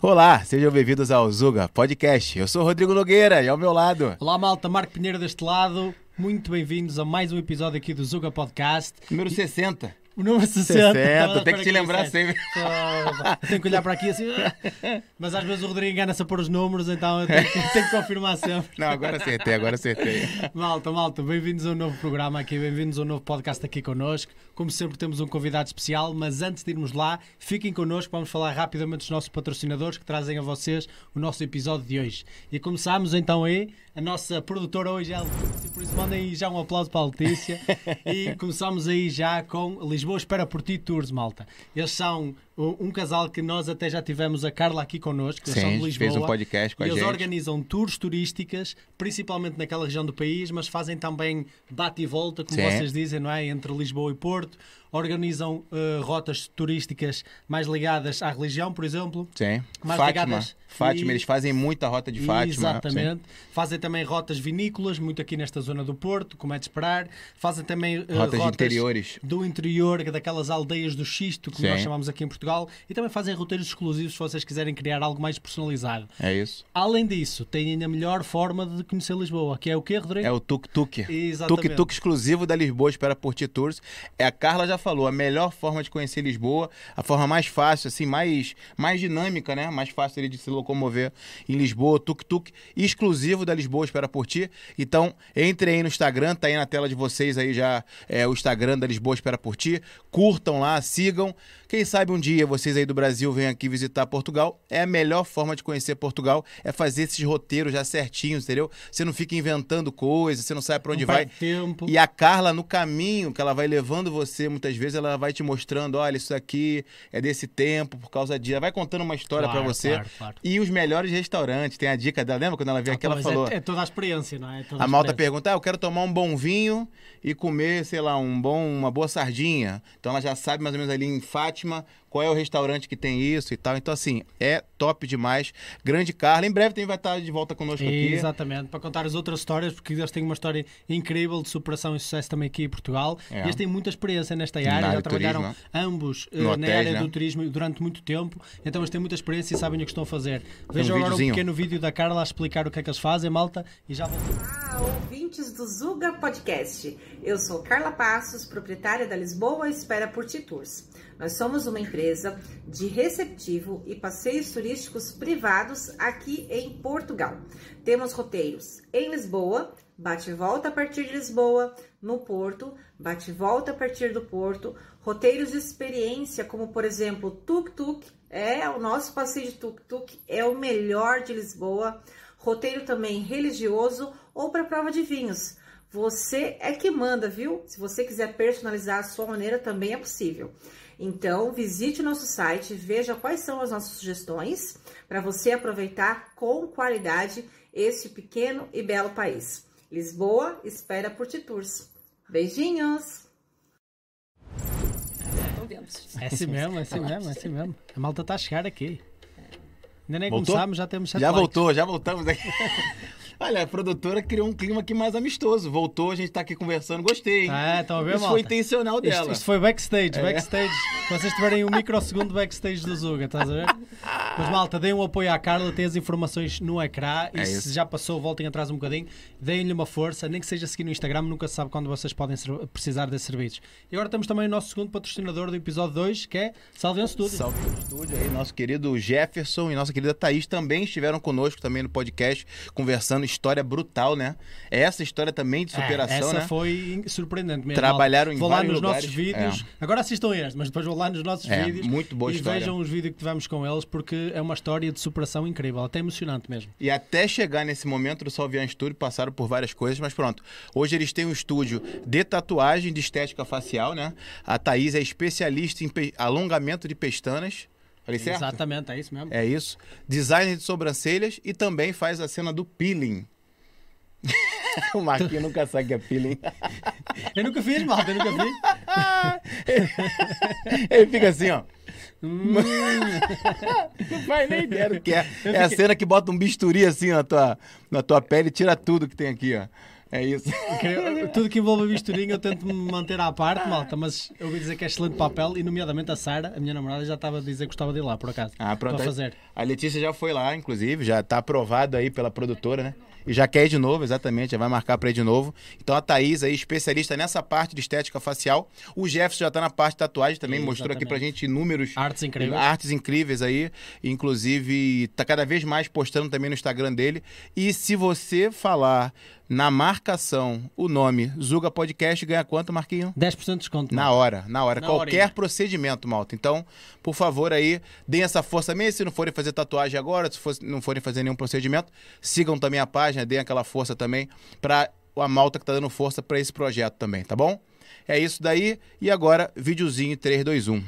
Olá, sejam bem-vindos ao Zuga Podcast. Eu sou o Rodrigo Nogueira e ao meu lado. Olá, malta. Marco Pinheiro deste lado. Muito bem-vindos a mais um episódio aqui do Zuga Podcast. Número 60. O número 60, 60. tem Agora que te aqui, lembrar certo. sempre. Ah, Tenho que olhar para aqui assim. ah. Mas às vezes o Rodrigo engana-se a pôr os números, então eu tenho que, tenho que confirmar sempre. Não, agora acertei, agora acertei. Malta, malta, bem-vindos a um novo programa aqui, bem-vindos a um novo podcast aqui connosco. Como sempre, temos um convidado especial, mas antes de irmos lá, fiquem connosco, vamos falar rapidamente dos nossos patrocinadores que trazem a vocês o nosso episódio de hoje. E começamos então aí, a nossa produtora hoje é a Letícia, por isso mandem aí já um aplauso para a Letícia. e começamos aí já com Lisboa Espera por Ti Tours, malta. Eles são um um casal que nós até já tivemos a Carla aqui connosco, eles são de Sim, Lisboa. fez um podcast com e a eles gente. organizam tours turísticas, principalmente naquela região do país, mas fazem também bate e volta, como Sim. vocês dizem, não é? Entre Lisboa e Porto. Organizam eh, rotas turísticas mais ligadas à religião, por exemplo. Sim. Mais Fátima. ligadas. Fátima, E- eles fazem muita rota de Fátima. Sim. Exatamente. Fazem também rotas vinícolas, muito aqui nesta zona do Porto, como é de esperar. Fazem também eh, Rotas de interiores. do interior, daquelas aldeias do xisto, como Sim. nós chamamos aqui em Portugal. E também fazem roteiros exclusivos se vocês quiserem criar algo mais personalizado. É isso. Além disso, tem ainda a melhor forma de conhecer Lisboa, que é o quê, Rodrigo? É o tuk-tuk. Exatamente. Tuk-tuk exclusivo da Lisboa Espera por Ti Tours. É, a Carla já falou, a melhor forma de conhecer Lisboa, a forma mais fácil, assim, mais, mais dinâmica, né? Mais fácil ali de se locomover em Lisboa, tuk-tuk exclusivo da Lisboa Espera por Ti. Então, entre aí no Instagram, tá aí na tela de vocês aí já é, o Instagram da Lisboa Espera por Ti. Curtam lá, sigam. Quem sabe um dia vocês aí do Brasil venham aqui visitar Portugal. É a melhor forma de conhecer Portugal, é fazer esses roteiros já certinhos, entendeu? Você não fica inventando coisas, você não sai pra onde Não vai. perde Um tempo. E a Carla, no caminho que ela vai levando você, muitas vezes ela vai te mostrando: olha, isso aqui é desse tempo, por causa disso. Ela vai contando uma história Claro, pra você. claro, claro. E os melhores restaurantes. Tem a dica dela, lembra quando ela veio aqui? Ah, Ela pois, falou. É, é toda a experiência, não é? É toda A malta experiência. pergunta: ah, eu quero tomar um bom vinho e comer, sei lá, um bom, uma boa sardinha. Então ela já sabe mais ou menos ali em Fátima qual é o restaurante que tem isso e tal. Então, assim, é top demais. Grande Carla. Em breve também vai estar de volta conosco aqui. Exatamente, para contar as outras histórias, porque eles têm uma história incrível de superação e sucesso também aqui em Portugal. É. E eles têm muita experiência nesta Na área, área já do trabalharam turismo, ambos eh, No na hotéis, área né? do turismo durante muito tempo, então eles têm muita experiência e sabem o que estão a fazer. Vejam agora um videozinho. pequeno vídeo da Carla a explicar o que é que eles fazem, malta, e já voltamos. Olá, ouvintes do Zuga Podcast. Eu sou Carla Passos, proprietária da Lisboa Espera por Ti Tours. Nós somos uma empresa de receptivo e passeios turísticos privados aqui em Portugal. Temos roteiros em Lisboa, bate e volta a partir de Lisboa, no Porto, bate e volta a partir do Porto, roteiros de experiência, como por exemplo, tuk-tuk, é o nosso passeio de tuk-tuk, é o melhor de Lisboa roteiro também religioso ou para prova de vinhos. Você é que manda, viu? Se você quiser personalizar a sua maneira, também é possível. Então, visite o nosso site, veja quais são as nossas sugestões para você aproveitar com qualidade este pequeno e belo país. Lisboa espera por ti tours. Beijinhos! Então Estão dentro. É assim mesmo, é assim mesmo, é assim mesmo. A malta está a chegar aqui. Ainda nem Voltou? começámos, já temos sete Já likes. voltou, já voltamos aqui. Olha, a produtora criou um clima aqui mais amistoso. Voltou, a gente tá aqui conversando, gostei, hein? Ah, estão a ver, Isso malta? foi intencional dela. É. Isto, isto foi backstage, backstage. Vocês tiverem um microsegundo backstage do Zuga, estás a ver? Mas malta, deem um apoio à Carla, tem as informações no ecrã e É isso. se já passou, voltem atrás um bocadinho, deem-lhe uma força, nem que seja seguir no Instagram, nunca se sabe quando vocês podem ser- precisar desses serviços. E agora temos também o nosso segundo patrocinador do episódio 2, que é Salvense Tudo. Salve no estúdio aí, nosso querido Jefferson e nossa querida Thaís também estiveram conosco também no podcast, conversando história brutal, né? Essa história também de superação, É, essa né? foi in- surpreendente mesmo. Trabalharam em Vou lá vários nos lugares. nossos vídeos. Agora assistam este, mas depois vou lá nos nossos É, vídeos. muito boa E história. vejam os vídeos que tivemos com eles, porque é uma história de superação incrível, até emocionante mesmo. E até chegar nesse momento do Salvian Studio, passaram por várias coisas, mas pronto. Hoje eles têm um estúdio de tatuagem, de estética facial, né? A Thaís é especialista em pe- alongamento de pestanas. Falei certo? Exatamente, é isso mesmo. É isso. Designer de sobrancelhas e também faz a cena do peeling. o Marquinhos nunca sabe o que é peeling. Eu nunca fiz, malta, eu nunca fiz. Ele fica assim, ó. Não faz nem ideia do que é. É a cena que bota um bisturi assim na tua, na tua pele e tira tudo que tem aqui, ó. É isso. Eu- Tudo que envolve a misturinha eu tento me manter à parte, malta, mas eu ouvi dizer que é excelente papel e, nomeadamente, a Sara, a minha namorada, já estava a dizer que gostava de ir lá, por acaso. Ah, pronto. Para fazer. A Letícia já foi lá, inclusive, já tá aprovado aí pela produtora, né? E já quer ir de novo, exatamente, já vai marcar para ir de novo. Então a Thaís aí, especialista nessa parte de estética facial. O Jefferson já tá na parte de tatuagem também, mostrou aqui Exatamente. pra gente inúmeros Artes incríveis. artes incríveis aí. Inclusive, tá cada vez mais postando também no Instagram dele. E se você falar na marcação o nome Zuga Podcast, ganha quanto, Marquinho? 10% de desconto. Na malta. hora, na hora. Na Qualquer horinha. procedimento, malta. Então, por favor, aí, deem essa força mesmo. Se não forem fazer tatuagem agora, se fosse- não forem fazer nenhum procedimento, sigam também a página, deem aquela força também pra a malta que tá dando força pra esse projeto também, tá bom? É isso daí. E agora, videozinho um. 3, 2, 1.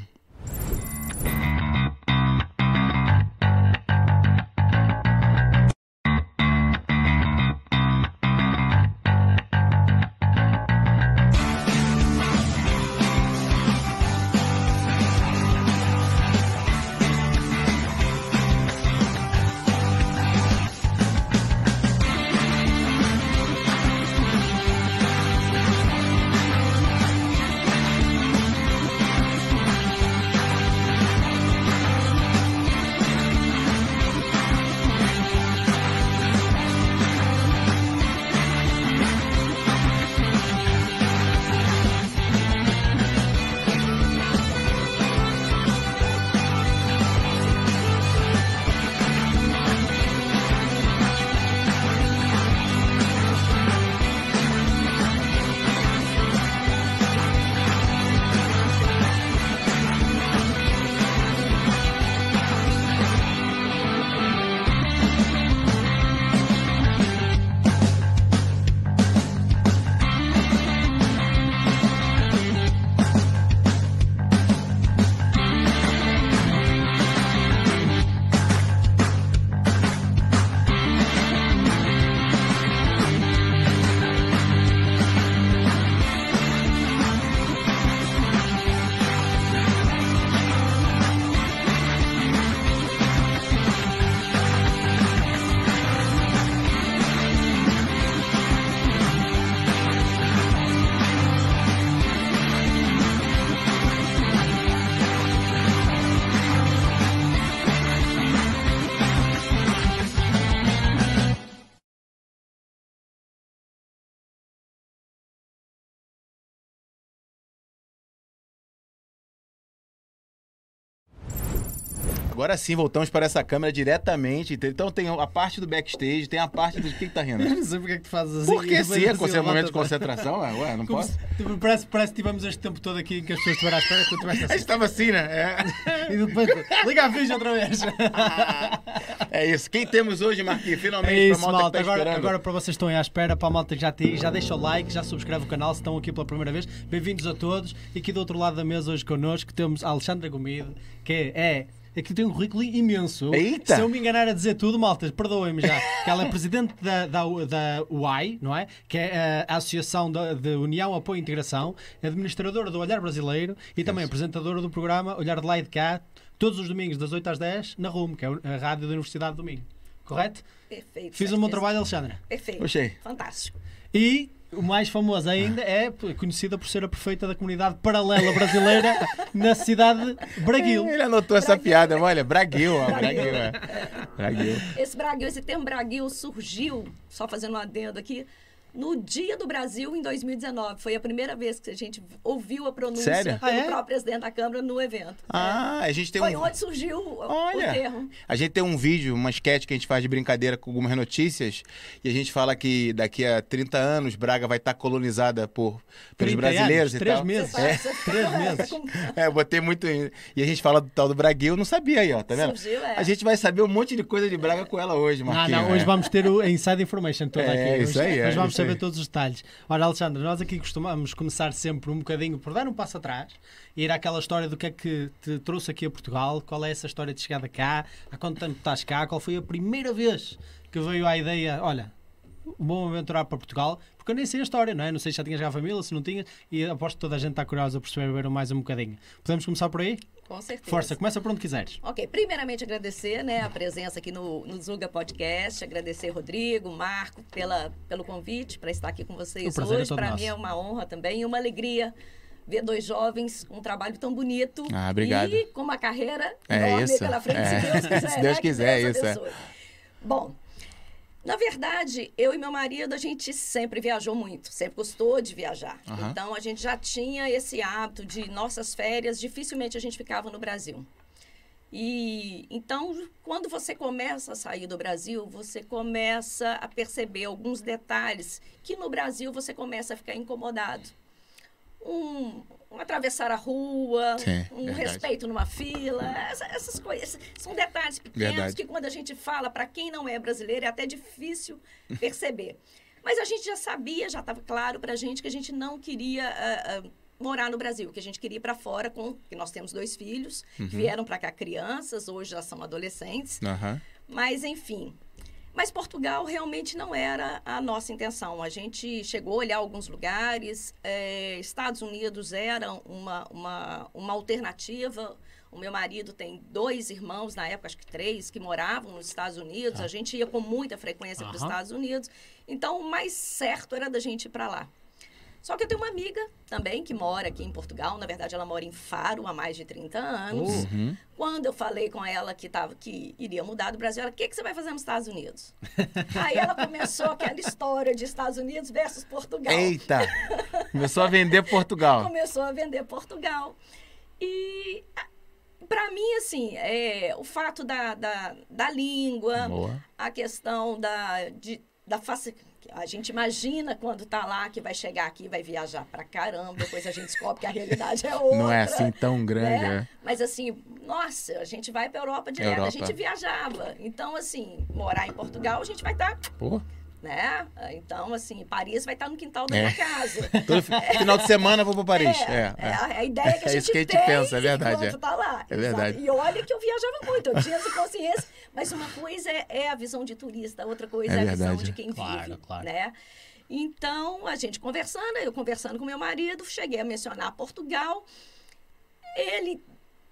Agora sim, voltamos para essa câmera diretamente. Então tem a parte do backstage, tem a parte do. O que, que tá rindo? Não sei porque é que tu fazes assim. Por que Eu se vejo é assim, conce- momento de malta, concentração? Ué, ué, não como posso? se- tipo, parece, parece que tivemos este tempo todo aqui em que as pessoas estiveram à espera que tu estiveste A assim. gente tava assim, né? É. E depois, liga a ficha outra vez. É isso. Quem temos hoje, Marquinhos? Finalmente, É isso, pra malta, malta. que tá Agora, esperando. agora para vocês que estão aí à espera, para a malta que já, te, já deixa o like, já subscreve o canal se estão aqui pela primeira vez. Bem-vindos a todos. E aqui do outro lado da mesa hoje connosco temos a Alexandra Gomide, que é... é que tem um currículo imenso. Eita! Se eu me enganar a dizer tudo, malta, perdoem-me já. Que ela é presidente da, da, da UAI, não é? Que é a Associação da- de, União Apoio e Integração, administradora do Olhar Brasileiro e também apresentadora do programa Olhar de Lá e de Cá, todos os domingos das 8 às 10, na RUM, que é a rádio da Universidade do Domingo. Correto? Perfeito. Fiz certo, um bom certo. trabalho, Alexandra. Perfeito. Gostei. Fantástico. E o mais famoso ainda é p- conhecida por ser a prefeita da comunidade paralela brasileira na cidade de Braguil. Ele anotou essa piada, olha, Braguil, ó, Braguil, é. Braguil. É. Esse Braguil, esse termo Braguil surgiu, só fazendo um adendo aqui, no Dia do Brasil em 2019. Foi a primeira vez que a gente ouviu a pronúncia Sério? pelo Ah, é? próprio presidente da Câmara no evento. Ah, a gente tem Foi um. onde surgiu o- o Olha, termo. a gente tem um vídeo, uma sketch que a gente faz de brincadeira com algumas notícias e a gente fala que daqui a 30 anos Braga vai estar colonizada por, pelos 30 brasileiros anos, e três tal. meses. Você sabe, você Três sabe, meses. com- É, eu botei muito. em- E a gente fala do tal do Braguil, não sabia aí, ó, tá vendo? Surgiu, é. A gente vai saber um monte de coisa de Braga com ela hoje, Ah, Marquinhos. não, hoje é. vamos ter o a inside information toda É, aqui. isso hoje, aí, é, hoje vamos isso saber aí. todos os detalhes. Ora, Alexandra, nós aqui costumamos começar sempre um bocadinho por dar um passo atrás, ir àquela história do que é que te trouxe aqui a Portugal, qual é essa história de chegada cá, há quanto tempo estás cá, qual foi a primeira vez que veio à ideia, olha, um bom aventurar para Portugal, porque eu nem sei a história, não é? Não sei se já tinhas já família, se não tinhas, e aposto que toda a gente está curiosa por saber mais um bocadinho. Podemos começar por aí? Com certeza. Força, começa por onde quiseres. Ok, primeiramente agradecer né, a presença aqui no, no Zuga Podcast, agradecer Rodrigo, Marco, pela, pelo convite para estar aqui com O vocês prazer é hoje. todo para nosso. mim é uma honra também e uma alegria ver dois jovens, um trabalho tão bonito. Ah, obrigado. E com uma carreira É enorme isso. pela frente, É. se Deus quiser. Se Deus né? quiser, que Deus isso, é. abençoe. Bom, na verdade, eu e meu marido, a gente sempre viajou muito, sempre gostou de viajar. Aham. Então, a gente já tinha esse hábito de nossas férias, dificilmente a gente ficava no Brasil. E então, quando você começa a sair do Brasil, você começa a perceber alguns detalhes que no Brasil você começa a ficar incomodado. Um, um atravessar a rua, Sim, um verdade. respeito numa fila, essa- essas coisas. São detalhes pequenos Verdade. que quando a gente fala, para quem não é brasileiro, é até difícil perceber. Mas a gente já sabia, já estava claro para a gente que a gente não queria ah, ah, morar no Brasil, que a gente queria ir para fora, com, que nós temos dois filhos, vieram para cá crianças, hoje já são adolescentes, Aham. mas enfim. Mas Portugal realmente não era a nossa intenção. A gente chegou a olhar alguns lugares, eh, Estados Unidos era uma, uma, uma alternativa. O meu marido tem dois irmãos, na época acho que três, que moravam nos Estados Unidos. Tá. A gente ia com muita frequência para os Aham. Estados Unidos. Então, o mais certo era da gente ir para lá. Só que eu tenho uma amiga também que mora aqui em Portugal. Na verdade, ela mora em Faro há mais de 30 anos. Oh. Uhum. Quando eu falei com ela que, tava, que iria mudar do Brasil, ela, o que, que você vai fazer nos Estados Unidos? Aí ela começou aquela história de Estados Unidos versus Portugal. Eita! Começou a vender Portugal. Começou a vender Portugal. E, para mim, assim, é, o fato da, da, da língua, Boa. a questão da, de, da faci- A gente imagina quando tá lá que vai chegar aqui, vai viajar pra caramba, depois a gente descobre que a realidade é outra. Não é assim tão grande, é. né? Mas assim, nossa, a gente vai pra Europa direto, Europa. a gente viajava. Então, assim, morar em Portugal, a gente vai estar, Pô. né? Então, assim, Paris vai estar no quintal da É. minha casa. Todo fi- final de semana eu vou pra Paris. É, É, é. a- a ideia É que a gente isso que a gente tem pensa, é verdade, enquanto é. tá lá. É verdade. Exato. E olha que eu viajava muito, eu tinha essa consciência. Mas uma coisa é, é a visão de turista, outra coisa É é, a verdade, visão é. de quem Claro, vive. claro. Né? Então, a gente conversando, eu conversando com meu marido, cheguei a mencionar Portugal. Ele,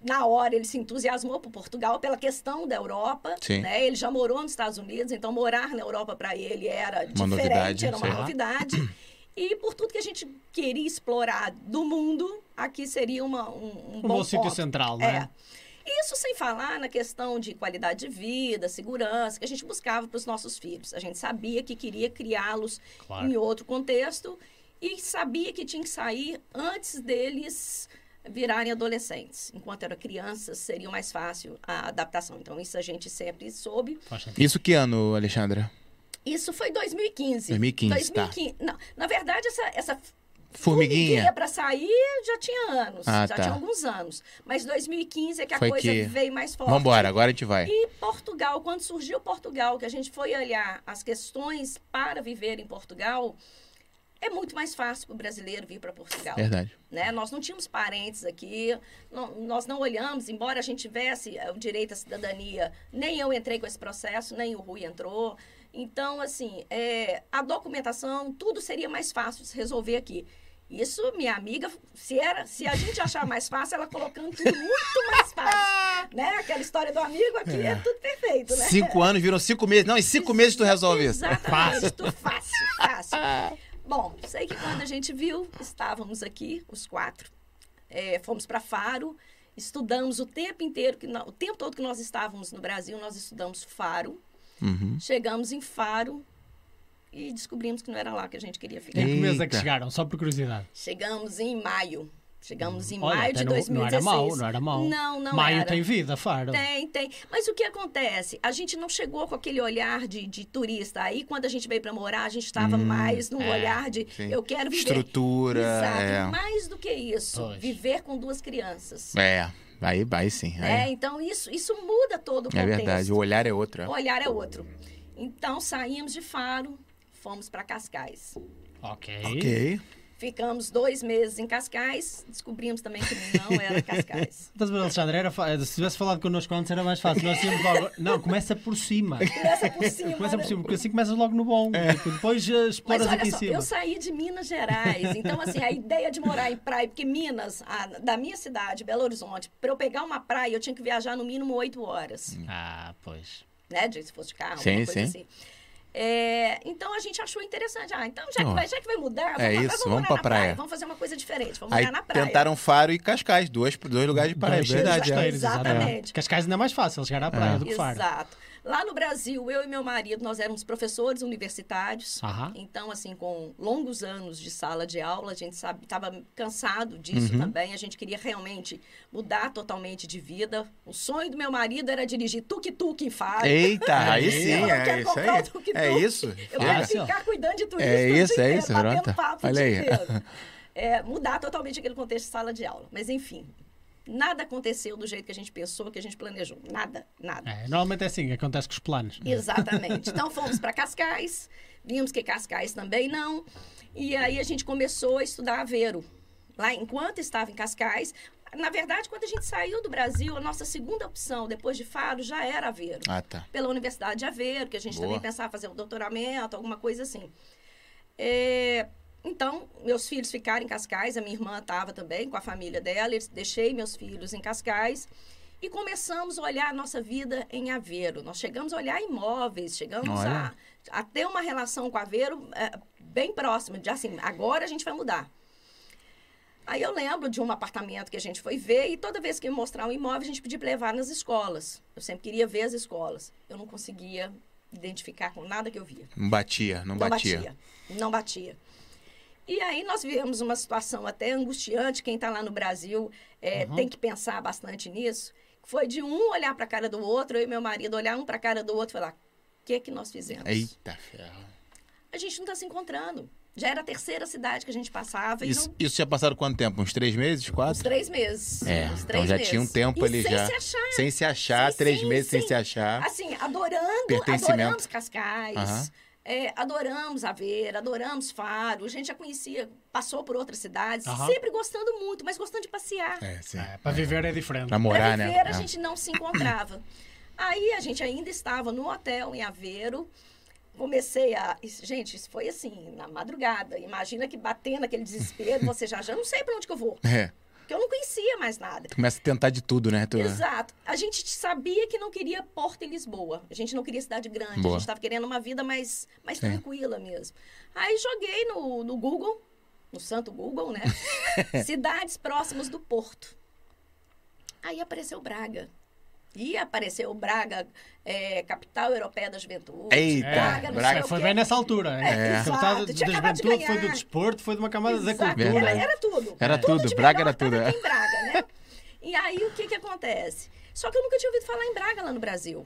na hora, ele se entusiasmou por Portugal pela questão da Europa. Sim. Né? Ele já morou nos Estados Unidos, então morar na Europa para ele era diferente, novidade, era uma sim. novidade. E por tudo que a gente queria explorar do mundo, aqui seria uma, um, um Um bom, bom, sítio ponto. central, não É. é? Isso sem falar na questão de qualidade de vida, segurança, que a gente buscava para os nossos filhos. A gente sabia que queria criá-los em outro contexto e sabia que tinha que sair antes deles virarem adolescentes. Enquanto eram crianças, seria mais fácil a adaptação. Então, isso a gente sempre soube. Faz sentido. é. Isso que ano, Alexandra? Isso foi 2015. 2015, tá. 2015. Não, na verdade, essa, essa Formiguinha. para sair já tinha anos, Ah, já tá. tinha alguns anos. Mas 2015 é que a Foi coisa que- veio mais forte. Vambora, agora a gente vai. E Portugal, quando surgiu Portugal, que a gente foi olhar as questões para viver em Portugal, é muito mais fácil para o brasileiro vir para Portugal. Verdade. Né? Nós não tínhamos parentes aqui, não- nós não olhamos, embora a gente tivesse eh, o direito à cidadania, nem eu entrei com esse processo, nem o Rui entrou. Então, assim, eh, a documentação, tudo seria mais fácil de se resolver aqui. Isso, minha amiga, se, era, se a gente achar mais fácil, ela colocando tudo muito mais fácil. Né? Aquela história do amigo aqui é, tudo perfeito, né? Cinco anos viram cinco meses. Não, em cinco meses tu resolve isso. É Exatamente, tu fácil, fácil. Bom, sei que quando a gente viu, estávamos aqui, os quatro, é, fomos para Faro, estudamos o tempo inteiro, que nó- o tempo todo que nós estávamos no Brasil, nós estudamos Faro, Uhum. chegamos em Faro e descobrimos que não era lá que a gente queria ficar. Em que mês é que Eita. chegaram? Só por curiosidade. Chegamos em maio, chegamos em Hum, Olha, maio até de não- 2016. não era mau, não era mau. Não, não Maio era. tem vida, Faro. Tem, tem. Mas o que acontece? A gente não chegou com aquele olhar de, de turista. Aí, quando a gente veio para morar, a gente estava Hum, mais num é, olhar de sim. eu quero viver. Estrutura. Exato. é. Mais do que isso, Pois. viver com duas crianças. É. Aí vai sim. né? aí. Então, isso, isso muda todo o É, contexto. verdade. O olhar é outro. é. O olhar é outro. Então, saímos de Faro, fomos para Cascais. Ok. Ok. Ficamos dois meses em Cascais, descobrimos também que não era Cascais. Estás a ver, Então, Alexandre? Era fa- Se tivesse falado connosco antes era mais fácil. Nós tínhamos logo. Não, começa por cima. Começa por cima. Começa por né? cima, porque assim começas logo no bom. É. Tipo, Depois eh, Mas exploras olha aqui em só, cima. eu saí de Minas Gerais, então assim, a ideia de morar em praia, porque Minas, a- da minha cidade, Belo Horizonte, para eu pegar uma praia, eu tinha que viajar no mínimo oito horas, Ah, pois. né? de- Se fosse de carro, Sim, uma coisa sim. assim. É, então a gente achou interessante. Ah, então já que, Ó. vai, já que vai mudar, É lá- isso, vamos morar pra na praia. Vamos fazer uma coisa diferente, vamos Aí morar na praia. tentaram Faro e Cascais, dois, dois lugares de praia. É Dois verdade. costeiros, É. Exatamente. Cascais ainda é mais fácil chegar à praia do que Faro. Exato. Lá no Brasil, eu e meu marido, nós éramos professores universitários. Ah? Aham. Então, assim, com longos anos de sala de aula, a gente sabe, estava cansado disso Uhum. também. A gente queria realmente mudar totalmente de vida. O sonho do meu marido era dirigir tuk-tuk em Faro. Eita, aí Eu sim, não é quero isso comprar aí. o tuk-tuk. É isso. Eu Chega. quero ficar cuidando de tudo É isso, isso, o dia é inteiro, isso, batendo Verônica. papo o Olha dia aí. inteiro. É, mudar totalmente aquele contexto de sala de aula. Mas, enfim, nada aconteceu do jeito que a gente pensou, que a gente planejou. Nada, nada. É, normalmente é assim, acontece com os planos. Exatamente. Então fomos para Cascais, vimos que Cascais também não. E aí a gente começou a estudar Aveiro. Lá enquanto estava em Cascais, na verdade, quando a gente saiu do Brasil, a nossa segunda opção depois de Faro já era Aveiro Ah, tá. pela Universidade de Aveiro, que a gente Boa. também pensava fazer um doutoramento, alguma coisa assim. É, então, meus filhos ficaram em Cascais, a minha irmã estava também com a família dela, eles- deixei meus filhos em Cascais e começamos a olhar a nossa vida em Aveiro. Nós chegamos a olhar imóveis, chegamos a, Olha. a ter uma relação com Aveiro é, bem próxima, de assim, agora a gente vai mudar. Aí eu lembro de um apartamento que a gente foi ver e toda vez que ia mostrar um imóvel, a gente pedia para levar nas escolas. Eu sempre queria ver as escolas. Eu não conseguia identificar com nada que eu via. Não batia, não, batia. Não batia. E aí nós vivemos uma situação até angustiante. Quem está lá no Brasil é, Uhum. tem que pensar bastante nisso. Foi de um olhar para a cara do outro, eu e meu marido olhar um para a cara do outro e falar, o que é que nós fizemos? Eita ferro. A gente não está se encontrando. Já era a terceira cidade que a gente passava e Isso, não... isso tinha passado quanto tempo? Uns três meses, Uns quatro? três meses. É, uns então três já meses. tinha um tempo E ali sem já. se achar. Sem se achar, Sim, três sim, meses sem sim. se achar. Assim, adorando, Pertencimento. adoramos Cascais, Aham. é, adoramos Aveira, adoramos Faro. A gente já conhecia, passou por outras cidades, Aham. sempre gostando muito, mas gostando de passear. É, sim. É, para viver é diferente. Pra morar, pra né? viver, Ah, a É. gente não se encontrava. Aí a gente ainda estava no hotel em Aveiro. Comecei a. isso- Gente, isso foi assim, na madrugada. Imagina que batendo aquele desespero, você já já não sei pra onde que eu vou. É, Porque eu não conhecia mais nada. tu começa a tentar de tudo, né? Tu- Exato. A gente sabia que não queria Porto e Lisboa. A gente não queria cidade grande. Boa. A gente estava querendo uma vida mais, mais Sim. tranquila mesmo. Aí joguei no, no Google, no santo Google, né? Cidades próximas do Porto. Aí apareceu Braga. E apareceu Braga, é, capital europeia da juventude. Eita, É, Braga, não Braga. sei o Tá. foi quê. bem nessa altura. É, Foi da- exato. Tinha da acabado de juventude, foi do ganhar. desporto, foi de uma camada da Exato. cultura. Era, Verdade. era tudo. Era tudo, de Braga melhor era tudo, tava é. aqui em Braga, né? E aí, o que que acontece? Só que eu nunca tinha ouvido falar em Braga lá no Brasil.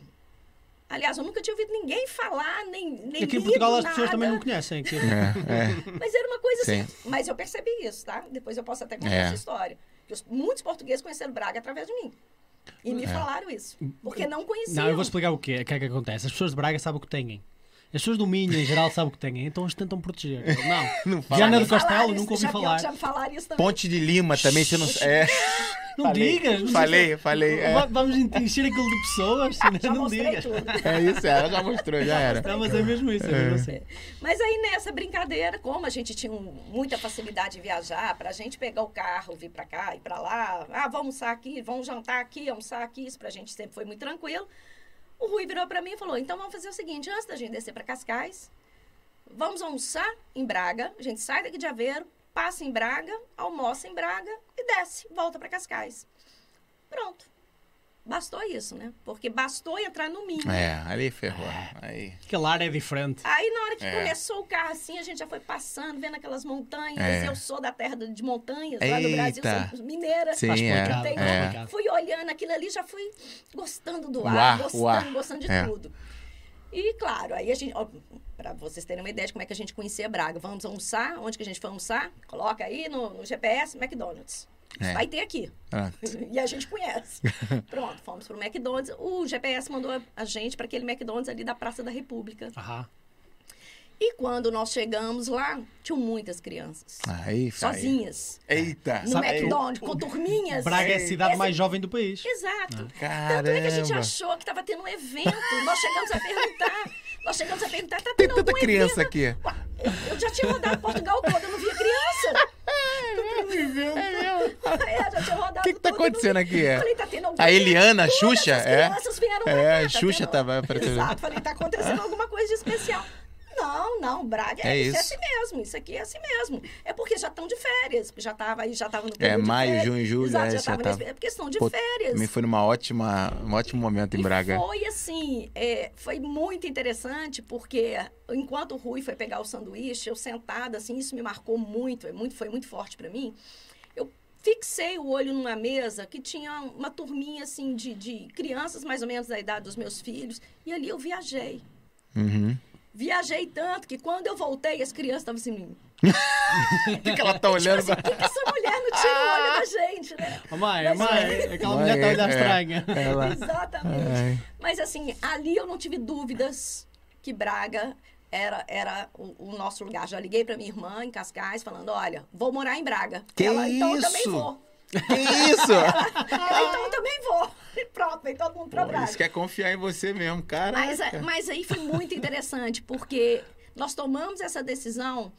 Aliás, eu nunca tinha ouvido ninguém falar, nem, nem E aqui É em lido Portugal as nada. pessoas também não conhecem. aqui. É, Mas era uma coisa assim. Mas eu percebi isso, tá? Depois eu posso até contar É. essa história. Que os- muitos portugueses conheceram Braga através de mim. E me falaram isso. Porque não conheciam. É. Não, eu vou explicar o que, o que é que acontece. As pessoas de Braga sabem o que têm. As pessoas do Minho, em geral, sabem o que têm, então as tentam proteger. Não, fala Diana do nisso. Falaram Castelo, isso, nunca ouvi já vi- falar. Já me falaram isso é. também. Ponte de Lima também, você não. É. Não digas. não Falei, digas. falei. é. Va- Vamos encher aquilo de pessoas, senão Já não mostrei digas. tudo. É isso, ela já mostrou, já era. Não, mas é mesmo isso, é mesmo assim. Mas aí nessa brincadeira, como a gente tinha um- muita facilidade de viajar, pra gente pegar o carro, vir pra cá e pra lá, ah, vamos almoçar aqui, vamos jantar aqui, almoçar aqui, isso pra gente sempre foi muito tranquilo. O Rui virou pra mim e falou: então vamos fazer o seguinte, antes da gente descer pra Cascais, vamos almoçar em Braga, a gente sai daqui de Aveiro, passa em Braga, almoça em Braga e desce, volta pra Cascais. Pronto. Bastou isso, né? Porque bastou entrar no mínimo. É, ali ferrou. Aí. Aquele ar é diferente. Aí na hora que É. começou o carro assim, a gente já foi passando, vendo aquelas montanhas. É. Eu sou da terra do- de montanhas, lá no Brasil, Eita. sou mineira. Sim, Tá é. explicado, Tem- tá é. explicado. Fui olhando aquilo ali, já fui gostando do O ar, ar, o gostando, ar. gostando de É. tudo. E claro, aí a gente, ó, pra vocês terem uma ideia de como é que a gente conhecia Braga, vamos almoçar, onde que a gente foi almoçar? Coloca aí no, no GPS, McDonald's. Isso É. Vai ter aqui. Pronto. E a gente conhece. Pronto, fomos pro McDonald's. O GPS mandou a- a gente para aquele McDonald's ali da Praça da República. Aham. E quando nós chegamos lá, tinham muitas crianças. Ah, Aí, fai. sozinhas. Eita. No Sabe- McDonald's, com turminhas. Braga é a cidade Esse- mais jovem do país. Exato. Caramba. Tanto é que a gente achou que tava tendo um evento. Nós chegamos a perguntar. Nós chegamos a perguntar, tá tendo tanta algum criança evento? aqui. Ué, Eu já tinha rodado Portugal todo, eu não via criança. É, eu já tinha rodado Que que tá todo, eu não acontecendo vi. aqui, é? Falei, tá tendo algum A Eliana, a evento? Todas Xuxa, as é? crianças vieram pra É, cá, tá a Xuxa tendo- tava pra TV. Exato, falei, tá acontecendo alguma coisa de especial. Não, não, Braga, é, É isso. é isso. assim mesmo, isso aqui é assim mesmo. É porque já estão de férias, já tava aí, já tava no período de É, maio, férias. junho, julho, Exato, é, já já tava, tava. nesse- É porque estão de Pô, férias. Me foi numa ótima, um ótimo momento em E Braga. Foi assim, é, foi muito interessante, porque enquanto o Rui foi pegar o sanduíche, eu sentada, assim, isso me marcou muito, é muito foi muito forte para mim. Eu fixei o olho numa mesa que tinha uma turminha, assim, de, de crianças mais ou menos da idade dos meus filhos, e ali eu viajei. Uhum. Viajei tanto que quando eu voltei, as crianças estavam assim, O que, que ela tá tipo olhando? assim, por que, que essa mulher não tira o olho Ah!" da gente, né? Oh, mãe, Mas- mãe, aquela Mãe, mulher está a olhar é. estranha. Ela... É. Exatamente. Ai. Mas assim, ali eu não tive dúvidas que Braga era, era o, o nosso lugar. Já liguei pra minha irmã em Cascais falando, olha, vou morar em Braga. Que Ela, então eu também isso? vou. Que isso? Ela, então eu também vou. E pronto, vem todo mundo pra Pô, Braga. isso é quer confiar em você mesmo, cara. Mas, é a- mas aí foi muito interessante, porque nós tomamos essa decisão.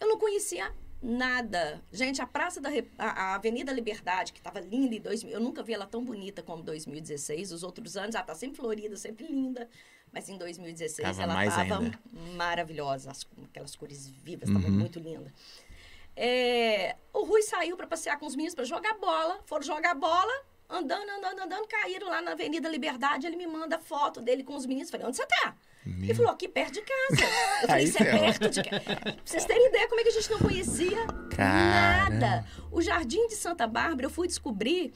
Eu não conhecia nada. Gente, a Praça da Re- a, a Avenida Liberdade, que estava linda em 2000, eu nunca vi ela tão bonita como 2016. Os outros anos, ela está sempre florida, sempre linda. Mas em 2016 Tava ela mais estava ainda. Uhum. maravilhosa. As- aquelas cores vivas, estava muito linda. É, o Rui saiu para passear com os meninos para jogar bola. Foram jogar bola, andando, andando, andando, caíram lá na Avenida Liberdade. Ele me manda foto dele com os meninos. Falei, onde você tá? Ele falou, aqui perto de casa. Eu falei, Aí isso é ferrou. perto de casa. Pra vocês terem ideia como é que a gente não conhecia Caramba. nada. O Jardim de Santa Bárbara, eu fui descobrir.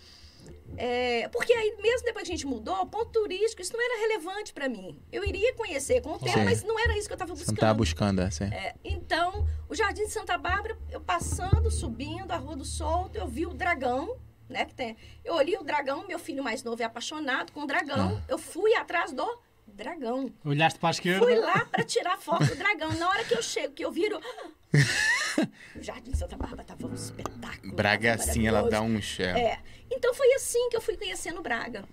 é, porque aí, mesmo depois que a gente mudou, ponto turístico, isso não era relevante para mim. Eu iria conhecer com o tempo, Sim. mas não era isso que eu estava Você não tava buscando. buscando essa. É, então, o Jardim de Santa Bárbara, eu passando, subindo a Rua do Solto, eu vi o dragão, né? Que tem, eu olhei o dragão, meu filho mais novo é apaixonado com o dragão. Ah. Eu fui atrás do dragão. Olhaste para a esquerda. Fui lá para tirar foto do dragão. Na hora que eu chego, que eu viro. o Jardim de Santa Bárbara tava um espetáculo. Braga é tava assim, ela maravilhoso. dá um chefe. É. Então foi assim que eu fui conhecendo Braga.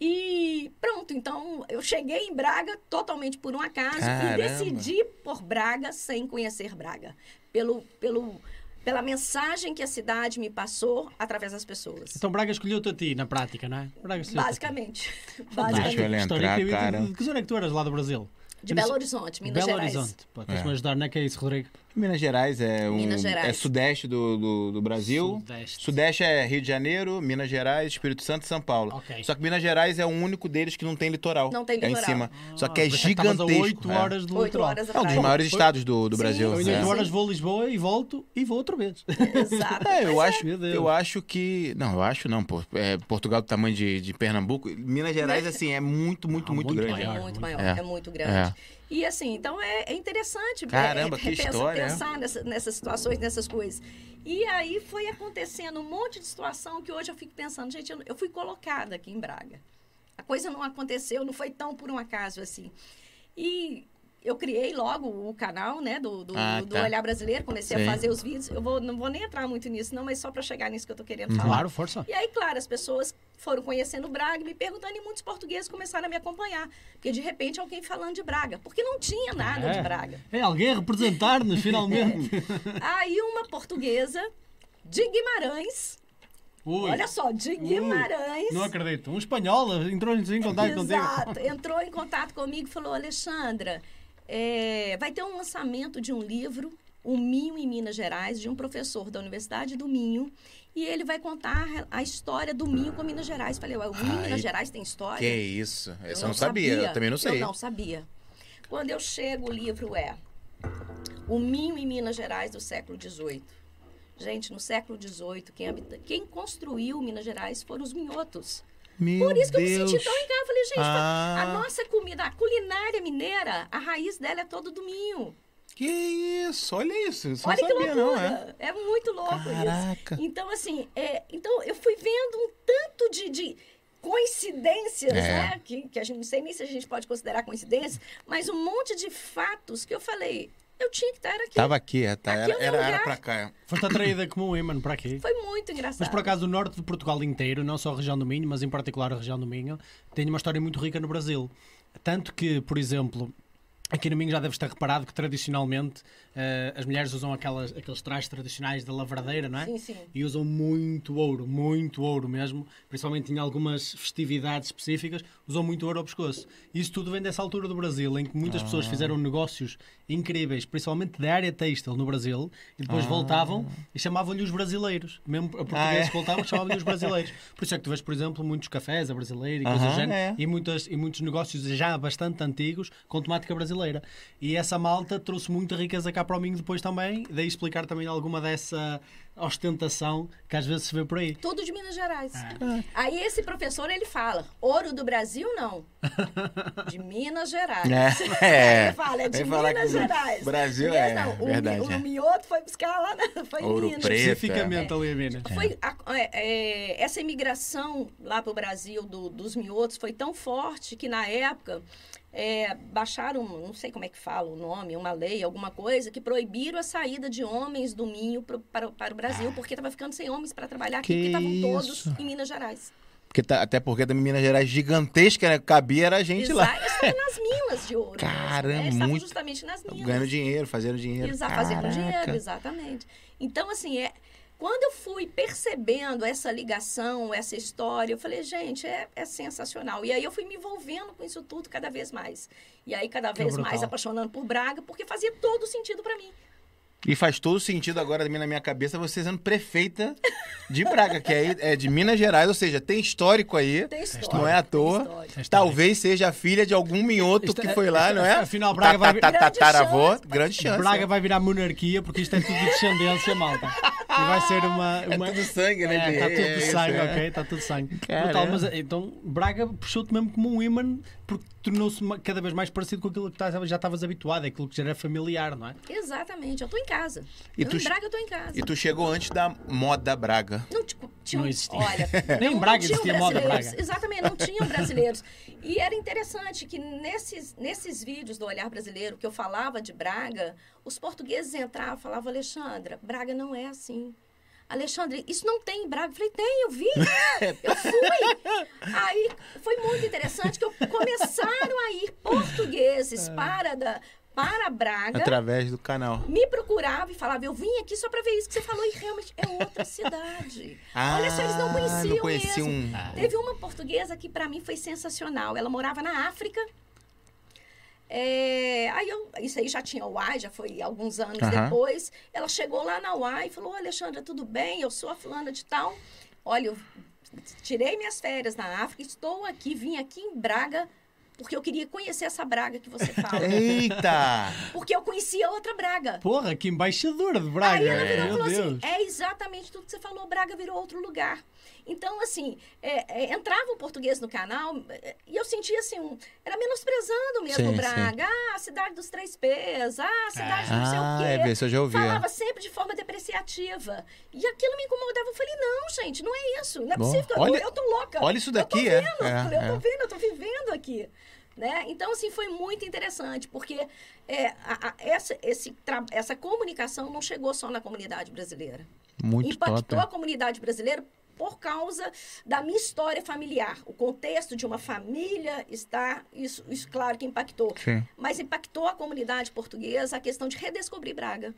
E pronto, então eu cheguei em Braga totalmente por um acaso Caramba. e decidi por Braga sem conhecer Braga. Pelo, pelo, pela mensagem que a cidade me passou através das pessoas. Então Braga escolheu-te a ti, na prática, não é? Braga escolheu basicamente. Deixa basicamente. ela entrar, cara. De que zona é que tu eras lá do Brasil? De Belo Horizonte, Minas Belo Gerais. Horizonte. Pô, Tens-me É. ajudar, não é que é isso, Rodrigo? Minas Gerais é um Minas Gerais. é sudeste do, do, do Brasil. Sudeste. Sudeste é Rio de Janeiro, Minas Gerais, Espírito Santo e São Paulo. Ok. Só que Minas Gerais é o único deles que não tem litoral. Não tem É em litoral. cima. Só que é Ah, Pensei estavas a gigantesco. oito é. horas do Oito litoral. horas É um atrás. dos maiores estados do, do Sim, Brasil. Eu em sim. é. oito horas vou a Lisboa e volto e vou outra vez. Exato. É, eu acho, Meu Deus. eu acho que. Não, eu acho não, pô. É, Portugal do tamanho de, de Pernambuco. Minas Gerais, assim, é muito, muito, Ah, muito, muito grande. É maior. muito muito maior, maior. é, muito grande. E assim, então é, é interessante é, Caramba, é, que pensa- história, é? pensar nessa- nessas situações, nessas coisas. E aí foi acontecendo um monte de situação que hoje eu fico pensando, gente, eu, eu fui colocada aqui em Braga. A coisa não aconteceu, não foi tão por um acaso assim. E eu criei logo o canal, né, do, do, Ah, do tá. Olhar Brasileiro, comecei Sim. a fazer os vídeos. Eu vou, não vou nem entrar muito nisso, não, mas só para chegar nisso que eu tô querendo falar. Claro, força. E aí, claro, as pessoas foram conhecendo Braga, e me perguntando, e muitos portugueses começaram a me acompanhar. Porque, de repente, alguém falando de Braga. Porque não tinha nada É. de Braga. É alguém a representar-nos, finalmente. Aí, uma portuguesa de Guimarães, Ui, olha só, de Ui. Guimarães. não acredito. Um espanhol entrou-nos em contato contigo. Exato. Entrou em contato comigo e falou, Alexandra, é, vai ter um lançamento de um livro, O Minho em Minas Gerais, de um professor da Universidade do Minho. E ele vai contar a história do Minho com Minas Gerais. Falei, ué, o Minho em Ai, Minas Gerais tem história? Que isso? Essa eu não, não sabia. eu também não sei. Eu não sabia. Quando eu chego, o livro é O Minho em Minas Gerais do século XVIII. Gente, no século XVIII, quem, habita- quem construiu Minas Gerais foram os minhotos. Meu Por isso que eu me Deus. senti tão em casa. Eu falei, gente, tá, Ah. a nossa comida, a culinária mineira, a raiz dela é todo do minho. Que isso? Olha isso. Isso eu Olha não que sabia, não, é? loucura. É muito louco isso. Caraca. Então, assim, é, então eu fui vendo um tanto de. de- coincidências, É. né? Que, que a gente não sei nem se a gente pode considerar coincidência, mas um monte de fatos que eu falei, eu tinha que estar aqui. Tava aqui, é, tá, Aqui é era, o meu era, era lugar. pra cá. é. Foste atraída como um imã para aqui. Foi muito engraçado. Mas por acaso, o norte de Portugal inteiro, não só a região do Minho, mas em particular a região do Minho, tem uma história muito rica no Brasil. Tanto que, por exemplo, aqui no Minho já deves ter reparado que tradicionalmente eh, as mulheres usam aquelas, aqueles trajes tradicionais da lavradeira, não é? Sim, sim. E usam muito ouro, muito ouro mesmo, principalmente em algumas festividades específicas, usam muito ouro ao pescoço. Isso tudo vem dessa altura do Brasil, em que muitas pessoas Ah. fizeram negócios incríveis, principalmente da área têxtil no Brasil, e depois voltavam e chamavam-lhe os brasileiros. Mesmo a portugueses Ah, é? que voltavam chamavam-lhe os brasileiros. Por isso é que tu vês, por exemplo, muitos cafés a brasileira e coisas Aham, do género, é. e, muitas, e muitos negócios já bastante antigos com temática brasileira. E essa malta trouxe muita riqueza cá para o Minho depois também, daí explicar também alguma dessa ostentação que às vezes se vê por aí. Tudo de Minas Gerais. É. Ah. Aí esse professor ele fala: ouro do Brasil não. De Minas Gerais. É, Aí é. ele fala, é de Aí fala Minas que o Gerais. Brasil Minas é, não, o, mi- verdade, o é. mioto foi buscar lá, na, foi em Ouro Minas. preto. Eita. Especificamente ali a Minas. Foi a- é, é, essa imigração lá para o Brasil do- dos miotos foi tão forte que na época é, baixaram, não sei como é que fala o nome, uma lei, alguma coisa, que proibiram a saída de homens do Minho pro- para, o- para o Brasil, porque estava ficando sem homens para trabalhar Ah. aqui, Que porque estavam todos isso. em Minas Gerais. Porque tá- até porque também Minas Gerais gigantesca, né? Cabia era a gente lá. Eles estavam nas minas de ouro. Caramba, é né? Eles estavam muito- justamente nas minas. Ganhando dinheiro, fazendo dinheiro. Exa fazendo dinheiro, Caraca. exatamente. Então, assim, é, quando eu fui percebendo essa ligação, essa história, eu falei, gente, é, é sensacional. E aí eu fui me envolvendo com isso tudo cada vez mais. E aí, cada Que vez brutal. mais apaixonando por Braga, porque fazia todo sentido para mim. E faz todo sentido agora também na minha cabeça você sendo prefeita de Braga, que aí é de Minas Gerais, ou seja, tem histórico aí. Tem história. Não é à tem toa. história. Esta- Talvez seja a filha de algum minhoto Isto que é- foi lá, não é? afinal, Braga vai- Ta- ta- ta- Grande Tataravó, chance. tá, grande chance. Braga vai virar monarquia porque isto é tudo descendência, malta. E vai ser uma. É uma... tudo sangue, né? É, de- está é, tudo isso, sangue, é. ok? Está tudo sangue. Caramba. Brutal, mas então Braga puxou-te mesmo como um imã porque tornou-se ma- cada vez mais parecido com aquilo que tás- já estavas habituado, é aquilo que já era familiar, não é? Exatamente, eu tô em casa. E eu, tu- em Braga, eu tô em casa. E tu chegou antes da moda Braga. Não, tipo, tinha um- Não existia. Olha, Nem não, Braga não tinham existia moda brasileiros. Braga. Exatamente, não tinham brasileiros. E era interessante que nesses, nesses vídeos do Olhar Brasileiro, que eu falava de Braga, os portugueses entravam e falavam, Alexandra, Braga não é assim. Alexandre, isso não tem em Braga. Eu falei, tem, eu vi, né? eu fui. Aí foi muito interessante que eu- começaram a ir É. portugueses para, da, para Braga Através do canal. me procurava e falava, eu vim aqui só para ver isso que você falou e realmente é outra cidade. Olha só, eles não Ah, conheciam não conheciam. um- mesmo. Ah. Teve uma portuguesa que para mim foi sensacional. Ela morava na África. É, aí eu- isso aí já tinha UAI, já foi alguns anos Aham. depois. Ela chegou lá na UAI e falou, "Ô, Alexandra, tudo bem? Eu sou a fulana de tal. Olha, eu tirei minhas férias na África, estou aqui, vim aqui em Braga, porque eu queria conhecer essa Braga que você fala. É. Eita! porque eu conhecia outra Braga. Porra, que embaixadora de Aí Braga! ela virou e Meu falou assim: Deus! é exatamente tudo que você falou, Braga virou outro lugar. Então, assim, é, é, entrava o português no canal é, e eu sentia assim, um, era menosprezando mesmo Sim, Braga. Ah, a cidade dos três P's, ah, a cidade não sei Ah, o quê. é, isso eu já ouvi. Falava sempre de forma depreciativa. E aquilo me incomodava. Eu falei, não, gente, não é isso. Não é Bom, possível. que eu- olha- eu tô louca. olha isso Eu daqui, tô é. vendo. É, Eu falei, eu tô é. vendo, eu tô vivendo aqui. Né? Então, assim, foi muito interessante, porque é, a- a- essa, esse tra- essa comunicação não chegou só na comunidade brasileira. Muito top. Impactou a comunidade brasileira por causa da minha história familiar. O contexto de uma família está... Isso, isso claro que impactou. Sim. Mas impactou a comunidade portuguesa a questão de redescobrir Braga.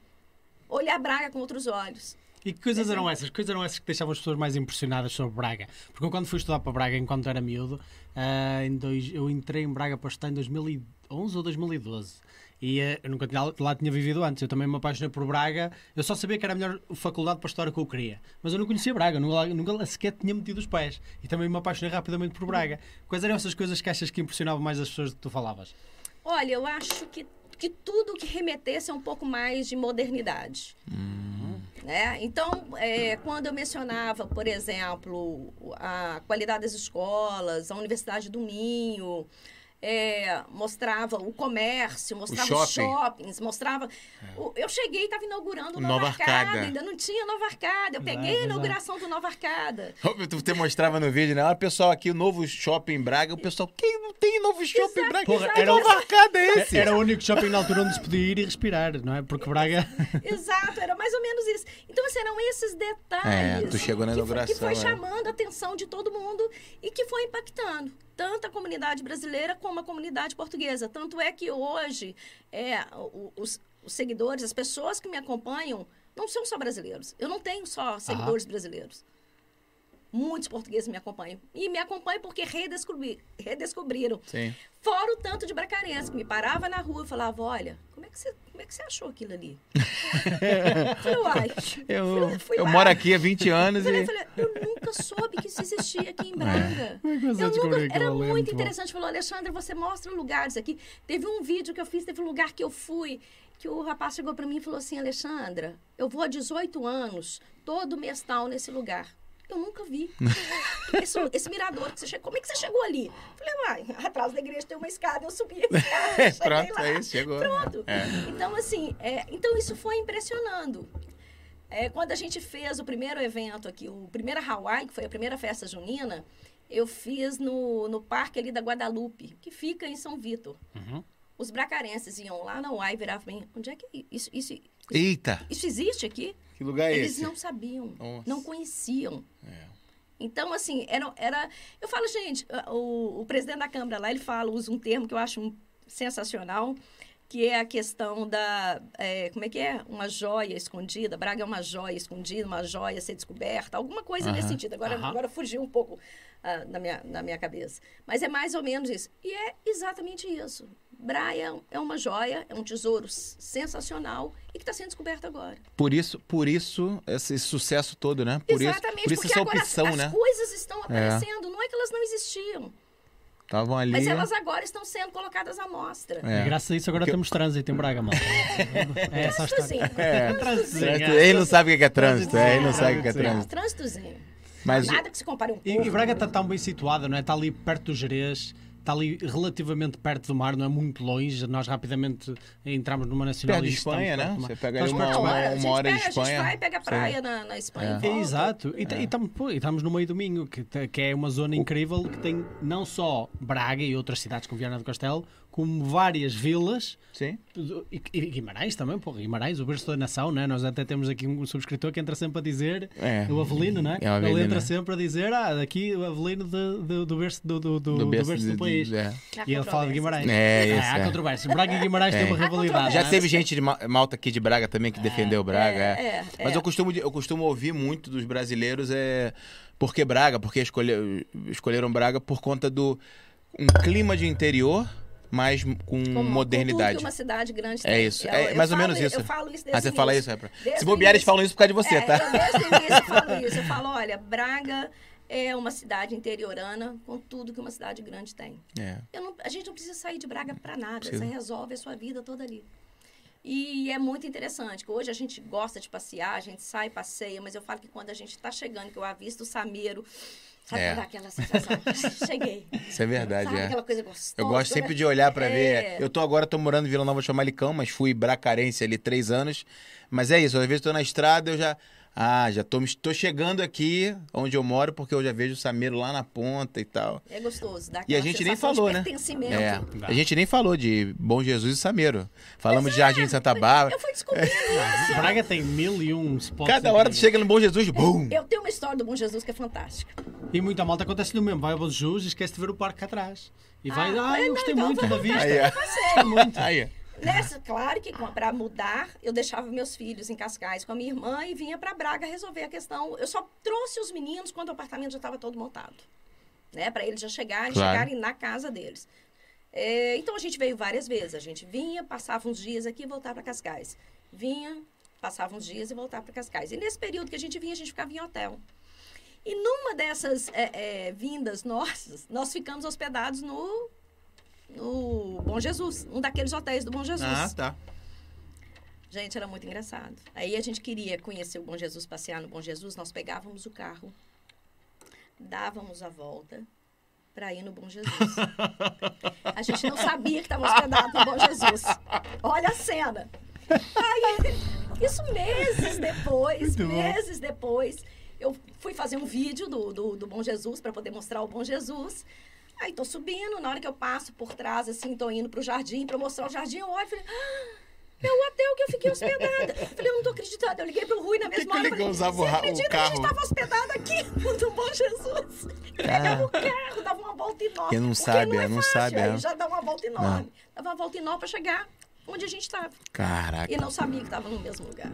Olhar Braga com outros olhos. E que coisas eram essas? Que coisas eram essas que deixavam as pessoas mais impressionadas sobre Braga? Porque eu, quando fui estudar para Braga, enquanto era miúdo, ah, em dois, eu entrei em Braga para estudar em 2011 ou 2012. E ah, eu nunca tinha, lá tinha vivido antes. Eu também me apaixonei por Braga. Eu só sabia que era a melhor faculdade para história que eu queria. Mas eu não conhecia Braga, eu nunca, lá- nunca lá sequer tinha metido os pés. E também me apaixonei rapidamente por Braga. Quais eram essas coisas que achas que impressionavam mais as pessoas de que tu falavas? Olha, eu acho que, que tudo que remetesse a um pouco mais de modernidade. Né? Então, é, quando eu mencionava, por exemplo, a qualidade das escolas, a Universidade do Minho, é, mostrava o comércio, mostrava os shopping. shoppings, mostrava. o- eu cheguei e estava inaugurando É. o O Nova, Nova Arcada. Arcada. ainda não é tinha Nova Arcada. Eu Exato, peguei a exato. inauguração do Nova Arcada. Tu te mostrava no vídeo, né? Olha, pessoal, aqui o novo shopping em Braga. O pessoal, quem não tem novo shopping em Braga? Porra, que era o- novo arcada é esse? Era o único shopping na altura onde se podia ir e respirar, não é? Porque Braga. Exato, era mais ou menos isso. Então, assim, eram esses detalhes É, tu chegou na que foi- que foi, inauguração, é. chamando a atenção de todo mundo e que foi impactando tanto a comunidade brasileira como a comunidade portuguesa. Tanto é que hoje é, o- os, os seguidores, as pessoas que me acompanham, não são só brasileiros. Eu não tenho só Ah. seguidores brasileiros. Muitos portugueses me acompanham. E me acompanham porque redescobri- redescobriram. Sim. Fora o tanto de bracarense que me parava na rua e falava, olha, como é que você, como é que você achou aquilo ali? eu falei, uai, Eu, fui- fui eu lá. moro aqui há 20 anos Falei, e. falei, eu nunca soube que isso existia aqui em Braga. Como é que Eu você descobriu nunca, aquilo era ali? É muito bom. interessante. Falou, Alexandre, você mostra lugares aqui. Teve um vídeo que eu fiz, teve um lugar que eu fui, que o rapaz chegou pra mim e falou assim, Alexandra, eu vou há 18 anos, todo mestal nesse lugar. Eu nunca vi. Esse, esse mirador que você chegou. Como é que você chegou ali? Falei, uai, atrás da igreja tem uma escada, eu subi a escada. cheguei Pronto, lá. é isso, chegou. Pronto. É. Então, assim, é, então isso foi impressionando. É, quando a gente fez o primeiro evento aqui, o primeiro Hawaii, que foi a primeira festa junina, eu fiz no, no parque ali da Guadalupe, que fica em São Vitor. Uhum. Os bracarenses iam lá na Hawaii e viravam pra mim, onde é que é isso, isso, Eita, isso existe aqui? que lugar é Eles esse? não sabiam, Nossa. não conheciam. É. Então, assim, era, era- Eu falo, gente, a- o, o presidente da Câmara lá, ele fala, usa um termo que eu acho um- sensacional, que é a questão da. é, como é que é? Uma joia escondida. Braga é uma joia escondida, uma joia a ser descoberta, alguma coisa nesse Aham. sentido. Agora, Aham. agora fugiu um pouco ah, na, minha, na minha cabeça. Mas é mais ou menos isso. E é exatamente isso. Braia é uma joia, é um tesouro s- sensacional e que está sendo descoberto agora. Por isso, por isso, esse sucesso todo, né? Por Exatamente, isso, por isso porque essa agora as- opção, as, né? coisas estão aparecendo, não é que elas não existiam, Estavam ali. mas elas agora estão sendo colocadas à mostra. É. E graças a isso agora Que- temos trânsito em Braga, mal. É essa a história. Trânsitozinho. É. Trânsitozinho, Trânsito- é. Ele não sabe o que é trânsito, é, ele não Trânsito. sabe o que é Trânsito. trânsito. Trânsitozinho. Mas Nada que se compare a um E, pouco. e Braga está tão bem situada, não é? Está ali perto do Jerez, está ali relativamente perto do mar, não é muito longe. Nós rapidamente entramos numa nacional Perto de e estamos Espanha, perto né? do mar. Você pega Estamos ali perto do uma- mar. hora- a gente hora em Espanha, pega- A gente vai e pega a sim. praia na, na Espanha. É. e volta. É, exato, e estamos no meio do Minho, que, te- que é uma zona incrível que tem não só Braga e outras cidades como Viana do Castelo, como várias vilas Sim. do- E e Guimarães também, porra, Guimarães, o berço da nação, né? Nós até temos aqui um subscritor que entra sempre a dizer, É. o Avelino, né? É o Avelino, Ele né? entra sempre a dizer, ah, aqui o Avelino de- de- do berço do, do, do- do berço do de- país. de- é. Há E ele fala de controvérsias. Guimarães. É, isso, Ah, há é. controvérsia. Braga e Guimarães têm uma Há rivalidade. Já né? teve gente de ma- malta aqui de Braga também que defendeu Braga. É, é, é. Mas eu costumo, de- eu costumo ouvir muito dos brasileiros é porque Braga, porque escolhe- escolheram Braga por conta do um clima de interior, mas com Como- com modernidade. tudo que uma cidade grande É tem. isso, Eu- é eu mais ou falo- menos isso. Eu falo isso desde Ah, você o fala início. isso, é pra... Desde Se o bobear, eles início. falam isso por causa de você, É, tá? Eu desde o início falo isso. Eu falo, olha, Braga é uma cidade interiorana com tudo que uma cidade grande tem. É. Eu não- a gente não precisa sair de Braga para nada. Precisa. Você resolve a sua vida toda ali. E é muito interessante, que hoje a gente gosta de passear, a gente sai, passeia, mas eu falo que quando a gente está chegando, que eu avisto o Sameiro, sabe É. dá aquela sensação? "Ai, Cheguei. Isso é verdade, sabe é. aquela coisa gostosa? Eu gosto sempre de olhar pra É. ver. Eu tô agora, tô morando em Vila Nova Chamalicão, mas fui bracarense ali três anos. Mas é isso, às vezes tô na estrada, eu já. Ah, já tô, me- tô chegando aqui onde eu moro, porque eu já vejo o Samiro lá na ponta e tal. É gostoso. Dá E a aquela gente nem sensação de falou, né? pertencimento. É. Dá. A gente nem falou de Bom Jesus e Samiro. Falamos de Jardim de Santa Bárbara. é. Eu fui descobrindo isso. Braga tem mil e um spots. Cada hora tu incríveis. chega no Bom Jesus, bum! Eu tenho uma história do Bom Jesus que é fantástica. E muita malta acontece no mesmo. Vai ao Bom Jesus e esquece de ver o parque cá atrás. E vai, Ah, ah, é, eu não, gostei então muito vou da voltar. vista. Aí, ó. Gostei muito. Aí. Nessa, claro que para mudar, eu deixava meus filhos em Cascais com a minha irmã e vinha para Braga resolver a questão. Eu só trouxe os meninos quando o apartamento já estava todo montado. Né? Para eles já chegarem, Claro. chegarem na casa deles. É, então a gente veio várias vezes. A gente vinha, passava uns dias aqui e voltava para Cascais. Vinha, passava uns dias e voltava para Cascais. E nesse período que a gente vinha, a gente ficava em hotel. E numa dessas é, é, vindas nossas, nós ficamos hospedados no, no Bom Jesus, um daqueles hotéis do Bom Jesus. Ah, tá. Gente, era muito engraçado. Aí a gente queria conhecer o Bom Jesus, passear no Bom Jesus, nós pegávamos o carro, dávamos a volta para ir no Bom Jesus. A gente não sabia que estava hospedado no Bom Jesus. Olha a cena. Aí, isso meses depois, Muito bom. meses depois, eu fui fazer um vídeo do, do, do Bom Jesus para poder mostrar o Bom Jesus. Aí tô subindo, na hora que eu passo por trás, assim, tô indo pro jardim para mostrar o jardim, eu olho e falei, ah, é o hotel que eu fiquei hospedada. Falei, eu não tô acreditando. Eu liguei pro Rui na que mesma que hora. ligou? falei, Usava o "Você ra- o acredita que a carro?" gente tava hospedado aqui no Bom Jesus? Pegava o carro, dava uma volta enorme. Eu Ah. não Porque sabe, é eu não fácil, sabe, aí é. já dá uma volta enorme. Dava uma volta enorme pra chegar onde a gente tava. Caraca. E não sabia que tava no mesmo lugar.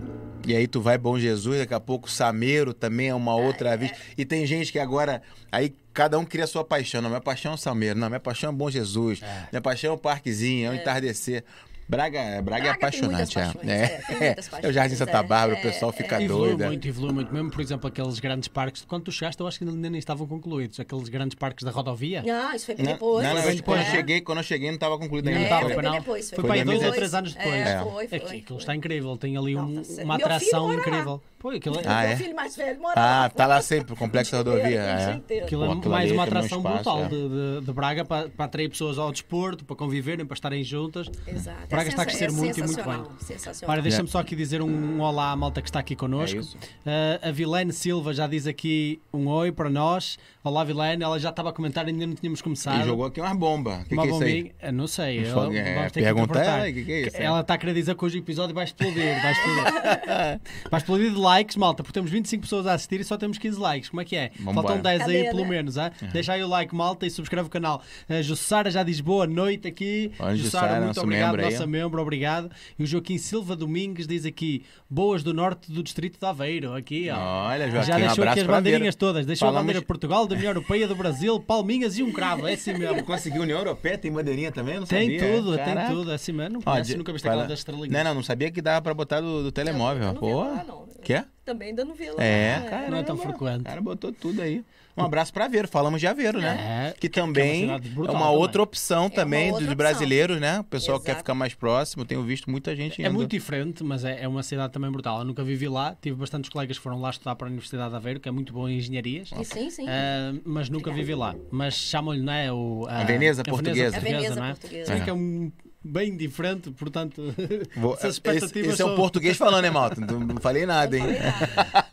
E aí tu vai Bom Jesus, daqui a pouco Sameiro também é uma outra vez. E tem gente que agora. Aí cada um cria a sua paixão. Não, minha paixão é o Sameiro, não, minha paixão é Bom Jesus, minha paixão é o parquezinho, é o entardecer. Braga, Braga, é Braga tem muitas apaixonante, é. paixões, É, é, tem muitas É o Jardim paixões, Santa é, Bárbara, o é, pessoal é. fica Evolui doido. é. muito, evolui muito. Mesmo, por exemplo, aqueles grandes parques. Quando tu chegaste, eu acho que ainda nem estavam concluídos. Aqueles grandes parques da rodovia. Não, Ah, isso foi bem Não, depois. não, é. não, Foi eu- quando, eu depois. cheguei, quando eu cheguei não estava concluído Ainda ainda. não estava, É, foi foi bem não? depois, Foi foi para aí bem dois ou depois. três anos depois. É, foi, foi, Aqui- Aquilo foi. está incrível. Tem ali um- Não, tá certo. uma Meu filho atração mora lá. incrível. Pô, aquilo é... Ah, Meu é? filho mais velho morava Ah, tá lá sempre, o complexo da rodovia. é. Aquilo é Pô, aquilo mais ali também uma é um atração espaço, brutal é. de, de- de Braga para, para atrair pessoas ao desporto, para conviverem, para estarem juntas. Exato. Braga está a sensa- crescer muito e muito sensacional, bem. Sensacional. Ora, deixa-me só aqui dizer um, um olá à malta que está aqui connosco. É isso. Ah, a Vilene Silva já diz aqui um oi para nós. Olá, Vilene. Ela já estava a comentar, ainda não tínhamos começado. E jogou aqui uma bomba. O que, né? uma que é isso aí? bombinha. Ah, Não sei. Mas ela- fogo, é, vamos ter que pergunta interpretar. ela, que que é isso, é? Ela está a querer dizer que hoje o episódio vai explodir. Vai explodir. vai explodir de likes, malta, porque temos 25 pessoas a assistir e só temos 15 likes. Como é que é? Vambora. Faltam 10 aí, Cadê, pelo né? menos. ah? Deixa aí o like, malta, e subscreve o canal. A Jussara já diz boa noite aqui. Olha, Jussara, Jussara, muito nosso obrigado, membro aí, nossa ó. membro, obrigado. E o Joaquim Silva Domingues diz aqui, boas do norte do distrito de Aveiro, aqui, ó. Olha, Joaquim, um Já deixou aqui abraço as pra bandeirinhas Vera. todas. Deixou a Falamos- bandeira de Portugal, da União Europeia, do Brasil, palminhas e um cravo. É assim mesmo. Ah, Conseguiu União Europeia, tem bandeirinha também? Eu Não Tem sabia. tudo, Caraca. tem tudo. É assim mesmo. Não Ó, conhece, de- nunca viste aquela para- da estrelinha. Não, não, não sabia que dava pra botar do, do telemóvel. Eu não vi Pô. lá, não. Quê? Também ainda não vi lá. É, né? caramba. Não é tão frequente. O cara botou tudo aí. Um abraço pra Aveiro, falamos de Aveiro, né? É, que que é uma também cidade é brutal uma também. outra opção também É outra dos opção. brasileiros, né? O pessoal quer Exato. ficar mais próximo, tenho visto muita gente É indo. muito diferente, mas é, é uma cidade também brutal. Eu nunca vivi lá, tive bastantes colegas que foram lá estudar para a Universidade de Aveiro, que é muito bom em engenharias, E sim, sim. É. ah, mas nunca vivi lá. Mas chamam-lhe, não é? O, A Veneza portuguesa. A Veneza não é? portuguesa. Sim, que é um bem diferente, portanto, Vou- essas esse, expectativas esse é um são- português falando, hein, Malta? Não não falei nada, hein? Não falei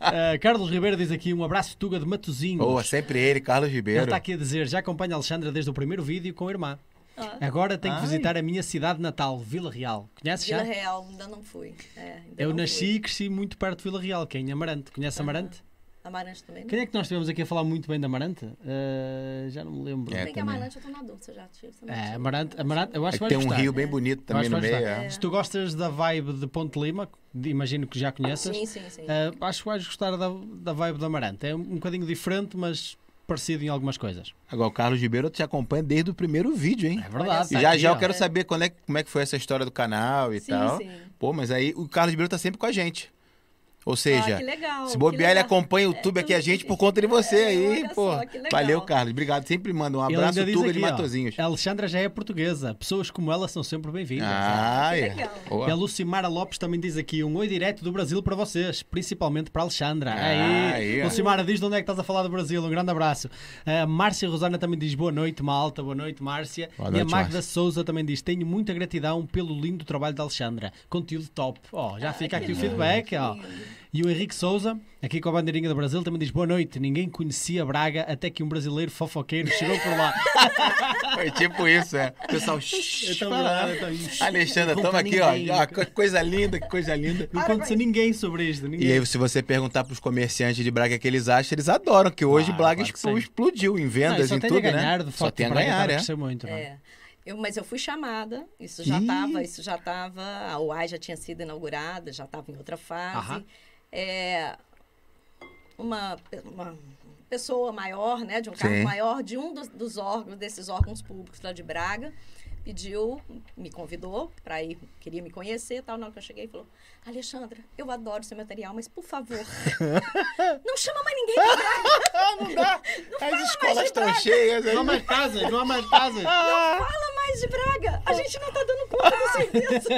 nada. Ah, Carlos Ribeiro diz aqui um abraço Tuga de Matozinhos. Boa, sempre ele, Carlos Ele Ribeiro. está tá aqui a dizer, já acompanho a Alexandra desde o primeiro vídeo com a irmã. Ah. Agora tenho que Ai. visitar a minha cidade natal, Vila Real. Conheces já? Vila Real, ainda não fui. É, ainda Eu não nasci fui. e cresci muito perto de Vila Real, que é em Amarante. Conhece Amarante? Amarante também. né? não. Quem é que nós tivemos aqui a falar muito bem de Amarante? Ah, já não me lembro. É, Bem que também. Amarante eu tô na dúvida, eu já tive. você não É, tive. Amarante, Amarante, eu acho É que que vai tem um gostar. rio bem bonito Eu acho também que no meio. vai gostar. é. Se tu gostas da vibe de Ponte Lima, de- imagino que já conheças, Sim, sim, sim. ah, acho que vais gostar da, da vibe da Amarante. É um bocadinho diferente, mas parecido em algumas coisas. Agora, o Carlos Ribeiro te acompanha desde o primeiro vídeo, hein? É verdade. E tá já aqui, já ó. eu quero saber quando é, que- como é que foi essa história do canal e Sim, tal. sim. Pô, mas aí o Carlos Ribeiro tá sempre com a gente. Ou seja, Ah, que legal, se que bobear, ele legal. acompanha o YouTube É, aqui a tudo gente que- por conta de você É, aí, olha pô. só, que legal. Valeu, Carlos. Obrigado. Sempre manda um Ele abraço, ainda diz Tuga de aqui, ó, Matozinhos. a Alexandra já é portuguesa. Pessoas como ela são sempre bem-vindas. Ah, que é. legal. Boa. E a Lucimara Lopes também diz aqui um oi direto do Brasil para vocês, principalmente para a Alexandra. Ah, aí, aí, ó. Lucimara, diz de onde é que estás a falar do Brasil. Um grande abraço. A Márcia Rosana também diz boa noite, malta. Boa noite, Márcia. Boa e a noite, Magda Márcia. Souza também diz: Tenho muita gratidão pelo lindo trabalho da Alexandra. Conteúdo top. Ó, já fica aqui o feedback. Ó. E o Henrique Souza, aqui com a bandeirinha do Brasil, também diz boa noite. Ninguém conhecia Braga até que um brasileiro fofoqueiro chegou por lá. É tipo isso, é. Pessoal, shh, Então, fala. então, Alexandra, não toma conta aqui, ó. ninguém. né? Ó, que Coisa linda, que coisa linda. Não conta a ninguém sobre isto. Ninguém. E aí, se você perguntar pros comerciantes de Braga o que eles acham, eles adoram, que hoje Claro, Braga claro que expl- sim. explodiu em Ah, Não, e vendas, só em tem tudo, a ganhar, né? de Só facto, tem a para ganhar, é. crescer muito, não é? É. Eu, mas eu fui chamada, isso já Ih! estava, isso já estava, a UAI já tinha sido inaugurada, já estava em outra fase. Aham. É, uma, uma pessoa maior, né, de um Sim. cargo maior, de um dos, dos órgãos, desses órgãos públicos lá de Braga, pediu, me convidou para ir, queria me conhecer e tal, na hora que eu cheguei, falou, Alexandra, eu adoro seu material, mas por favor, não chama mais ninguém pra Ah, As escolas estão cheias. aí- Não há mais casas, não há mais casas. fala mais de Braga. A gente não tá dando conta do serviço.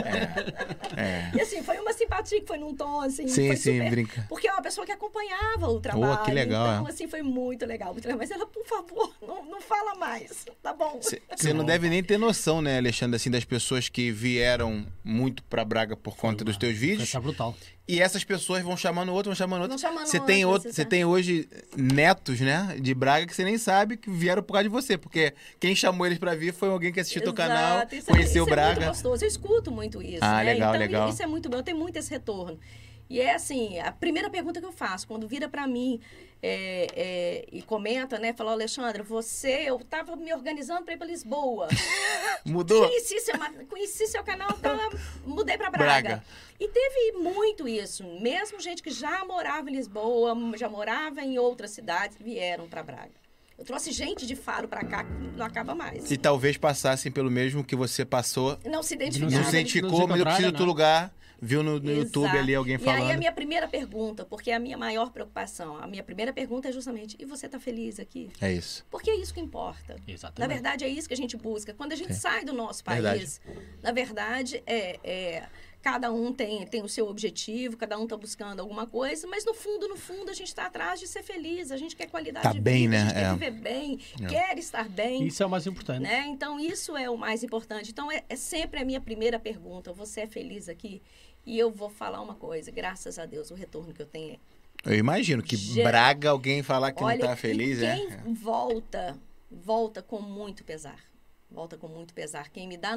E assim, foi uma simpatia que foi num tom, assim. É. Sim, foi sim, super- brinca. Porque é uma pessoa que acompanhava o trabalho. que legal, Então, é. assim, foi muito legal, muito legal. Mas ela, por favor, não, não fala mais. Tá bom. Você não deve nem ter noção, né, Alexandre, assim, das pessoas que vieram muito pra Braga por conta dos teus vídeos. Está é brutal. E essas pessoas vão chamando outro, vão chamando outro. Vão chamando Você tem, outros, outro, você é. tem hoje netos, né, de Braga que você nem sabe que vieram por causa de você, porque quem chamou eles pra vir foi alguém que assistiu teu Exato, canal, isso é- conheceu isso É muito Braga. gostoso. Eu escuto muito isso. Ah, né? legal, então, legal. Isso é muito bom. Eu tenho muito esse retorno. E é assim, a primeira pergunta que eu faço, quando vira pra mim é, é, e comenta, né? Fala, Alexandra, você, eu tava me organizando pra ir pra Lisboa. Mudou? Conheci seu, ma- conheci seu canal, tá, mudei pra Braga. Braga. E teve muito isso. Mesmo gente que já morava em Lisboa, já morava em outras cidades, vieram pra Braga. Eu trouxe gente de faro pra cá, que não acaba mais. E talvez passassem pelo mesmo que você passou. Não se Não identificaram. Nada. se identificou, Nos mas eu preciso encontraram, do teu né? lugar. Viu no, no YouTube Exato. ali alguém E aí a falando. minha primeira pergunta, porque é a minha maior preocupação, a minha primeira pergunta é justamente, e você está feliz aqui? É isso. Porque é isso que importa. Na Exatamente. verdade, é isso que a gente busca. Quando a gente sai do nosso Né? Verdade. país, na verdade, é, é, cada um tem, tem o seu objetivo, cada um está buscando alguma coisa, mas no fundo, no fundo, a gente está atrás de ser feliz. A gente quer qualidade Tá de bem, vida, né? a gente É. quer viver bem, É. quer estar bem. Isso é o mais importante. Né? Então, isso é o mais importante. Então, é, é sempre a minha primeira pergunta. Você é feliz aqui? E eu vou falar uma coisa. Graças a Deus, o retorno que eu tenho é... Eu imagino que Gente, Braga alguém falar que não tá e feliz, é. quem volta, volta com muito pesar. Volta com muito pesar. Quem me dá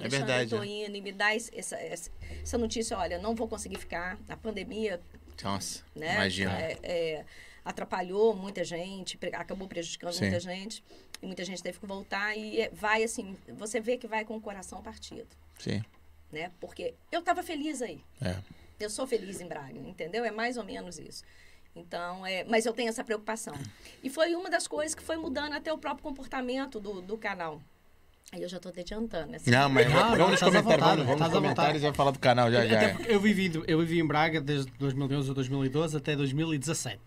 É Alexandre, verdade, eu tô indo, e me dá esse- essa, essa, essa notícia, olha, não vou conseguir ficar. A pandemia Nossa, né? imagina. É, é, atrapalhou muita gente, pre- acabou prejudicando Sim. muita gente. E muita gente teve que voltar e é, vai assim, você vê que vai com o coração partido, Sim. né? Porque eu estava feliz aí. É. Eu sou feliz em Braga, entendeu? É mais ou menos isso. Então, é, mas eu tenho essa preocupação. E foi uma das coisas que foi mudando até o próprio comportamento do, do canal. Aí eu já estou te adiantando, né? Não, mas Não, não, vamos nos tá à vontade, comentários, vamos, vamos tá nos à vontade. comentários e vai falar do canal já já. Até é. porque eu vivi, eu vivi em Braga desde 2011 ou 2012 até 2017.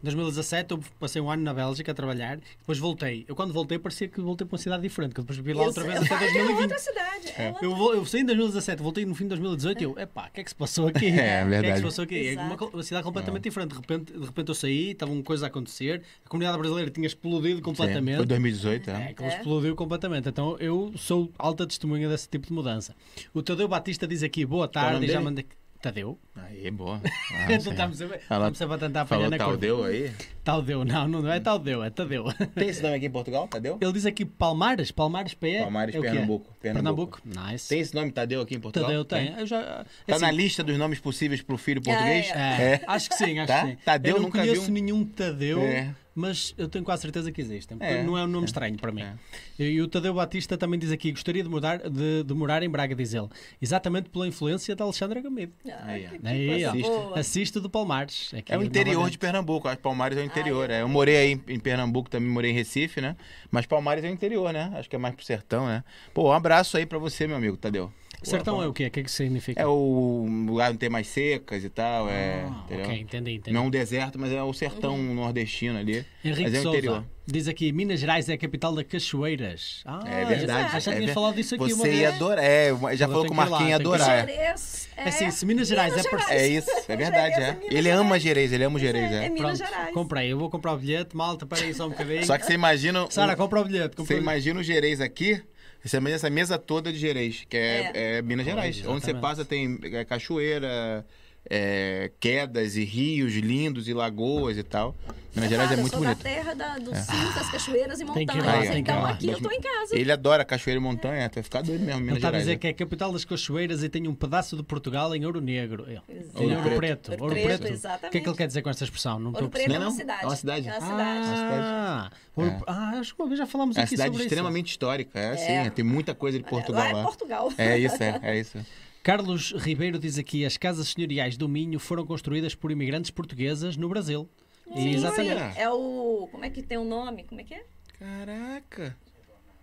Em 2017 eu passei um ano na Bélgica a trabalhar, depois voltei. Eu quando voltei parecia que voltei para uma cidade diferente, que eu depois vivi lá outra Isso, vez até é uma 2020. outra cidade. é outra- Eu, vou, eu saí em 2017, voltei no fim de 2018 e eu, epá, o que é que se passou aqui? É, O que é que verdade. se passou aqui? É uma, Exato. co- uma cidade completamente diferente. De repente, de repente eu saí, estava uma coisa a acontecer, a comunidade brasileira tinha explodido Sim, completamente. Foi 2018, É, é. aquilo explodiu completamente. Então eu sou alta testemunha desse tipo de mudança. O Tadeu Batista diz aqui, boa tarde, é nome e já dele? mandei. Tadeu? Aí, boa. Ah, Então estamos a, estamos a tentar apanhar Falou na curva. Taldeu aí? Taldeu, não, não é Taldeu, é Tadeu. Tem esse nome aqui em Portugal, Tadeu? Ele diz aqui Palmares, Palmares PE. Palmares, é o que é? Pernambuco, Pernambuco. Pernambuco, nice. Tem esse nome Tadeu aqui em Portugal? Tadeu tem. Eu já, Tá assim, na lista dos nomes possíveis pro filho português? É, é, Acho que sim, acho Tá? que sim. Tadeu, eu não nunca vi conheço um- nenhum Tadeu, É. mas eu tenho quase certeza que existem. porque É, Não é um nome é, estranho para mim. é. E o Tadeu Batista também diz aqui: gostaria de morar, de, de morar em Braga, diz ele. Exatamente pela influência da Alexandra Gamido. Ai, Aí, né? ó. que- que Aí, coisa ó, boa. assisto do Palmares. aqui É o em interior Nova Ah, de Pernambuco, acho que Palmares é o interior. é. Eu morei aí em, em Pernambuco, também morei em Recife, né? Mas Palmares é o interior, né? Acho que é mais pro sertão, né? Pô, um abraço aí pra você, meu amigo, Tadeu. Sertão é o quê? O que é que significa? É o lugar onde tem mais secas e tal, é. Ah, entendeu? ok, entendi, entendi. Uhum. Não é um deserto, mas é o sertão nordestino ali. Henrique mas é o interior. Souza diz aqui: Minas Gerais é a capital das cachoeiras. Ah, É verdade. Já, já é tinha ver- falado disso aqui uma Você ia vez. adorar. É, já falou que tem o que ir lá, Marquinhos ia tem que ir lá. adorar. é. Jerez é... Assim, se Minas Gerais é parceiro. É isso, é verdade, é. Minas Ele ama Gerês, ele ama o Gerês, É é. Minas Pronto, Gerais. comprei. Eu vou comprar o bilhete. Malta, para aí só um bocadinho. Só que você imagina. o- Sara, compra o bilhete. Então Você Compra o bilhete. imagina o Gerês aqui, você imagina essa mesa toda de Gerês, que é, é Minas Gerais. Onde você exatamente. passa tem é, cachoeira, é, quedas e rios lindos e lagoas e tal. Minas Gerais é Nada, muito sou bonito. da terra da- dos rios, das cachoeiras e Tem que ir montanhas. lá, tem que ir então lá. aqui eu tô em casa. Ele adora cachoeira e montanha, tu vai ficar doido mesmo, Ele Minas está a Gerais. dizer né? que é a capital das cachoeiras e tem um pedaço de Portugal em ouro negro. Eu- Em Exato. Ouro Preto. ouro preto. Ouro Ouro Preto, preto. O que é que ele exatamente. quer dizer com esta expressão? Não estou Ouro a Preto perceber. é Não, uma não, cidade. é uma cidade. É uma cidade. Ah, Ouro- ah, acho que uma vez já falámos É uma aqui cidade sobre isso. extremamente histórica, é assim, tem muita coisa de Portugal lá lá. é Portugal. É isso, é, é isso. Carlos Ribeiro diz aqui: as casas senhoriais do Minho foram construídas por imigrantes portuguesas no Brasil. E exatamente. olha. É o... Como é que tem o nome? Como é que é? Caraca.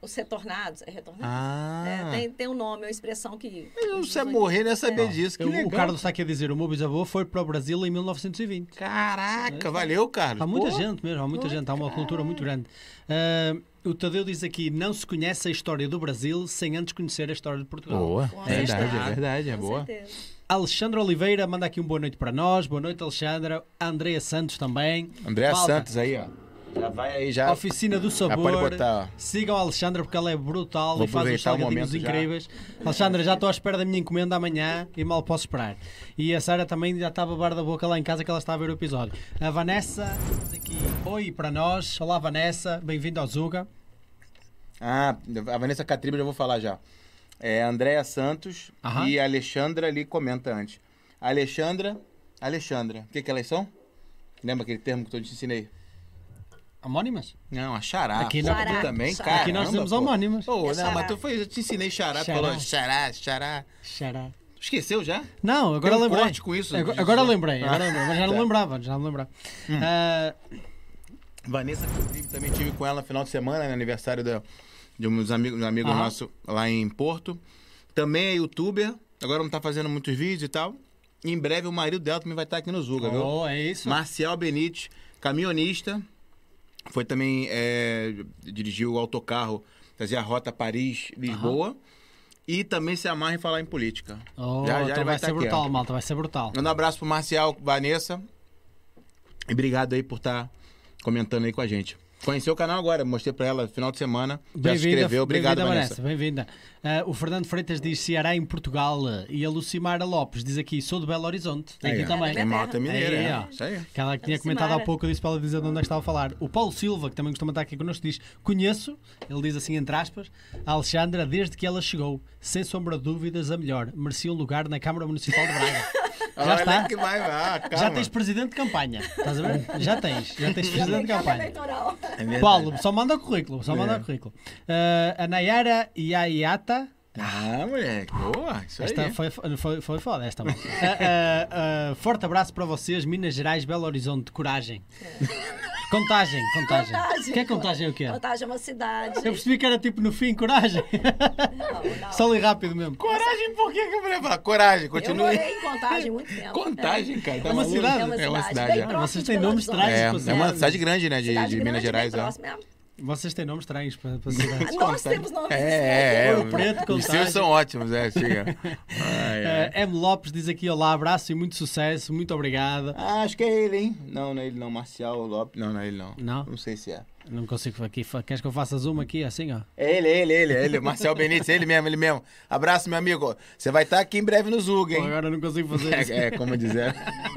Os retornados. É retornados? Ah. É, tem, tem um nome, é uma expressão que... Eu não sei morrer, não ia saber disso. Que Eu- legal. o Carlos está aqui a dizer: o meu bisavô foi para o Brasil em 1920. Caraca, valeu, Carlos. Há muita Pô. gente mesmo, há muita gente, há uma cultura muito grande. Ah, O Tadeu diz aqui: não se conhece a história do Brasil sem antes conhecer a história de Portugal. Boa. Com É verdade, certeza. é verdade, é Com boa. certeza. Alexandra Oliveira manda aqui um boa noite para nós. Boa noite, Alexandra. Andréa Santos também. Andréa Malta, Santos aí, ó. Já vai aí, já. Oficina do Tá. Sabor. Ah, pode botar, ó. Sigam a Alexandra porque ela é brutal Vou e faz uns aproveitar o salgadinhos momento já. incríveis. Alexandra, já estou à espera da minha encomenda amanhã e mal posso esperar. E a Sara também já estava a bar da boca lá em casa que ela está a ver o episódio. A Vanessa, aqui, oi para nós. Olá, Vanessa. Bem-vinda ao Zuga. Ah, a Vanessa Catriba eu já vou falar já. É Andréa Santos Aham. e a Alexandra ali comenta antes. Alexandra, Alexandra, o que, que elas são? Lembra aquele termo que eu te ensinei? Homónimas? Não, a xará. Aqui Pô, não- tu também, Xará. cara. Aqui nós temos homônimos. Pô, É não, mas xará. tu foi, eu te ensinei xará, tu Xará. falou xará, xará. Xará. Tu esqueceu já? Não, agora Tem um lembrei. corte com isso, agora, disso. agora lembrei, agora Ah, lembrei, mas já não tá. Hum. lembrava, já não lembrava. Ah, Vanessa, inclusive, também tive com ela no final de semana, no aniversário da- de uns amigos, um amigo Aham. nosso lá em Porto. Também é youtuber, agora não tá fazendo muitos vídeos e tal. E em breve o marido dela também vai estar aqui no Zuga, viu? oh, é isso. Marcial Benite, caminhonista, foi também, é, dirigiu o autocarro, fazia a rota Paris-Lisboa. E também se amarra em falar em política. Oh, então vai, estar ser tá aqui, ó. brutal, malta, vai ser brutal. Manda um abraço pro Marcial, Vanessa. E obrigado aí por estar comentando aí com a gente. Conheceu o canal agora, mostrei pra ela final de semana. Já se Bem-vinda, inscreveu. Obrigado, bem-vinda, Vanessa. Bem-vinda. Ah, o Fernando Freitas diz Ceará em Portugal uh, e a Lucimara Lopes diz aqui sou de Belo Horizonte. Aqui Aí, ó. também. É malta mineira, Aí, é. ó. Isso aí. Que ela tinha Lucimara. comentado há pouco, eu disse para ela dizer de onde é que estava a falar. O Paulo Silva, que também costuma estar aqui connosco, diz: Conheço, ele diz assim entre aspas, a Alexandra desde que ela chegou, sem sombra de dúvidas, a melhor. Merecia um lugar na Câmara Municipal de Braga. Já Olha está. que vai, ah, calma. tá? Já tá tens presidente de campanha, estás a ver? Já tens, já tens Já presidente tem de campo campanha. eleitoral. É verdade. Paulo, só manda o currículo, só manda É. o currículo. Ah, a Nayara Yayata, Ah, moleque. Boa, isso esta é? aí. foi, foi, foi foda esta. mano. Ah, ah, ah, forte abraço para vocês, Minas Gerais, Belo Horizonte, coragem. Contagem, contagem. É. Contagem. O que é contagem o que é? Contagem é uma cidade. Eu percebi que era tipo no fim, coragem. Não, não. Só um ali rápido mesmo. Coragem, por que que eu falei falar? Coragem, Eu continue. morei em Contagem muito tempo. né? Contagem, cara. tá É uma maluco? cidade? É uma É uma cidade, cidade. bem é. Ah, vocês têm de nomes Belo Horizonte. É, trágicos. é uma né? cidade grande, né? De, Cidade de grande, Minas bem Gerais. ó. próximo, é. Vocês têm nomes estranhos para, para cidades. Nós Contagem. temos nomes É, é, é. Ouro Os Preto, Contagem. seus são ótimos, é, chega. Ai, ai. Ah, M. Lopes diz aqui: Olá, abraço e muito sucesso, muito obrigada. Ah, acho que é ele, hein? Não, não é ele não. Marcial Lopes. Não, não é ele não. Não? Não sei se é. Não consigo aqui. fa- Queres que eu faça zoom aqui assim, ó? É ele, é ele, é ele, é ele. Marcial Benítez, ele mesmo, ele mesmo. Abraço, meu amigo. Você vai estar aqui em breve no Zug, Pô, hein? agora não consigo fazer isso. É, é, como dizer. É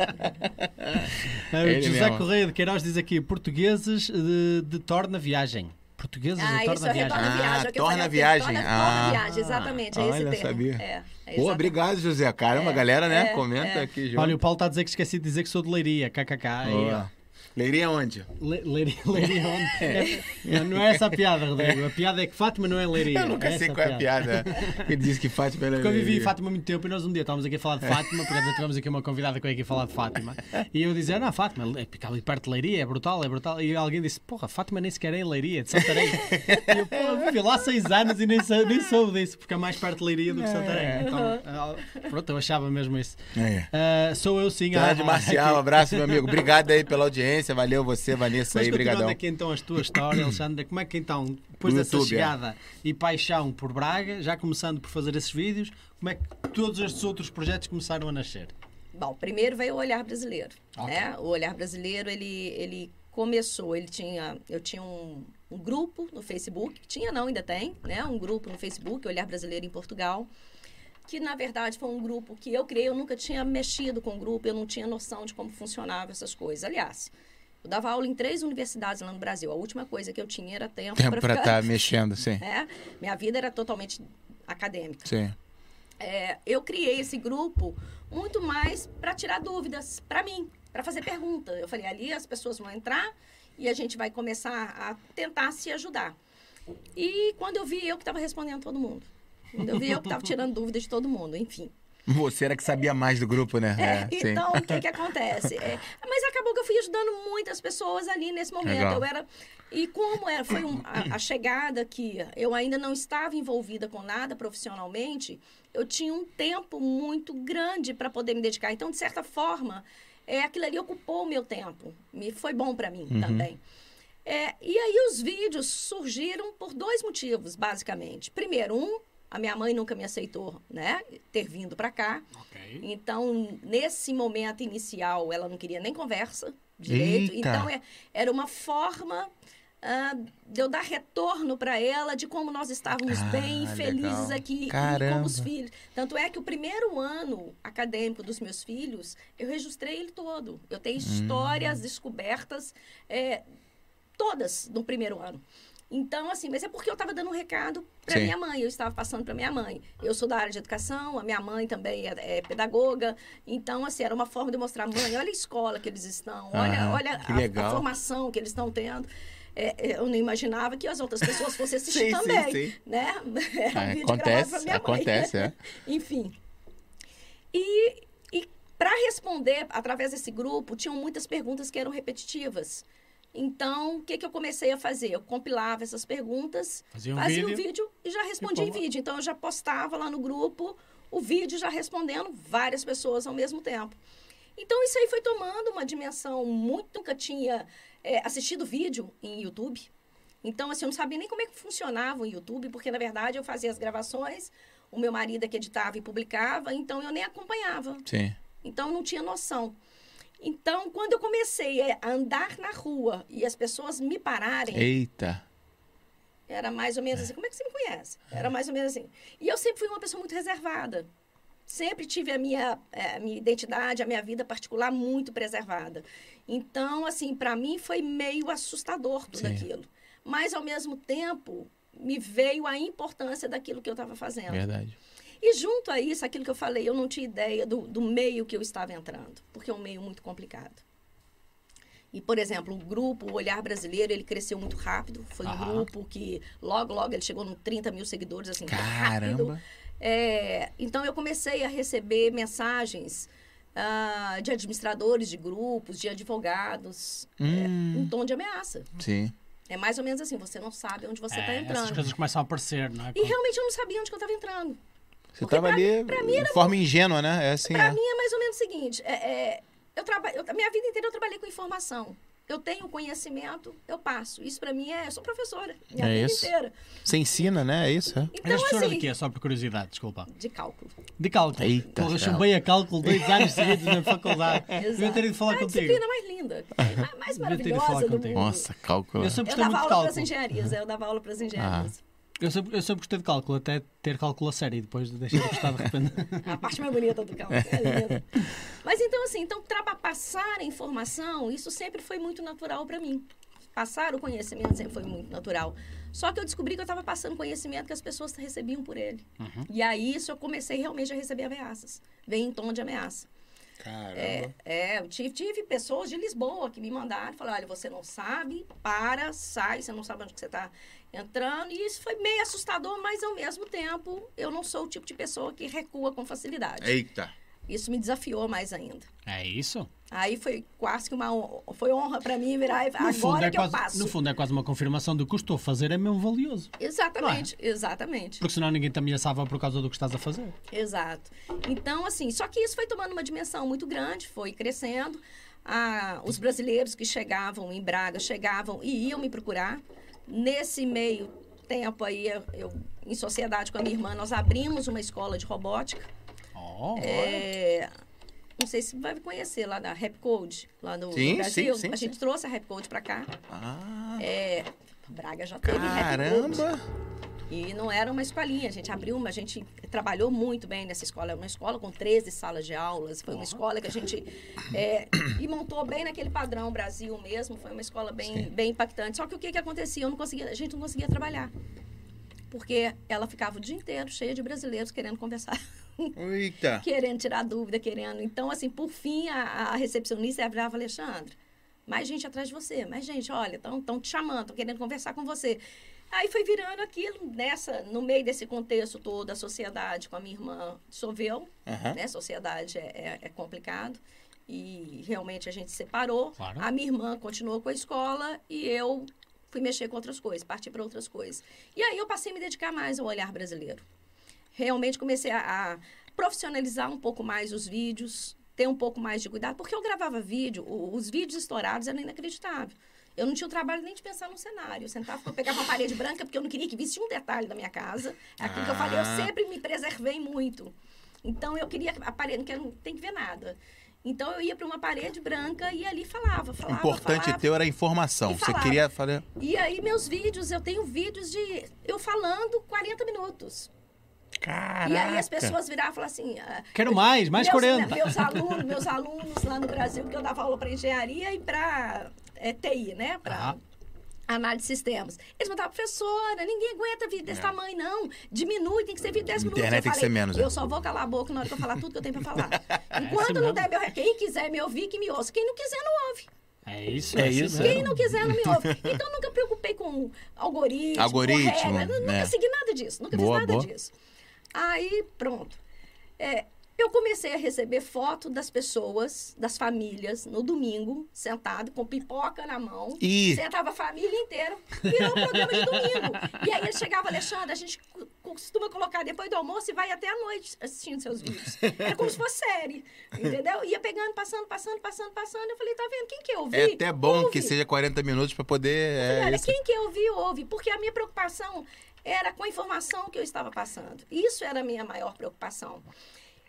Ah, ele José mesmo. Correia de Queiroz diz aqui: Portugueses eh, de, de torna viagem. Portugueses Ah, de isso torna é viagem. retorna Ah, viagem. é o que eu torna falei, é viagem. Torna, Ah. torna viagem, exatamente. É esse Olha, termo. sabia. É, é Pô, exatamente. obrigado, José. Caramba, a galera, né? é, Comenta é. aqui, junto. Olha, o Paulo está a dizer que esqueci de dizer que sou de Leiria. KKK. Aí, ó. Boa. Leiria onde? Le- Leiria, leiria onde? É- não é essa a piada, Rodrigo. A piada é que Fátima não é leiria. Eu nunca é sei essa qual é a piada. Ele disse que Fátima era Porque eu vivi em Leiria. Fátima há muito tempo e nós um dia estávamos aqui a falar de Fátima, porque já tivemos aqui uma convidada que veio aqui falar de Fátima. E eu dizia, não, Fátima, é ficar ali perto de Leiria, é brutal, é brutal. E alguém disse, porra, Fátima nem sequer é em Leiria, é de Santarém. e eu, porra, vivi lá seis anos e nem, sou- nem soube disso, porque é mais perto de Leiria do que Santarém. Então, ah, pronto, eu achava mesmo isso. É. Ah, sou eu sim, Grande Marcial, abraço, meu amigo. Obrigado aí pela audiência. Valeu você, Vanessa Mas aí, continuando brigadão. aqui então as tuas histórias, Alexandra, como é que então, depois No dessa YouTube, é. chegada e paixão por Braga, já começando por fazer esses vídeos, como é que todos estes outros projetos começaram a nascer? Bom, primeiro veio o olhar brasileiro, Ok. né? O olhar brasileiro, ele, ele começou, ele tinha, eu tinha um, um grupo no Facebook, tinha não, ainda tem, né? Um grupo no Facebook, Olhar Brasileiro em Portugal, que na verdade foi um grupo que eu criei, eu nunca tinha mexido com o grupo, eu não tinha noção de como funcionava essas coisas. Aliás, eu dava aula em três universidades lá no Brasil, a última coisa que eu tinha era tempo, Tempo para pra tá ficar... estar assim. mexendo, sim. né? Minha vida era totalmente acadêmica. Sim. É, eu criei esse grupo muito mais para tirar dúvidas para mim, para fazer pergunta. Eu falei, ali as pessoas vão entrar e a gente vai começar a tentar se ajudar. E quando eu vi, eu que estava respondendo todo mundo. Quando eu vi, eu que estava tirando dúvidas de todo mundo, enfim. Você era que sabia mais do grupo, né? É, sim. então, o que que acontece? É, mas acabou que eu fui ajudando muitas pessoas ali nesse momento. Legal. Eu era... E como era, foi um- a, a chegada que eu ainda não estava envolvida com nada profissionalmente, eu tinha um tempo muito grande para poder me dedicar. Então, de Uhum. certa forma, é, aquilo ali ocupou o meu tempo. Me foi bom para mim também. É, e aí os vídeos surgiram por dois motivos, basicamente. Primeiro, um, a minha mãe nunca me aceitou, né, ter vindo para cá. Ok. Então, nesse momento inicial, ela não queria nem conversa direito. Eita. Então, é- era uma forma ah, de eu dar retorno para ela de como nós estávamos Ah, bem e felizes legal. aqui e Caramba. com os filhos. Tanto é que o primeiro ano acadêmico dos meus filhos, eu registrei ele todo. Eu Hum. tenho histórias descobertas eh, todas no primeiro ano. Então, assim, mas é porque eu estava dando um recado para Sim. minha mãe, eu estava passando para minha mãe. Eu sou da área de educação, a minha mãe também é, é pedagoga. Então, assim, era uma forma de mostrar, mãe, olha a escola que eles estão, olha, Ah, olha que a- a, legal. formação que eles estão tendo. É, é, eu não imaginava que as outras pessoas fossem Sim, assistir sim, também, sim. né? Era um É, vídeo gravado pra Acontece, minha mãe. acontece, é. Enfim. E, e para responder através desse grupo, tinham muitas perguntas que eram repetitivas. Então, o que, que eu comecei a fazer? Eu compilava essas perguntas, Fazia um fazia vídeo. um vídeo e já respondia em boa. vídeo. Então, eu já postava lá no grupo o vídeo já respondendo várias pessoas ao mesmo tempo. Então, isso aí foi tomando uma dimensão muito... Nunca tinha é, assistido vídeo em YouTube. Então, assim, eu não sabia nem como é que funcionava o YouTube, porque, na verdade, eu fazia as gravações, o meu marido é que editava e publicava, então eu nem acompanhava. Sim. Então, eu não tinha noção. Então, quando eu comecei é, a andar na rua e as pessoas me pararem, Eita. era mais ou menos assim, como é que você me conhece? Era mais ou menos assim. E eu sempre fui uma pessoa muito reservada. Sempre tive a minha, eh, a minha identidade, a minha vida particular muito preservada. Então, assim, para mim foi meio assustador tudo Sim. aquilo. Mas, ao mesmo tempo, me veio a importância daquilo que eu estava fazendo. Verdade. E junto a isso, aquilo que eu falei, eu não tinha ideia do, do meio que eu estava entrando, porque é um meio muito complicado. E, por exemplo, o grupo, o Olhar Brasileiro, ele cresceu muito rápido. Foi um Aham. grupo que logo, logo ele chegou nos 30 mil seguidores, assim, rápido. Caramba. É, então eu comecei a receber mensagens ah, de administradores de grupos, de advogados, Hum, um tom de ameaça. sim. É mais ou menos assim, você não sabe onde você está É, Essas entrando. coisas começam a aparecer, não é? E realmente eu não sabia onde que eu estava entrando. Você Porque tava pra ali de forma ingênua, né? É assim, Pra é. mim é mais ou menos o seguinte: é, é, eu traba- eu- a minha vida inteira eu trabalhei com informação. Eu tenho conhecimento, eu passo. Isso pra mim é. Eu sou professora, minha É vida isso. inteira. Você ensina, né? É isso, é. Mas Então, as pessoas assim, aqui é só por curiosidade, desculpa. de cálculo. De cálculo. Eita, Porra, eu céu. chumbei a cálculo dois anos seguidos na faculdade. Exato. Eu ter ido falar é a contigo. disciplina mais linda, a mais Devia ter ido falar maravilhosa do contigo. mundo. Nossa, cálculo. Eu sempre Eu gostei dava muito de aula para as cálculo. engenharias, eu dava aula para as engenharias. Eu sempre, eu sempre gostei de cálculo, até ter cálculo a sério e depois deixar de gostar de repente. A parte mais bonita do cálculo. é linda. Mas então, assim, então, traba- passar a informação, isso sempre foi muito natural para mim. Passar o conhecimento sempre foi muito natural. Só que eu descobri que eu estava passando conhecimento que as pessoas recebiam por ele. E aí, isso eu comecei realmente a receber ameaças. Vem em tom de ameaça. Caramba. É, eu tive, tive pessoas de Lisboa que me mandaram, falaram, olha, você não sabe, para, sai, você não sabe onde que você está entrando. E isso foi meio assustador, mas ao mesmo tempo, eu não sou o tipo de pessoa que recua com facilidade. Eita. Isso me desafiou mais ainda. É isso? Aí foi quase que uma hon- foi honra pra mim virar e- agora é que eu quase, passo. no fundo é quase uma confirmação do que eu estou a fazer é mesmo valioso. Exatamente, exatamente. Porque senão ninguém te ameaçava por causa do que estás a fazer. Exato. Então, assim, só que isso foi tomando uma dimensão muito grande, foi crescendo. Ah, os brasileiros que chegavam em Braga chegavam e iam me procurar. Nesse meio tempo aí, eu, eu, em sociedade com a minha irmã, nós abrimos uma escola de robótica. Oh, É, não sei se vai conhecer lá da Rap Code, lá no, no Sim, sim, Brasil. sim, a sim. gente trouxe a Rap Code pra cá. Ah, É, Braga já teve Rap Code. caramba. E não era uma escolinha, a gente abriu uma, a gente trabalhou muito bem nessa escola. É Uma escola com 13 salas de aulas, foi uma escola que a gente é, e montou bem naquele padrão Brasil mesmo, foi uma escola bem, Sim. bem impactante. Só que o que, que acontecia? Eu não conseguia, a gente não conseguia trabalhar. Porque ela ficava o dia inteiro cheia de brasileiros querendo conversar Eita. querendo tirar dúvida, querendo. Então, assim, por fim, a, a recepcionista virava Alexandre. Mais gente atrás de você, mais gente, olha, estão te chamando, estão querendo conversar com você. Aí foi virando aquilo, nessa, no meio desse contexto todo, a sociedade com a minha irmã dissolveu, Aham. né? Sociedade é, é, é complicado. E realmente a gente separou. Claro. A minha irmã continuou com a escola e eu fui mexer com outras coisas, parti para outras coisas. E aí eu passei a me dedicar mais ao olhar brasileiro. Realmente comecei a, a profissionalizar um pouco mais os vídeos, ter um pouco mais de cuidado, porque eu gravava vídeo, o- os vídeos estourados eram inacreditável. Eu não tinha o trabalho nem de pensar num cenário. Eu sentava, eu pegava uma parede branca, porque eu não queria que visse um detalhe da minha casa. É aquilo que eu falei, eu Ah. sempre me preservei muito. Então, eu queria a parede, não quero, não tem que ver nada. Então, eu ia para uma parede branca e ali falava, O falava, importante falava. teu era a informação. E Você falava. queria falar. E aí, meus vídeos, eu tenho vídeos de eu falando 40 minutos. Caraca. E aí, as pessoas viravam e falavam assim... ah, Quero mais, mais meus, né, 40. Meus alunos, meus alunos lá no Brasil, porque eu dava aula para engenharia e para TI, né? Para Ah. análise de sistemas. Eles mandavam, professora, ninguém aguenta vídeo É. desse tamanho, não. Diminui, tem que ser vídeo de 10 minutos. Internet Eu tem que falei, ser menos, Eu é." só vou calar a boca na hora que eu falar tudo que eu tenho para falar. assim Enquanto não mesmo. der meu recado, quem quiser me ouvir, que me ouça. Quem não quiser, não ouve. É isso, É é, assim isso, é. mesmo. Quem não quiser, não me ouve. Então, eu nunca me preocupei com algoritmo, Algoritmo, regra, nu- nunca né? segui nada disso, nunca Boa, fiz nada boa. disso. Aí, pronto. É, eu comecei a receber foto das pessoas, das famílias, no domingo, sentado, com pipoca na mão. Ih. Sentava a família inteira, virou um programa de domingo. E aí ele chegava, Alexandre, a gente co- costuma colocar depois do almoço e vai até a noite assistindo seus vídeos. Era como se fosse série, entendeu? Ia pegando, passando, passando, passando, passando. Eu falei, tá vendo? Quem que eu vi? É até bom que Ouve. seja 40 minutos pra poder. Falei, É, olha, isso. quem que eu vi, ouve. Porque a minha preocupação era com a informação que eu estava passando. Isso era a minha maior preocupação.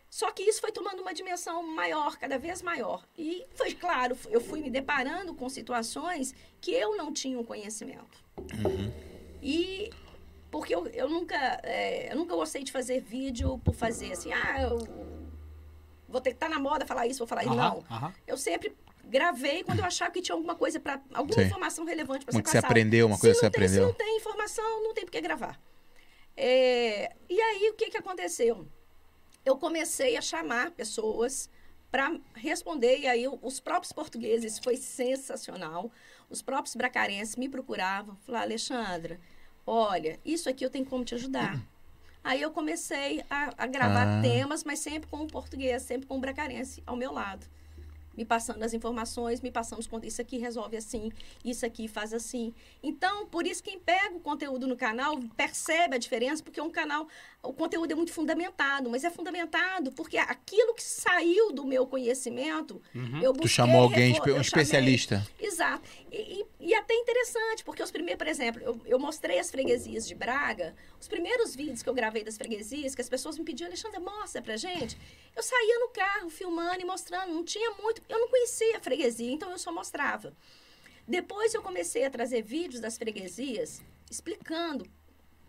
Só que isso foi tomando uma dimensão maior, cada vez maior. E foi claro, eu fui me deparando com situações que eu não tinha um conhecimento. Uhum. E porque eu, eu nunca é, eu nunca gostei de fazer vídeo por fazer assim, ah, eu vou ter que estar na moda falar isso, vou falar isso. Aham, Não. aham. Eu sempre gravei quando eu achava que tinha alguma coisa para alguma Sim. informação relevante para Uma ser que você passada. aprendeu, uma coisa que você se não tem, Se aprendeu. não tem informação, não tem por que gravar. É, e aí o que que aconteceu? Eu comecei a chamar pessoas para responder e aí o- os próprios portugueses foi sensacional. Os próprios bracarenses me procuravam, falaram, Alexandra, olha, isso aqui eu tenho como te ajudar. Aí eu comecei a, a gravar Ah. temas, mas sempre com o português, sempre com o bracarense ao meu lado. Me passando as informações, me passando os conteúdos. Isso aqui resolve assim, isso aqui faz assim. Então, por isso, quem pega o conteúdo no canal percebe a diferença, porque um canal, o conteúdo é muito fundamentado, mas é fundamentado porque aquilo que saiu do meu conhecimento, Uhum. eu Tu busquei chamou alguém, refor- espe- um eu chamei- especialista. Exato. E, e- e até interessante, porque os primeiros, por exemplo, eu, eu mostrei as freguesias de Braga, os primeiros vídeos que eu gravei das freguesias, que as pessoas me pediam, Alexandra, mostra pra gente. Eu saía no carro filmando e mostrando, não tinha muito, eu não conhecia a freguesia, então eu só mostrava. Depois eu comecei a trazer vídeos das freguesias explicando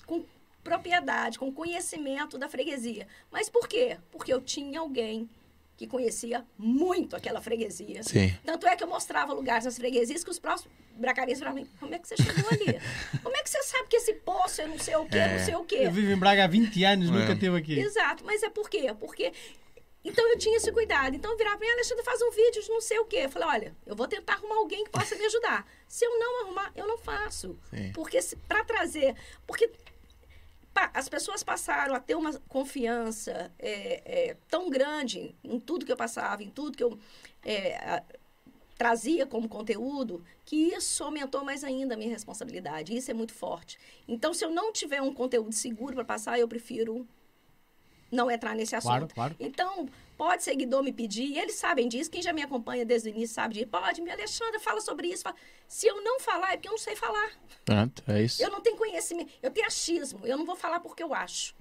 com propriedade, com conhecimento da freguesia. Mas por quê? Porque eu tinha alguém que conhecia muito aquela freguesia. Sim. Tanto é que eu mostrava lugares nas freguesias que os próximos bracarenses falavam, como é que você chegou ali? Como é que você sabe que esse poço é não sei o quê, não sei o quê? Eu vivo em Braga há 20 anos, É. nunca esteve aqui. Exato, mas é por quê? Porque. Então eu tinha esse cuidado. Então eu virava pra mim, Alexandre, faz um vídeo de não sei o quê. Eu falei, olha, eu vou tentar arrumar alguém que possa me ajudar. Se eu não arrumar, eu não faço. Sim. Porque para trazer. Porque pa- as pessoas passaram a ter uma confiança é, é, tão grande em tudo que eu passava, em tudo que eu é, a- trazia como conteúdo, que isso aumentou mais ainda a minha responsabilidade. Isso é muito forte. Então, se eu não tiver um conteúdo seguro para passar, eu prefiro não entrar nesse assunto. Claro, claro. Então, pode seguidor me pedir, e eles sabem disso, quem já me acompanha desde o início sabe disso. Pode, me Alexandra, fala sobre isso. fala. Se eu não falar, é porque eu não sei falar. Pronto, é isso. Eu não tenho conhecimento, eu tenho achismo. Eu não vou falar porque eu acho.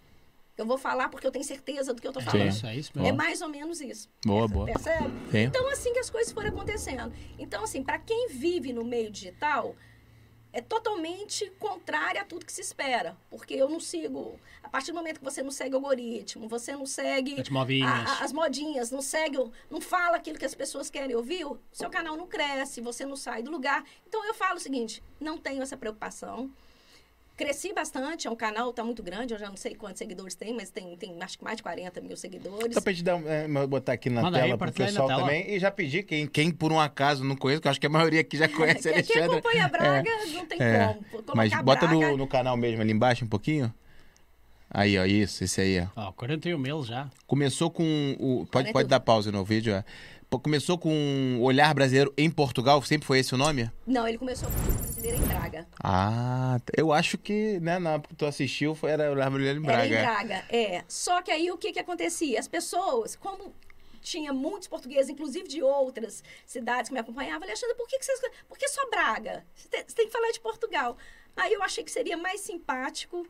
Eu vou falar porque eu tenho certeza do que eu tô É falando. isso, é isso É mesmo. mais ou menos isso. Boa, boa. Percebe? Sim. Então, assim que as coisas foram acontecendo. Então, assim, para quem vive no meio digital, é totalmente contrário a tudo que se espera. Porque eu não sigo. A partir do momento que você não segue algoritmo, você não segue As modinhas. a- a- as modinhas, não segue, o- não fala aquilo que as pessoas querem ouvir, o seu canal não cresce, você não sai do lugar. Então eu falo o seguinte: não tenho essa preocupação. Cresci bastante, é um canal, está muito grande, eu já não sei quantos seguidores tem, mas tem, tem acho que mais de 40 mil seguidores. Só pra gente dar, eh, botar aqui na Manda aí, tela pro partilha aí na pessoal tela. também. E já pedi quem, quem por um acaso não conhece, que eu acho que a maioria aqui já conhece Quem- Quem Alexandre. acompanha a Braga não tem é. como. Colocar Mas bota Braga, no, no canal mesmo ali embaixo um pouquinho. Aí, ó, isso, esse aí, ó. Ó, 41 mil já. Começou com o. Pode, 41. pode dar pausa no vídeo. É. Pô, Começou com um Olhar Brasileiro em Portugal, sempre foi esse o nome? Não, ele começou com a brasileira em Braga. Ah, eu acho que, né, na época que tu assistiu, foi, era Olhar Brasileiro em Braga. Era em Braga, é. Só que aí o que que acontecia? As pessoas, como tinha muitos portugueses, inclusive de outras cidades que me acompanhavam. Alexandre, por que, que vocês, por que só Braga? Você tem, você tem que falar de Portugal. Aí eu achei que seria mais simpático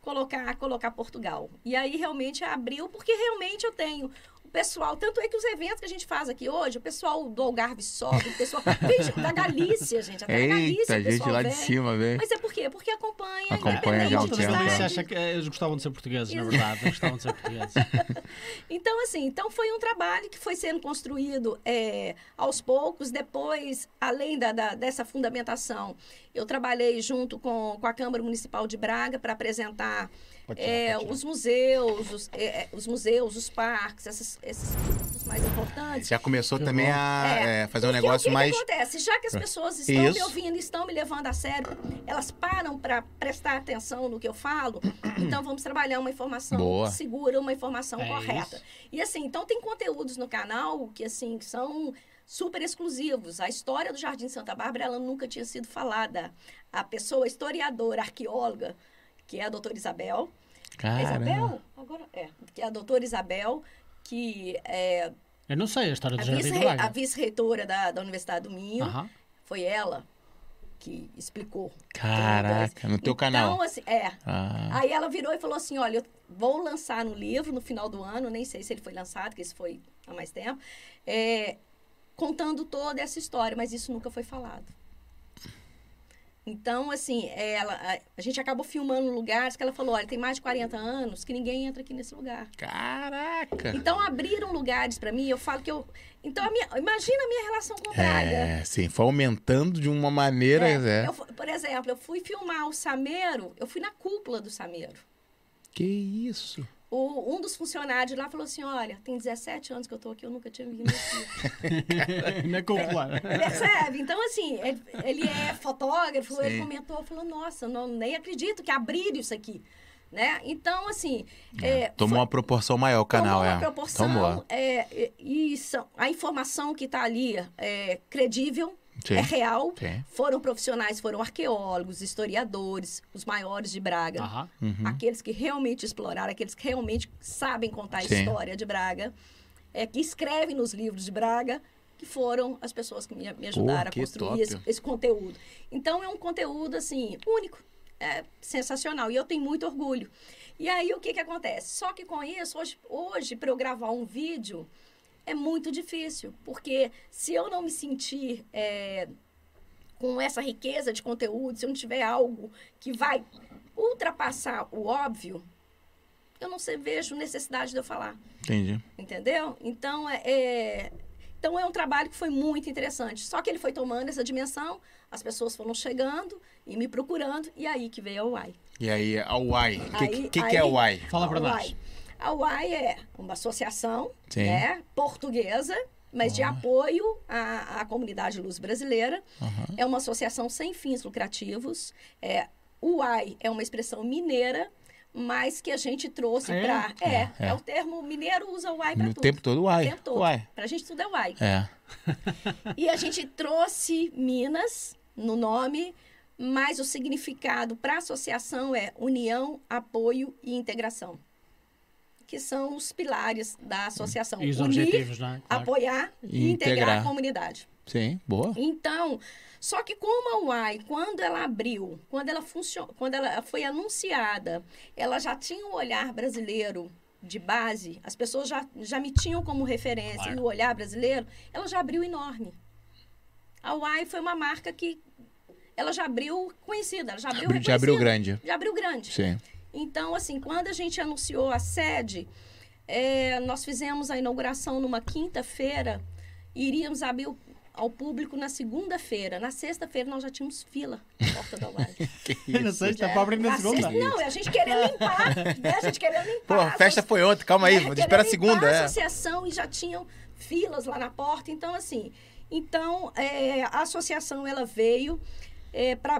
colocar colocar Portugal. E aí realmente abriu, porque realmente eu tenho o pessoal, tanto é que os eventos que a gente faz aqui hoje, o pessoal do Algarve sobe, o pessoal vem gente da Galícia, gente, até da Galícia, Eita, o gente pessoal lá de vem. cima, velho. Mas é por quê? Porque acompanha, Acompanha A Tem malta da independente, gente, Galícia né? acha que eh, eles gostavam de ser portugueses, na verdade. Eles gostavam de ser portugueses. Então, assim, então foi um trabalho que foi sendo construído é, aos poucos. Depois, além da, da- dessa fundamentação, eu trabalhei junto com, com a Câmara Municipal de Braga para apresentar Pode tirar, é, pode tirar. os museus, os, é, é, os museus, os parques, esses, esses pontos mais importantes. Já começou Que também bom. a É, é, fazer um Porque o negócio que, mais. Ah, que acontece? Já que as pessoas estão me Isso. ouvindo, estão me levando a sério, elas param para prestar atenção no que eu falo, então vamos trabalhar uma informação Boa. segura, uma informação É correta. isso. E assim, então tem conteúdos no canal que assim que são super exclusivos. A história do Jardim Santa Bárbara ela nunca tinha sido falada. A pessoa historiadora, arqueóloga, que é a doutora Isabel, é Caramba. Isabel? Agora é. Que é a doutora Isabel, que é Eu não sei a história a do Jardim de vice-re- a Braga. vice-reitora da, da Universidade do Minho. Aham. Foi ela que explicou. Caraca, no teu canal. Então, assim, é. Ah, Aí ela virou e falou assim: olha, eu vou lançar um livro no final do ano, nem sei se ele foi lançado, que isso foi há mais tempo, é, contando toda essa história, mas isso nunca foi falado. Então, assim, ela, a, a gente acabou filmando lugares que ela falou: olha, tem mais de 40 anos que ninguém entra aqui nesse lugar. Caraca! Então, abriram lugares para mim, eu falo que eu. Então, a minha- imagina a minha relação com Braga. é, sim, foi aumentando de uma maneira. É, É. eu fu- por exemplo, eu fui filmar o Sameiro, eu fui na cúpula do Sameiro. Que isso? O- um dos funcionários lá falou assim: olha, tem 17 anos que eu tô aqui, eu nunca tinha vindo aqui. Na cúpula. Percebe? Então, assim, ele, ele é fotógrafo, ele Sim. comentou, falou, nossa, não, nem acredito que abriram isso aqui. Né? Então, assim. é, Tomou uma proporção maior o canal, tomou é. uma proporção, Tomou. é, e- e são- a informação que está ali é credível, é Sim. real. Sim. Foram profissionais, foram arqueólogos, historiadores, os maiores de Braga. Aham. Uhum. aqueles que realmente exploraram, aqueles que realmente sabem contar a Sim. história de Braga, é, que escrevem nos livros de Braga, que foram as pessoas que me, me ajudaram a que construir top. esse, esse conteúdo. Então é um conteúdo assim único, é sensacional e eu tenho muito orgulho. E aí o que que acontece? Só que com isso hoje, hoje para eu gravar um vídeo é muito difícil, porque se eu não me sentir é, com essa riqueza de conteúdo, se eu não tiver algo que vai ultrapassar o óbvio, eu não sei- vejo necessidade de eu falar, Entendi. entendeu? Então é, é- então é um trabalho que foi muito interessante. Só que ele foi tomando essa dimensão, as pessoas foram chegando e me procurando, e aí que veio a UAI. E aí, a UAI. O que, Aí- que, que é a aí- UAI? Fala pra A nós. UAI. A UAI é uma associação Sim. né, portuguesa, mas de apoio à, à comunidade luz brasileira. Aham. É uma associação sem fins lucrativos. É, UAI é uma expressão mineira, mas que a gente trouxe É? para. É, é, É, é. o termo mineiro usa UAI para No tudo. tempo todo, uai. O tempo todo. Uai. Para a gente tudo é UAI. É. E a gente trouxe Minas no nome, mas o significado para a associação é união, apoio e integração, que são os pilares da associação. E os Unir, objetivos, não é? Claro. apoiar E e integrar. integrar. a comunidade. Sim, boa. Então, só que como a UAI, quando ela abriu, quando ela, funcio- quando ela foi anunciada, ela já tinha um olhar brasileiro de base, as pessoas já, já me tinham como referência Claro. e o olhar brasileiro, ela já abriu enorme. A UAI foi uma marca que ela já abriu conhecida, ela já abriu Já abriu reconhecida, grande. já abriu grande. Sim. Então, assim, quando a gente anunciou a sede, eh, nós fizemos a inauguração numa quinta-feira e iríamos abrir o- ao público na segunda-feira. Na sexta-feira nós já tínhamos fila na porta da UAI. Na sexta, É, para Tá abrir na segunda. sexta- não, é a gente querendo limpar, né? A gente querendo limpar. Pô, a festa foi ontem, calma aí, né? vou Querendo esperar a limpar segunda, A é. associação e já tinham filas lá na porta. Então, assim, então é, a associação ela é, veio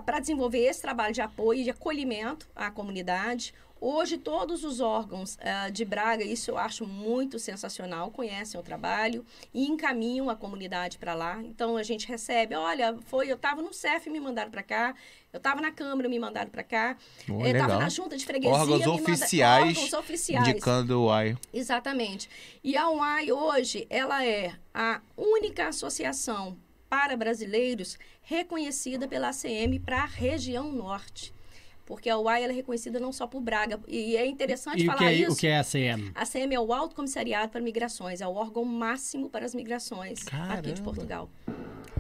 para desenvolver esse trabalho de apoio e de acolhimento à comunidade. Hoje, todos os órgãos ah, de Braga, isso eu acho muito sensacional, conhecem o trabalho e encaminham a comunidade para lá. Então, a gente recebe, olha, foi, eu estava no CEF, me mandaram para cá, eu estava na Câmara, me mandaram para cá, Pô, eu estava legal. na Junta de Freguesia, Órgãos me mandaram- oficiais órgãos oficiais. Indicando o AI. Exatamente. E a UAI hoje, ela é a única associação para brasileiros reconhecida pela ACM para a região norte. Porque a UAI ela é reconhecida não só por Braga. E é interessante E o falar que, é, isso. o que é a CM? A ACM é o Alto Comissariado para Migrações, é o órgão máximo para as migrações aqui de Caramba. Portugal.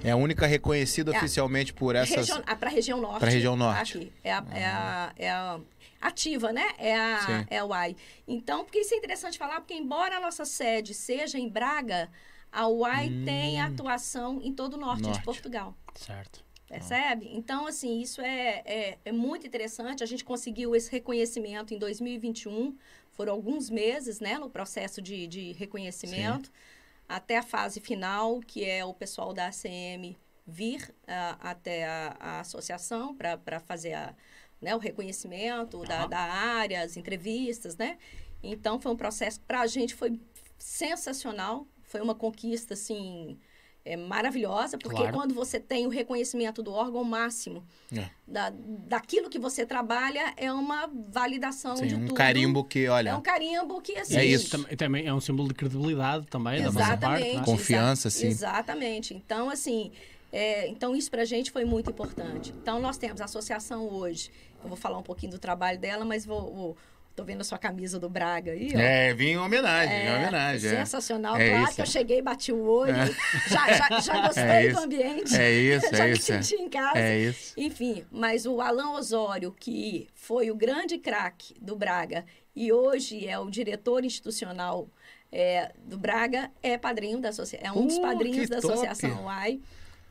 É a única reconhecida É. oficialmente por essas. Region- ah, para a região norte. Pra região norte. Ah. Aqui. É a, é a- é a- ativa, né? É a, Sim. é a UAI. Então, porque isso é interessante falar, porque embora a nossa sede seja em Braga, a UAI tem atuação em todo o norte, Hum. Norte. de Portugal. Certo. Percebe? Então, assim, isso é, é, é muito interessante. A gente conseguiu esse reconhecimento em 2021. Foram alguns meses, né, no processo de, de reconhecimento, até a fase final, que é o pessoal da ACM vir ah, até a, a associação para fazer a, né, o reconhecimento da, da área, as entrevistas, né? Então, foi um processo que para a gente foi sensacional. Foi uma conquista, assim, é, maravilhosa, porque Claro. quando você tem o reconhecimento do órgão máximo É. da, daquilo que você trabalha, é uma validação Sim, de um tudo. carimbo que, É olha, um carimbo que, assim... É E isso. tam- Também é um símbolo de credibilidade também da vossa parte. né? Exatamente. não é? Confiança, assim. exa- sim. Exatamente. Então, assim, é, então isso pra gente foi muito importante. Então, nós temos a associação hoje. Eu vou falar um pouquinho do trabalho dela, mas vou... vou tô vendo a sua camisa do Braga aí, ó. É, vim em homenagem, é, em homenagem. é. Sensacional, É claro isso. que eu cheguei, bati o olho, já, já, já gostei É do isso. ambiente, É isso, já é me isso. é. senti em casa. É isso. Enfim, mas o Alan Osório, que foi o grande craque do Braga e hoje é o diretor institucional é, do Braga, é padrinho da associação, é um dos Uh, padrinhos que da top! associação UAI.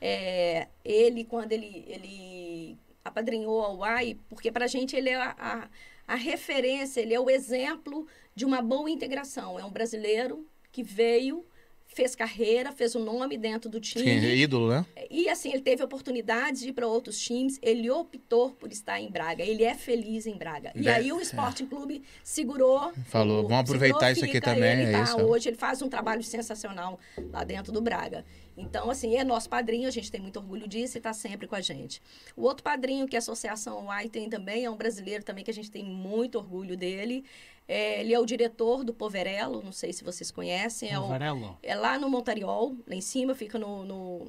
É, ele, quando ele, ele apadrinhou a UAI, porque para a gente ele é a, a, a referência, ele é o exemplo de uma boa integração. É um brasileiro que veio, fez carreira, fez o nome dentro do time. Sim, ídolo, né? E assim, ele teve oportunidade de ir para outros times, ele optou por estar em Braga, ele é feliz em Braga. E Deve- aí o Sporting Clube segurou. é. Falou, o- vamos aproveitar isso aqui fica, também, Ele é tá isso. hoje, ele faz um trabalho sensacional lá dentro do Braga. Então, assim, é nosso padrinho, a gente tem muito orgulho disso e está sempre com a gente. O outro padrinho que a Associação UAI tem também é um brasileiro também que a gente tem muito orgulho dele. É, ele é o diretor do Poverello, não sei se vocês conhecem, é Um o Varelo. é lá no Montariol, lá em cima, fica no. no-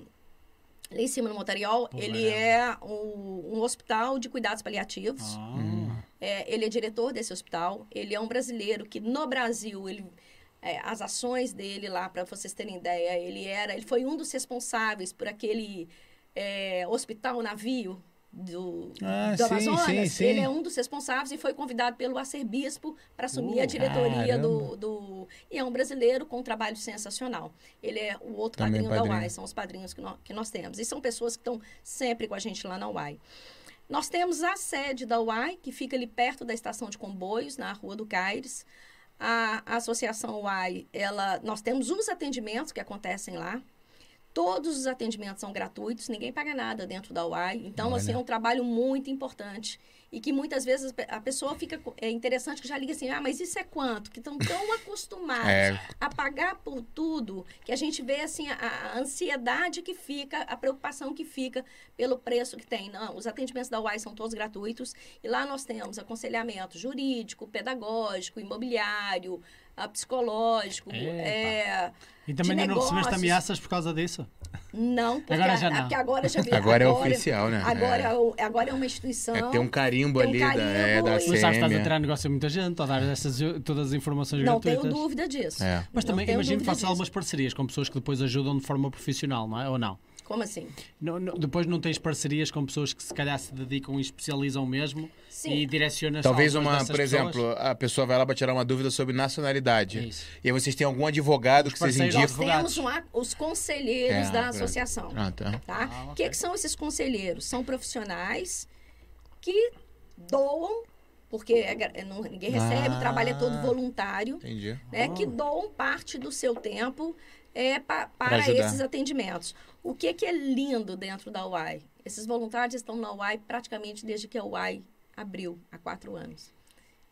lá em cima no Montariol. Pô, ele legal. é o- um hospital de cuidados paliativos. Ah, É, ele é diretor desse hospital. Ele é um brasileiro que no Brasil, ele. é, as ações dele lá, para vocês terem ideia, ele era, ele foi um dos responsáveis por aquele é, hospital navio do, Ah, do sim, Amazonas. sim, sim. Ele é um dos responsáveis e foi convidado pelo arcebispo para assumir Uh, a diretoria do, do. E é um brasileiro com um trabalho sensacional. Ele é o outro Também padrinho, da padrinho. UAI, são os padrinhos que nós, que nós temos. E são pessoas que estão sempre com a gente lá na UAI. Nós temos a sede da UAI, que fica ali perto da estação de comboios, na Rua do Caires. A, a associação UAI, ela, nós temos os atendimentos que acontecem lá. Todos os atendimentos são gratuitos, ninguém paga nada dentro da UAI. Então, Olha. assim, é um trabalho muito importante. E que muitas vezes a pessoa fica. co- É interessante que já liga assim: ah, mas isso é quanto? Que estão tão acostumados É, a pagar por tudo que a gente vê assim a, a ansiedade que fica, a preocupação que fica pelo preço que tem. Não, os atendimentos da UAI são todos gratuitos e lá nós temos aconselhamento jurídico, pedagógico, imobiliário, ah, psicológico. Epa. é, E também ainda não recebeste negócios. ameaças por causa disso? não, porque Agora já a- não. porque agora já vi- agora é oficial, né? Agora é, é. o- agora é uma instituição. É, tem um carimbo tem um ali carimbo. da, é, da Não Mas sabes que estás a CM. tirar negócio a muita gente, a dar essas, todas as informações não tenho gratuitas. dúvida disso. É. Mas Não também tenho imagino que dúvida faças disso. algumas parcerias com pessoas que depois ajudam de forma profissional, não é? Ou não? Como assim? Não- não- depois não tens parcerias com pessoas que se calhar se dedicam e especializam mesmo Sim. e direcionas Talvez algumas uma, dessas por pessoas? exemplo, a pessoa vai lá para tirar uma dúvida sobre nacionalidade. É isso. Tipo, E aí vocês têm algum advogado que vocês parceiros- indicam? Nós advogados. temos um a- os conselheiros É, da pra- associação. Ah, tá. tá? Ah, O que, que são esses conselheiros? São profissionais que doam, porque é gra- é não- ninguém recebe, o trabalho é todo Ah. voluntário, Entendi. né? Que doam parte do seu tempo é, pa- Pra para ajudar. esses atendimentos. O que, que é lindo dentro da UAI? Esses voluntários estão na UAI praticamente desde que a UAI abriu, há quatro anos.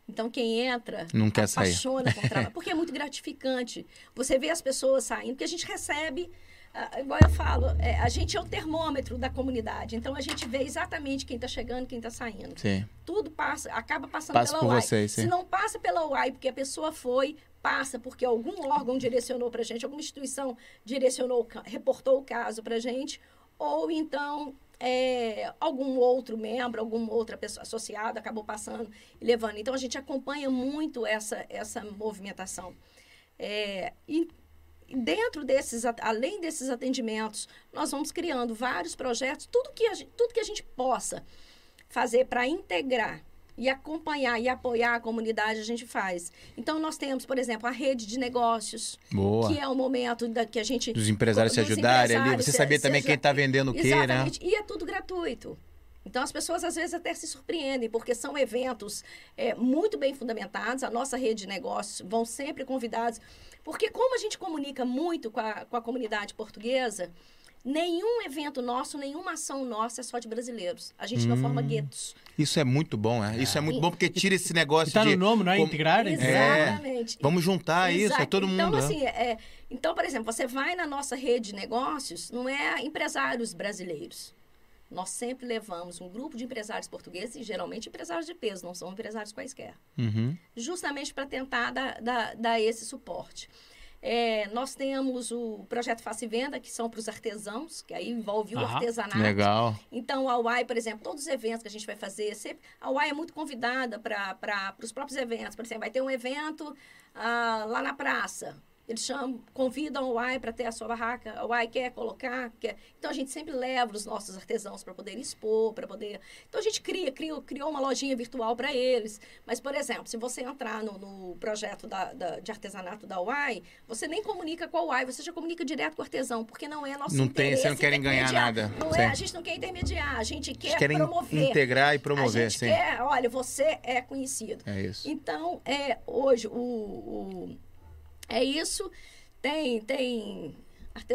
Então, quem entra Não quer sair. apaixona por trabalho, porque é muito gratificante. Você vê as pessoas saindo, porque a gente recebe, ah, igual eu falo, é, a gente é o termômetro da comunidade. Então, a gente vê exatamente quem está chegando, quem está saindo. Sim. Tudo passa, acaba passando Passa pela por UAI. vocês, sim. Se não passa pela UAI, porque a pessoa foi, passa porque algum órgão direcionou para gente, alguma instituição direcionou, o ca- reportou o caso para gente, ou então é, algum outro membro, alguma outra pessoa associada acabou passando e levando. Então a gente acompanha muito essa, essa movimentação. É, e dentro desses, a- além desses atendimentos, nós vamos criando vários projetos, tudo que a gente, tudo que a gente possa fazer para integrar e acompanhar e apoiar a comunidade, a gente faz. Então, nós temos, por exemplo, a rede de negócios, Boa. que é o momento da, que a gente... Dos empresários se dos ajudarem ali. empresários Você se- saber se também aju- quem tá vendendo o quê, né? Exatamente. E é tudo gratuito. Então, as pessoas às vezes até se surpreendem, porque são eventos é, muito bem fundamentados. A nossa rede de negócios vão sempre convidados. Porque, como a gente comunica muito com a, com a comunidade portuguesa, nenhum evento nosso, nenhuma ação nossa é só de brasileiros. A gente não forma Hum. guetos. Isso é muito bom, é. Isso é muito bom porque tira esse negócio Está de. no nome, não é? como- Integrar? integrar. Exatamente. É. Vamos juntar isso, é Exato. todo Então, mundo. é. assim, é, então, por exemplo, você vai na nossa rede de negócios, não é empresários brasileiros. Nós sempre levamos um grupo de empresários portugueses, e geralmente empresários de peso, não são empresários quaisquer Uhum. né? justamente para tentar dar, dar- dar esse suporte. É, nós temos o projeto Faça e Venda, que são para os artesãos, que aí envolve o Aham, artesanato. Legal. Então, a UAI, por exemplo, todos os eventos que a gente vai fazer, sempre, a UAI é muito convidada para os próprios eventos. Por exemplo, vai ter um evento ah, lá na praça. Eles chamam, convidam a UAI para ter a sua barraca. A UAI quer colocar. Quer... Então, a gente sempre leva os nossos artesãos para poder expor, para poder... Então, a gente cria, criou, criou uma lojinha virtual para eles. Mas, por exemplo, se você entrar no, no projeto da- da- de artesanato da UAI, você nem comunica com a UAI, você já comunica direto com o artesão, porque não é nosso Não tem, você não interesse querem ganhar intermediar. nada. Não Sim. é, a gente não quer intermediar, a gente Eles quer querem promover. integrar e promover, a gente sim. quer, olha, você é conhecido. É isso. Então, é, hoje, o, o- é isso. Tem, tem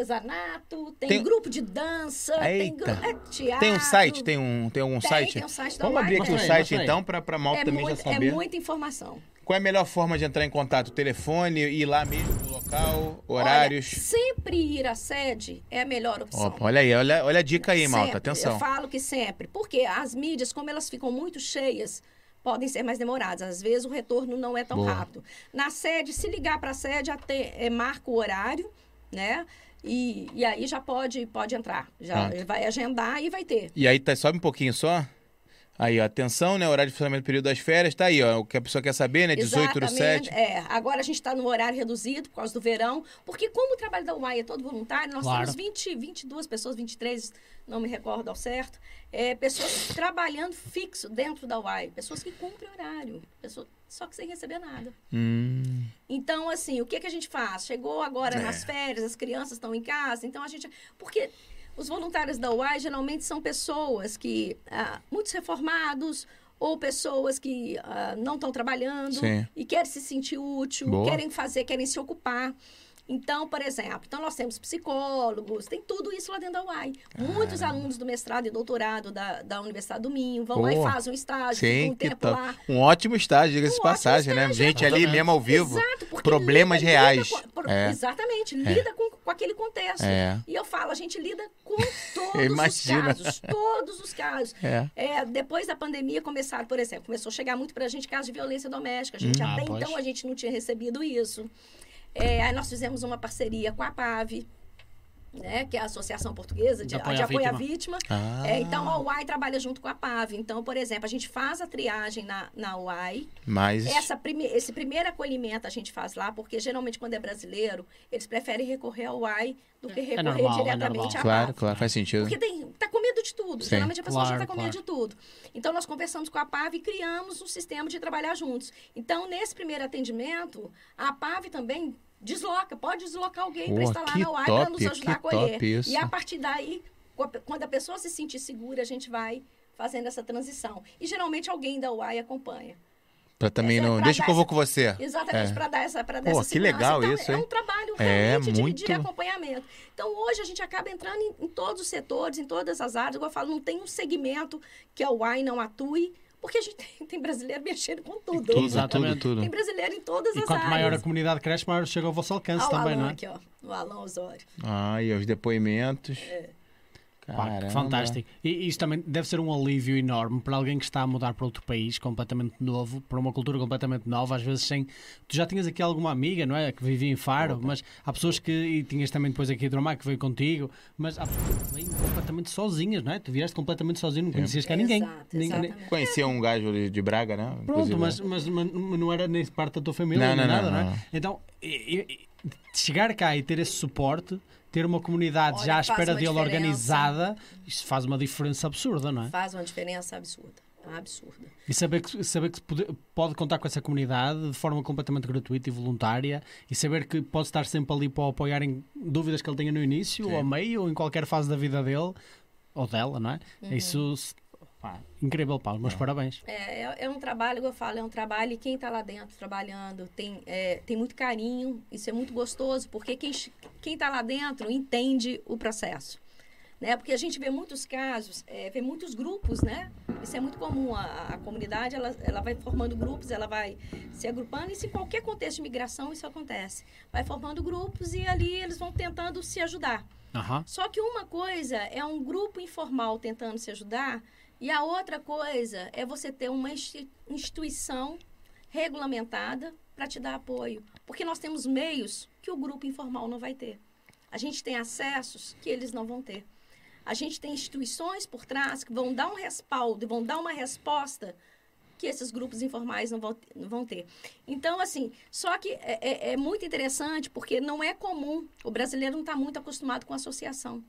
artesanato, tem, Tem- um grupo de dança, tem Eita. grupo, é teatro. Tem um site, tem um, tem algum tem, site? tem um site da Vamos UAI, abrir aqui o tem. É. Mostra aí, site mostra aí. então para para Mal é, também já muito, é saber. muita informação. Qual é a melhor forma de entrar em contato? Telefone, ir lá mesmo no local, horários. Olha, sempre ir à sede é a melhor opção. Opa, olha aí, olha, olha a dica aí, Malta. Sempre. Atenção. Eu falo que sempre. Porque as mídias, como elas ficam muito cheias, podem ser mais demoradas. Às vezes o retorno não é tão Boa. rápido. Na sede, se ligar para a sede, até, é, marca o horário, né? E, e aí já pode, pode entrar. Já Pronto. vai agendar e vai ter. E aí, tá, sobe um pouquinho só. Aí, ó, atenção, né? Horário de funcionamento do período das férias, tá aí, ó. O que a pessoa quer saber, né? 18 do 7. É, agora a gente está no horário reduzido por causa do verão, porque como o trabalho da UAI é todo voluntário, nós Claro. temos 20, 22 pessoas, 23, não me recordo ao certo, é, pessoas trabalhando fixo dentro da UAI, pessoas que cumprem horário, pessoas, só que sem receber nada. Hum, Então, assim, o que, que a gente faz? Chegou agora É. nas férias, as crianças estão em casa, então a gente. Porque os voluntários da UAI geralmente são pessoas que. ah, muitos reformados ou pessoas que ah, não estão trabalhando Sim. e querem se sentir útil, Boa. querem fazer, querem se ocupar. Então, por exemplo, então nós temos psicólogos, tem tudo isso lá dentro da UAI. Muitos alunos do mestrado e doutorado da, da Universidade do Minho vão lá e Boa. fazem um estágio, ficam sim, um que tempo top. lá. Um ótimo estágio, diga-se de Um passagem, ótimo né? estágio, Gente ali exatamente. mesmo ao vivo. Exato, porque Problemas lida- lida reais. com- por- É. Exatamente, lida com, com aquele contexto. É. E eu falo, a gente lida com todos os Imagina. casos, todos os casos. É. É, depois da pandemia começaram, por exemplo, começou a chegar muito pra gente casos de violência doméstica. A gente, Hum. até Ah, pois. então a gente não tinha recebido isso. É, aí nós fizemos uma parceria com a PAV, né, que é a Associação Portuguesa De de, de Apoio Apoio, à à Vítima. Ah, É, então a UAI trabalha junto com a PAV. Então, por exemplo, a gente faz a triagem na, na UAI. mas. Essa prime- Esse primeiro acolhimento a gente faz lá, porque geralmente quando é brasileiro, eles preferem recorrer ao AI do que recorrer normal, é normal. diretamente à Claro, PAV. claro, faz sentido. Porque tem, tá com medo de tudo. Sim. Geralmente a pessoa já Claro, está com medo claro. de tudo. Então nós conversamos com a PAV e criamos um sistema de trabalhar juntos. Então, nesse primeiro atendimento, a PAV também desloca, pode deslocar alguém para Pô, estar lá que na UAI para top, nos ajudar a que top acolher. isso. E a partir daí, co- quando a pessoa se sentir segura, a gente vai fazendo essa transição. E geralmente alguém da UAI acompanha. Pra também Essa é não. pra Deixa que eu dar vou com você. Exatamente, É. para dar essa para Pô, dar essa que segurança. legal então, isso, é hein? um trabalho É, realmente de- de, muito. acompanhamento. Então, hoje a gente acaba entrando em, em todos os setores, em todas as áreas. Igual eu falo, é não tem um segmento que a UAI não atue, Porque a gente tem, tem brasileiro mexendo com tudo. Tudo, Exatamente. tudo, tudo. Tem brasileiro em todas E as quanto áreas. Ah, maior a comunidade cresce, maior chega ao vosso alcance Olha o também, Alan não é? aqui, ó. O Alan Osório. Ah, e os depoimentos. É. Pá, que Caramba. fantástico. E isso também deve ser um alívio enorme para alguém que está a mudar para outro país completamente novo, para uma cultura completamente nova, às vezes sem. Tu já tinhas aqui alguma amiga, não é? Que vivia em Faro, mas há pessoas que. E tinhas também depois aqui a Dromar que veio contigo, mas há pessoas que vêm completamente sozinhas, não é? Tu vieste completamente sozinho, não conhecias cá ninguém. Exato, Ninguém- exatamente. Conhecia um gajo ali de Braga, né? Pronto, Inclusive, mas, mas, mas não era nem parte da tua família, Não, nem não, nada, não, não, é? não. Então, e- e- e chegar cá e ter esse suporte, ter uma comunidade Olha, já à faz espera uma dele diferença. organizada, isso faz uma diferença absurda, não é? Faz uma diferença absurda. Absurda. E saber que, saber que se pode, pode contar com essa comunidade de forma completamente gratuita e voluntária e saber que pode estar sempre ali para o apoiar em dúvidas que ele tenha no início, ou ao meio, ou em qualquer fase da vida dele ou dela, não é? Isso, se- pá, incrível, pá, meus parabéns. Uhum. É, é- é um trabalho, igual eu falo, é um trabalho e quem está lá dentro trabalhando tem, é, tem muito carinho, isso é muito gostoso, porque quem está lá dentro entende o processo. Né? Porque a gente vê muitos casos, é, vê muitos grupos, né? Isso é muito comum. A, a comunidade ela, ela vai formando grupos, ela vai se agrupando, e se em qualquer contexto de migração isso acontece. Vai formando grupos e ali eles vão tentando se ajudar. Aham. Só que uma coisa é um grupo informal tentando se ajudar e a outra coisa é você ter uma insti- instituição regulamentada para te dar apoio, porque nós temos meios que o grupo informal não vai ter. A gente tem acessos que eles não vão ter. A gente tem instituições por trás que vão dar um respaldo, e vão dar uma resposta que esses grupos informais não vão, não vão ter. Então, assim, só que é, é- é muito interessante porque não é comum. O brasileiro não está muito acostumado com associação.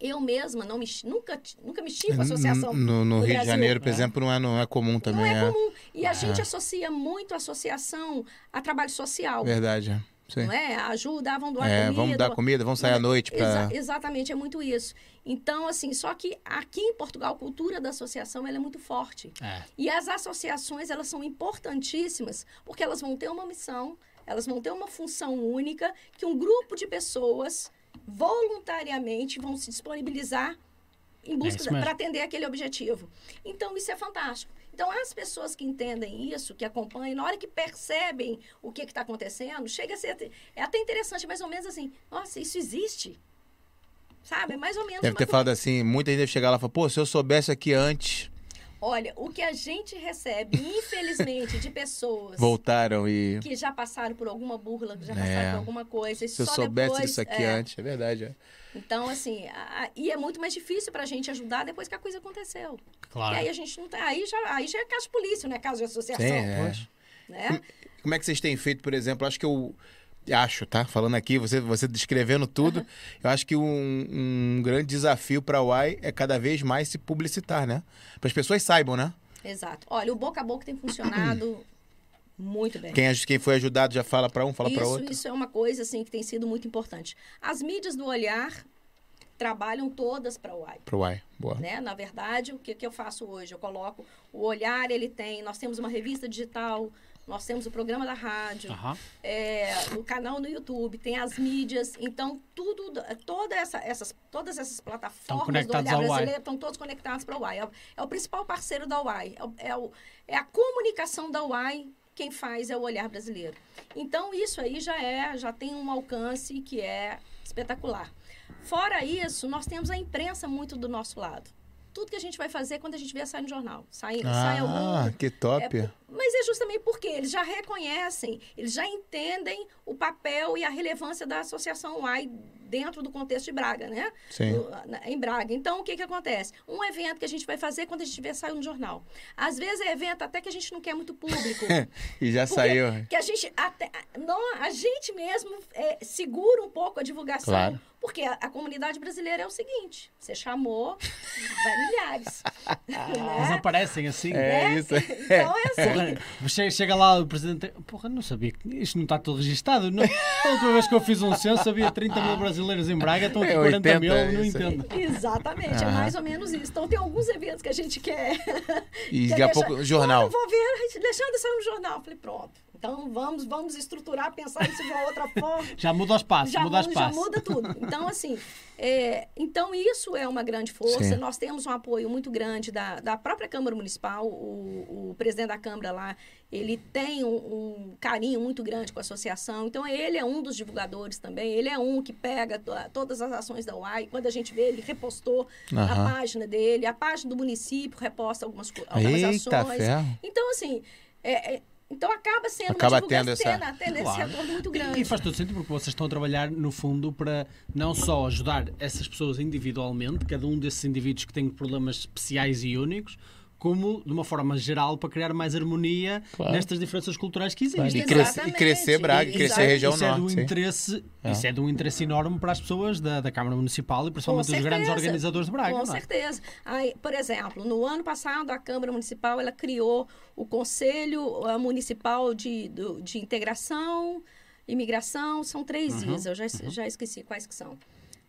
Eu mesma não mexi- nunca, ti- nunca mexi Uhum, com associação. No, no do Rio de Brasil. né? Janeiro, por exemplo, não é, não é comum Não também. é é. comum. E a gente associa muito associação a trabalho social. Verdade. é. Sim. Não é? Ajuda, ah, vão doar É, comida. vamos dar comida, vamos sair à noite pra. Exa- exatamente, é muito isso. Então, assim, só que aqui em Portugal, a cultura da associação ela é muito forte. É. E as associações, elas são importantíssimas, porque elas vão ter uma missão, elas vão ter uma função única, que um grupo de pessoas voluntariamente vão se disponibilizar É em busca isso mesmo. para atender aquele objetivo. Então, isso é fantástico. Então, as pessoas que entendem isso, que acompanham, na hora que percebem o que está acontecendo, chega a ser até, é até interessante, mais ou menos assim, nossa, isso existe. Sabe? É Mais ou menos. Deve uma ter coisa- falado assim, muita gente deve chegar lá e falar, pô, se eu soubesse aqui antes, Olha, o que a gente recebe, infelizmente, de pessoas voltaram e. que já passaram por alguma burla, que já É. passaram por alguma coisa. E Se eu só soubesse depois, disso aqui é. antes, é verdade. É. Então, assim, a- a- e é muito mais difícil pra gente ajudar depois que a coisa aconteceu. Claro. E aí a gente não tá. Aí já, aí já é caso de polícia, não é caso de associação. Sim, é. Pois. Né? Como é que vocês têm feito, por exemplo? Acho que eu. Acho, tá? Falando aqui, você, você descrevendo tudo, eu acho que um, um grande desafio para a UAI é cada vez mais se publicitar, né? Para as pessoas saibam, né? Exato. Olha, o boca a boca tem funcionado muito bem. Quem, aj- quem foi ajudado já fala para um, fala para É. isso, outro. isso é uma coisa assim que tem sido muito importante. As mídias do olhar trabalham todas para o AI. Para o UAI. Boa. né? Na verdade, o que, que eu faço hoje? Eu coloco o olhar, ele tem, nós temos uma revista digital, nós temos o programa da rádio, Aham. é, o canal no YouTube, tem as mídias, então tudo, toda essa, essas, todas essas plataformas do conectados olhar ao UAI. brasileiro estão todos conectados para a UAI. É, o- é o principal parceiro da UAI, é, o- é o- é a comunicação da UAI quem faz é o olhar brasileiro. Então isso aí já é, já tem um alcance que é espetacular. Fora isso, nós temos a imprensa muito do nosso lado. Tudo que a gente vai fazer quando a gente vê sai no jornal, sai, sai algum Ah, que top. é, por- mas é justamente porque eles já reconhecem, eles já entendem o papel e a relevância da associação UAI dentro do contexto de Braga, né? Sim. No- na- em Braga. Então, o que, que acontece? Um evento que a gente vai fazer quando a gente vê saiu no jornal. Às vezes é evento até que a gente não quer muito público. E já Porque- saiu. que a gente até não, a gente mesmo é, segura um pouco a divulgação Claro. porque a, a comunidade brasileira é o seguinte você chamou vai milhares Eles né? aparecem assim. É isso. então é assim Porra, che- chega lá o presidente. Porra, não sabia que isto não está tudo registado. Não. A última vez que eu fiz um censo havia 30 mil brasileiros em Braga, estão aqui É, 40 mil, 80, não isso aí. entendo. Exatamente, é mais ou menos isso. Então tem alguns eventos que a gente quer. E quer daqui a deixar- pouco, jornal. Quando eu vou ver, Alexandre saiu no um jornal. Eu falei, pronto, Então vamos, vamos estruturar, pensar isso de uma outra forma. Já muda os passos, já muda, muda, os passos. já muda tudo. Então, assim, é, então isso é uma grande força. Sim. Nós temos um apoio muito grande da, da própria Câmara Municipal. O, o presidente da Câmara lá, ele tem um, um carinho muito grande com a associação. Então, ele é um dos divulgadores também. Ele é um que pega to- todas as ações da UAI. Quando a gente vê, ele repostou a Aham. página dele. A página do município reposta algumas, co- algumas Eita, ações. ferro. Então, assim, é- é- então acaba sendo Acaba uma divulgação, tendo essa- tendo- tendo esse Claro. retorno muito E, grande. e faz todo sentido porque vocês estão a trabalhar, no fundo, para não só ajudar essas pessoas individualmente, cada um desses indivíduos que tem problemas especiais e únicos, como de uma forma geral para criar mais harmonia Claro. nestas diferenças culturais que existem. E, crescer- e Exatamente. crescer Braga, e Exato. crescer região isso É norte. do sim. interesse, Isso é de um interesse enorme para as pessoas da, da Câmara Municipal e Com principalmente dos certeza. grandes organizadores de Braga. Com não é? certeza. Aí, por exemplo, no ano passado, a Câmara Municipal ela criou o Conselho ah, Municipal de, do- de Integração, Imigração, são três Uhum. dias, eu já, es- já esqueci quais que são.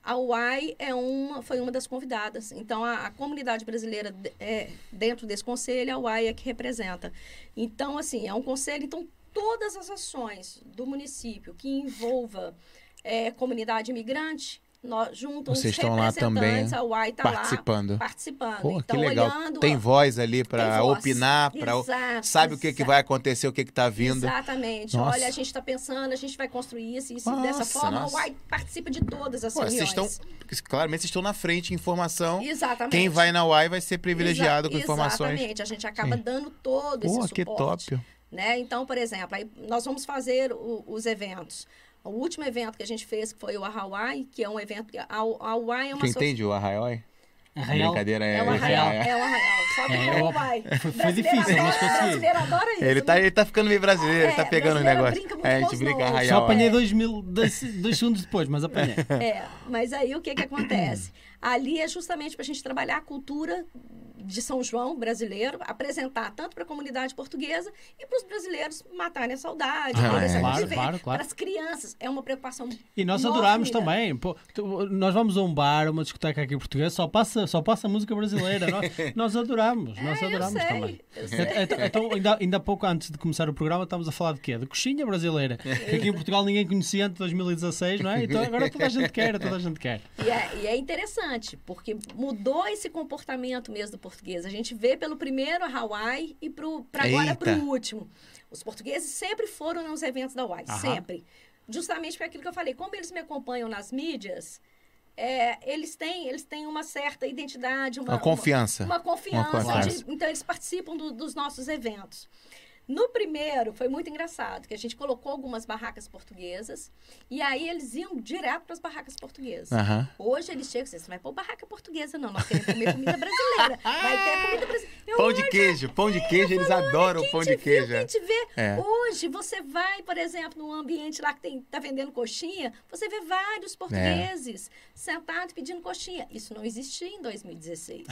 A UAI é uma, foi uma das convidadas. Então, a, a comunidade brasileira de- é, dentro desse conselho, a UAI é que representa. Então, assim, é um conselho. Então, todas as ações do município que envolva é, comunidade imigrante, nós juntam Vocês os estão lá também, representantes, a UAI está Tá lá Participando. participando. Pô, que então, legal. olhando. Tem voz ali para Tem voz. opinar, para Exato, sabe o que, que exato. vai acontecer, o que que tá vindo. Exatamente. Nossa. Olha, a gente está pensando, a gente vai construir isso, isso Nossa, dessa forma. nossa. A UAI participa de todas as Pô, vocês reuniões. estão, claramente vocês estão na frente em informação. Exatamente. Quem vai na UAI vai ser privilegiado Exa- com informações. Exatamente, a gente acaba Sim. dando todo esse Pô, suporte. que top. né? Então, por exemplo, aí nós vamos fazer o- os eventos. O último evento que a gente fez que foi o Hawaii, que é um evento que a, a Hawaii é uma Tu asso- entende o arraioi? Arraial, Brincadeira é, é um arraial, arraial. é um arraial. Só que É, é, eu- o Hawaii. foi Brasileiro difícil, mas adora- consegui. brasileiro adora isso, Ele tá, né? ele tá ficando meio brasileiro, ele É, tá pegando os brasileiro negócios. brinca muito É, a com gente os brinca nomes. arraial. Só apanhei é. dois, mil, dois, dois segundos depois, mas apanhei. É, mas aí o que, que acontece? Ali é justamente para a gente trabalhar a cultura de São João brasileiro, apresentar tanto para a comunidade portuguesa e para os brasileiros matarem a saudade, Ah, para é. Claro, claro, claro. para as crianças. É uma preocupação E nós enorme, adorámos né? também. Pô, tu- nós vamos a um bar, a uma discoteca aqui em português, só passa, só passa música brasileira. nós, nós adorámos, nós É, adorámos eu sei, também. eu É. sei. Et- et- Então, ainda, ainda há pouco antes de começar o programa, estávamos a falar de quê? De coxinha brasileira. É. Que aqui em Portugal ninguém conhecia antes de 2016, não é? Então agora toda a gente quer, toda a gente quer. E é, e é interessante, porque mudou esse comportamento mesmo do português. A gente vê pelo primeiro a Hawaii e pro, pra agora Eita. para o último. Os portugueses sempre foram nos eventos da Hawaii, Aham. sempre. Justamente por aquilo que eu falei. Como eles me acompanham nas mídias, é, eles, têm, eles têm uma certa identidade, uma, Uma confiança. uma confiança. Uma confiança. de- então, eles participam do- dos nossos eventos. No primeiro, foi muito engraçado, que a gente colocou algumas barracas portuguesas e aí eles iam direto para as barracas portuguesas. Aham. Hoje eles chegam e dizem, você vai pôr barraca portuguesa, não. Nós queremos comer comida brasileira. Vai ter comida brasileira. Eu, Pão de queijo, pão de queijo, eles adoram quem pão te de queijo. Viu, quem te vê. É. Hoje você vai, por exemplo, num ambiente lá que tem, tá vendendo coxinha, você vê vários portugueses sentados pedindo coxinha. Isso não existia em 2016.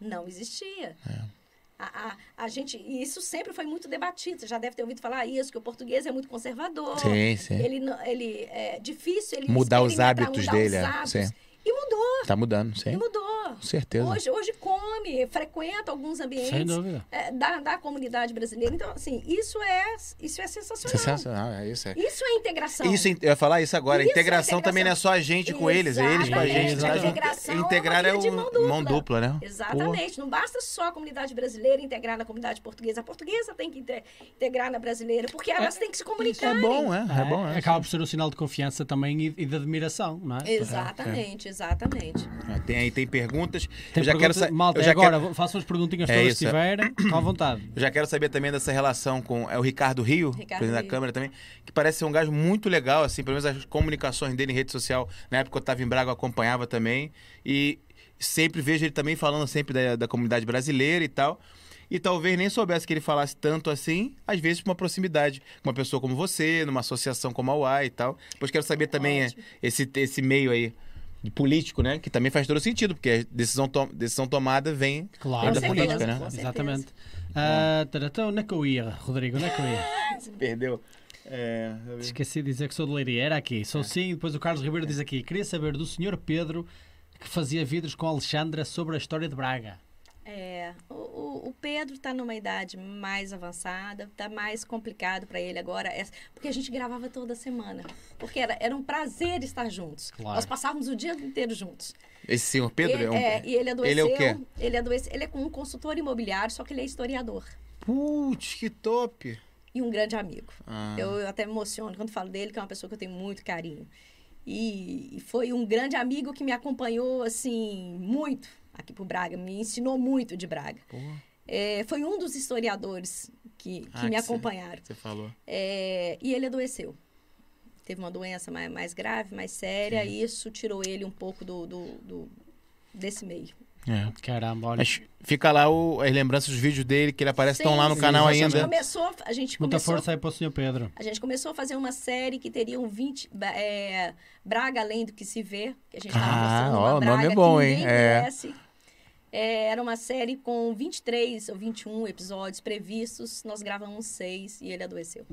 Não existia. É. A, a, a gente, e isso sempre foi muito debatido. Você já deve ter ouvido falar "Ah, isso, que o português é muito conservador. Sim, sim. Ele, não- ele é difícil ele Mudar os experimentar, hábitos mudar dele, os é, hábitos. sim. E mudou, Tá mudando, e sim. mudou. Com certeza. Hoje, hoje come, frequenta alguns Sem ambientes dúvida. é, da, da comunidade brasileira. Então, assim, isso é, isso é sensacional. Sensacional, é isso. É. Isso é integração. Isso, eu ia falar isso agora. Isso é integração também integração. não é só a gente com eles, é eles com a Exatamente. gente. tá junto. Integração é uma Integrar é via de o- mão dupla. mão dupla, né? Pô. Exatamente. Não basta só a comunidade brasileira integrar na comunidade portuguesa. A portuguesa tem que inte- integrar na brasileira, porque elas têm que se comunicar. É bom, é. É bom, é. Acaba por ser um sinal de confiança também e, e de admiração, não é? Exatamente, exatamente. Ah, Tem aí, tem perguntas. Tem eu já quero pergunta- sa- Malta, eu é já agora, quero- façam as perguntinhas É todas isso, que é. tiverem, com à vontade. eu já quero saber também dessa relação com. É o Ricardo Rio, Ricardo presidente da Rio. Câmara também, que parece ser um gajo muito legal, assim, pelo menos as comunicações dele em rede social. Na época eu estava em Braga, eu acompanhava também. E sempre vejo ele também falando sempre da, da comunidade brasileira e tal. E talvez nem soubesse que ele falasse tanto assim, às vezes por uma proximidade com uma pessoa como você, numa associação como a UAI e tal. Depois quero saber também é, Ótimo. esse, esse meio aí de político, né? Que também faz todo sentido, porque a decisão, to- decisão tomada vem, Claro, vem da Com certeza, política, né? com certeza. Exatamente. Ah, tara, então, onde é que eu ia, Rodrigo? Onde é que eu ia? Perdeu. É, Esqueci de dizer que sou de Leiria. Era aqui. É. Sou sim. Depois o Carlos Ribeiro diz aqui. Queria saber do senhor Pedro que fazia vidros com a Alexandra sobre a história de Braga. É, É, o, o- o Pedro está numa idade mais avançada, está mais complicado para ele agora, é- porque a gente gravava toda semana, porque era, era um prazer estar juntos. Claro. Nós passávamos o dia inteiro juntos. Esse senhor Pedro ele, é um. e ele adoeceu. ele é o quê? Ele adoece- ele é um consultor imobiliário, só que ele é historiador Putz, que top. e um grande amigo. Ah. Eu, eu até me emociono quando falo dele, que é uma pessoa que eu tenho muito carinho. E, e foi um grande amigo que me acompanhou, assim, muito aqui pro Braga, me ensinou muito de Braga. Porra. É, foi um dos historiadores que, que Ah, me que cê- acompanharam. Você falou. É, e ele adoeceu. Teve uma doença mai- mais, grave, mais séria, e isso tirou ele um pouco do, do- do- desse meio. É. Caramba, olha. Mas fica lá o, as lembranças dos vídeos dele, que ele aparece, estão lá no Sim, canal a gente ainda. Começou, a gente Muita começou força aí para o Sr. Pedro. A gente começou a fazer uma série que teriam 20 ba- é, Braga Além do que se vê. Que a gente tava Ah, mostrando ó, uma o nome Braga é bom, que hein? ninguém É. conhece. É, era uma série com 23 ou 21 episódios previstos. Nós gravamos seis e ele adoeceu.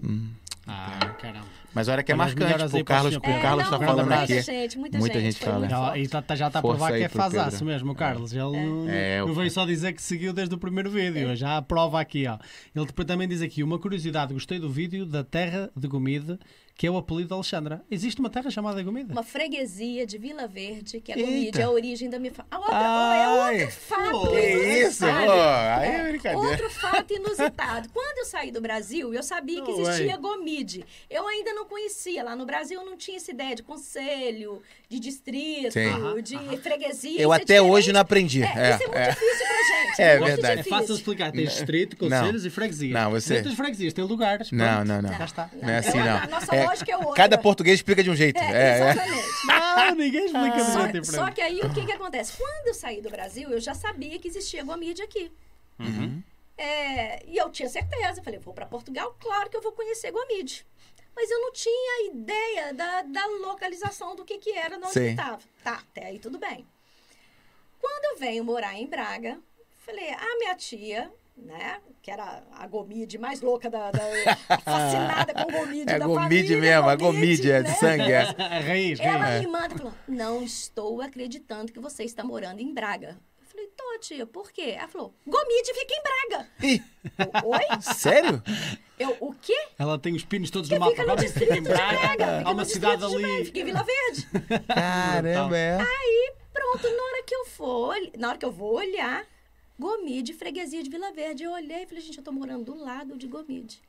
Ah, caramba. Mas olha que é Olha, as marcante, melhoras porque aí o pra Carlos, senhor o Pedro. Carlos é, tá não, falando muita aqui. Gente, muita, Muita gente, gente foi fala. muito Já, forte. e tá, tá- já está a Força provar aí que é pro Pedro. fazaço mesmo, o Carlos. Ele não, É, não o- veio só dizer que seguiu desde o primeiro vídeo, É. já a prova aqui. Ó. Ele depois também diz aqui: uma curiosidade, gostei do vídeo da terra de Gomide, que é o apelido de Alexandra. Existe uma terra chamada Gomide? Uma freguesia de Vila Verde, que é Eita. Gomide, é a origem da minha família. Ah, outra, oh, é Ai. outro fato. Que isso, pô? inusitado. Aí É, é brincadeira. Outro fato inusitado. Quando eu saí do Brasil, eu sabia que Ué. existia Gomide. Eu ainda não conhecia. Lá no Brasil, eu não tinha essa ideia de conselho, de distrito, Sim. de freguesia. Eu Isso é até hoje diferente. não aprendi. É, É, isso é muito é. difícil pra gente. É muito verdade. É difícil. fácil de explicar. Tem distrito, conselhos e freguesias. Não, você- Dentro das freguesias tem lugares. Não, pronto. não, não. Já está. Não é assim, É, não. a nossa lógica é outra. Cada português explica de um jeito. É, É, é. exatamente. Não, Ah, ninguém explica de jeito diferente. Ah. Só, só que aí o que, que acontece? Quando eu saí do Brasil, eu já sabia que existia Gomide aqui. Uhum. É, e eu tinha certeza. Eu Falei, vou para Portugal, claro que eu vou conhecer Gomide. Mas eu não tinha ideia da, da localização do que, que era, de onde Sim. estava. Tá, até aí tudo bem. Quando eu venho morar em Braga, falei, a minha tia, né, que era a Gomide mais louca da. da- fascinada com Gomide. É da Gomide família, mesmo, a Gomide é de né? sangue. é. A raiz, Ela raiz. me manda e falou: Não estou acreditando que você está morando em Braga. Eu falei, tô, tia, por quê? Ela falou, Gomide fica em Braga. Ih, Eu, Oi? sério? Eu, o quê? Ela tem os pinos todos Que no mapa. fica no Agora distrito em de Braga. Braga. Há Fica no É uma distrito cidade de Braga, ali. Fica em Vila Verde. Caramba, é. Pronto, na hora que eu for, olh- na hora que eu vou olhar, Gomide, freguesia de Vila Verde. Eu olhei e falei, gente, eu tô morando do lado de Gomide.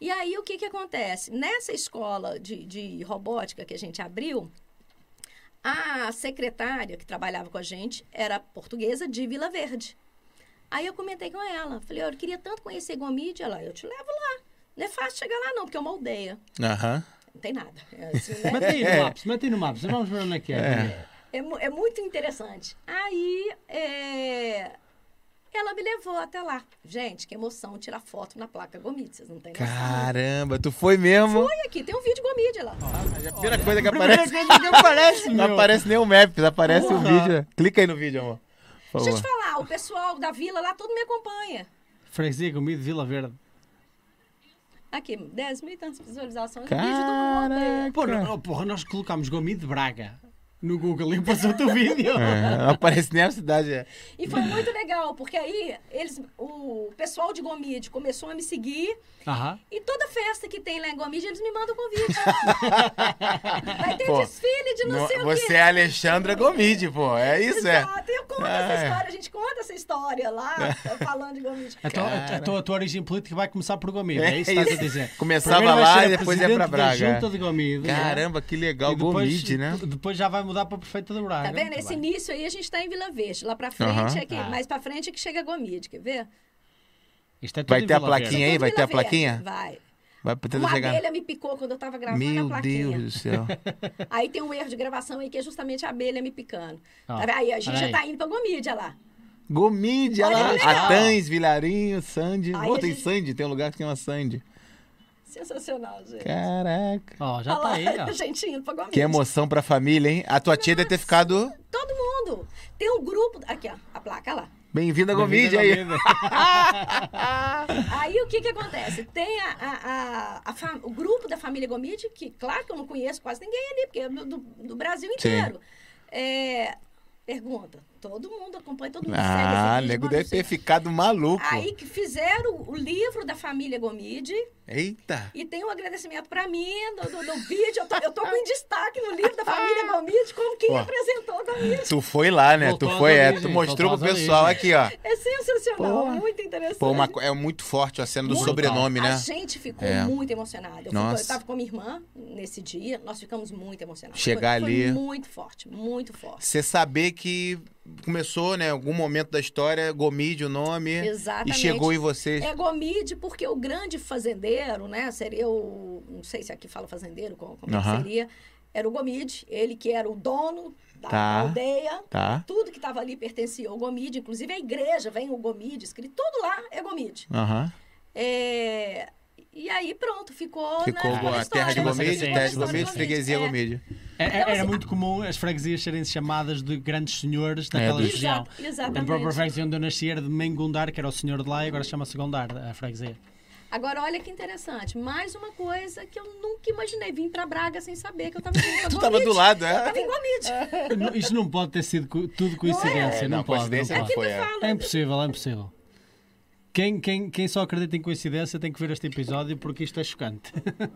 E aí, o que que acontece? Nessa escola de, de robótica que a gente abriu, a secretária que trabalhava com a gente era portuguesa de Vila Verde. Aí eu comentei com ela, falei, "Ó, eu queria tanto conhecer Gomide. Ela, eu te levo lá. Não é fácil chegar lá não, porque é uma aldeia. Aham. Não tem nada. É assim, né? Mete aí no lápis, mete aí no lápis. Vamos ver onde é que é. É, mu- é muito interessante. Aí, é, ela me levou até lá. Gente, que emoção tirar foto na placa Gomide. Vocês não têm noção. Caramba, tu foi mesmo? Olha aqui, tem um vídeo Gomide lá. A primeira coisa que aparece. Primeira coisa que aparece, Não meu. aparece nem o Maps, aparece o Porra. vídeo. Clica aí no vídeo, amor. Por Deixa eu te favor. falar, o pessoal da vila lá, todo me acompanha. Freguesia Gomide, Vila Verde. Aqui, 10 mil e tantas visualizações. Vídeo do mundo. Caraca. Pô, não- oh, porra, nós colocámos Gomide Braga no Google e passou o teu vídeo. É, não aparece nem a cidade. é. E foi muito legal, porque aí eles, o pessoal de Gomide começou a me seguir. Aham. E toda festa que tem lá em Gomide, eles me mandam convite. Vai ter Pô, desfile de não, Não- sei o quê. você é Alexandra Gomide, pô. É isso, é. Exato, eu conto Ah, essa é. história, a gente conta essa história lá, falando de Gomide. Então, Cara. então a tua origem política vai começar por Gomide, é, isso que É estás a isso. dizer. Começava Primeiro vai lá ser a e depois ia pra presidente Braga. Da junta de Gomide. Caramba, que legal. E depois- Gomide, né? Depois já vai mudar para prefeito de Braga. Tá vendo? é Muito Esse bem. início aí a gente tá em Vila Verde. Lá pra frente Aham. é que. Ah. Mais pra frente é que chega Gomide, quer ver? Isto é tudo Vai em ter a Vila Verde. plaquinha aí? Tudo Vai Vila ter a Verde. plaquinha? Vai. Vai tentar Uma chegar. abelha me picou quando eu tava gravando a Meu plaquinha. Deus do céu. Aí tem um erro de gravação aí que é justamente a abelha me picando. Ó, Tá vendo? Aí a gente olha já aí. tá indo pra Gomide, olha lá. Gomide, Olha ela. que legal. Atãs, Vilarinho, Sandy. Aí Pô, a tem gente- Sandy, tem um lugar que tem uma Sandy. Sensacional, gente. Caraca. Ó, já Olha está aí, lá, ó. a gente indo pra Gomide. Que emoção pra família, hein? A tua tia deve ter ficado. Todo mundo. Tem um grupo. Aqui, ó, a placa lá. Bem-vinda, Gomide Bem-vindo, aí. Gomide. Aí o que que acontece? Tem a, a- a- a fa- o grupo da família Gomide, que claro que eu não conheço quase ninguém ali, porque é do, do- do Brasil Sim. inteiro. É, pergunta, Todo mundo acompanha, todo mundo segue. esse Ah, vídeo, nego manda deve um ter seguir. ficado maluco. Aí que fizeram o livro da família Gomide Eita! e tem um agradecimento para mim do, do, do vídeo. Eu tô, eu tô com em destaque no livro da família Gomide, como quem Ó. apresentou a Gomide. Tu foi lá, né? Voltou tu foi, às é, origens, tu mostrou pro voltou às pessoal aqui, ó. É sensacional, Pô. muito interessante. Pô, uma co- é muito forte a cena do Muito sobrenome, né? A gente ficou É. muito emocionada. Eu, Nossa. fico- eu tava com minha irmã nesse dia, nós ficamos muito emocionados. Chegar foi, ali. Foi muito forte, muito forte. Você saber que começou, né, algum momento da história, Gomide o nome, e Exatamente. chegou em vocês. É Gomide, porque o grande fazendeiro, né? Seria o. Não sei se aqui fala fazendeiro, como, como é Aham. seria. Era o Gomide, ele que era o dono da Tá. aldeia. Tá? Tudo que estava ali pertencia ao Gomide, inclusive a igreja vem o Gomide, escrito, tudo lá é Gomide. Aham. É, E aí pronto, ficou, Ficou né? aquela a terra de história, né? Gomide, Sim, terra sim, de sim. Gomide, freguesia É. Gomide. É- é- Então, era assim- muito comum as freguesias serem chamadas de grandes senhores daquela do- região. Exato, A própria exatamente. freguesia onde eu nasci era de Mengundar, que era o senhor de lá, e agora chama-se Gondar, a freguesia. Agora, olha que interessante. Mais uma coisa que eu nunca imaginei. Vim pra Braga sem saber que eu tava vindo pra Tu tava do lado, é? Eu tava em Gomide. Não- Isto não pode ter sido co- tudo coincidência. É, Não, não, pode, coincidência não não pode. Aqui Foi, não é. fala. É impossível, é impossível. Quem, quem, quem só acredita em coincidência tem que ver este episódio porque isto é chocante.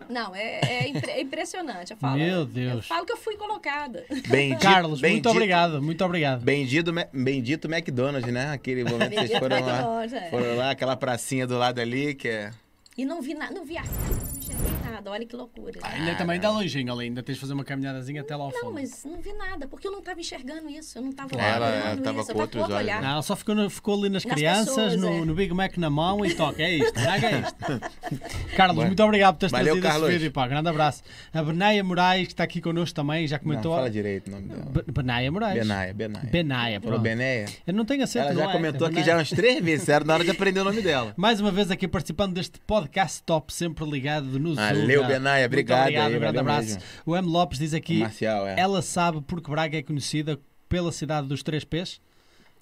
Não, é, é impre- é impressionante. Eu falo, Meu Eu Deus. falo que eu fui colocada. Bendito, Carlos, muito bendito- obrigado, muito obrigado. Bendito, Ma- bendito McDonald's, né? Aquele momento que vocês Bendito foram lá. McDonald's, é. Foram lá, aquela pracinha do lado ali, que é. E não vi nada, não vi a casa, não enxerguei nada. Olha que loucura. Ainda também dá longinho ali, ainda tens de fazer uma caminhadazinha até lá ao Não, fundo. mas não vi nada, porque eu não tava enxergando isso. Eu não tava Ela- olhando ela tava isso. com eu tava outros com outro olhos, né? olhar. Não, ela só ficou, no- ficou ali nas, Nas crianças, pessoas, no, é. no Big Mac na mão e toca. É isto, traga é isto. Carlos, muito obrigado por teres Valeu, trazido Carlos. esse vídeo. Pá. Grande abraço. A Benaia Moraes, que está aqui connosco também, já Não, comentou. fala direito o nome dela. Be- Benaia Moraes. Benaia, Benaia. Benaia, Falou pronto. Benéia? Eu não tenho acesso Ela já comentou aqui já umas três vezes, era na hora de aprender o nome dela. Mais uma vez aqui participando deste podcast top, sempre ligado no Zoom. Valeu, Benaia, Muito obrigado obrigado, aí, um grande valeu abraço. mesmo. O M. Lopes diz aqui, Marcial, é. ela sabe porque Braga é conhecida pela cidade dos três P's?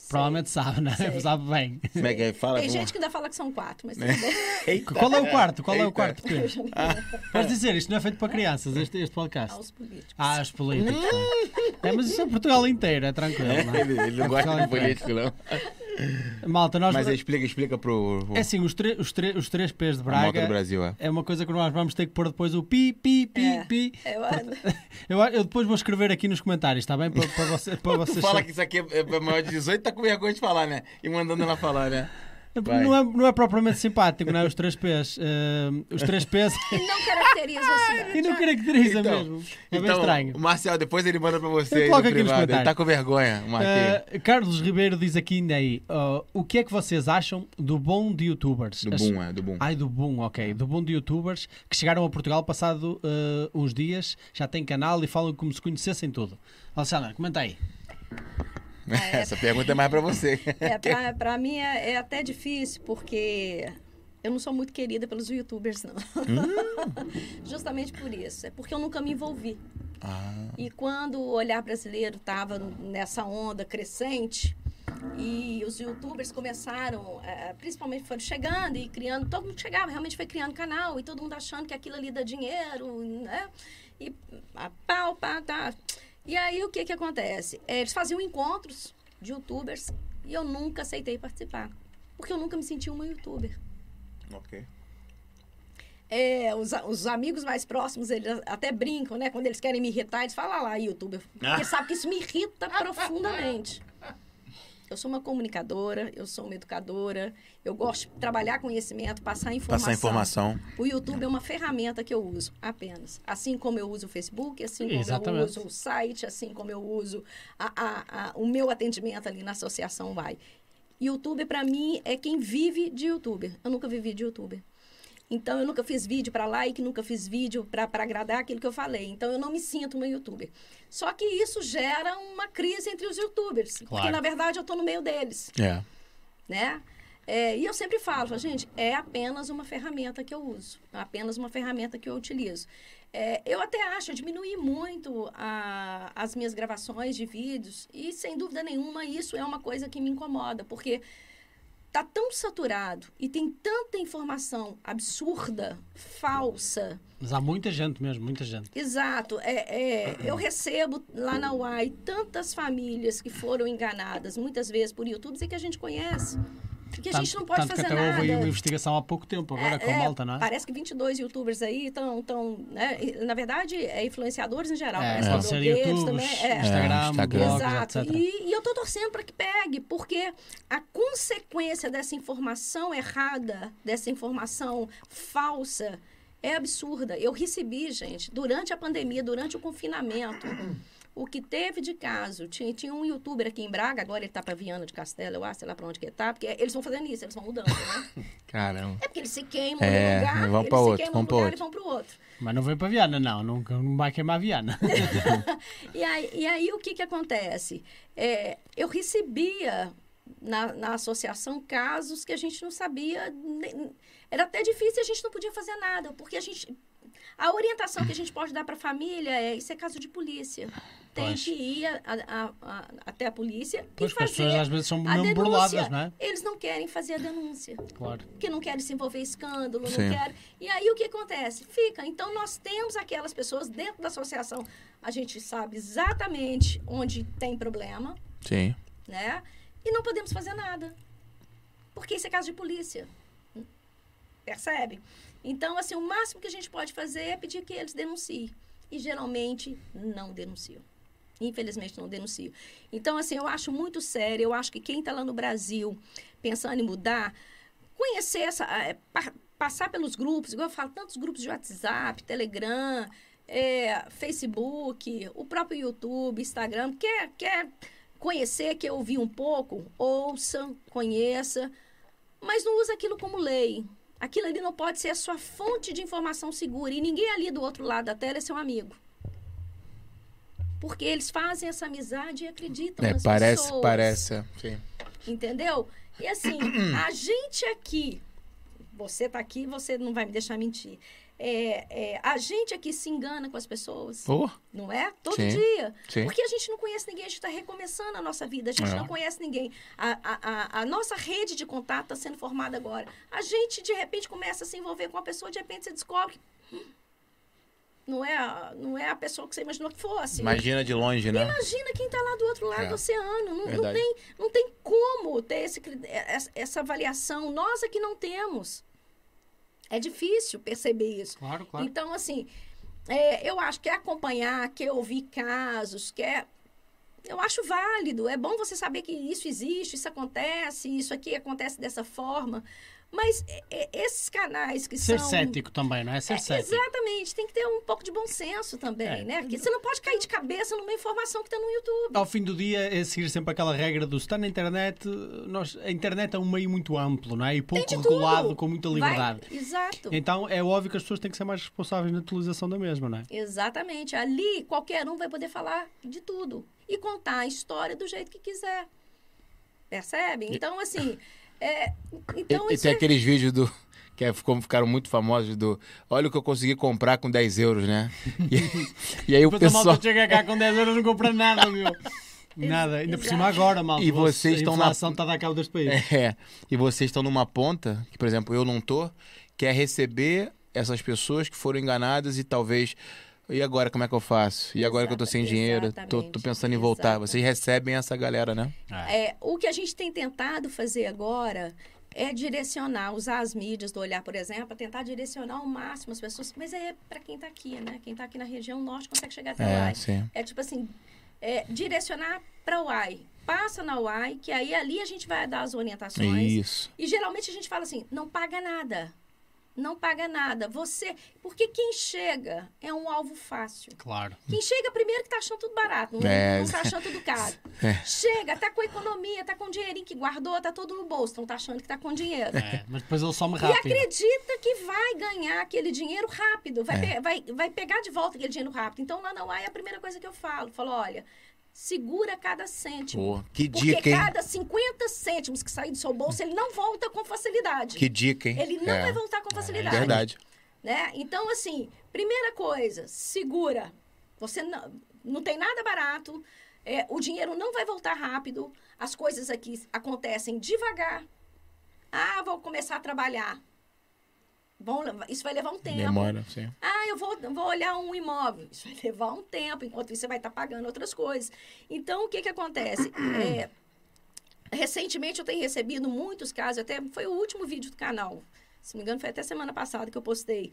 Provavelmente sabe, não é? Sei. Sabe bem. Como é que é? Ah, Fala Tem com- gente que ainda fala que são quatro, mas tudo bem. Eita. Qual é o quarto? Qual é o Eita. Ah. quarto? Pedro? Podes dizer, isto não é feito para crianças, este, este podcast. aos É políticos. Ah, os políticos. É, mas isso é Portugal inteiro, é tranquilo. não é? Ele, ele É não gosta Portugal de inteiro. político, não. Malta, nós. Mas explica, explica pro, pro É assim, os, tre- os, tre- os três P's de a moto do Braga. Brasil, é. É uma coisa que nós vamos ter que pôr depois o pi, pi, pi, É. pi. Eu- Eu, eu depois vou escrever aqui nos comentários, está bem? Para, para, você, para Tu vocês. fala que isso aqui é é maior de 18, tá com vergonha de falar, né? E mandando ela falar, né? vai. não, é, não é propriamente simpático, não é? Os três P's. Eh, os três P's. E não caracteriza a cidade. e não caracteriza mesmo. É bem então, estranho. O Marcial, depois ele manda pra você. Eu aí no coloco aqui nos privado. Ele comentários. tá com vergonha, o Marquinhos. Ah, Carlos Ribeiro diz aqui ainda aí: ah, o que é que vocês acham do bom de youtubers? do As- boom, é, do boom. Ai, do boom, ok. Do boom de youtubers que chegaram a Portugal passado ah, uns dias, já têm canal e falam como se conhecessem tudo. Alexandre, comenta aí. Essa pergunta é mais pra você. É, pra, pra mim é, é até difícil, porque eu não sou muito querida pelos youtubers, não. Justamente por isso. É porque eu nunca me envolvi. E quando o Olhar Brasileiro estava nessa onda crescente, e os youtubers começaram, eh, principalmente foram chegando e criando, todo mundo chegava, realmente foi criando canal, e todo mundo achando que aquilo ali dá dinheiro, né? E a pau, pá, tá. E aí o que que acontece? Eh, Eles faziam encontros de youtubers e eu nunca aceitei participar. Porque eu nunca me senti uma youtuber. ok. É, os, a- os amigos mais próximos, eles até brincam, né? Quando eles querem me irritar, eles falam "Ah lá, youtuber. Porque sabe que isso me irrita profundamente. Eu sou uma comunicadora, eu sou uma educadora, eu gosto de trabalhar conhecimento, passar informação. Passar informação. O YouTube é uma ferramenta que eu uso apenas. Assim como eu uso o Facebook, assim como Exatamente. eu uso o site, assim como eu uso a- a- a- o meu atendimento ali na associação vai. YouTube, para mim, é quem vive de youtuber. Eu nunca vivi de youtuber. Então, eu nunca fiz vídeo para like, nunca fiz vídeo para agradar aquilo que eu falei. Então, eu não me sinto uma youtuber. Só que isso gera uma crise entre os youtubers. Porque, Claro. na verdade, eu estou no meio deles É. né? É, e eu sempre falo, falo, gente, é apenas uma ferramenta que eu uso, é apenas uma ferramenta que eu utilizo. É, eu até acho, eu diminuí muito a- as minhas gravações de vídeos e, sem dúvida nenhuma, isso é uma coisa que me incomoda, porque tá tão saturado e tem tanta informação absurda, falsa. Mas há muita gente mesmo, muita gente. Exato. É, é, eu recebo lá na UAI tantas famílias que foram enganadas, muitas vezes por youtubers e que a gente conhece. Que a tanto, gente não pode tanto fazer que até nada. houve aí uma investigação há pouco tempo, agora com É, malta, não é? Parece que 22 youtubers aí estão, tão, né? na verdade, é influenciadores em geral. É, parece que pode ser blogueiros YouTube, também, é. Instagram, Instagram. blogs, Exato. etc. E, e eu tô torcendo para que pegue, porque a consequência dessa informação errada, dessa informação falsa, é absurda. Eu recebi, gente, durante a pandemia, durante o confinamento, o que teve de caso. Tinha, tinha um youtuber aqui em Braga, agora ele tá para Viana de Castelo, eu acho, sei lá para onde que ele tá, porque eles vão fazendo isso, eles vão mudando, né? Caramba. É porque eles se queimam É, num lugar, vão eles pra se outro, queimam vão num pra lugar outro. e vão para o outro. Mas não veio para Viana, não. Nunca, não vai queimar a Viana. E aí, e aí o que, que acontece? É, eu recebia na, na associação casos que a gente não sabia. nem- Era até difícil e a gente não podia fazer nada, porque a gente. A orientação que a gente pode dar para a família é isso é caso de polícia. Tem Pois. que ir a- a- a- até a polícia Pois e que as pessoas fazer. às vezes são a mesmo denúncia. burladas, não é? Eles não querem fazer a denúncia Claro. porque não querem se envolver em escândalo, Sim. não querem. E aí o que acontece? Fica. Então nós temos aquelas pessoas dentro da associação, a gente sabe exatamente onde tem problema, Sim. né? E não podemos fazer nada. Porque isso é caso de polícia. Percebe? Então, assim, o máximo que a gente pode fazer é pedir que eles denunciem. E geralmente não denunciam. Infelizmente não denunciam. Então, assim, eu acho muito sério, eu acho que quem está lá no Brasil pensando em mudar, conhecer essa. eh, pa- passar pelos grupos, igual eu falo, tantos grupos de WhatsApp, Telegram, eh, Facebook, o próprio YouTube, Instagram, quer, quer conhecer, quer ouvir um pouco, ouça, conheça, mas não usa aquilo como lei. Aquilo ali não pode ser a sua fonte de informação segura. E ninguém ali do outro lado da tela é seu amigo. Porque eles fazem essa amizade e Então, acreditam É, nas parece, pessoas. parece. é. Sim. Entendeu? E assim, a gente aqui, você tá aqui, você não vai me deixar mentir. É, é, a gente aqui se engana com as pessoas, Oh, não é? Todo Sim. dia. sim. Porque a gente não conhece ninguém, a gente está recomeçando a nossa vida, a gente É. não conhece ninguém. A, a- a- a nossa rede de contato está sendo formada agora. A gente, de repente, começa a se envolver com uma pessoa, de repente você descobre que hum, não é, a- não é a pessoa que você imaginou que fosse. Imagina de longe, né? Imagina quem está lá do outro lado É. do oceano. Não, não, Verdade. tem, não tem como ter esse cri- essa- essa avaliação. Nós é que não temos. É difícil perceber isso. Claro, claro. Então, assim, é, eu acho que é acompanhar, quer ouvir casos, quer. Eu acho válido. É bom você saber que isso existe, isso acontece, isso aqui acontece dessa forma. Mas é, é, esses canais que Ser são. cético também, não é? Ser É, cético. exatamente, tem que ter um pouco de bom senso também, É. né? Porque você não pode cair de cabeça numa informação que está no YouTube. Ao fim do dia, é seguir sempre aquela regra do se está na internet, nós, a internet é um meio muito amplo, não é? E pouco de regulado, tudo. com muita Vai- liberdade. Exato. Então é óbvio que as pessoas têm que ser mais responsáveis na utilização da mesma, não é? Exatamente. Ali, qualquer um vai poder falar de tudo e contar a história do jeito que quiser. Percebe? Então, assim. é, E, então, e isso tem é- aqueles vídeos do. Que é- ficou- ficaram muito famosos do. Olha o que eu consegui comprar com 10 euros, né? E, e aí o Depois a pessoal. malta chega cá com 10 euros não compra nada, meu. Nada, ainda por cima agora, malta. E vocês a estão na- inflação está a dar cabo deste país. É, e vocês estão numa ponta, que por exemplo eu não tô, que é receber essas pessoas que foram enganadas e talvez. E agora como é que eu faço? E agora que eu tô sem Exata- dinheiro, tô, tô exatamente, pensando em voltar. exatamente. Vocês recebem essa galera, né? É, o que a gente tem tentado fazer agora é direcionar, usar as mídias do olhar, por exemplo, para tentar direcionar ao máximo as pessoas. Mas é para quem está aqui, né? Quem está aqui na região norte consegue chegar até lá. É, sim. É tipo assim, é, direcionar para o UAI. Passa na UAI, que aí ali a gente vai dar as orientações. Isso. E geralmente a gente fala assim, não paga nada. Não paga nada. Você. Porque quem chega é um alvo fácil. Claro. Quem chega primeiro que tá achando tudo barato, não, É. não tá achando tudo caro. Chega, tá com a economia, tá com o dinheirinho que guardou, tá todo no bolso, não tá achando que tá com dinheiro. É, mas depois ele some E rápido. acredita que vai ganhar aquele dinheiro rápido, É. vai, pe- vai, vai pegar de volta aquele dinheiro rápido. Então lá na UAI é a primeira coisa que eu falo. Falo, olha, segura cada cêntimo. Pô, que Porque dica, hein? cada 50 cêntimos que sair do seu bolso, ele não volta com facilidade. Que dica, hein? Ele não é. vai voltar com facilidade. Verdade. Né? Então, assim, primeira coisa, segura. Você não, não tem nada barato, é, o dinheiro não vai voltar rápido, as coisas aqui acontecem devagar. Ah, vou começar a trabalhar. Bom, isso vai levar um tempo. Demora, sim. Ah, eu vou, vou olhar um imóvel. Isso vai levar um tempo, enquanto isso você vai estar pagando outras coisas. Então, o que, que acontece? É, recentemente eu tenho recebido muitos casos, até foi o último vídeo do canal, se não me engano, foi até semana passada que eu postei.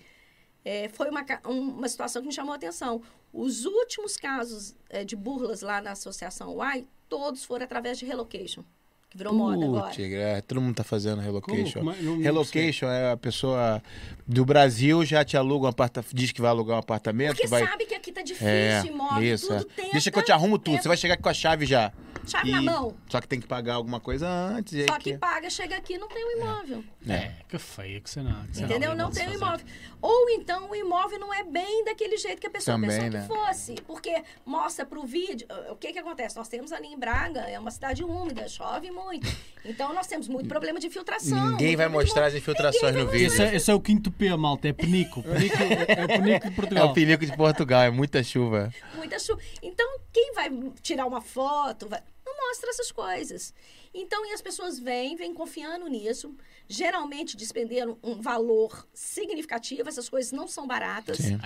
É, foi uma, uma situação que me chamou a atenção. Os últimos casos é, de burlas lá na Associação UAI, todos foram através de relocation, que virou moda agora. é, todo mundo tá fazendo relocation. Como? é Mas não- não relocation é a pessoa do Brasil já te aluga um apartamento, diz que vai alugar um apartamento, Porque que vai... sabe que aqui tá difícil, É, imóvel, isso. tudo é. tenta, Deixa que eu te arrumo tudo, tenta. você vai chegar aqui com a chave já. Chave na E- Tá mão. Só que tem que pagar alguma coisa antes. e aí Só que- que paga, chega aqui não tem o imóvel. É. Que feio que você não. que você Entendeu? Não pode tem o fazer. imóvel. Ou então o imóvel não é bem daquele jeito que a pessoa Também, pensou né? que fosse. Porque mostra pro vídeo. eh, O que que acontece? Nós temos ali em Braga, é uma cidade úmida, chove muito. Então nós temos muito problema de infiltração. Ninguém muito vai problema de mostrar as infiltrações no vídeo. Esse é, esse é o quinto P, malta. É penico. Penico- é o penico de É Portugal. o perigo de Portugal, é muita chuva. muita chuva. Então, quem vai tirar uma foto, vai- não mostra essas coisas. Então, e as pessoas vêm, vêm confiando nisso. Geralmente despenderam um valor significativo, essas coisas não são baratas. Sim.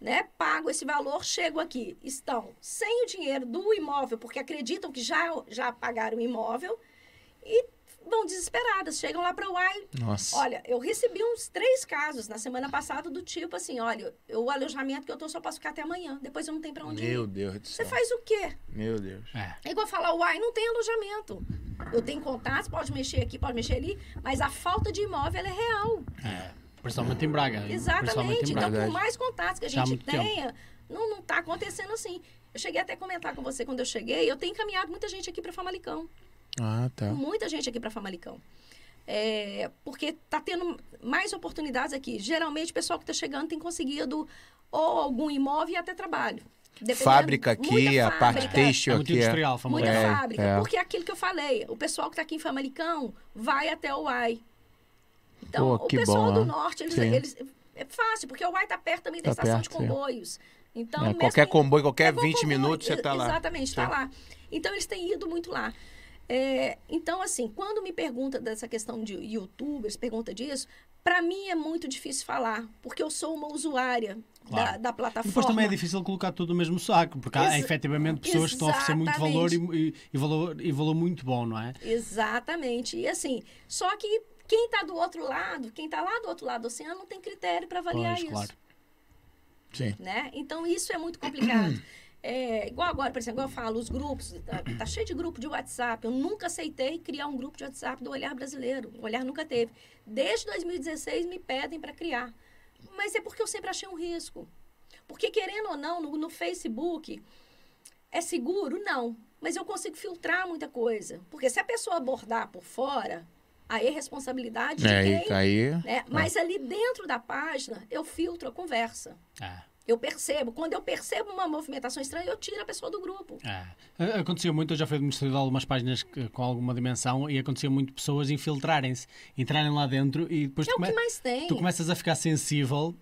Né? Pago esse valor, chego aqui. Estão sem o dinheiro do imóvel, porque acreditam que já, já pagaram o imóvel e vão desesperadas. Chegam lá para o UAI, Nossa. Olha, eu recebi uns três casos na semana passada do tipo assim, olha, eu, o alojamento que eu tô só posso ficar até amanhã, depois eu não tenho pra onde ir. Meu Deus do um Você céu. faz o quê? Meu Deus. É. É igual falar, uai, não tem alojamento. Eu tenho contatos, pode mexer aqui, pode mexer ali, mas a falta de imóvel ela é real. Principalmente em Braga. Principalmente Exatamente. em Então, Braga. por Verdade. mais contatos que a Já há gente muito tempo. tenha, não, não tá acontecendo assim. Eu cheguei até a comentar com você quando eu cheguei, eu tenho encaminhado muita gente aqui pra Famalicão. Ah, tá. muita gente aqui para Famalicão. É, porque tá tendo mais oportunidades aqui. Geralmente, o pessoal que está chegando tem conseguido ou algum imóvel e até trabalho. Dependendo- Fábrica aqui, muita a parte fábrica, têxtil É muito aqui. é- industrial, Muita famosa. É, fábrica. é. Porque é aquilo que eu falei. O pessoal que está aqui em Famalicão vai até o UAI. Então, Pô, o que pessoal bom, do né? norte, eles, Sim. eles- é fácil, porque o UAI está perto também da Tá estação de perto, sim. comboios. Então, É, mesmo qualquer em- comboio, qualquer bom 20 comum, minutos, você tá lá. Exatamente, está Sim. lá. Então, eles têm ido muito lá. É, então, assim, quando me pergunta dessa questão de youtubers, pergunta disso, para mim é muito difícil falar, porque eu sou uma usuária da, Claro. da plataforma. Depois também é difícil colocar tudo no mesmo saco, porque há Ex- efetivamente pessoas que estão a oferecer muito valor e, e- e valor e valor muito bom, não é? Exatamente. E assim, só que quem está do outro lado, quem está lá do outro lado do oceano, não tem critério para avaliar Pois, isso. claro. Sim. né? Então isso é muito complicado. É, igual agora, por exemplo, igual eu falo, os grupos, tá, tá cheio de grupo de WhatsApp. Eu nunca aceitei criar um grupo de WhatsApp do Olhar Brasileiro. O Olhar nunca teve. Desde 2016 me pedem para criar. Mas é porque eu sempre achei um risco. Porque, querendo ou não, no, no Facebook é seguro? Não. Mas eu consigo filtrar muita coisa. Porque se a pessoa abordar por fora, aí é responsabilidade de É, quem. e aí. né? Mas ali dentro da página, eu filtro a conversa. É. Eu percebo. Quando eu percebo uma movimentação estranha, eu tiro a pessoa do grupo. É. A- Acontecia muito, eu já fui administrador de algumas páginas que- com alguma dimensão e acontecia muito pessoas infiltrarem-se, entrarem lá dentro e depois É tu, o come- que mais tem. tu começas a ficar sensível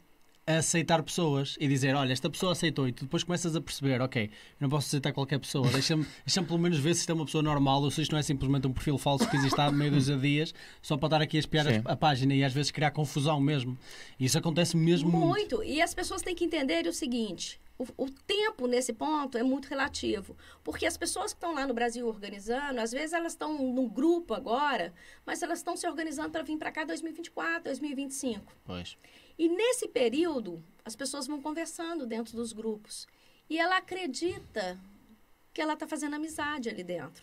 a aceitar pessoas e dizer, olha, esta pessoa aceitou e tu depois começas a perceber, ok, eu não posso aceitar qualquer pessoa, deixa-me deixa pelo menos ver se isto é uma pessoa normal ou se isto não é simplesmente um perfil falso que existe há meio dos dias só para estar aqui a espiar Sim. a, a página e às vezes criar confusão mesmo. E isso acontece mesmo muito. Muito. E as pessoas têm que entender o seguinte: o, o tempo nesse ponto é muito relativo. Porque as pessoas que estão lá no Brasil organizando, às vezes elas estão num grupo agora, mas elas estão se organizando para vir para cá 2024, 2025. Pois. E nesse período, as pessoas vão conversando dentro dos grupos. E ela acredita que ela está fazendo amizade ali dentro.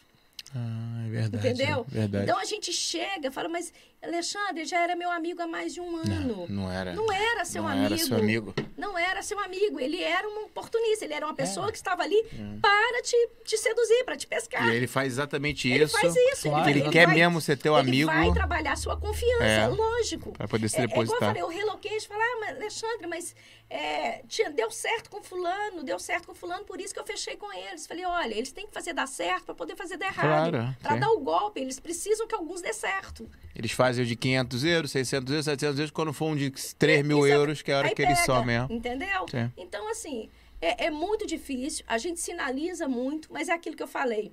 Ah, é verdade. Entendeu? é verdade. Então a gente chega, fala, mas Alexandre já era meu amigo há mais de um ano. Não era. Não era seu não amigo. era seu amigo. Não era seu amigo. Ele era um oportunista, ele era uma pessoa que estava ali Hum. para te, te seduzir, para te pescar. E ele faz exatamente Ah. Ele isso. faz isso. Claro. vai- Ele Ele quer vai- mesmo ser teu ele amigo vai trabalhar sua confiança, É. lógico. pra poder se É, é igual eu depositar. falei, eu reloquei e falei, ah, mas Alexandre, mas é, tinha- deu certo com fulano, deu certo com fulano, por isso que eu fechei com eles. Falei, olha, eles têm que fazer dar certo para poder fazer dar errado. Claro, para sim. dar o golpe, eles precisam que alguns dê certo. Eles fazem o de 500 euros, 600 euros, 700 euros, quando for um de 3 mil Exato. euros, que é a hora Aí que eles pega, somem. é. Entendeu? Sim. Então, assim, é, é muito difícil, a gente sinaliza muito, mas é aquilo que eu falei.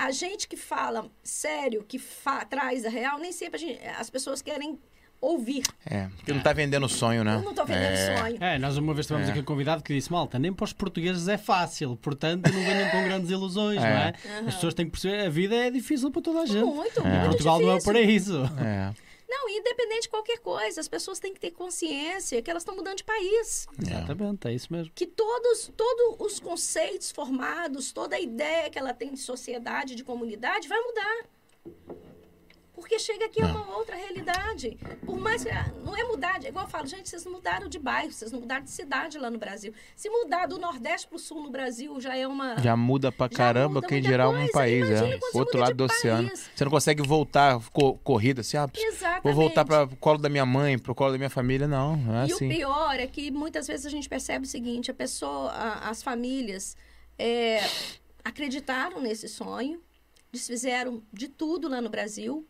a gente que fala sério, que fa- traz a real, nem sempre a gente- as pessoas querem ouvir. É, porque não tá vendendo sonho, né? Eu não tô vendendo É. sonho. É, nós uma vez tivemos aqui um convidado que disse: Malta, nem para os portugueses é fácil, portanto não venham com grandes ilusões, não é? As pessoas têm que perceber a vida é difícil para toda a gente. Muito, muito Portugal não é o difícil. paraíso. Ah. É. Não, independente de qualquer coisa, as pessoas têm que ter consciência que elas estão mudando de país. Exatamente, é isso mesmo. Que todos, todos os conceitos formados, toda a ideia que ela tem de sociedade, de comunidade, vai mudar. Porque chega aqui é uma outra realidade. Por mais que. ah, Não é mudar. É igual eu falo, gente, vocês não mudaram de bairro, vocês não mudaram de cidade lá no Brasil. Se mudar do Nordeste para o Sul no Brasil já é uma. Já muda pra Já caramba muda quem muita dirá um coisa. país, Imagina é. quando você Outro muda lado de do oceano. país. Você não consegue voltar co- corrida assim, ah, Exatamente. vou voltar para o colo da minha mãe, pro colo da minha família, não, não é e o assim. pior é que muitas vezes a gente percebe o seguinte: a pessoa, a- as famílias é, acreditaram nesse sonho, desfizeram de tudo lá no Brasil.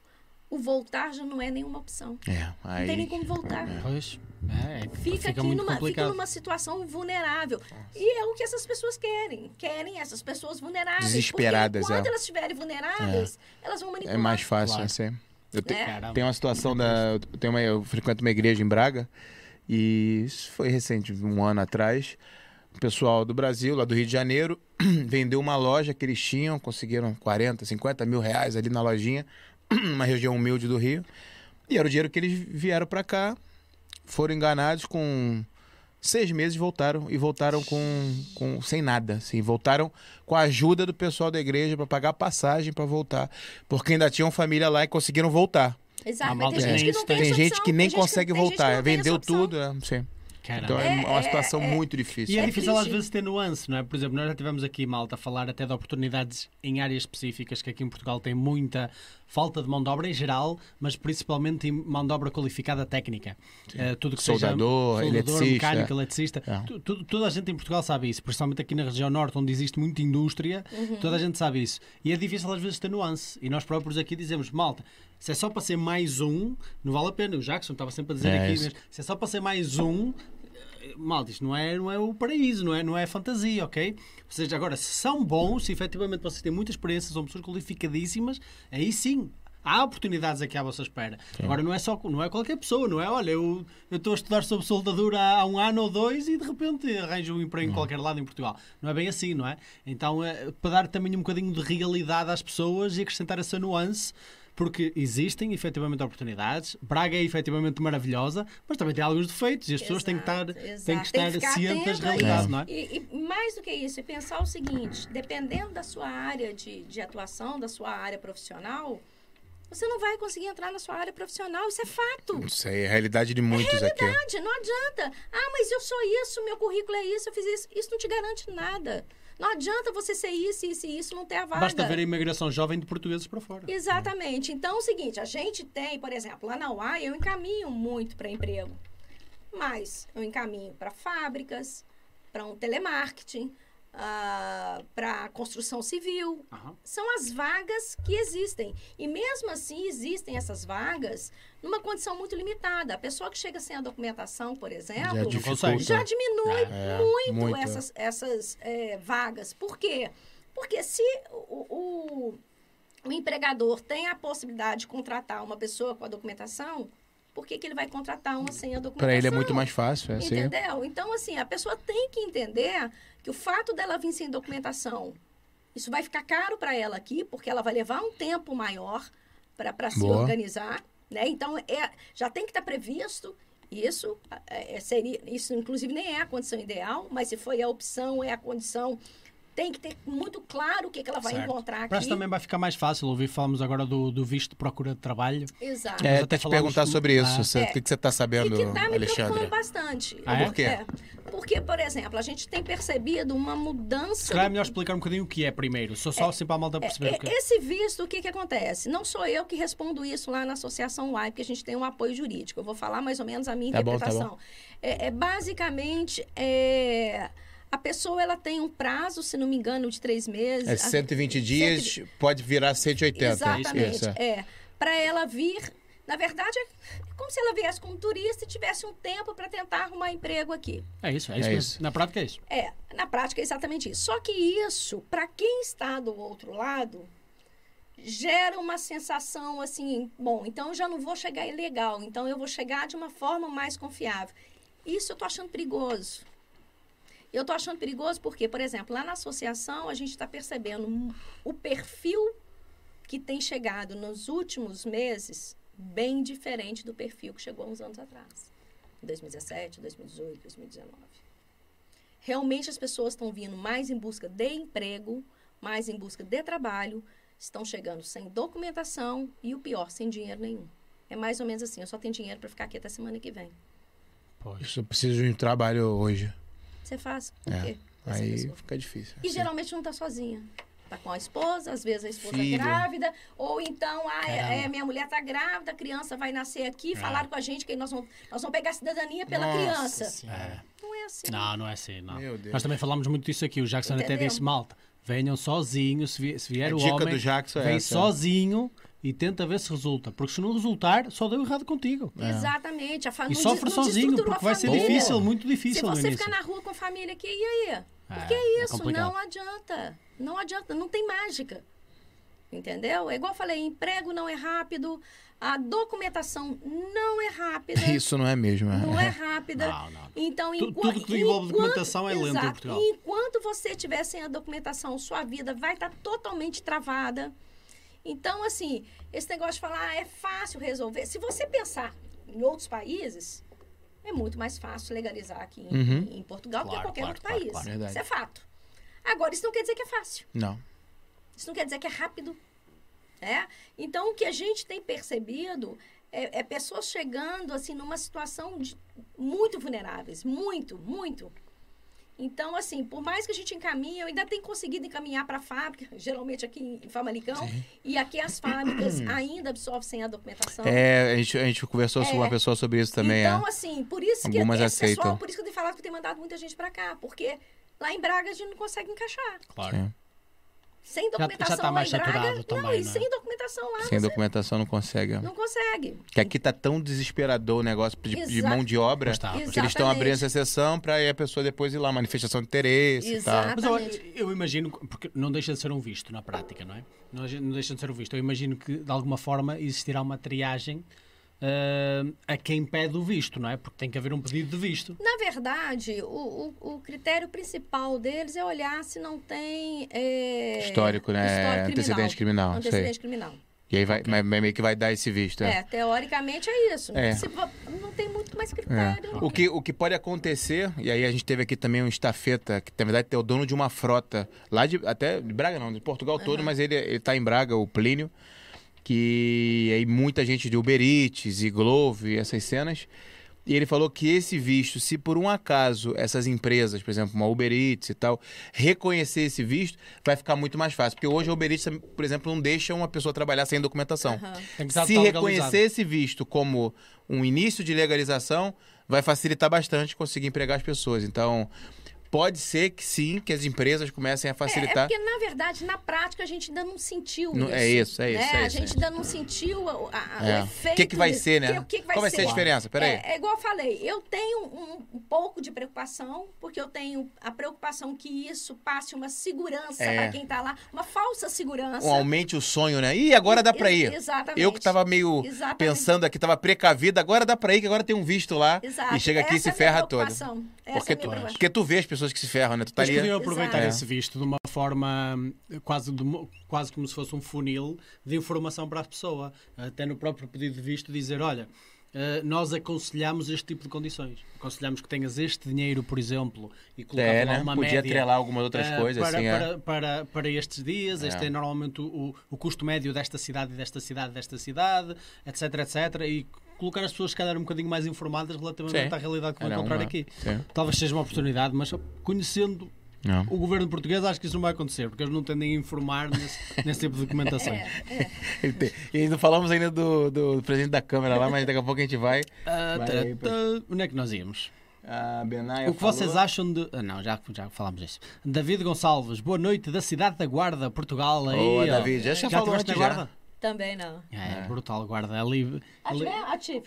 O voltar já não é nenhuma opção. É, aí. Não tem nem como voltar. Pois, é, Fica, fica aqui muito numa, fica complicado. numa situação vulnerável. E é o que essas pessoas querem. Querem essas pessoas vulneráveis. porque Desesperadas, Enquanto é. elas estiverem vulneráveis, elas vão É manipular. mais fácil, Claro. assim. Eu te- É. Tem uma situação da. Eu, tenho uma, eu frequento uma igreja em Braga, e isso foi recente, um ano atrás. O pessoal do Brasil, lá do Rio de Janeiro, vendeu uma loja que eles tinham, conseguiram 40, 50 mil reais ali na lojinha, uma região humilde do Rio. E era o dinheiro que eles vieram pra cá, foram enganados com seis meses voltaram e voltaram com, com sem nada, assim, voltaram com a ajuda do pessoal da igreja para pagar a passagem para voltar, porque ainda tinham família lá e conseguiram voltar. Exato. A Mas tem malta gente nem que não tem. tem Tem essa gente opção, que nem tem gente consegue tem gente que voltar, não tem essa vendeu opção. tudo, né? Sim. Caramba. Então é, uma situação muito difícil. E é, É difícil às triste. vezes ter nuance, não é? Por exemplo, nós já tivemos aqui, malta, a falar até de oportunidades em áreas específicas, que aqui em Portugal tem muita falta de mão de obra em geral, mas principalmente em mão de obra qualificada técnica. Eh, tudo que Soldador, seja, eletricista. É. mecânico, eletricista. Tu- tu- toda a gente em Portugal sabe isso, principalmente aqui na região norte, onde existe muita indústria, toda a gente sabe isso. E é difícil às vezes ter nuance. E nós próprios aqui dizemos, malta, se é só para ser mais um, não vale a pena. O Jackson estava sempre a dizer É aqui, isso. mas se é só para ser mais um, Malta, isto não é, não é o paraíso, não é, não é fantasia, ok? Ou seja, agora, se são bons, se efetivamente vocês têm muita experiência, são pessoas qualificadíssimas, aí sim. Há oportunidades aqui à vossa espera. Agora não é só não é qualquer pessoa, não é? Olha, eu eu estou a estudar sobre soldadura há um ano ou dois e de repente arranjo um emprego em qualquer lado em Portugal. Não é bem assim, não é? Então, é, para dar também um bocadinho de realidade às pessoas e acrescentar essa nuance, porque existem efetivamente oportunidades, Braga é efetivamente maravilhosa, mas também tem alguns defeitos e as pessoas têm que estar, Exato, têm que exato. estar ficar cientes atento da a realidade, isso. não é? E, e mais do que isso, é pensar o seguinte: dependendo da sua área de, de atuação, da sua área profissional, você não vai conseguir entrar na sua área profissional. Isso é fato. Não sei, é a realidade de muitos aqui. Verdade, não adianta. Ah, mas eu sou isso, meu currículo é isso, eu fiz isso. Isso não te garante nada. Não adianta você ser isso, isso e isso, não ter a vaga. Basta ver a imigração jovem de portugueses para fora. Exatamente. Então, é o seguinte, a gente tem, por exemplo, lá na UAI, eu encaminho muito para emprego. Mas eu encaminho para fábricas, para um telemarketing, para construção civil. Aham. São as vagas que existem. E mesmo assim, existem essas vagas numa condição muito limitada. A pessoa que chega sem a documentação, por exemplo, dificulta. consegue. é já diminui É, muito, muito. essas, essas é, vagas. Por quê? Porque se o, o- o empregador tem a possibilidade de contratar uma pessoa com a documentação, por que, que ele vai contratar uma sem a documentação? Para ele é muito mais fácil, é assim. Entendeu? Então, assim, a pessoa tem que entender que o fato dela vir sem documentação, isso vai ficar caro para ela aqui, porque ela vai levar um tempo maior para se Boa. organizar, né? Então, é, já tem que estar previsto isso, é, é, seria, isso inclusive nem é a condição ideal, mas se foi a opção, é a condição, tem que ter muito claro o que, que ela vai Certo. encontrar aqui. Parece que também vai ficar mais fácil ouvir. Falamos agora do, do visto de procura de trabalho. Exato. É, Nós até até te falamos- perguntar sobre isso. Ah. você- O que, que você tá E sabendo, É. que está me Alexandre? preocupando bastante. Ah, é? Por quê? Porque, por exemplo, a gente tem percebido uma mudança Se calhar é melhor explicar um bocadinho o que é primeiro, só só assim para a malta perceber. o que... E- Esse visto, o que, que acontece? Não sou eu que respondo isso lá na Associação UAI, porque a gente tem um apoio jurídico. Eu vou falar mais ou menos a minha Tá bom, tá interpretação. É, é basicamente, é, a pessoa ela tem um prazo, se não me engano, de três meses. É A- 120 dias, pode virar 180. Exatamente. Isso, é. é. Para ela vir, na verdade, é como se ela viesse como turista e tivesse um tempo para tentar arrumar emprego aqui. É isso, é isso. É mesmo. isso. Na prática é isso. É, na prática é exatamente isso. Só que isso, para quem está do outro lado, gera uma sensação assim, bom, então eu já não vou chegar ilegal, então eu vou chegar de uma forma mais confiável. Isso eu tô achando perigoso. Eu tô achando perigoso porque, por exemplo, lá na associação a gente está percebendo um, o perfil que tem chegado nos últimos meses bem diferente do perfil que chegou uns anos atrás. 2017, 2018, 2019. Realmente as pessoas estão vindo mais em busca de emprego, mais em busca de trabalho, estão chegando sem documentação e o pior, sem dinheiro nenhum. É mais ou menos assim, eu só tenho dinheiro para ficar aqui até semana que vem. Isso eu preciso de um trabalho hoje. Você faz o É, quê? Essa Aí pessoa. fica difícil. E Assim. geralmente não está sozinha. Tá com a esposa, às vezes a esposa é Filho. grávida, ou então, ah, é- Caramba. é, minha mulher tá grávida, a criança vai nascer É. aqui, falaram com a gente que nós vamos, nós vamos pegar a cidadania pela Nossa criança. Senhora. Não é assim. Não, não é assim, não. Meu Deus. Nós também falámos muito disso aqui. O Jackson até Entendeu? disse, malta, venham sozinho, se, vi- se vier A o dica homem, do Jackson é vem essa. sozinho e tenta ver se resulta. Porque se não resultar, só deu errado contigo. Exatamente. A fa- É. E não sofre des- não sozinho, desestruturou porque a vai ser família. difícil, muito Se difícil no você início. ficar na rua com a família aqui, e aí? Porque É, é é isso, complicado. não adianta. Não adianta, não tem mágica. Entendeu? É igual eu falei, emprego não é rápido, a documentação não é rápida. Isso não é né? mesmo. é. Não é rápida. Não, não. Então, Tu- enquanto- tudo que envolve enquanto- documentação é lento em Exato. Portugal. E Enquanto você tiver sem a documentação, sua vida vai estar totalmente travada. Então, assim, esse negócio de falar "Ah, é fácil resolver. Se você pensar em outros países, é muito mais fácil legalizar aqui em, Uhum. em Portugal do que em Claro, qualquer claro, outro claro, país. claro, verdade. isso é fato. Agora, isso não quer dizer que é fácil. Não. Isso não quer dizer que é rápido. Né? Então, o que a gente tem percebido é, é pessoas chegando assim numa situação de- muito vulneráveis. Muito, muito. Então, assim, por mais que a gente encaminhe, eu ainda tenho conseguido encaminhar para a fábrica, geralmente aqui em em Famalicão, e aqui as fábricas ainda absorvem a documentação. É, a gente, a gente conversou com uma Então É. pessoa sobre isso também. Então, é. assim, por isso que Algumas esse pessoal, aceitam. por isso que eu tenho falado que eu tenho mandado muita gente para cá, porque lá em Braga a gente não consegue encaixar. Claro. É. Sem tá documentação lá mais em Braga, saturado não, também, e né? sem documentação lá Sem documentação não consegue. é. não consegue. Que aqui tá tão desesperador o negócio de, de Exa- mão de obra. Pois tá, pois Que tá. eles estão abrindo Exatamente. essa sessão pra aí a pessoa depois ir lá, manifestação de interesse e Exato. Mas olha, Exatamente. eu imagino, porque não deixa de ser um visto na prática, não é? Não, deixa- não deixa de ser um visto. Eu imagino que de alguma forma existirá uma triagem ah, a quem pede o visto, não é? Porque tem que haver um pedido de visto. Na verdade, o, o- o critério principal deles é olhar se não tem. é, tal. Histórico, né? Antecedente criminal. sei. Antecedente criminal. E aí vai, mas meio que vai dar esse visto. É, teoricamente é isso. É. Se vo- não tem muito mais É. critério. O, que, o que pode acontecer, e aí a gente teve aqui também um estafeta, que na verdade é o dono de uma frota, lá de. Até de Braga não, de Portugal todo, mas ele, ele tá em Braga, o Plínio. Que aí muita gente de Uber Eats e Glovo e essas cenas. E ele falou que esse visto, se por um acaso essas empresas, por exemplo, uma Uber Eats e tal, reconhecer esse visto, vai ficar muito mais fácil. Porque hoje a Uber Eats, por exemplo, não deixa uma pessoa trabalhar sem documentação. Aham. Tem que estar Se legalizado. né? reconhecer esse visto como um início de legalização, vai facilitar bastante conseguir empregar as pessoas. Então, pode ser que sim, que as empresas comecem a É, é facilitar. porque, na verdade, na prática, a gente ainda não sentiu Não- isso. é isso, é isso, né? é a isso, gente é isso. ainda não sentiu a- a- a- É. o efeito. O que que vai disso. ser, né? Que- o que que vai Qual vai ser a diferença? Peraí. É, é igual eu falei, eu tenho um, um pouco de preocupação, porque eu tenho a preocupação que isso passe uma segurança É. para quem está lá, uma falsa segurança. Um aumente o sonho, né? Ih, agora dá pra ir. Ex- Exatamente. Eu que tava meio Exatamente. pensando aqui, tava precavido, agora dá pra ir, que agora tem um visto lá. Exato. E chega aqui e Essa se é a ferra minha toda. preocupação. Essa Porque é a minha tu, preocupação. porque tu vê as pessoas que se ferram, né? Tu tá Mas ali. podiam aproveitar Exato. esse visto de uma forma hum, quase, de mo- quase como se fosse um funil de informação para a pessoa. Até no próprio pedido de visto dizer, olha, eh, nós aconselhamos este tipo de condições. Aconselhamos que tenhas este dinheiro, por exemplo, e colocar É, lá né? uma Podia média. atrelar algumas outras eh, coisas, para, assim. é. para, para, para estes dias, este É. é normalmente o, o custo médio desta cidade, e desta cidade, desta cidade, etc, etc. E colocar as pessoas, se calhar, um bocadinho mais informadas relativamente Sim. à realidade que vão Era encontrar uma- aqui. Sim. Talvez seja uma oportunidade, mas conhecendo Não. o governo português acho que isso não vai acontecer, porque eles não tendem a informar nesse, nesse tipo de documentações. Ele tem- E não falamos ainda do, do presidente da Câmara lá, mas daqui a pouco a gente vai. Ah, Vai tá, aí, É, tá, onde é que nós íamos? A Benaia o que vocês acham de. Ah, não, já, já falámos disso. David Gonçalves, boa noite da cidade da Guarda, Portugal. Aí, Boa, ó. David, já- já falou estiveste antes, já. Também não. É, brutal, Guarda. Ali, ali- né? Ativo.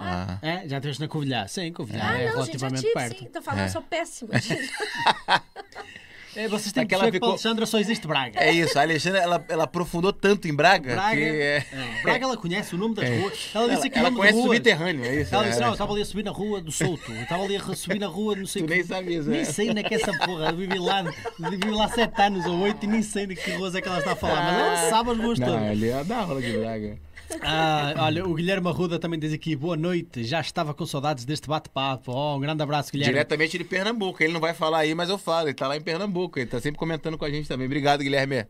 Ah. É, já estiveste na Covilhã? Sim, Covilhã é Ah, não, gente, relativamente ativo, perto. sim. Tô falando, É. eu sou péssima. gente. É, vocês têm que Aquela perceber que ficou- para Alexandra só existe Braga. É isso, a Alexandra ela, ela aprofundou tanto em Braga, Braga, que é- é, Braga ela conhece o nome das ruas. Ela ela, disse aqui o ela nome de conhece o ruas. subterrâneo, é isso. Ela né? disse, não, um eu estava ali a subir na rua do Souto. Eu estava ali a subir na rua, não sei Tu que- nem sabias, Nem é. sei onde é que é essa porra. Eu vivi lá, vivi lá sete anos ou oito e nem sei de que ruas é que ela está a falar. Mas ela sabe as ruas todas. Ah. Não, ele é da rola de Braga. Ah, olha, o Guilherme Arruda também diz aqui, boa noite, já estava com saudades deste bate-papo. Oh, um grande abraço, Guilherme. Diretamente de Pernambuco. Ele não vai falar aí, mas eu falo. Ele tá lá em Pernambuco. Ele tá sempre comentando com a gente também. Obrigado, Guilherme.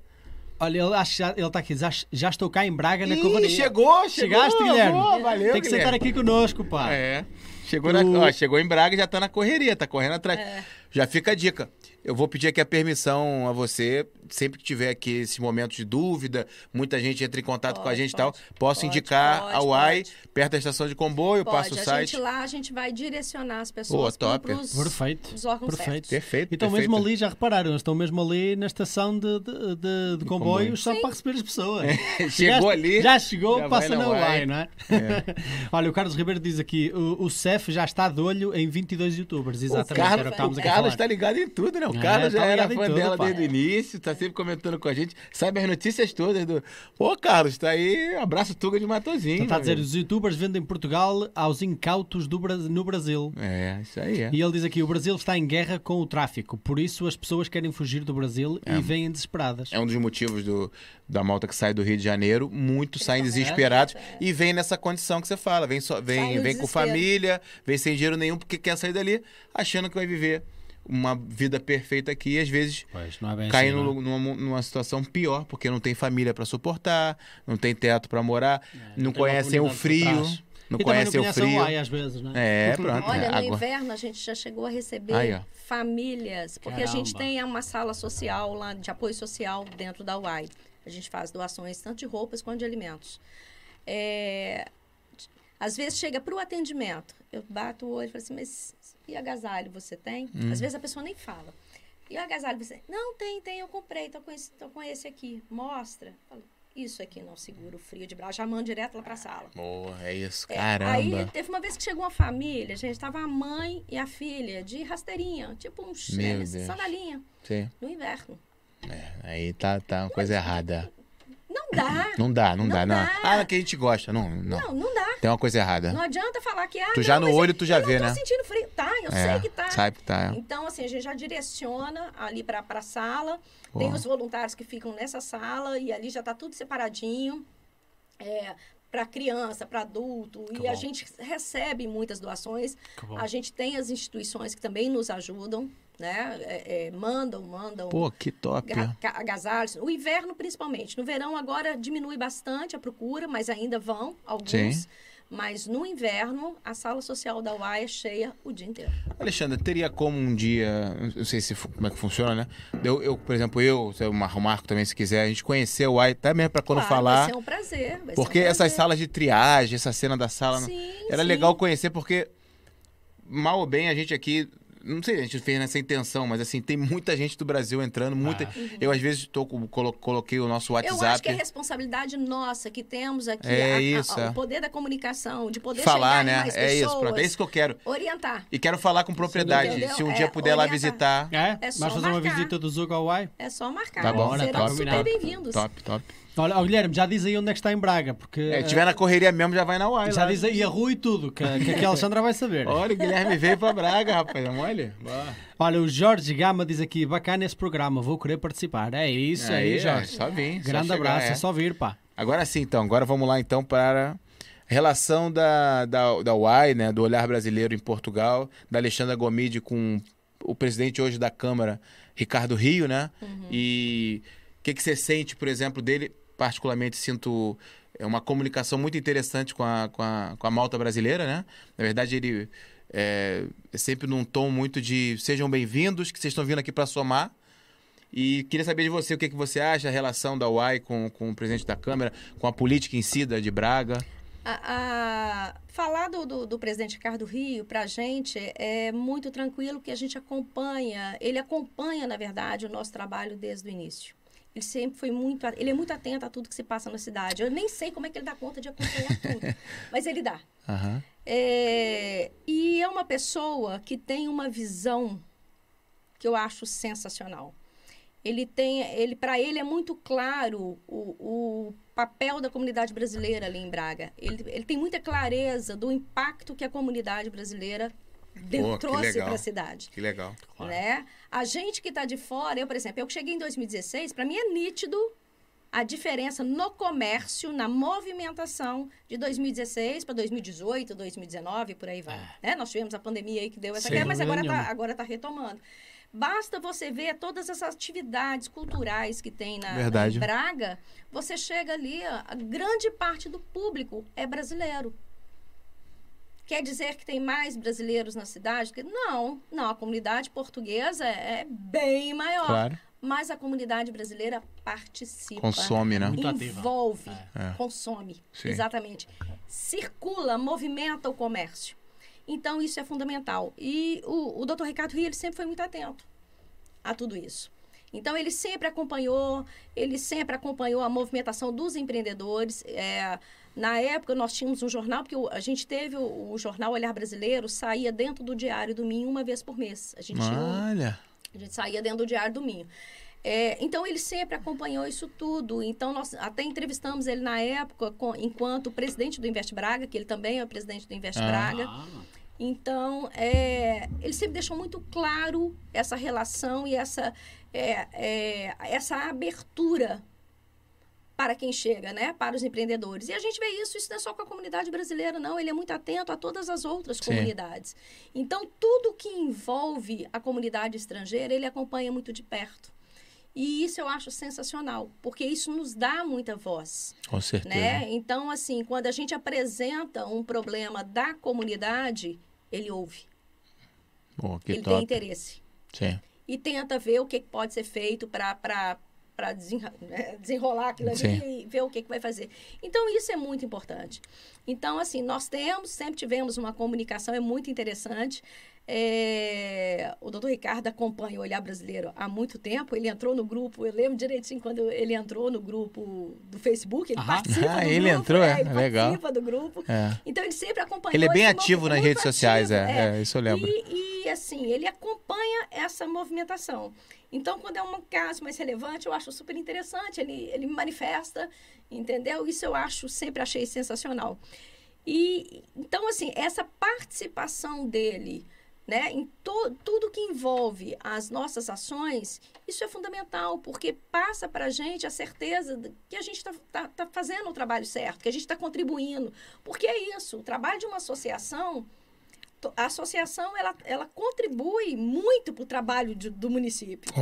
Olha, ele, acho que já- ele está aqui, já, já estou cá em Braga na Ih, Correia. chegou, chegou. Chegaste, Guilherme? Boa, valeu, Tem que Guilherme. sentar aqui conosco, Ah. pá. É. Chegou, na- O- ó, chegou em Braga e já tá na correria, tá correndo atrás. É. Já fica a dica. Eu vou pedir aqui a permissão a você, sempre que tiver aqui esses momentos de dúvida, muita gente entra em contato com a Pode, gente e tal. pode, Posso pode, indicar pode, a UAI, pode. perto da estação de comboio, eu passo o a site. gente lá, a gente vai direcionar as pessoas Pô, para top. Perfeito. os órgãos Perfeito. certos. Perfeito, Então, perfeito. mesmo ali, já repararam, eles estão mesmo ali na estação de, de, de- de comboio só para receber as pessoas. É, Chegou Chegaste- ali, Já chegou, já passa vai na na UAI, UAI, não é? Olha, o Carlos Ribeiro diz aqui: o, o CEF já está de olho em 22 youtubers. O Exatamente, era o que Carlos, estávamos o aqui a Carlos falar. tá ligado em tudo, né? O É, Carlos já tá era ligado em fã tudo, dela pá. desde o início, tá sempre comentando com a gente, sabe as notícias todas do. Ô, Carlos, tá aí, abraço Tuga de Matozinho. Ele está a meu dizer: amigo. os youtubers vendem Portugal aos incautos do Bra- no Brasil. É, isso aí é. E ele diz aqui: o Brasil está em guerra com o tráfico, por isso as pessoas querem fugir do Brasil e vêm desesperadas. É um dos motivos do, da malta que sai do Rio de Janeiro. Muitos saem desesperados e vem nessa condição que você fala. Vem, só, Sai vem, vem com no É. desespero. família, vem sem dinheiro nenhum, porque quer sair dali achando que vai viver uma vida perfeita aqui e às vezes Pois, não é bem cair assim, num não é? lu- numa, numa situação pior, porque não tem família para suportar, não tem teto para morar, não, É, Tem uma conhecem o comunidade por frio, trás. não E também conhecem o conhece a é né? frio. UAI às vezes, não É, pronto. Olha, é, no agora- inverno a gente já chegou a receber Aí, ó. famílias, porque a gente Caramba. tem uma sala social lá de apoio social dentro da UAI. A gente faz doações tanto de roupas quanto de alimentos. É, Às vezes chega para o atendimento, eu bato o olho e falo assim, mas e agasalho você tem? Hum. Às vezes a pessoa nem fala. E o agasalho você, não tem, tem, eu comprei, tô com esse, tô com esse aqui, mostra. Eu falo, isso aqui não segura o frio de braço, já mando direto lá para a sala. Boa, é isso, É, caramba. Aí teve uma vez que chegou uma família, gente, tava a mãe e a filha de rasteirinha, tipo um Meu é, Deus. sandalinha, Sim, no inverno. aí tá, tá uma coisa errada. Não dá. Não dá, não, Não dá, não. dá. Ah, que a gente gosta. Não, não. Não, não dá. Tem uma coisa errada. Não adianta falar que ah, Tu já não, no mas olho eu- tu já eu vê, não né? tô sentindo frio. Tá, eu É, sei que tá. Sabe que tá. É. Então, assim, a gente já direciona ali para a sala. Pô. Tem os voluntários que ficam nessa sala e ali já tá tudo separadinho. É, para criança, para adulto. e a bom. gente recebe muitas doações. Que bom. A gente tem as instituições que também nos ajudam, né? É, é, mandam, mandam. Pô, que top. é. ga- ca- Agasalhos, o inverno principalmente. No verão agora diminui bastante a procura, mas ainda vão alguns. Sim. Mas no inverno, a sala social da UAE é cheia o dia inteiro. Alexandre, teria como um dia, não sei se fu- como é que funciona, né? Eu, eu, por exemplo, eu, se o Mar- Marco também se quiser, a gente conhecer o AI, até mesmo pra quando Claro, Vai falar. ser um prazer. vai ser Porque um essas prazer. salas de triagem, essa cena da sala, não- Sim, era sim. legal conhecer porque mal ou bem a gente aqui não sei, a gente fez nessa intenção, mas assim, tem muita gente do Brasil entrando, muita. Eu às vezes tô, com- colo- coloquei o nosso Ah. Eu acho WhatsApp. que é responsabilidade nossa que temos aqui. É a- a- isso, é. o poder da comunicação, de poder falar, chegar em né? mais É isso, pronto. É pessoas, isso que eu quero. Orientar. E quero falar com propriedade. Entendeu? Se um É, dia puder lá orientar. visitar. É? É Vais só fazer uma marcar. visita do Zugo ao UAI? É só marcar. Tá bom, Bora, Serão top, super top. bem-vindos. Top, top. Olha, ó, Guilherme, já diz aí onde é que está em Braga, porque. É, eh, tiver na correria mesmo, já vai na UAI. já lá. diz aí a rua e tudo, que, que aqui a Alexandra vai saber. Olha, o Guilherme veio pra Braga, rapaz. Não olha. Olha, o Jorge Gama diz aqui: bacana esse programa, vou querer participar. É isso aí, Jorge. é, Só vim. só Grande chegar, abraço, é. é só vir, pá. Agora sim, então. Agora vamos lá, então, para a relação da, da, da UAI, né? Do olhar brasileiro em Portugal, da Alexandra Gomide com o presidente hoje da Câmara, Ricardo Rio, né? E o que, que você sente, por exemplo, dele? Particularmente sinto é, uma comunicação muito interessante com a, com a, com a malta brasileira, né? Na verdade, ele é é sempre num tom muito de sejam bem-vindos, que vocês estão vindo aqui para somar. E queria saber de você o que, que você acha, a relação da UAI com, com o presidente da Câmara, com a política em si da de Braga. A- a- falar do, do, do presidente Ricardo Rio para a gente é muito tranquilo que a gente acompanha, ele acompanha, na verdade, o nosso trabalho desde o início. Ele sempre foi muito, a- ele é muito atento a tudo que se passa na cidade. Eu nem sei como é que ele dá conta de acompanhar tudo, mas ele dá. Aham. É, e é uma pessoa que tem uma visão que eu acho sensacional. Ele tem, ele para ele é muito claro o, o papel da comunidade brasileira ali em Braga. Ele, ele tem muita clareza do impacto que a comunidade brasileira deu- Pô, que trouxe legal. para a cidade. Que legal. Né? A gente que está de fora, eu, por exemplo, eu que cheguei em 2016, para mim é nítido a diferença no comércio, na movimentação de 2016 para 2018, 2019 e por aí vai. Né? Nós tivemos a pandemia aí que deu essa É. Sem queda, mas dúvida agora está nenhuma. agora tá retomando. Basta você ver todas essas atividades culturais que tem na, na Verdade. em Braga, você chega ali, ó, a grande parte do público é brasileiro. Quer dizer que tem mais brasileiros na cidade? Que- Não, não, a comunidade portuguesa é é bem maior. Claro. Mas a comunidade brasileira participa. Consome, né? Muito ativa. Envolve, É. consome. Sim. Exatamente. Circula, movimenta o comércio. Então, isso é fundamental. E o, o doutor Ricardo Rio, ele sempre foi muito atento a tudo isso. Então, ele sempre acompanhou, ele sempre acompanhou a movimentação dos empreendedores. É, na época, nós tínhamos um jornal, porque o- a gente teve o, o jornal Olhar Brasileiro, saía dentro do Diário do Minho uma vez por mês. A gente tinha um, Olha. a gente saía dentro do Diário do Minho. É, então, ele sempre acompanhou isso tudo. Então, nós até entrevistamos ele na época com- enquanto presidente do Invest Braga, que ele também é o presidente do Invest Ah. Braga. Ah, Então, é, ele sempre deixou muito claro essa relação e essa, é, é, essa abertura para quem chega, né? Para os empreendedores. E a gente vê isso, isso não é só com a comunidade brasileira, não. Ele é muito atento a todas as outras Sim. comunidades. Então, tudo que envolve a comunidade estrangeira, ele acompanha muito de perto. E isso eu acho sensacional, porque isso nos dá muita voz Com certeza. né? Então, assim, quando a gente apresenta um problema da comunidade, ele ouve, Pô, que ele tem top. interesse Sim. e tenta ver o que que pode ser feito para para né, desenrolar aquilo ali Sim. e ver o que, que vai fazer. Então, isso é muito importante. Então, assim, nós temos, sempre tivemos uma comunicação, é muito interessante. É, o doutor Ricardo acompanha o Olhar Brasileiro há muito tempo. Ele entrou no grupo, eu lembro direitinho quando ele entrou no grupo do Facebook. Ele Aham. participa Ah, do ele grupo, entrou, né? é, Ele legal. participa do grupo. É. Então, ele sempre acompanhou. Ele é bem esse ativo movimento, nas muito redes sociais, ativo, é, é, Isso eu lembro. e, e, assim, ele acompanha essa movimentação. Então, quando é um caso mais relevante, eu acho super interessante, ele, ele manifesta, entendeu? Isso eu acho, sempre achei sensacional. E então, assim, essa participação dele, né, em to, tudo que envolve as nossas ações, isso é fundamental, porque passa para a gente a certeza de que a gente está fazendo o trabalho certo, que a gente está contribuindo. Porque é isso, o trabalho de uma associação To- A associação ela, ela contribui muito para o trabalho de- do município. Com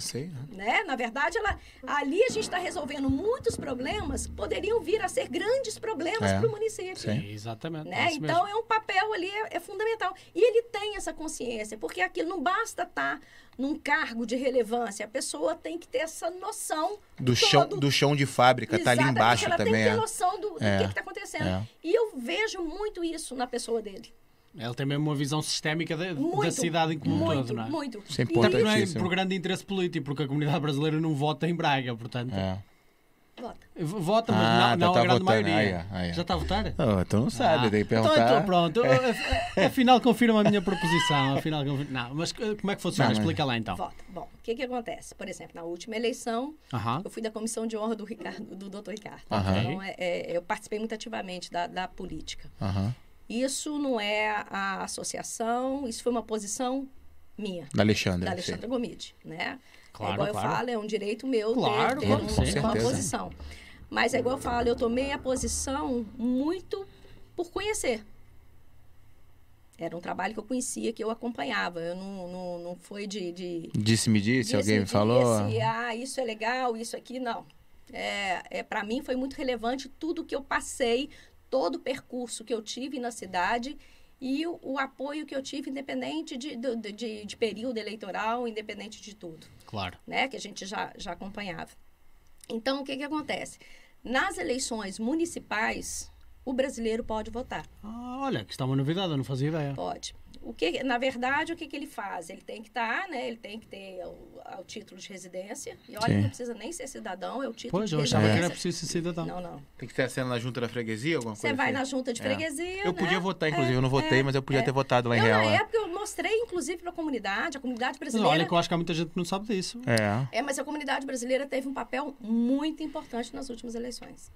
certeza, sei. Né? Na verdade, ela, ali a gente está resolvendo muitos problemas que poderiam vir a ser grandes problemas É, para o município. sim. Exatamente. Né? é isso Então, mesmo. é um papel ali, é, é fundamental. E ele tem essa consciência, porque aquilo não basta estar num cargo de relevância, a pessoa tem que ter essa noção. Do chão, todo- do chão de fábrica, tá ali Exatamente, embaixo ela também. tem que ter é. noção do, do É, que está acontecendo. é. E eu vejo muito isso na pessoa dele. Ele tem mesmo uma visão sistémica da, da Muito, cidade como um muito, todo, não é? muito. Isso é E- Também não é Importantíssimo. por grande interesse político, porque a comunidade brasileira não vota em Braga, portanto. É. Bota. V- Vota, mas Ah, tá- não, não tá a grande votando. maioria. Ah, é, ah, é. Já está a votar? Não, tu não sabe, Ah, tem que então, perguntar. É. então, pronto, eu- eu- afinal confirma a minha proposição. Afinal, confirma- não, mas eh, como é que funciona? Não, mas- Explica lá então. Vota. Bom, o que que acontece? Por exemplo, na última eleição, Aham. eu fui da comissão de honra do Ricardo, do Dr. Ricardo. Aham. Então, é- é, eu participei muito ativamente da, da política. Aham. Isso não é a associação, isso foi uma posição minha, Da Alexandra. da sim. Alexandra Gomide, né? Né, Claro, é igual claro. eu falo, é um direito meu ter- Claro, ter, claro, um- com uma certeza. posição. Mas é igual eu falo, eu tomei a posição muito por conhecer. Era um trabalho que eu conhecia, que eu acompanhava. Eu não, não, não foi de- de Disse-me disse, alguém me disse, falou. disse, ah, isso é legal, isso aqui, não. É, é, para mim foi muito relevante tudo que eu passei, todo o percurso que eu tive na cidade e o, o apoio que eu tive, independente de, do- de, de- de período eleitoral, independente de tudo, Claro. né? Que a gente já, já acompanhava. Então, o que, que acontece? Nas eleições municipais, o brasileiro pode votar. Ah, olha, que está uma é novidade, eu não fazia ideia. Pode. O que, na verdade, o que, que ele faz? Ele tem que estar, né? Ele tem que ter o, o título de residência. E olha, Sim. não precisa nem ser cidadão, é o título Pois, de eu achava que residência. era preciso ser cidadão. Não, não. Tem que ter a cena na junta da freguesia, alguma é. Você coisa vai assim? na junta de É. freguesia, Eu né? podia votar, inclusive. É, eu não votei, é, mas eu podia é. ter votado lá em Eu, real. na né? época, eu mostrei, inclusive, para a comunidade. A comunidade Mas brasileira... olha que eu acho que há muita gente que não sabe disso. É. É, mas a comunidade brasileira teve um papel muito importante nas últimas eleições.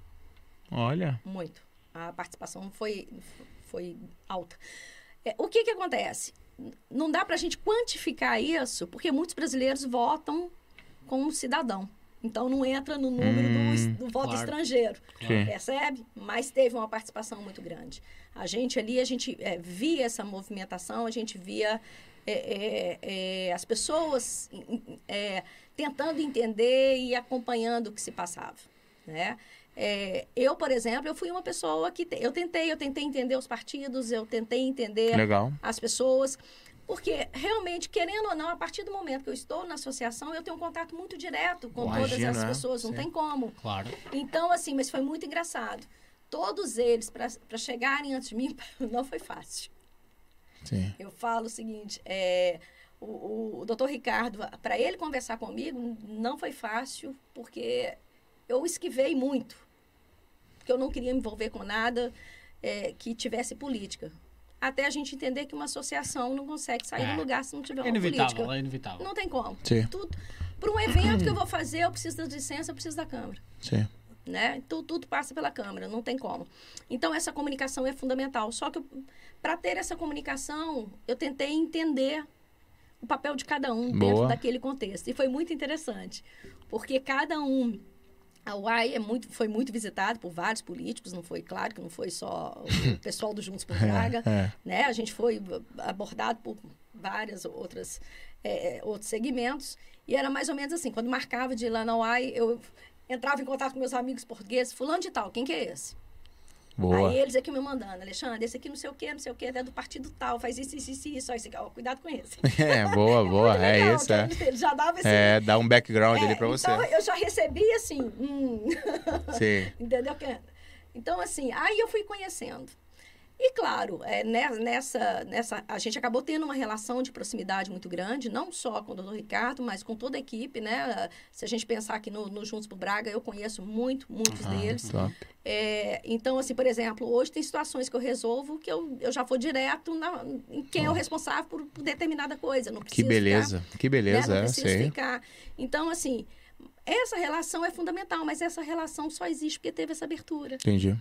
Olha. Muito. A participação foi, foi alta. É, o que, que acontece? N- Não dá para a gente quantificar isso, porque muitos brasileiros votam como cidadão. Então, não entra no número do es- do, voto Hum, claro. estrangeiro. Sim. Percebe? Mas teve uma participação muito grande. A gente ali, a gente é, via essa movimentação, a gente via é, é, é, as pessoas em- em- é, tentando entender e acompanhando o que se passava, né? É, eu, por exemplo, eu fui uma pessoa que... te- eu tentei, eu tentei entender os partidos, eu tentei entender Legal. as pessoas. Porque, realmente, querendo ou não, a partir do momento que eu estou na associação, eu tenho um contato muito direto com todas Imagino, as é. pessoas, não Sim. tem como. Claro. Então, assim, mas foi muito engraçado. Todos eles, para chegarem antes de mim, não foi fácil. Sim. Eu falo o seguinte: é, o, o, doutor Ricardo, para ele conversar comigo, não foi fácil, porque eu esquivei muito. Porque eu não queria me envolver com nada é, que tivesse política. Até a gente entender que uma associação não consegue sair É. do lugar se não tiver É uma inevitável, política. é inevitável. Não tem como. Sim. Tudo. Para um evento que eu vou fazer, eu preciso da licença, eu preciso da Câmara Sim. né? Tu- Tudo, passa pela câmera, não tem como. Então, essa comunicação é fundamental. Só que, para ter essa comunicação, eu tentei entender o papel de cada um Boa. dentro daquele contexto. E foi muito interessante, porque cada um. A UAI é muito, foi muito visitado por vários políticos, não foi, claro, que não foi só o pessoal do Juntos por Braga É. né? A gente foi abordado por várias outras eh, outros segmentos e era mais ou menos assim. Quando marcava de ir lá na UAI, eu entrava em contato com meus amigos portugueses, fulano de tal, quem que é esse? Boa. Aí eles aqui me mandando, Alexandre, esse aqui não sei o quê, não sei o quê, é do partido tal, faz isso, isso, isso, isso, ó, esse aqui, ó, cuidado com esse. É, boa, boa. Muito É legal, isso, que é. Ele já dava esse... É, dá um background É, ali pra você. Então, eu já recebi, assim, hum, Sim. Entendeu? Que- Então, assim, aí eu fui conhecendo. E claro, é, ne- nessa, nessa, a gente acabou tendo uma relação de proximidade muito grande, não só com o doutor Ricardo, mas com toda a equipe, né? Se a gente pensar aqui no, no Juntos por Braga, eu conheço muito, muitos Ah, deles. Top. É, então, assim, por exemplo, hoje tem situações que eu resolvo que eu, eu já vou direto na, em quem é o responsável por, por determinada coisa. Não Que preciso ficar beleza. Que beleza, né? é, Não preciso sim. ficar. Então, assim, essa relação é fundamental, mas essa relação só existe porque teve essa abertura, Entendi.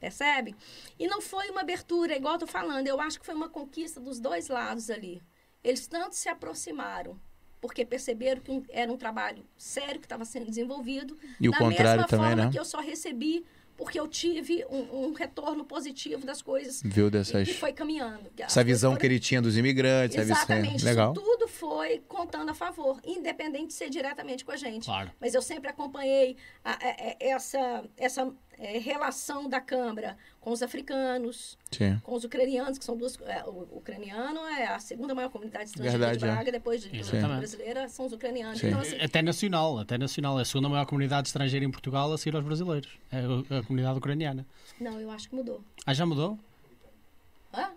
percebe? E não foi uma abertura, é igual eu tô falando, eu acho que foi uma conquista dos dois lados ali. Eles tanto se aproximaram, porque perceberam que um- era um trabalho sério que estava sendo desenvolvido, E o da contrário mesma também, forma né? que eu só recebi porque eu tive um, um retorno positivo das coisas Viu e dessas. que foi caminhando. que as Essa coisas visão foram que ele tinha dos imigrantes, essa Exatamente. visão. Isso Legal. tudo foi contando a favor, independente de ser diretamente com a gente. Claro. Mas eu sempre acompanhei a- a- a- essa, essa eh, relação da Câmara com os africanos, Sim. com os ucranianos, que são duas. eh, o ucraniano é a segunda maior comunidade estrangeira Verdade, de é. Braga, depois de, do- Exatamente. brasileira, são os ucranianos. Sim. Então, assim, Até nacional, até nacional. É a segunda maior comunidade estrangeira em Portugal a seguir aos brasileiros. É a- a comunidade ucraniana. não, eu acho que mudou. Ah, já mudou? Hã?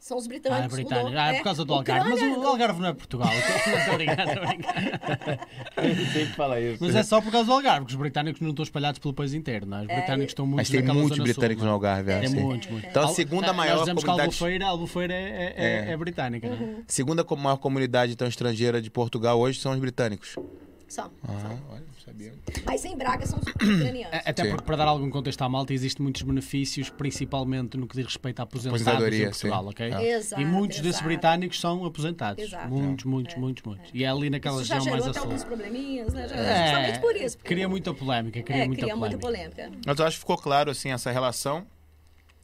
São Ah, os é britânicos. britânico. mudou. Ah, é por causa do Algarve. Mas Ucrânia- o Algarve não é Portugal. Tô brincando, tô brincando. Sempre fala isso. Mas é só por causa do Algarve, porque os britânicos não estão espalhados pelo país inteiro, não é? Os britânicos estão muito Mas tem muitos britânicos no Algarve, é, É sim. muitos, muitos. Então, a Al- segunda nós maior dizemos comunidade- que a Albufeira, a Albufeira é, é- É. é britânica, não é? Uhum. Segunda co- maior comunidade então, estrangeira de Portugal hoje são os britânicos. São. Ah, olha, não sabia. Mas em Braga são os ucranianos. A- Até Sim. porque, para dar algum contexto à malta, existem muitos benefícios, principalmente no que diz respeito à aposentados em Aposentadoria, Portugal, sim. ok? É. Exato, e muitos desses exato. britânicos são aposentados. Exato. Muitos, muitos, muitos, muitos. E é ali naquela Isso já região gerou mais até a sul. alguns probleminhas, né? Já- É, Justamente por isso. porque- Cria muita polémica, cria é, muita cria muita polémica. polêmica. Mas eu acho que ficou claro, assim, essa relação.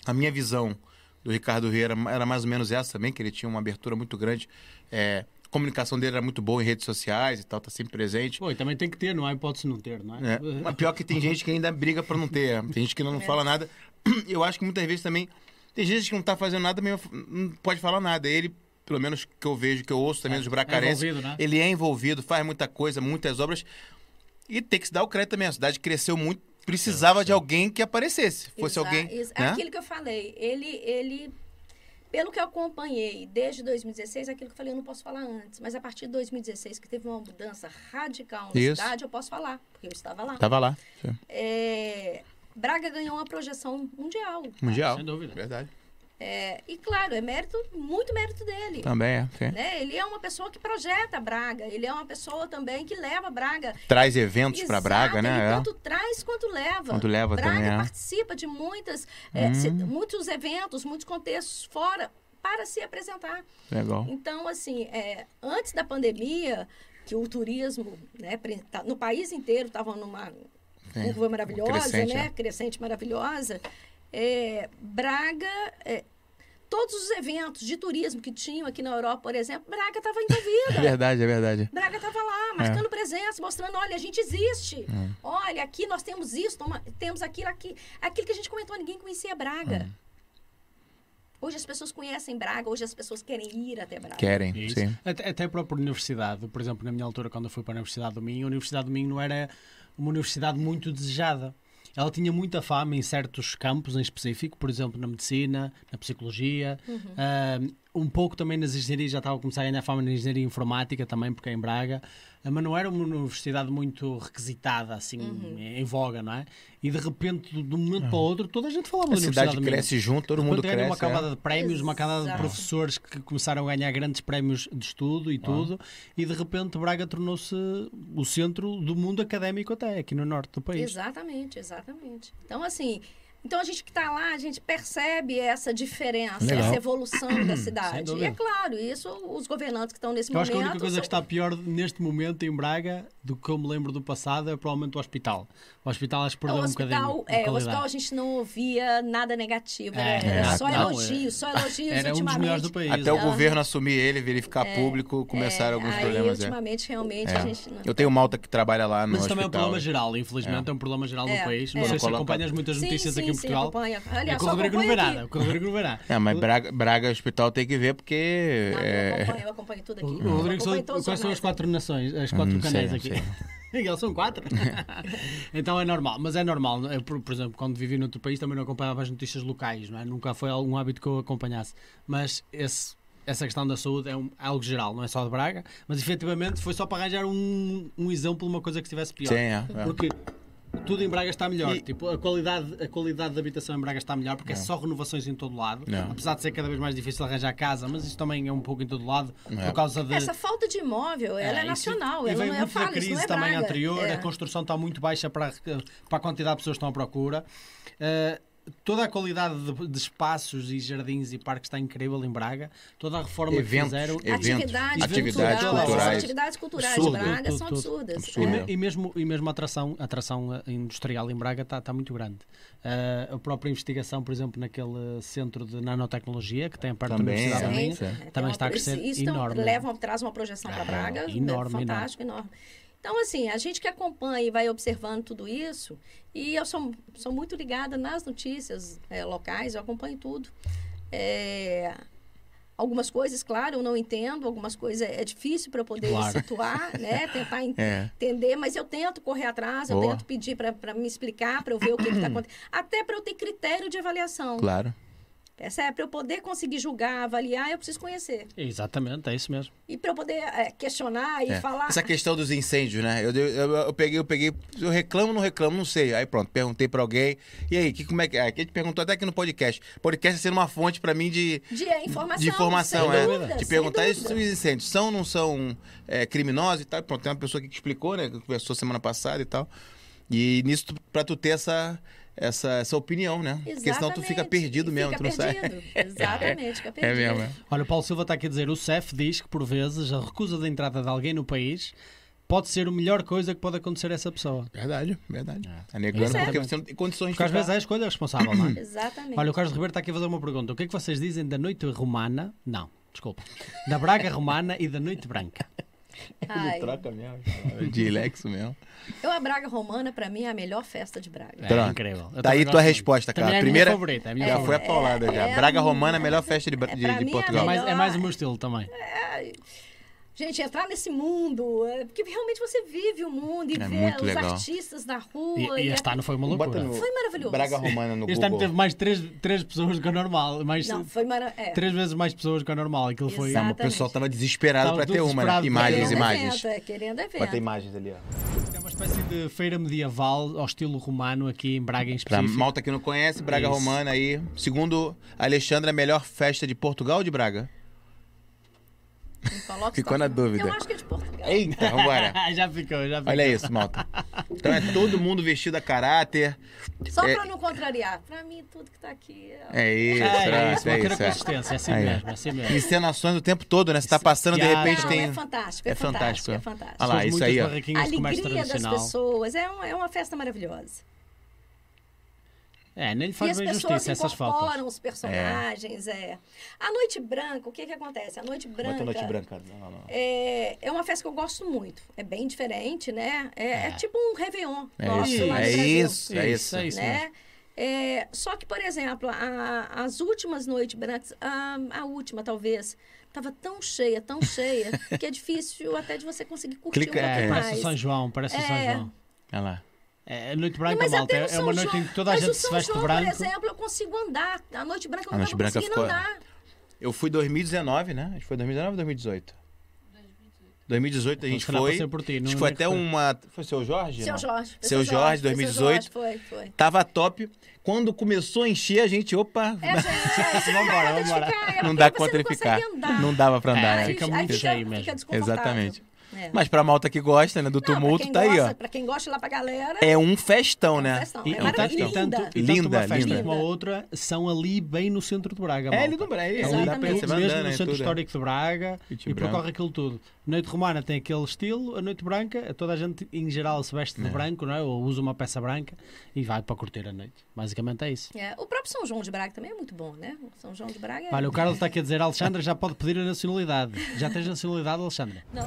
A minha visão do Ricardo Rieira era mais ou menos essa também, que ele tinha uma abertura muito grande. É, a comunicação dele era muito boa em redes sociais e tal, tá sempre presente. Pô, e também tem que ter, não há hipótese de não ter, não é? É, mas pior que tem gente que ainda briga pra não ter. Tem gente que não fala nada. Eu acho que muitas vezes também. Tem gente que não tá fazendo nada, mesmo não pode falar nada. Ele, pelo menos que eu vejo, que eu ouço também dos bracarenses, envolvido, né? ele é envolvido, faz muita coisa, muitas obras. E tem que se dar o crédito também. A cidade cresceu muito, É, precisava de alguém que aparecesse. Fosse Exa- alguém. ex- né? Aquilo que eu falei, ele, ele Pelo que eu acompanhei desde 2016, aquilo que eu falei, eu não posso falar antes, mas a partir de 2016, que teve uma mudança radical na Isso. Tá. cidade, eu posso falar, porque eu estava lá. Tava lá. É, Braga ganhou uma projeção mundial. Mundial. Sem dúvida. Verdade. É, e claro, é mérito, muito mérito dele. Também é. sim. Né? Ele é uma pessoa que projeta Braga, ele é uma pessoa também que leva Braga. Traz eventos pra Exato, Braga, ele né? É. Tanto traz quanto leva. Quanto leva Braga também, é. participa de muitas, é, Hum. se- muitos eventos, muitos contextos fora para se apresentar. Legal. Então, assim, é, antes da pandemia, que o turismo né, pre- tá- no país inteiro estava numa Sim. curva maravilhosa, Crescente, né? é. Crescente maravilhosa. é, Braga, é, todos os eventos de turismo que tinham aqui na Europa, por exemplo, Braga estava É envolvida. verdade, é verdade. Braga estava É. lá, marcando presença, mostrando, olha, a gente existe. Olha, aqui nós temos isso, toma- temos aquilo aqui. Aquilo que a gente comentou, ninguém conhecia Braga. É. Hoje as pessoas conhecem Braga, hoje as pessoas querem ir até Braga. Querem, É isso. sim. Até, até a própria universidade, por exemplo, na minha altura, quando eu fui para a Universidade do Minho, a Universidade do Minho não era uma universidade muito desejada. Ela tinha muita fama em certos campos em específico, por exemplo, na medicina, na psicologia, ah, um pouco também nas engenharias, já estava a começar a ganhar fama na engenharia informática também, porque é em Braga, ah, mas não era uma universidade muito requisitada, assim, em voga, não é? E de repente, de um momento para o outro, toda a gente falava Uhum. A da Universidade cidade do Minho. cresce junto, todo De mundo repente ganhou uma cresce. camada é. de prémios, uma camada de Exato. professores que começaram a ganhar grandes prémios de estudo Ah. e tudo, e de repente Braga tornou-se o centro do mundo académico até, aqui no norte do país. Exatamente, exatamente. Então, assim, então a gente que está lá, a gente percebe essa diferença, Legal. essa evolução da cidade. E dúvida. é claro, isso os governantes que estão nesse Eu momento. acho que a única coisa são- que tá está pior neste momento em Braga, do que eu me lembro do passado, é provavelmente o hospital. O hospital acho que Não, perdeu um o hospital, bocadinho. de é, o qualidade. hospital a gente não ouvia nada negativo. É, né? é, só não, elogios, só elogios Era um dos ultimamente. melhores do país. Até o é. governo assumir ele, verificar público, começaram alguns É, aí, problemas. é. ultimamente, realmente, a gente não... Eu tenho malta que trabalha lá no Mas isso também é um hospital. problema geral, infelizmente, é, um problema geral no É, país. Não é. sei se Coloca- acompanhas muitas Sim, notícias sim, aqui em sim, Portugal. acompanha. Olha, é que o só Rodrigo não vê acompanha aqui. nada. O que o Rodrigo não vê nada. É, mas Braga, Braga Hospital tem que ver porque. Não, é, Ah, eu, acompanho, eu acompanho tudo aqui. O Rodrigo, Eu acompanho são, todos quais os são jornais. as quatro nações, as quatro Hum, canais sei, aqui? sei. Miguel, são quatro? então é normal, mas é normal. Eu, por, por exemplo, quando vivi noutro país também não acompanhava as notícias locais, não é? Nunca foi algum hábito que eu acompanhasse. Mas esse- essa questão da saúde é um- algo geral, não é só de Braga, mas efetivamente foi só para arranjar um, um exemplo, uma coisa que estivesse pior. Sim, é, é. Porque tudo em Braga está melhor. E- Tipo, a qualidade, a qualidade da habitação em Braga está melhor porque é só renovações em todo lado. Não. Apesar de ser cada vez mais difícil arranjar casa, mas isso também é um pouco em todo lado É. por causa de. Ah, Essa falta de imóvel, ela é, isso- nacional. E ela vem não é muito da fala, isso crise não é também Braga. anterior, né? É. a construção está muito baixa para, a- para a quantidade de pessoas que estão à procura. Eh, toda a qualidade de, de espaços e jardins e parques está incrível em Braga. Toda a reforma Eventos, que fizeram. eventos, Atividades, atividades culturais, culturais. As atividades culturais Absurdo. de Braga Tudo, são tudo, absurdas. absurdo. E, É. me- e mesmo, e mesmo a atração, a atração eh, industrial em Braga está tá muito grande. Eh, a própria investigação, por exemplo, naquele centro de nanotecnologia que tem a parte Também, da Universidade é. da Minha, Sim. Tem também uma- está a crescer isso, isso enorme. Ah, Leva, traz uma projeção para Braga, né? enorme, enorme. fantástico, enorme. Então, assim, a gente que acompanha e vai observando tudo isso, e eu sou, sou muito ligada nas notícias eh, locais, eu acompanho tudo. É, algumas coisas, claro, eu não entendo, algumas coisas é difícil para eu poder Claro. situar, né? Tentar en- É. entender, mas eu tento correr atrás, eu Boa. tento pedir para me explicar, para eu ver o que está acontecendo. Até para eu ter critério de avaliação. Claro. Percebe? Para é eu poder conseguir julgar, avaliar, eu preciso conhecer. Exatamente, é isso mesmo. E para eu poder eh, questionar e É. falar. Essa questão dos incêndios, né? Eu, eu, eu peguei, eu peguei, eu reclamo, não reclamo, não sei. Aí pronto, perguntei pra alguém. E aí, que como é que é? Que a gente perguntou até aqui no podcast. Podcast é sendo uma fonte pra mim de De é informação. de informação, sem é. dúvida, de sem perguntar se dúvida. os incêndios são ou não são é, criminosos e tal. Pronto, tem uma pessoa aqui que explicou, né? Que conversou semana passada e tal. E nisso, tu- pra tu ter essa, essa, essa opinião, né? Porque senão tu fica Exatamente. perdido E mesmo, fica tu não perdido. sai. Exatamente, fica É perdido. mesmo, é. Olha, o Paulo Silva está aqui a dizer: o CEF diz que, por vezes, a recusa da entrada de alguém no país pode ser a melhor coisa que pode acontecer a essa pessoa. Verdade, verdade. É. Tá negando Exato. porque você não tem condições Porque às de ficar. vezes é a escolha responsável, não é? Exatamente. Olha, o Carlos Ribeiro está aqui a fazer uma pergunta: o que é que vocês dizem da noite romana? Não, desculpa. Da Braga romana e da noite branca. é Ai, Troca mesmo. De Lexo mesmo. eu, a Braga Romana, para mim, é a melhor festa de Braga. É Pronto. incrível. Eu Daí também Tá tua gosto muito. resposta, Também cara. É a Primeira- minha favorita. É a minha Já foi favorita. a paulada já. é- Braga Romana é a melhor festa de, Bra- é, de, pra de mim é a É Portugal. mais, é melhor. mais o meu estilo também. Gente, entrar nesse mundo, é, porque realmente você vive o mundo e É vê muito os legal. artistas na E, rua. é e este ano foi uma loucura. no Foi maravilhoso. Braga Romana no Este ano Google. teve mais três, três pessoas do que o normal. Mais, Não, foi é, maravilhoso. Três vezes mais pessoas do que o normal. Aquilo foi. Exato. Não, o pessoal tava desesperado Tava pra ter uma, desesperado né? pra Imagens, Querendo ter uma. imagens. evento, é, querendo evento. Vai ter imagens ali, ó. É uma espécie de feira medieval ao estilo romano aqui em Braga em Pra específico. malta que não conhece, Braga Isso. Romana aí. Segundo Alexandre, a melhor festa de Portugal ou de Braga? Me coloca Ficou isso. na dúvida. Eu acho que é de Portugal. Eita, vambora. Ah, já ficou, já ficou. Então, Olha isso, malta. Então é todo mundo vestido a caráter. Só É- pra não contrariar. Pra mim, tudo que tá aqui. é- É isso, É, é, é isso, isso, é manter isso. a é. consistência, é assim Aí, ó. mesmo, é assim mesmo. Encenações o tempo todo, né? Você tá passando, de Piada. repente Não, tem. é fantástico, é, É fantástico, fantástico, é. é fantástico. Ah lá, São isso muitas aí, ó. a barraquinhas de comércio alegria das tradicional. pessoas. É, um- é uma festa maravilhosa. É, nem lhe e faz as bem pessoas justiça essas faltas. incorporam os personagens. É. A Noite Branca, o que que acontece? A Noite Branca... Bota a noite branca. Não, não, não. É, é uma festa que eu gosto muito. É bem diferente, né? É, é tipo um Réveillon É nosso isso, lá é do Brasil. isso, é isso. é isso mesmo. né? É, só que, por exemplo, a- as últimas noites brancas, a, a última talvez, estava tão cheia, tão cheia, que é difícil até de você conseguir curtir Clica- um pouco É, parece o mais. São João, parece o São É. João. Olha lá. É, a noite Não, branca, mas malta, até o é São uma João, noite em que toda a mas o gente se São veste de João, branco. por exemplo, eu consigo andar. A noite branca eu A não noite estava branca conseguindo ficou- andar. Eu fui em 2019, né? Acho que foi 2019 ou 2018? 2018 a gente se calhar foi. passei por ti, a não- gente é foi nem até foi. uma. Foi seu Jorge? Seu não? Jorge. foi Seu Jorge, foi 2018. Seu Jorge, foi, foi. Tava top. Quando começou a encher, a gente, opa, É, gente, é, Vambora, não vambora. dá conta de ficar, não dá conta de ficar. é porque você não consegue andar. Não dava pra andar. É, né? Aí fica aí muito cheio mesmo. Fica desconfortável. Exatamente. É. Mas pra malta que gosta, né, do Não, pra tumulto, quem tá aí, gosta- ó. Pra quem gosta lá pra galera, É um festão, né? festão. E, e É tanto, e, maravilhoso. tanto, e tanto Linda, uma festa linda. como a outra são ali bem no centro de Braga. É, malta. ele do Braga, é, É ele ali dá pra mesmo você vai andando, no né, centro tudo, é. histórico de Braga E de e branco. percorre aquilo tudo. Noite Romana tem aquele estilo, a Noite Branca, toda a gente em geral se veste de branco, não é? ou usa uma peça branca e vai para curtir a noite. Basicamente é isso. É, o próprio São João de Braga também é muito bom, né? O São João de Braga é. Olha, o Carlos está aqui a dizer: Alexandra já pode pedir a nacionalidade. Já tens nacionalidade, Alexandra? Não,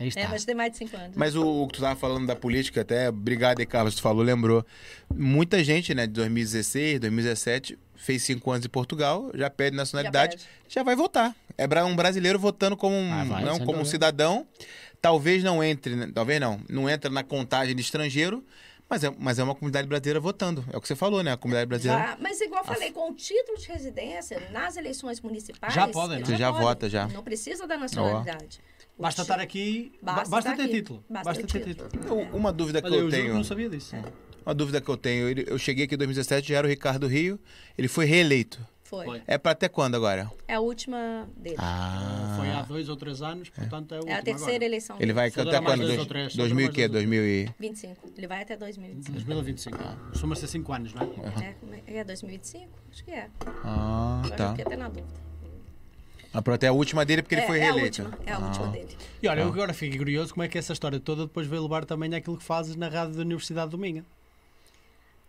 Aí é, está. mas tem mais de 5 anos. Mas o, o que tu tava falando da política, até, obrigado aí, Carlos, tu falou, lembrou. Muita gente, né, de 2016, 2017, fez cinco anos em Portugal, já perde nacionalidade, Já já, vai votar. É bra- um brasileiro votando como um, Ah, vai, não, sem como um dúvida. cidadão. Talvez não entre, né, talvez não, não entra na contagem de estrangeiro, mas é, mas é uma comunidade brasileira votando. É o que você falou, né? A comunidade é. brasileira. Já, mas igual eu falei, com o título de residência, nas eleições municipais. Já podem, não é? Você já podem. vota, já. Não precisa da nacionalidade. O Basta ti- estar aqui, ba- basta, estar ter aqui. título. Basta, o É. ter título. Eu- uma dúvida É que Olha, eu, eu juro que tenho. não sabia disso. Uma dúvida que eu tenho. Ele- Eu cheguei aqui em 2017, já era o Ricardo Rio. Ele foi reeleito. Foi. Foi. É pra até quando agora? É a última dele. Ah. Foi há dois ou três anos, portanto é, a é última a terceira agora. eleição. Ele vai Só até dá mais quando? dois Dois- ou três, só 2000 dá e mais quê? dois ou 2000 e... 25. Ele vai até 2025. 2025. Soma-se a 5 anos, não é? Uhum. É, como é- é 2025? Acho que é. Ah, Agora eu tá. fiquei até na dúvida. Ah, pronto, é a última dele porque é, ele foi é a reeleito. última. É a última Ah. dele. E olha, eu agora fico curioso como é que essa história toda depois vai levar também àquilo que fazes na rádio da Universidade do Minho.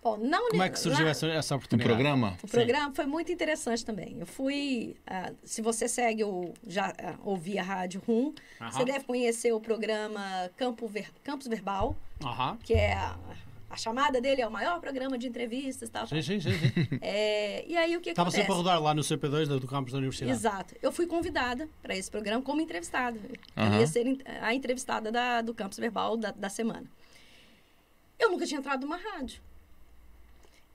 Bom, não Como é que surgiu lá- essa, essa Um oportunidade? programa? O programa foi muito interessante também. Eu fui. ah, se você segue ou já ah, ouvia a Rádio Rum, Aham. você deve conhecer o programa Campo Ver- Campus Verbal, Aham. que é. A, a chamada dele é o maior programa de entrevistas e tal. Sim, sim, sim. sim. É, e aí o que Estava acontece? sempre a rodar lá no CP2 do, do campus da Universidade. Exato. Eu fui convidada para esse programa como entrevistada. Eu Aham. ia ser in- a entrevistada da- do Campus Verbal da, da semana. Eu nunca tinha entrado numa rádio.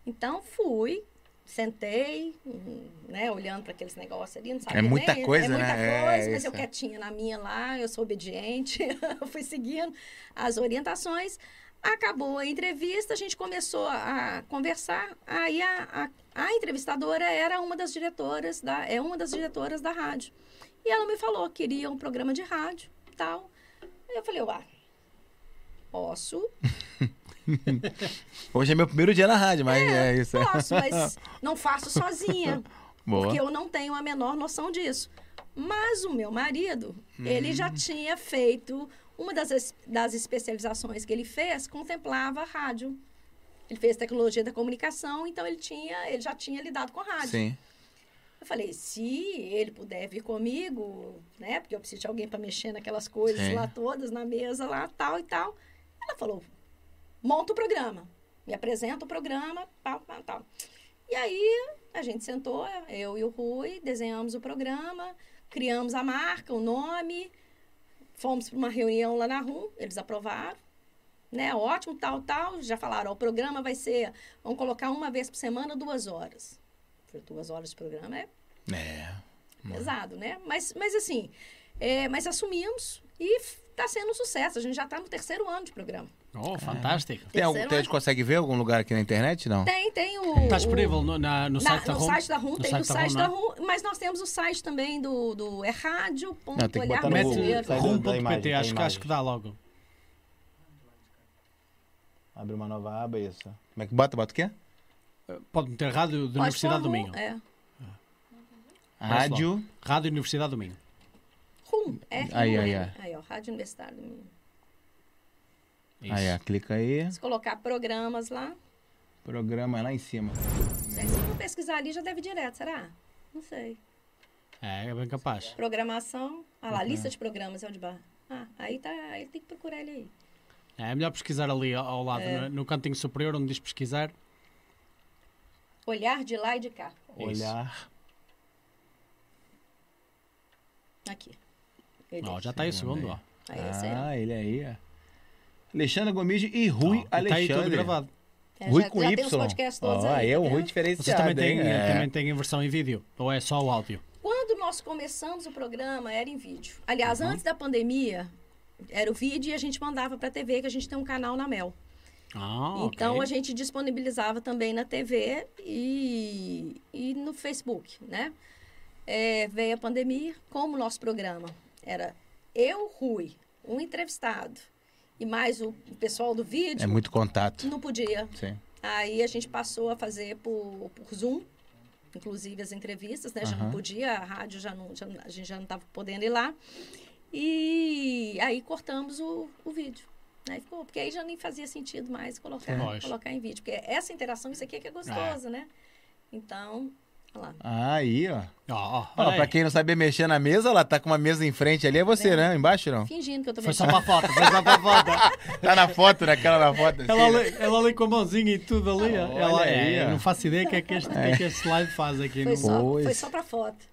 Então fui, sentei, hum, né, olhando para aqueles negócios ali, não sabia É muita nem, coisa, é muita né? É, coisa, mas isso eu é. quietinha na minha lá, eu sou obediente, eu fui seguindo as orientações. Acabou a entrevista, a gente começou a conversar. Aí a, a, a entrevistadora era uma das diretoras da é uma das diretoras da rádio. E ela me falou que queria um programa de rádio, tal. Aí eu falei, uá, posso, Hoje é meu primeiro dia na rádio, mas é, isso. é. posso, mas não faço sozinha, Boa. porque eu não tenho a menor noção disso. Mas o meu marido, ele já tinha feito uma das, es- das especializações que ele fez contemplava a rádio. Ele fez tecnologia da comunicação, então ele tinha, ele já tinha lidado com a rádio. Sim. Eu falei, se ele puder vir comigo, né? Porque eu preciso de alguém para mexer naquelas coisas Sim. lá todas, na mesa lá, tal e tal. Ela falou, monta o programa. Me apresenta o programa, tal, tal, tal. E aí, a gente sentou, eu e o Rui, desenhamos o programa, Criamos a marca, o nome, fomos para uma reunião lá na RUM, eles aprovaram. Né? Ótimo, tal, tal. Já falaram, ó, o programa vai ser, vamos colocar uma vez por semana, duas horas. Falei, duas horas de programa é É. pesado, né? Mas, mas assim, é, mas assumimos e está sendo um sucesso. A gente já está no terceiro ano de programa. Oh, fantástico. Tem algum, Terceiro tem- a gente ano. consegue ver algum lugar aqui na internet? Não. Tem, tem o... Está o- Tá disponível no, na- no Na- site da no Home? site da RUM, tem no Home, site da não é? RUM, mas nós temos o site também do, do é rádio. Não, tem que botar no Mete Google, brasileiro. sai da- da imagem, rum.pt, da acho, que- imagem. acho que dá logo. Abre uma nova aba, isso. Como é que bota? Bota o quê? Pode meter Rádio da Pode Universidade do pôr Minho. RUM, É. Aparece lá. Rádio. Rádio Universidade do Minho. RUM, R U Aí, aí, M. aí. Aí, ó, Rádio Universitário do Minho. Ah, Isso. é. Aí, ó, clica aí. Se colocar programas lá, Programa é lá em cima. né, se não pesquisar ali, já deve ir direto, será? Não sei. É, é bem capaz. Programação, ah lá, lista de programas, é o de bar. Ah, aí, tá, aí tem que procurar ele aí. É, é melhor pesquisar ali ao, ao lado, É. no, no cantinho superior onde diz pesquisar. Olhar de lá e de cá. Olhar. Aqui. Ele. Ó, já está aí o segundo, ó. Aí, esse aí. Ah, ele aí. ó. Alexandre Gomide e Rui Ó, e tá aí Alexandre. tudo gravado. É, Rui já, com já Y. tem os podcasts todos Ó, aí. é tá um Rui vendo? diferenciado. Vocês também têm, eh, hein? É. né? também têm em versão em vídeo? Ou é só o áudio? Quando nós começamos o programa, era em vídeo. Aliás, Uhum. antes da pandemia, era o vídeo e a gente mandava para a TV, que a gente tem um canal na Mel. Ah, então, ok. a gente disponibilizava também na TV e, e no Facebook, né? É, veio a pandemia, como o nosso programa era eu, Rui, um entrevistado e mais o pessoal do vídeo, É muito contato. não podia Sim. Aí a gente passou a fazer por, por Zoom, inclusive as entrevistas, né? Já não Aham. podia, a rádio já não, já não- a gente já não estava podendo ir lá. E aí cortamos o, o vídeo. Né? Ficou, porque aí já nem fazia sentido mais colocar, Lógico. colocar em vídeo. Porque essa interação, isso aqui é que é gostoso, né? Então, olha lá. Aí, ó. Ó, ó, Ó, olha pra aí. quem não sabia mexer na mesa, ela tá com uma mesa em frente ali. É você, né? Embaixo, não? Fingindo que eu tô Foi só mexendo. para a foto, foi só para a foto. Tá na foto, naquela na foto. Assim, Ela né? ali, ela ali com a mãozinha e tudo ali. ó. Olha ela, aí, é, ó. não faço ideia o que é que este, o que é que este live faz aqui. Foi não- só, Pois. foi só pra foto.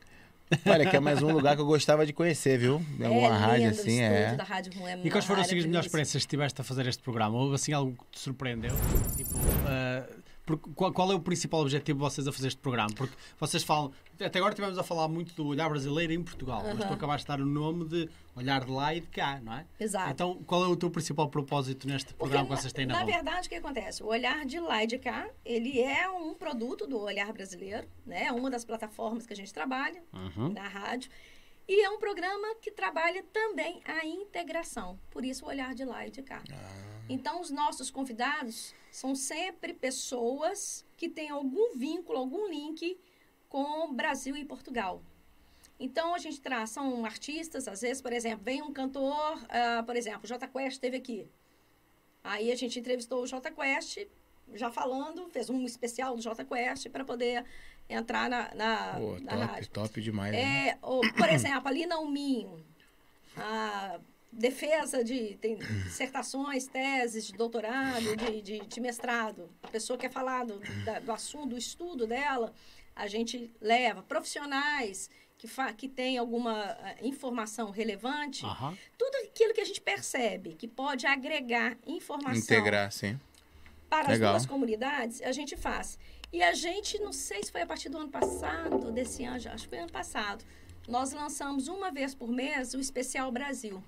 Olha, que é mais um lugar que eu gostava de conhecer, viu? Em é alguma lindo rádio o assim, estúdio é. da Rádio Ruim, é E quais foram uma assim, as melhores área belíssima. experiências que tiveste a fazer este programa? Houve assim algo que te surpreendeu? Tipo, ah, porque qual, qual é o principal objetivo de vocês a fazer este programa? Porque vocês falam, até agora estivemos a falar muito do olhar brasileiro em Portugal, mas tu acabaste de dar o nome de olhar de lá e de cá, não é? Exato. Então, qual é o teu principal propósito neste Porque, programa é que vocês têm na, na mão? verdade, o que acontece? O olhar de lá e de cá, ele é um produto do olhar brasileiro, né? É uma das plataformas que a gente trabalha Uhum. na rádio. E é um programa que trabalha também a integração. Por isso, o olhar de lá e de cá. Ah. Então, os nossos convidados são sempre pessoas que têm algum vínculo, algum link com Brasil e Portugal. Então, a gente traz, são artistas, às vezes, por exemplo, vem um cantor, ah, por exemplo, o Jota Quest esteve aqui. Aí a gente entrevistou o Jota Quest, já falando, fez um especial do Jota Quest para poder entrar na, na, Pô, na top, rádio. top demais. né? É, ou, por exemplo, ali na Uminho, a defesa de tem dissertações, teses de doutorado, de, de, de mestrado. A pessoa quer falar do, da- do assunto, do estudo dela, a gente leva. Profissionais que, fa que têm alguma ah, informação relevante. Aham. Tudo aquilo que a gente percebe que pode agregar informação Integrar, sim. para Legal. as duas comunidades, a gente faz. E a gente, não sei se foi a partir do ano passado, desse ano, já, acho que foi ano passado, nós lançamos uma vez por mês o Especial Brasil,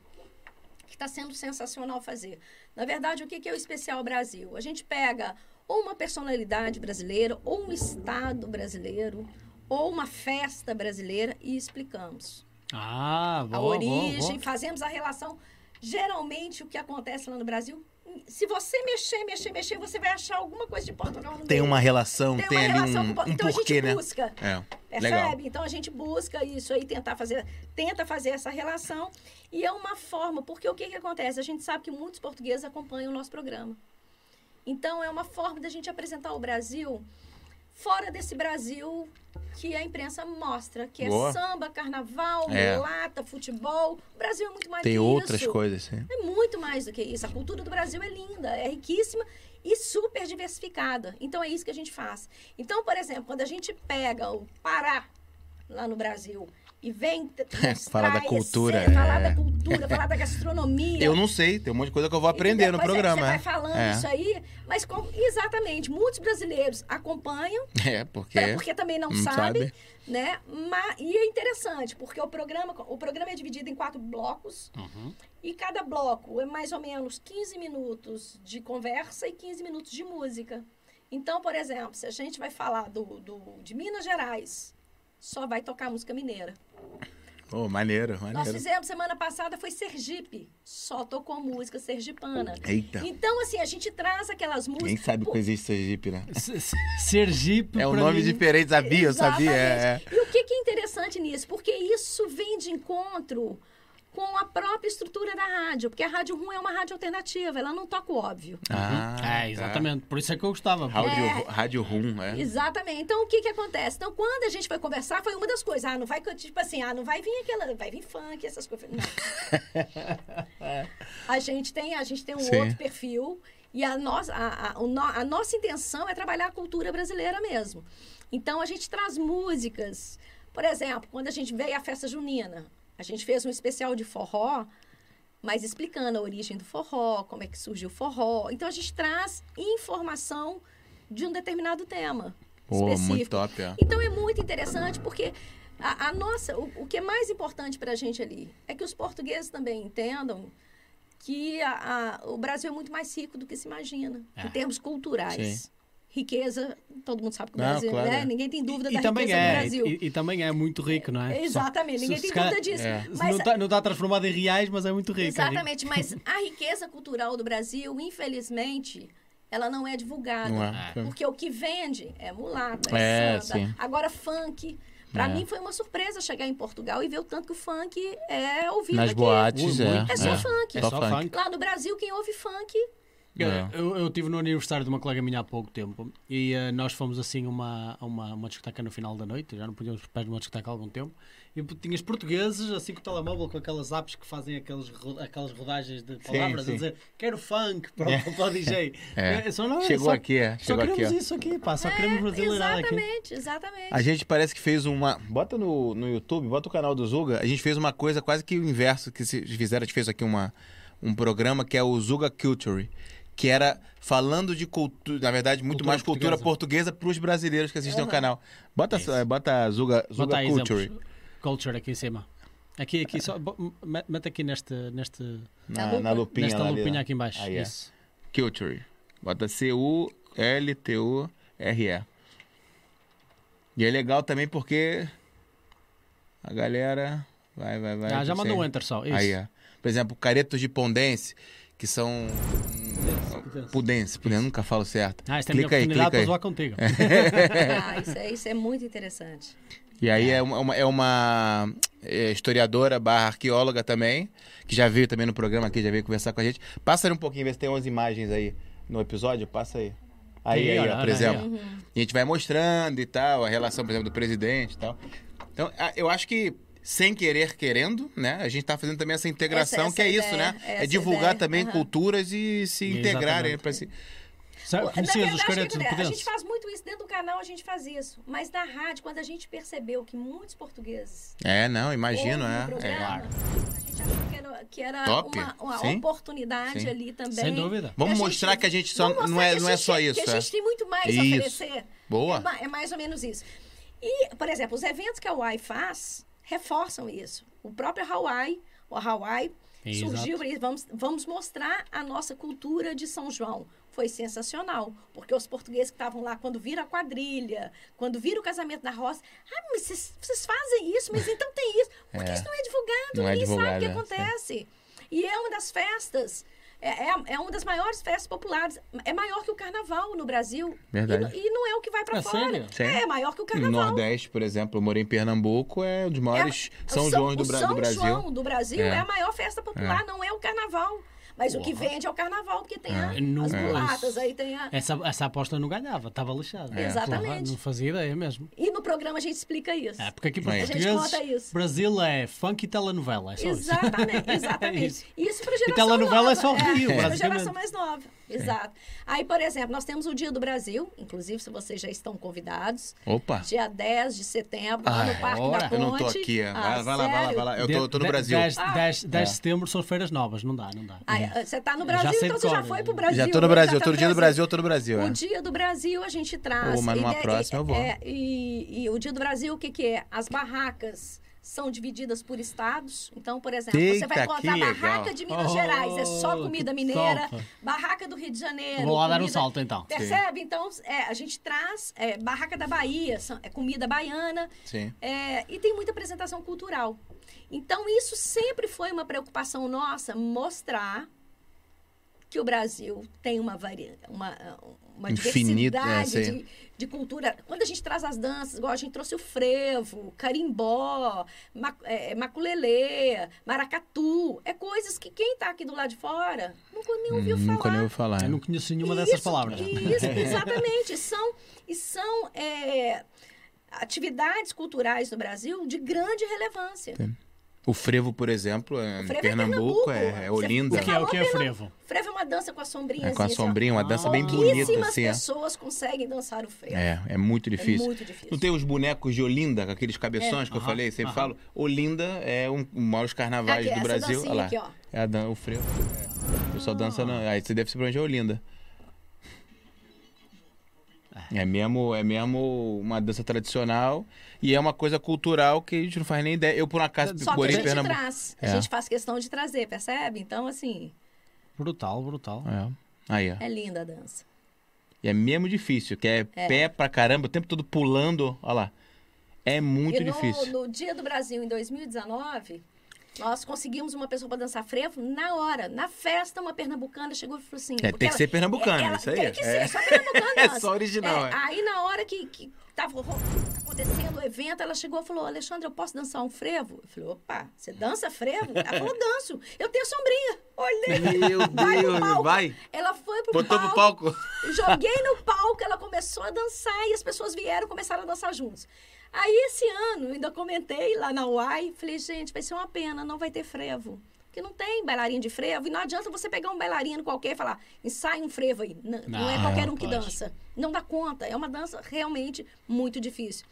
que está sendo sensacional fazer. Na verdade, o que que é o Especial Brasil? A gente pega ou uma personalidade brasileira, ou um estado brasileiro, ou uma festa brasileira e explicamos Ah, boa, a origem, boa, boa. fazemos a relação. Geralmente, o que acontece lá no Brasil, se você mexer, mexer, mexer, você vai achar alguma coisa de Portugal no Tem meio. uma relação, Tem tem, uma ali relação um, com o um Então, a porquê, gente né? busca. É. Percebe? Legal. Então a gente busca isso aí, tentar fazer, tenta fazer essa relação. E é uma forma, porque o que, que acontece? A gente sabe que muitos portugueses acompanham o nosso programa. Então é uma forma da gente apresentar o Brasil fora desse Brasil que a imprensa mostra, que é Boa. samba, carnaval, É. mulata, futebol. O Brasil é muito mais Tem que outras isso. coisas, sim. É muito mais do que isso. A cultura do Brasil é linda, é riquíssima e super diversificada. Então é isso que a gente faz. Então, por exemplo, quando a gente pega o Pará lá no Brasil e vem t- Falar mostrar da a cultura, essência, falar é. da cultura, falar da gastronomia. Eu não sei, tem um monte de coisa que eu vou aprender Entendeu? no Pois é, programa. Você vai é. falando é. isso aí, mas com- exatamente, muitos brasileiros acompanham, É, porque. pra- porque também não, não sabem, sabe. né? Ma- e é interessante, porque o programa, o programa é dividido em quatro blocos, e cada bloco é mais ou menos 15 minutos de conversa e 15 minutos de música. Então, por exemplo, se a gente vai falar do, do- de Minas Gerais, só vai tocar música mineira. Pô, maneiro, Nós maneiro. fizemos semana passada foi Sergipe, só tocou música sergipana. Eita. Então, assim, a gente traz aquelas músicas. Nem sabe Pô, que existe Sergipe, né? Se- se- Sergipe. É um pra nome mim, diferente, sabia? Eu sabia. É, exatamente. E o que que é interessante nisso? Porque isso vem de encontro com a própria estrutura da rádio. Porque a Rádio Rum é uma rádio alternativa, ela não toca o óbvio. Ah, tá. É, exatamente. Por isso é que eu gostava. pô. Rádio, rádio Rum, é. Exatamente. Então, o que que acontece? Então, quando a gente foi conversar, foi uma das coisas. Ah, não vai, tipo assim, ah, não vai vir aquela, vai vir funk, essas coisas. Não. a gente tem, a gente tem um Sim. outro perfil e a nossa, a, a- o no- a nossa intenção é trabalhar a cultura brasileira mesmo. Então, a gente traz músicas. Por exemplo, quando a gente veio à festa junina, a gente fez um especial de forró, mas explicando a origem do forró, como é que surgiu o forró. Então, a gente traz informação de um determinado tema Pô, específico. muito top, ó. Então é muito interessante porque a, a nossa, o, o que é mais importante para a gente ali é que os portugueses também entendam que a- a- o Brasil é muito mais rico do que se imagina É. em termos culturais. Riqueza, todo mundo sabe que o Não, Brasil, claro. é. né? Ninguém tem dúvida E da também riqueza do é. Brasil. E, e também é muito rico, não é? Exatamente, Só- ninguém se- tem se calhar- dúvida disso. é. se Mas Não está transformado em reais, mas é muito rico. é rico. Exatamente, mas a riqueza cultural do Brasil, infelizmente, ela não é divulgada. Não é? Porque o que vende é mulata, é, É, samba. sim. Agora, funk. Pra É. mim foi uma surpresa chegar em Portugal e ver o tanto que o funk é ouvido Nas aqui. boates, Ui, é. muito. É só funk. É Só só funk. funk. Lá no Brasil, quem ouve funk. Eu, É. eu, eu estive no aniversário de uma colega minha há pouco tempo e eh, nós fomos assim a uma, a uma, uma discoteca no final da noite, já não podíamos os pés numa discoteca há algum tempo, e p- tinhas portugueses assim com o telemóvel, com aquelas apps que fazem aqueles, ro- aquelas rodagens de palavras, sim. a dizer quero funk para, o- para o DJ. É. Eh, Só, não, Chegou só, aqui, é. Só Chegou aqui, queremos ó. isso aqui, pá, só É, queremos brasileirar aqui. Exatamente, exatamente. A gente parece que fez uma. Bota no, no YouTube, bota o canal do Zuga. A gente fez uma coisa quase que o inverso que se fizeram. A gente fez aqui uma, um programa que é o Zuga Culture, que era falando de cultura, na verdade, muito Cultura mais cultura portuguesa para os brasileiros que assistem ao canal. Bota, eh, bota Zuga, Zuga É Bota aí Culture. exemplos. Culture aqui em cima. Aqui, aqui, só, bo- me- mete aqui neste, neste, Na, lupa. na lupinha. nesta lá ali, lupinha ó. aqui embaixo. Aí, é. Isso. Culture. Bota C-U-L-T-U-R-E. E é legal também porque a galera. Vai, vai, vai. Ah, já não mandou sei. um enter só. Isso. Aí, ó. Por exemplo, caretos de pondense, que são. Pudense, pudense, eu nunca falo certo. Ah, esta é a minha clica aí, clica oportunidade para aí. zoar contigo. Ah, isso, é, isso é muito interessante. E aí é uma, uma- é uma, é, historiadora barra arqueóloga também, que já veio também no programa aqui, já veio conversar com a gente. Passa aí um pouquinho, vê se tem umas imagens aí no episódio, passa aí. Aí, Tem, aí, olha, ó, por olha aí, exemplo. E a gente vai mostrando e tal, a relação, por exemplo, do presidente e tal. Então, a- eu acho que sem querer, querendo, né? A gente tá fazendo também essa integração, Essa- essa que é isso, ideia, né? essa É divulgar ideia, também aham. culturas e se Exatamente. integrarem para se. Sabe, Na conhecias Tá, os verdade, o que caretos do acontece? a gente Pudense? faz muito isso. Dentro do canal, a gente faz isso. Mas na rádio, quando a gente percebeu que muitos portugueses É, não, imagino, houve no é. programa, é. A gente achou que era, que era Top, uma, uma sim. oportunidade Sim. ali também. Sem dúvida. Vamos Que a mostrar que a gente só- vamos mostrar não é- que a não é gente- só isso, Que é. a gente tem muito mais Isso. a oferecer. Boa. É, ma- é mais ou menos isso. E, por exemplo, os eventos que a Hawaii faz reforçam isso. O próprio Hawaii, o Hawaii Exato. surgiu para isso. Vamos, vamos mostrar a nossa cultura de São João. Foi sensacional, porque os portugueses que estavam lá, quando viram a quadrilha, quando viram o casamento da roça, ah, mas vocês vocês fazem isso, mas então tem isso. Porque É. isso não é divulgado, Não é ninguém sabe o que divulgado, é, sim. acontece. E é uma das festas, é, é, é uma das maiores festas populares. É maior que o carnaval no Brasil. Verdade. E, n- e não é o que vai para É fora. sério? Sim. É maior que o No carnaval. Nordeste, por exemplo, eu morei em Pernambuco, é um dos maiores É, São o Joões do, o Bra- do São Brasil. João do Brasil é. É. a maior festa popular, não é o carnaval. Mas o que Porra. vende é o carnaval, porque tem a- Não as é. mulatas, aí tem a... Essa, essa aposta não ganhava, estava lixada. É. Exatamente. Porra, não fazia ideia mesmo. E no programa a gente explica isso. É, porque aqui para É. os A gente conta portugueses, isso. Brasil é funk e telenovela. É só isso. Exatamente, exatamente. É isso. isso. para geração telenovela é nova. só Rio, pra basicamente. É. geração mais nova. Exato. Aí, por exemplo, nós temos o Dia do Brasil, inclusive, se vocês já estão convidados. Ah. Opa! Dia 10 de setembro, lá Ai, no Parque ora, da Ponte. Eu não tô aqui. é. Ah, vai, vai lá, vai lá, sério? vai lá. Eu tô, eu tô no De- Brasil. 10, dez- dez É. de setembro são feiras novas, não dá, não dá. Ah, é, Você tá no Eu Brasil, Uhum. já sei então de você já cor, foi né? pro Brasil. tá Já tô no Brasil, eu tô todo no dia do Brasil, eu tô no Brasil. é. O Dia do Brasil a gente traz. Ô, mas numa de- próxima eu vou. é, e, e o Dia do Brasil, o que, que é? As barracas são divididas por estados. Então, por exemplo, você Eita, vai encontrar que barraca legal. de Minas Gerais, é só Oh, comida que mineira. top. Barraca do Rio de Janeiro. Vou lá dar um comida- salto então. Percebe? Então, é, a gente traz é, barraca da Bahia, são- é comida baiana. Sim. É, e tem muita apresentação cultural. Então, isso sempre foi uma preocupação nossa, mostrar que o Brasil tem uma, varia, uma, uma Infinito, né, diversidade sei. de, de cultura. Quando a gente traz as danças, igual a gente trouxe o frevo, carimbó, ma, é, maculelê, maracatu, é coisas que quem está aqui do lado de fora nunca nem ouviu falar. Hum, Nunca nem ouvi falar. Eu não conheço nenhuma dessas palavras. Isso, exatamente. São, e são é, atividades culturais no Brasil de grande relevância. O frevo, por exemplo, é- frevo é Pernambuco, é, é Pernambuco. Olinda. O que é, o que é frevo? Frevo é uma dança com a sombrinha. É com a assim, assim, ó. sombrinha, uma dança bem bonita, Pouquíssimas assim. é. pessoas conseguem dançar o frevo. É, é muito difícil. muito É. difícil. Não tem os bonecos de Olinda, com aqueles cabeções que eu Aham, falei, sempre aham. falo. Olinda é um, um maior carnavais do Aqui, essa Brasil. dancinha lá. aqui, ó. É a dan o frevo. É. Eu só dança na. Aí você deve se pra Olinda. É mesmo, é mesmo uma dança tradicional e é uma coisa cultural que a gente não faz nem ideia. Eu, por um acaso, Só que a morei em gente Pernambuco. traz. A É. gente faz questão de trazer, percebe? Então, assim, Brutal, brutal. É. Aí, ó. é linda a dança. E é mesmo difícil, que é, pé pra caramba, o tempo todo pulando. Olha lá. É muito e no, difícil. no Dia do Brasil, em 2019, nós conseguimos uma pessoa para dançar frevo na hora. Na festa, uma pernambucana chegou e falou assim... É, porque tem que ela- ser pernambucano, é, ela- isso aí. Tem que É. ser, só pernambucano. É dança. só original, é. Aí, na hora que, que tava ro- acontecendo o evento, ela chegou e falou, Alexandre, eu posso dançar um frevo? Eu falei, opa, você dança frevo? Ela falou, danço. Eu tenho sombrinha. Olhei. Meu Vai pro palco. vai. Ela foi pro Botou pro palco. palco. Joguei no palco, ela começou a dançar e as pessoas vieram e começaram a dançar juntos. Aí esse ano, ainda comentei lá na UAI, falei, gente, vai ser uma pena, não vai ter frevo. Porque não tem bailarino de frevo e não adianta você pegar um bailarino qualquer e falar, ensaia um frevo aí. N- Não, é Não, qualquer não um que pode. dança. Não dá conta, é uma dança realmente muito difícil.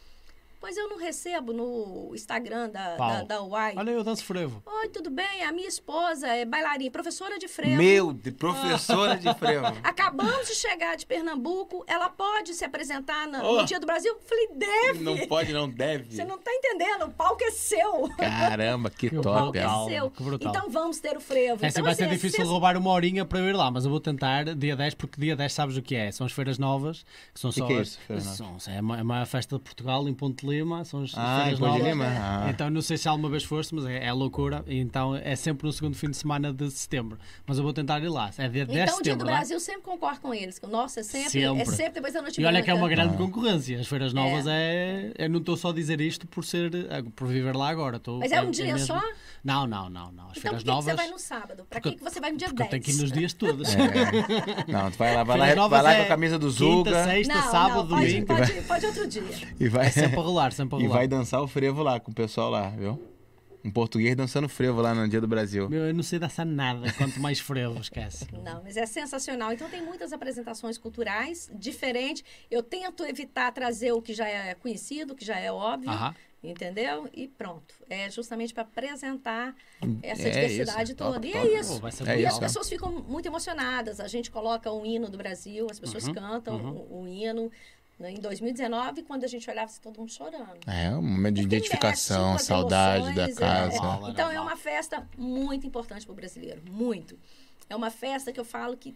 Pois eu não recebo no Instagram da, Pau. da, da UAI. Olha, eu danço frevo. Oi, tudo bem? A minha esposa é bailarina, professora de frevo. Meu, de professora de frevo. Acabamos de chegar de Pernambuco, ela pode se apresentar na- Oh. no Dia do Brasil? Eu falei, deve! Não pode, não deve. Você não tá entendendo, o palco é seu! O Caramba, que Que top. brutal. é. palco é seu. que brutal. Então vamos ter o frevo. É então, sempre vai assim, ser é difícil sens- roubar uma horinha para eu ir lá, mas eu vou tentar dia 10, porque dia 10 sabes o que é. São as feiras novas, que são só. que é as- isso, feiras novas? são- é uma- é a maior festa de Portugal em Ponte Lima, são as Ah, feiras em Ponte novas. Lima, ah. Então não sei se alguma vez foste, mas é, é loucura. Então é sempre no segundo fim de semana de setembro. Mas eu vou tentar ir lá. É dia 10 de Então o Dia do setembro. lá. Brasil sempre concordo com eles. que o Nosso é sempre, Sempre. é sempre depois da noite E olha que é uma branca. grande concorrência. As feiras novas é. Eu não estou só a dizer isto por ser. eh, por viver lá agora. Tô- Mas é um dia mesmo- só? Não, não, não, não. As Então por feiras que, que novas. você vai no sábado? Pra que, Porque- que você vai no dia Porque eu tenho 10? que ir nos dias todos. É. Não, tu vai lá, vai Feiras lá, vai novas lá é com a camisa do Quinta, Zuga sexta, não, sábado, não, pode, domingo. né? pode, pode outro dia. e vai, É sempre a rolar, sempre a e rolar. vai dançar o frevo lá com o pessoal lá, viu? Um português dançando frevo lá no Dia do Brasil. Meu, eu não sei dançar nada, quanto mais frevo, esquece. Não, mas é sensacional. Então tem muitas apresentações culturais diferentes. Eu tento evitar trazer o que já é conhecido, o que já é óbvio. Aham. Entendeu? E pronto. É justamente para apresentar essa É diversidade isso. toda. Top, e top. é Pô, isso. vai ser É e brutal. as isso. pessoas ficam muito emocionadas. A gente coloca o hino do Brasil, as pessoas Uhum, cantam o, o hino. né, Em 2019, quando a gente olhava, assim, todo mundo chorando. né? É, um momento de Porque mexe identificação, com as saudade da emoções, é. casa. Normal, é Então é normal. uma festa muito importante para o brasileiro, muito. É uma festa que eu falo que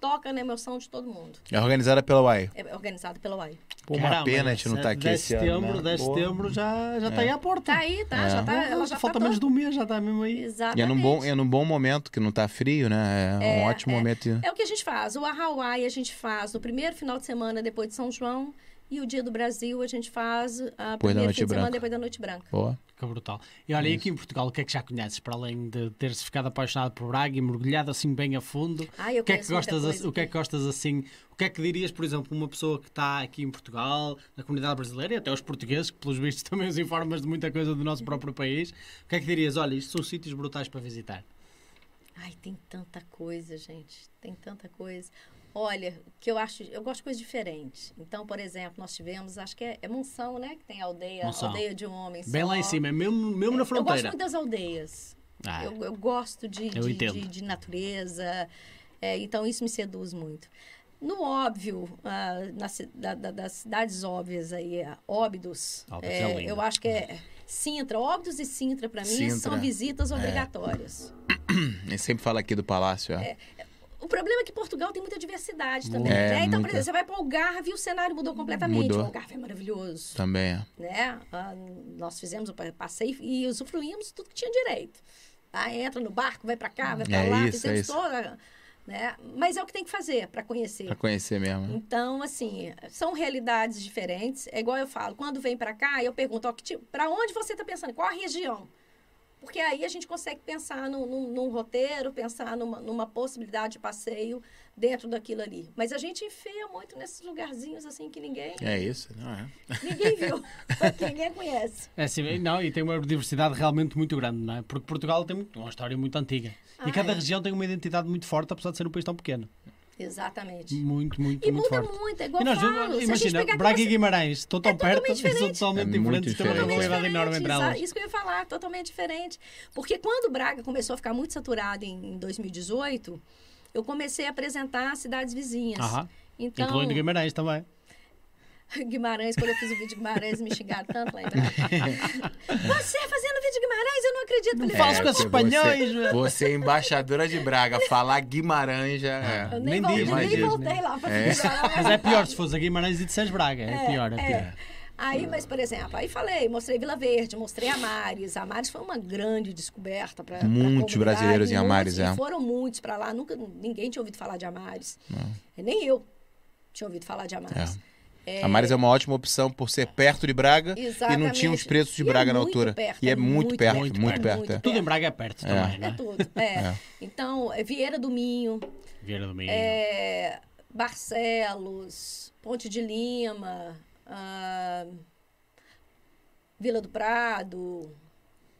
toca na emoção de todo mundo. É organizada pela UAI. É organizado pela UAI. Pô, uma Caramba, pena a gente não estar tá aqui 10 esse ano. setembro, né? É. 10 de Boa. setembro já, já está aí à porta. Tá aí, tá? Já tá, Porra, ela já já falta tá menos de toda- um mês, já está mesmo aí. E Exatamente. é num, bom, é num bom momento, que não tá frio, né? É, um ótimo momento. de- É o que a gente faz. O Hawaii a gente faz no primeiro final de semana depois de São João e o Dia do Brasil a gente faz a Depois da primeiro Noite fim de semana Branca. depois da Noite Branca. Boa. Que brutal. E olha, e aqui em Portugal, o que é que já conheces? Para além de teres ficado apaixonado por Braga e mergulhado assim bem a fundo, Ai, eu o, que é que conheço muita gostas, coisa a- o que é que aqui. gostas assim? O que é que dirias, por exemplo, uma pessoa que está aqui em Portugal, na comunidade brasileira e até os portugueses, que pelos vistos também os informas de muita coisa do nosso próprio país, o que é que dirias? Olha, isto são sítios brutais para visitar. Ai, tem tanta coisa, gente. Tem tanta coisa. Olha, que eu acho, eu gosto de coisas diferentes. Então, por exemplo, nós tivemos, acho que é, é Monção, né? Que tem a aldeia, Monção. aldeia de homens. Bem só. lá em cima, é mesmo, mesmo na Eu gosto fronteira. muito das aldeias. Ah, Eu, eu gosto de, Eu de, entendo. de- de natureza. É, então, isso me seduz muito. No óbvio, ah, na ci- da- da- das cidades óbvias aí, ah, Óbidos, Óbidos é, é lindo. eu acho que é Sintra. Óbidos e Sintra, para mim, Sintra. são É. visitas obrigatórias. Ele sempre fala aqui do palácio, é. O problema é que Portugal tem muita diversidade também, É, né? Então, por muita. exemplo, você vai para o Algarve e o cenário mudou completamente. Mudou. O Algarve é maravilhoso, Também é. né? Ah, nós fizemos o pa- passeio e usufruímos tudo que tinha direito. Tá? Entra no barco, vai para cá, vai para É lá, isso, fizemos é isso. toda... Né? Mas é o que tem que fazer para conhecer. Pra conhecer mesmo. né? Então, assim, são realidades diferentes. É igual eu falo, quando vem para cá, eu pergunto, ó, que tipo- pra onde você tá pensando? Qual a região? Porque aí a gente consegue pensar num, num- num roteiro, pensar numa, numa possibilidade de passeio dentro daquilo ali. Mas a gente enfia muito nesses lugarzinhos, assim, que ninguém, É isso, não é? ninguém viu, que ninguém conhece. É sim, não, e tem uma diversidade realmente muito grande, não é? Porque Portugal tem muito- uma história muito antiga. E Ah, cada é. região tem uma identidade muito forte, apesar de ser um país tão pequeno. Exatamente. Muito, muito, E muito muda forte. muito, é E igual eu nós vemos- falo. se a gente imagina, pegar Braga aquelas- e Guimarães, estão tão é perto, totalmente e são diferente. totalmente É muito diferentes, tem uma diferente. Totalmente rivalidade enorme diferente, entre exa- elas. Isso que eu ia falar, totalmente diferente. Porque quando Braga começou a ficar muito saturado em, em 2018, eu comecei a apresentar as cidades vizinhas. Aham, Então, Incluindo Guimarães também. Guimarães, quando eu fiz o vídeo de Guimarães, me xingaram tanto lá em Braga. Você fazendo vídeo de Guimarães, eu não acredito. "É, Não fala isso com É, porque esses espanhóis, Você, velho. você é embaixadora de Braga, falar Guimarães já é. Eu nem, Nem diz, voltei, nem nem diz, voltei lá pra Guimarães. Mas é pior se fosse a Guimarães e disseres Braga. É, pior, é pior. Aí, mas, por exemplo, aí falei, mostrei Vila Verde, mostrei Amares. Amares foi uma grande descoberta para Muitos brasileiros em Amares, é. Foram muitos para lá, nunca ninguém tinha ouvido falar de Amares. Nem eu tinha ouvido falar de Amares. A Maris é uma ótima opção por ser perto de Braga e não tinha os Exatamente. preços de E é Braga na muito altura. perto, e é muito, perto, muito é perto. muito é. Tudo em Braga é perto também, não É é? tudo. É. É. Então, é Vieira do Minho, Vieira do Minho. é, Barcelos, Ponte de Lima, ah, Vila do Prado,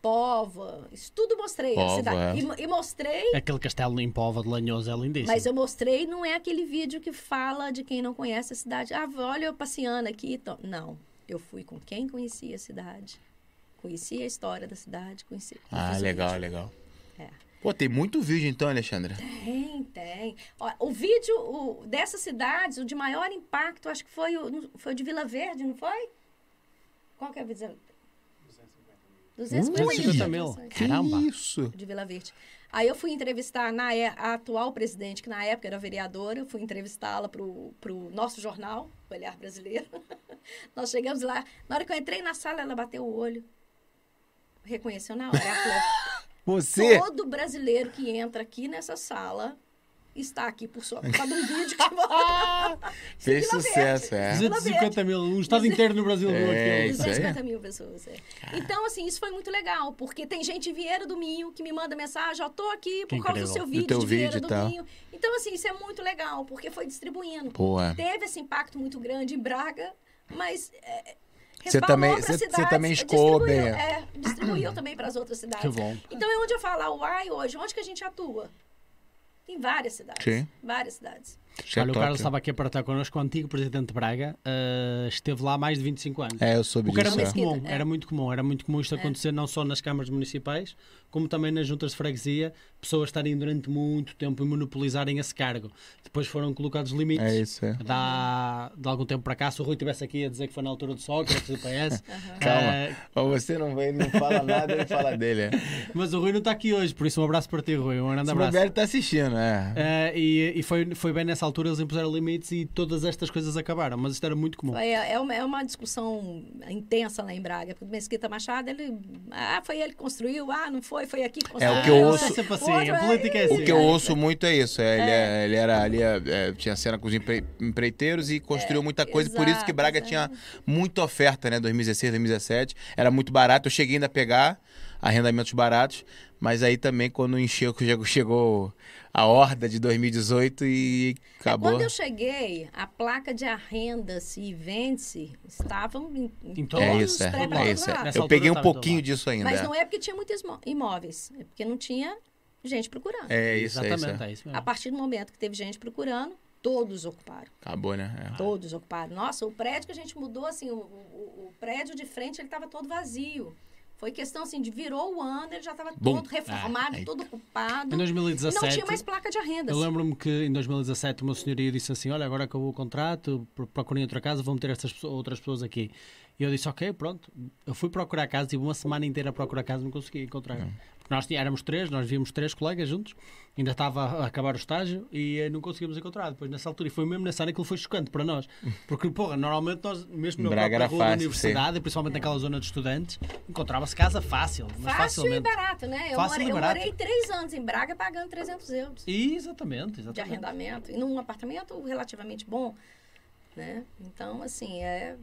Pova, isso tudo mostrei. a Póvoa, cidade. é. E mo- E, mostrei, Aquele castelo em Póvoa de Lanhoso é lindíssimo. mas eu mostrei, não é aquele vídeo que fala de quem não conhece a cidade. Ah, olha eu passeando aqui. tô- Não, eu fui com quem conhecia a cidade. Conhecia a história da cidade, conhecia. e Ah, fiz o legal, vídeo. legal. É. Pô, tem muito vídeo então, Alexandra. Tem, tem. Ó, o vídeo o, dessas cidades, o de maior impacto, acho que foi o, não- foi o de Vila Verde, não foi? Qual que é a Vila 250 250 mil. visualizações Caramba. Que isso. De Vila Verde. Aí eu fui entrevistar na, é- a atual presidente, que na época era vereadora, eu fui entrevistá-la para o nosso jornal, o Olhar Brasileiro. Nós chegamos lá, na hora que eu entrei na sala, ela bateu o olho. Reconheceu na hora. Ela falou, Você. Todo brasileiro que entra aqui nessa sala está aqui por sua por causa de um vídeo que eu Fez Vila sucesso, é. Verde. 250 mil, um estado inteiro no Brasil. viu É, aquilo. isso aí. 250 mil pessoas. é. Então, assim, isso foi muito legal, porque tem gente em Vieira do Minho que me manda mensagem, ó, tô aqui por Que causa incrível. do seu Do vídeo teu de Vieira vídeo e do tal. Minho. Então, assim, isso é muito legal, porque foi distribuindo. Pô, é. Teve esse impacto muito grande em Braga, mas... é, Você resvalou também- pras você- você cidades, também escoou distribuiu, bem, É, distribuiu também para as outras cidades. Que bom. Então é onde eu falo, uai, hoje, onde que a gente atua? Em várias cidades. Sim. Várias cidades. Isso é Olha, o top. Carlos estava aqui a partilhar connosco, o antigo presidente de Braga eh, esteve lá há mais de 25 anos. É, eu soube O que era disso. muito é. Mesquita, comum, é. era muito comum, era muito comum isto acontecer não só nas câmaras municipais, como também nas juntas de freguesia, pessoas estarem durante muito tempo e monopolizarem esse cargo. Depois foram colocados limites. É isso, é. Da, de algum tempo para cá, se o Rui estivesse aqui a dizer que foi na altura do Sócrates, do PS, Calma. eh, Ó, Você não, vai- não fala nada, ele fala dele, é. mas o Rui não está aqui hoje, por isso um abraço para ti, Rui, um grande Se abraço. bobear, tá assistindo, é. Eh, e e foi, foi bem nessa altura, eles impuseram limites e todas estas coisas acabaram, mas isto era muito comum. É, é, uma, é uma discussão intensa lá em Braga, porque o Mesquita Machado, ele. Ah, foi ele que construiu, ah, não foi, foi aqui que construiu. É o que eu ah, ouço- não sei. Sempre assim, O outro a política é assim. O que eu ouço muito é isso. É, ele, é- ele era ali, é, é, tinha cena com os empre- empreiteiros e construiu muita coisa. por isso que exato, Braga exato. tinha muita oferta, né? 2016, 2017. Era muito barato. Eu cheguei ainda a pegar arrendamentos baratos. Mas aí também, quando encheu, que chegou- chegou a horda de 2018 e acabou. É Quando eu cheguei, a placa de arrenda-se e vende-se estavam em, em Em todo todos É Todos isso, os é. é prédios lá do isso, é. Nessa lado. né? Eu altura peguei eu um tava do pouquinho lado. disso ainda. Mas é. não é porque tinha muitos imó- imóveis, é porque não tinha gente procurando. É isso, é isso, é Exatamente, é isso A mesmo. partir do momento que teve gente procurando, todos ocuparam. Acabou, Ah. né? É. Todos ocuparam. Nossa, o prédio que a gente mudou, assim, o, o- o prédio de frente, ele estava todo vazio. Foi questão, assim, de virou o ano, ele já estava Bom. todo reformado, Ah, aí- todo ocupado. é, Em E 2017, não tinha mais placa de arrenda. eu lembro-me que em 2017 uma senhoria disse assim, olha, agora acabou o contrato, pro- procurem outra casa, vão ter estas pessoas- outras pessoas aqui. E eu disse, ok, pronto. Eu fui procurar casa, tive uma semana inteira a procurar casa, não consegui encontrar. Hum. Porque nós tí- éramos três, nós víamos três colegas juntos, ainda estava a acabar o estágio e eh, não conseguimos encontrar. Depois nessa altura, e foi mesmo nessa área que ele foi chocante para nós. Porque, porra, normalmente nós, mesmo na Braga própria era rua da fácil, universidade, e principalmente naquela zona de estudantes, encontrava-se casa fácil, mas Fácil e facilmente. barato, né? Eu, Fácil morei, e eu barato. morei três anos em Braga pagando 300 euros E, exatamente, de exatamente. arrendamento. E num apartamento relativamente bom, né? Então, assim, é...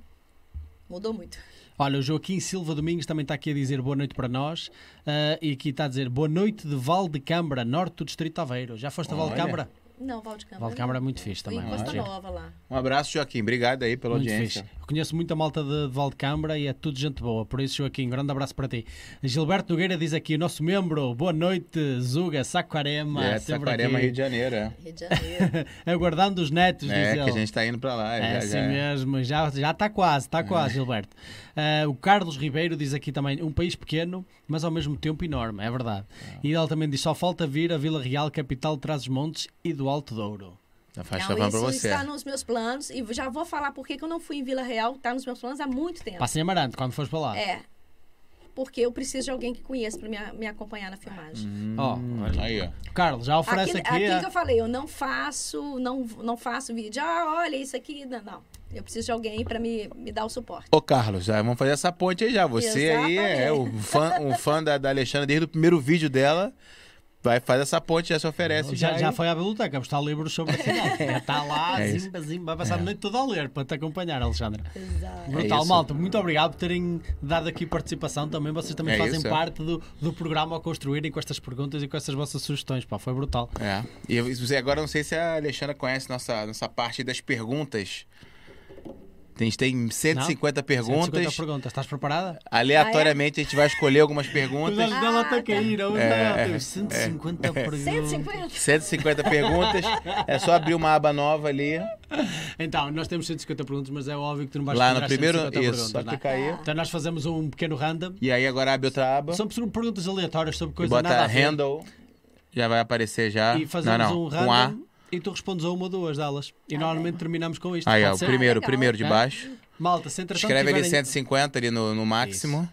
Mudou muito. Olha, o Joaquim Silva Domingos também está aqui a dizer boa noite para nós ah, e aqui está a dizer boa noite de Val de Câmara, norte do Distrito de Aveiro. Já foste a Val de Olha. Câmara? Não, Valdecâmara. Val de Câmara é muito fixe também. Fui em Costa muito giro. Nova lá. Um abraço, Joaquim. Obrigado aí pela Muito audiência. fixe. Eu conheço muita malta de, de Val de Câmara e é tudo gente boa. Por isso, Joaquim, grande abraço para ti. Gilberto Nogueira diz aqui, o nosso membro, boa noite, Zuga, Saquarema. É, sempre Saquarema, aqui. Rio de Janeiro, é. Rio de Janeiro. Aguardando os netos, diz É, ele. que a gente tá indo pra lá. É já, assim já é. mesmo, já está quase, está quase, Gilberto. Ah, o Carlos Ribeiro diz aqui também, um país pequeno, mas ao mesmo tempo enorme, é verdade. E ele também diz, só falta vir a Vila Real, capital de Trás-os-Montes e do Alto Douro. Já faz Não, chavão pra Então, isso você. está nos meus planos e já vou falar por que que eu não fui em Vila Real, está nos meus planos há muito tempo. Passa em Amarante, quando fores para lá. É. Porque eu preciso de alguém que conheça para me, me acompanhar na filmagem. Ó, Aí, ó. Carlos, já oferece Aquilo, Hum. aqui... é aquilo a- que eu falei, eu não faço, não, não faço vídeo. Ah, olha isso aqui. Não, não. Eu preciso de alguém para me, me dar o suporte. Ô, Carlos, já vamos fazer essa ponte aí já. Você aí é Exatamente. um fã, um fã da, da Alexandra desde o primeiro vídeo dela. Vai, faz essa ponte, já se oferece. Já, aí. já foi à biblioteca buscar livros sobre a cidade. Está lá, É isso. zimba, zimba, vai passar a noite toda a ler para te acompanhar, Alexandre. Exato. Brutal, isso. malta. Muito obrigado por terem dado aqui participação também. Vocês também É fazem isso, é. parte do, do programa a construírem com estas perguntas e com estas vossas sugestões. Pá, foi brutal. É. E eu- e agora eu não sei se a Alexandra conhece nossa, nossa parte das perguntas. A gente tem 150 perguntas. 150 perguntas. Estás preparada? Aleatoriamente a gente vai escolher algumas perguntas. É, Os dela está a cair. hoje não. Temos 150 perguntas. 150. 150 perguntas. É só abrir uma aba nova ali. Então, nós temos 150 perguntas, mas é óbvio que tu não vais lá responder no às primeiro. 150 Isso, só perguntas, não é? clicar aí. Então, nós fazemos um pequeno random. E aí agora abre outra aba. São perguntas aleatórias sobre E coisas nada bota a ver. handle. Já vai aparecer já. E fazemos não, não. um Um A. random. E tu respondes a uma ou duas delas. E Ah, é. normalmente terminamos com isto. Aí, Pode ó, o ser? primeiro, o legal. primeiro de É. baixo. Malta, se entretanto Escreve ali tiverem- 150 ali no, no máximo.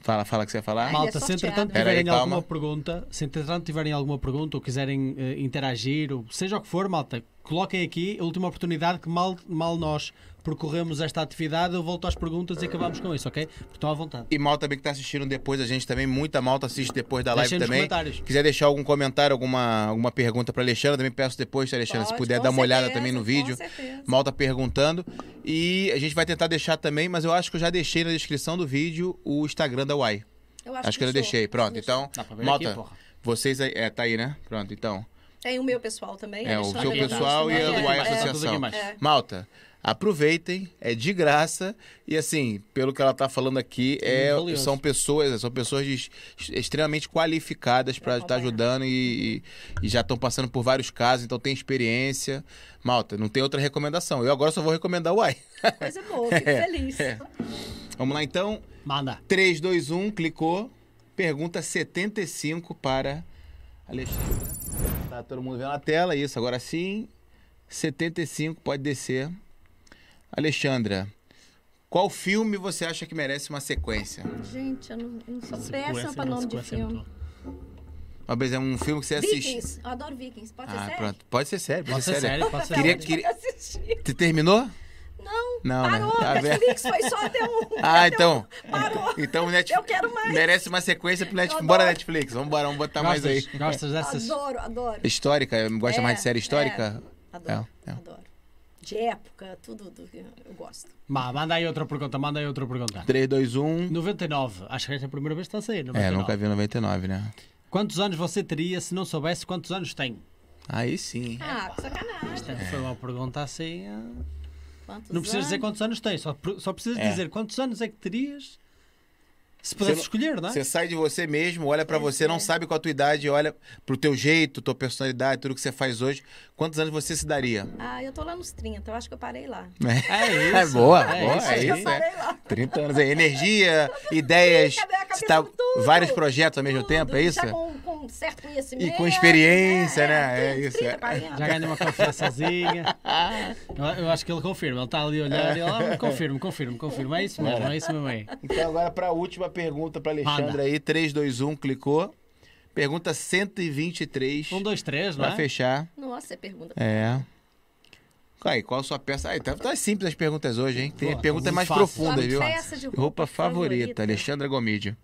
Fala, fala o que você ia falar. Ai, Malta, é se sorteado. entretanto Pera aí, tiverem alguma calma. pergunta, se entretanto tiverem alguma pergunta ou quiserem eh, interagir, ou seja o que for, malta, coloquem aqui a última oportunidade que mal, mal nós percorremos esta atividade, eu volto às perguntas e acabamos com isso, ok? Estão à vontade. E mal também que tá assistindo depois a gente também. Muita malta assiste depois da Deixem live nos também. comentários. Quiser deixar algum comentário, alguma, alguma pergunta pra Alexandra, também peço depois, tá, Alexandra, se Pode, puder com dar uma olhada certeza, também no com vídeo. certeza. Malta perguntando. E a gente vai tentar deixar também, mas eu acho que eu já deixei na descrição do vídeo o Instagram da Uai. Eu Acho, que eu deixou. deixei. Pronto, Deixou. então. Dá pra ver aqui, Malta, porra. vocês aí. É, tá aí, né? Pronto, então. Tem o meu pessoal também. É, o Alexandre seu Augusto, pessoal e né? a Tudo aqui Uai embaixo, tudo aqui Associação. embaixo. É. Malta, aproveitem, é de graça. E assim, pelo que ela tá falando aqui, é, muito valioso. são pessoas, é, são pessoas de- extremamente qualificadas para estar ajudando e, e- e já estão passando por vários casos, então tem experiência. Malta, não tem outra recomendação. Eu agora só vou recomendar o Uai. Coisa boa, fico É, feliz. Vamos lá então. Manda. 3, 2, 1, clicou. Pergunta 75 para Alexandre. Tá todo mundo vendo a tela, isso. Agora sim, 75, pode descer. Alexandra, qual filme você acha que merece uma sequência? Gente, eu não, eu não sou Sequência, péssima para nome de sequência é filme. muito boa. Talvez é um filme que você assiste. Vikings. Eu adoro Vikings. Pode ser Ah, sério? pronto. Pode ser sério, pode, Pode ser sério, pode ser Queria, sério. queria... Assistir. Você terminou? Não, Não, né? parou. Tá vendo? Netflix foi só até um. Ah, até então. um- Parou. Então o Netflix. Eu quero mais. Merece uma sequência pro Netflix. Eu Bora, adoro. Netflix. Vamos embora, vamos botar mais aí. Gostas, gostas então. dessas? Adoro, adoro. Histórica, gosta É, mais de série histórica? é. Adoro, É, é. adoro. De época, tudo, tudo que eu gosto. Má, manda aí outra pergunta, manda aí outra É. pergunta. 3, 2, 1. 99, acho que esta é a primeira vez que está a sair, 99. É, nunca vi 99, né? Quantos anos você teria se não soubesse quantos anos tem? Aí É, sim. Ah, que sacanagem. Esta foi uma pergunta assim. ah. Quantos Não precisas dizer anos? quantos anos tens, só, pre- só precisas É. dizer quantos anos é que terias Se pudesse não- escolher, não é? Você sai de você mesmo, olha pra você, é. não sabe qual a tua idade, olha pro teu jeito, tua personalidade, tudo que você faz hoje. Quantos anos você se daria? Ah, eu tô lá nos 30, eu acho que eu parei lá. É isso. É boa, boa, isso é aí. isso. eu parei lá. 30 anos aí, É energia, ideias, Cadê a cabeça você tá- com tudo? vários projetos ao mesmo Tudo, tempo, é isso? Já com, com um certo conhecimento. E com experiência, né? É tem uns isso, 30, é. 40. Já ganha uma confiançazinha. Eu, eu acho que ele confirma. Ele está ali a olhar e ele, ah, confirma, confirma, confirma. É isso mesmo, é isso mesmo aí. Então agora pra última pergunta pra Alexandre Manda. aí, 3, 2, 1, clicou. Pergunta 123 Um, dois, três, não pra é? fechar. Nossa, você pergunta. É. Aí, qual a sua peça? Aí, tá, tá simples as perguntas hoje, hein? Tem Boa, é perguntas muito mais fácil. profundas, Sua viu? peça de roupa Roupa favorita, favorita. Alexandra Gomídio.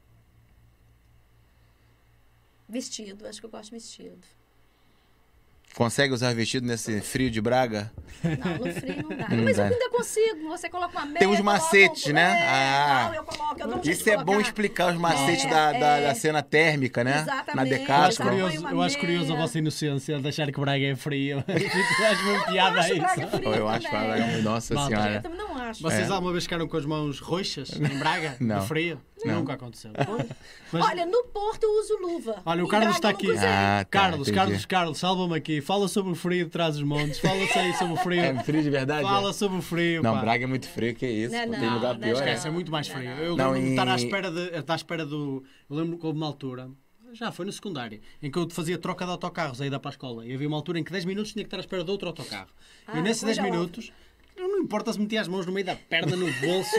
Vestido, acho que eu gosto de vestido. Consegue usar vestido nesse frio de Braga? Não, no frio não dá. Não Mas eu dá. ainda consigo. Você coloca uma meia. uns coloca macetes, um- né? É, Ah. tal, eu coloco, eu dou um jeito Isso de é bom colocar. explicar os macetes É, da, da, é. da cena térmica, né? Na Exatamente, é Eu acho, Decathlon. exatamente. curioso, eu acho curioso a vossa inocência de achar que Braga é frio. Eu acho mesmo Eu piada a acho Braga isso. frio Eu acho, também. Braga, nossa Malta. Eu senhora. também não acho. Vocês alguma vez ficaram com as mãos roxas em Braga? é? Não. De frio? Não. Nunca aconteceu. Mas- Olha, no Porto eu uso luva. Olha, o Em Carlos Braga está eu não aqui. usei. Ah, tá, Carlos, entendi. Carlos, Carlos, salva-me aqui. Fala sobre o frio de trás dos montes. Fala-se aí sobre o É frio. frio de verdade? Fala sobre o frio. Não, pá. Braga é muito frio, que isso. Não, Não, tem não, lugar não, pior. não. é. Esquece, é muito mais frio. Eu Não, lembro-me de e- estar à espera, de, estar à espera do. Eu lembro que houve uma altura, já foi no secundário, em que eu fazia troca de autocarros aí da para a escola. E havia uma altura em que 10 minutos tinha que estar à espera de outro autocarro. e Ah, nesses 10 coisa louca. minutos. Não importa se metia as mãos no meio da perna, no bolso.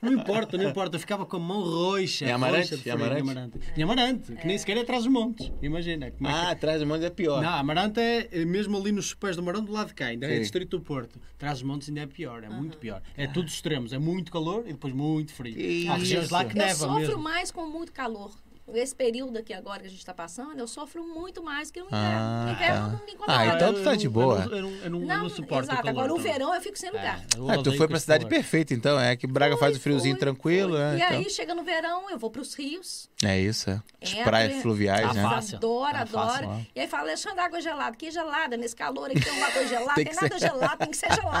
não importa, não importa. Eu ficava com a mão roxa. Em Amarante? roxa de Em frio, Amarante? Em Amarante. Em Amarante, que nem sequer é atrás dos montes. Imagina. Como é que Ah, atrás do monte é pior. não, Amarante é eh, mesmo ali nos pés do Marão, do lado de cá, ainda é Sim. distrito do Porto. Trás-os-Montes ainda é pior, é muito pior. É todos extremos, é muito calor e depois muito frio. Que Há regiões isso. lá que Eu neva sofro mesmo. mais com muito calor. Esse período aqui agora que a gente está passando, eu sofro muito mais que no inverno. Ah, no inverno tá. não me incomoda. Ah, então eu tu tá não- de boa. Eu não, eu não, eu não, eu não suporto exato. o calor. então. agora o também. verão tá. eu fico sem lugar. É, eu Ah, tu odeio foi com pra esse cidade calor. perfeita, então. É que Braga faz o Foi, friozinho foi, tranquilo, foi. né? E então. aí, chega no verão, eu vou para os rios. É isso. é. As Entra, praias fluviais, Ah, né? fácil. Adoro, Tá adoro. fácil. E aí fala, Alexandre, água gelada. Que gelada, nesse calor aqui tem uma água gelada, Tem tem, que Ah, nada gelado, tem que ser gelado.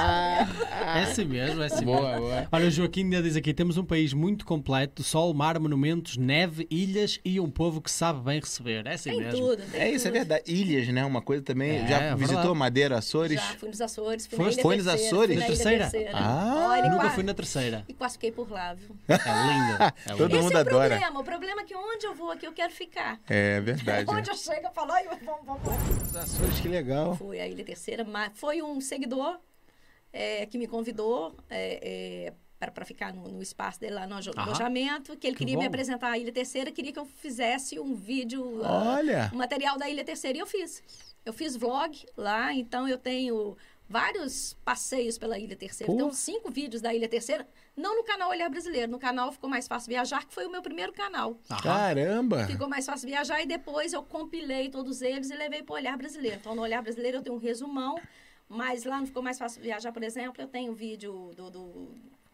né? É assim mesmo, é assim Boa, mesmo. boa. Olha, o Joaquim ainda diz aqui: temos um país muito completo, sol, mar, monumentos, neve, ilhas e um povo que sabe bem receber. É assim Tem mesmo. tudo, tem É isso, é tudo. verdade. Ilhas, né? Uma coisa também. É, Já é visitou verdade. Madeira, Açores? Já fui nos Açores, fui Foste? na Ilha Foi nos Terceira, Açores? fui na Na Ilha terceira? Ah, Olha, e Nunca quase- fui na terceira. E quase fiquei por lá, viu? É linda. É Todo linda. Esse mundo é o adora. problema. O problema é que onde eu vou aqui, eu quero ficar. É verdade. Onde eu chego, eu falo, ai, vamos, vamos, vamos. Açores, que legal. Foi a Ilha Terceira, mas foi um seguidor eh, que me convidou é, para ficar no, no espaço dele lá no alo- Aham. alojamento, que ele Que queria me bom. apresentar a Ilha Terceira, queria que eu fizesse um vídeo, ah, Olha. um material da Ilha Terceira, e eu fiz. Eu fiz vlog lá, então eu tenho vários passeios pela Ilha Terceira. Pô. Então, cinco vídeos da Ilha Terceira, não no canal Olhar Brasileiro, no canal Ficou Mais Fácil Viajar, que foi o meu primeiro canal. Aham. Caramba. Ficou mais fácil viajar e depois eu compilei todos eles e levei para o Olhar Brasileiro. Então, no Olhar Brasileiro eu tenho um resumão, mas lá no Ficou Mais Fácil Viajar, por exemplo, eu tenho vídeo do, do-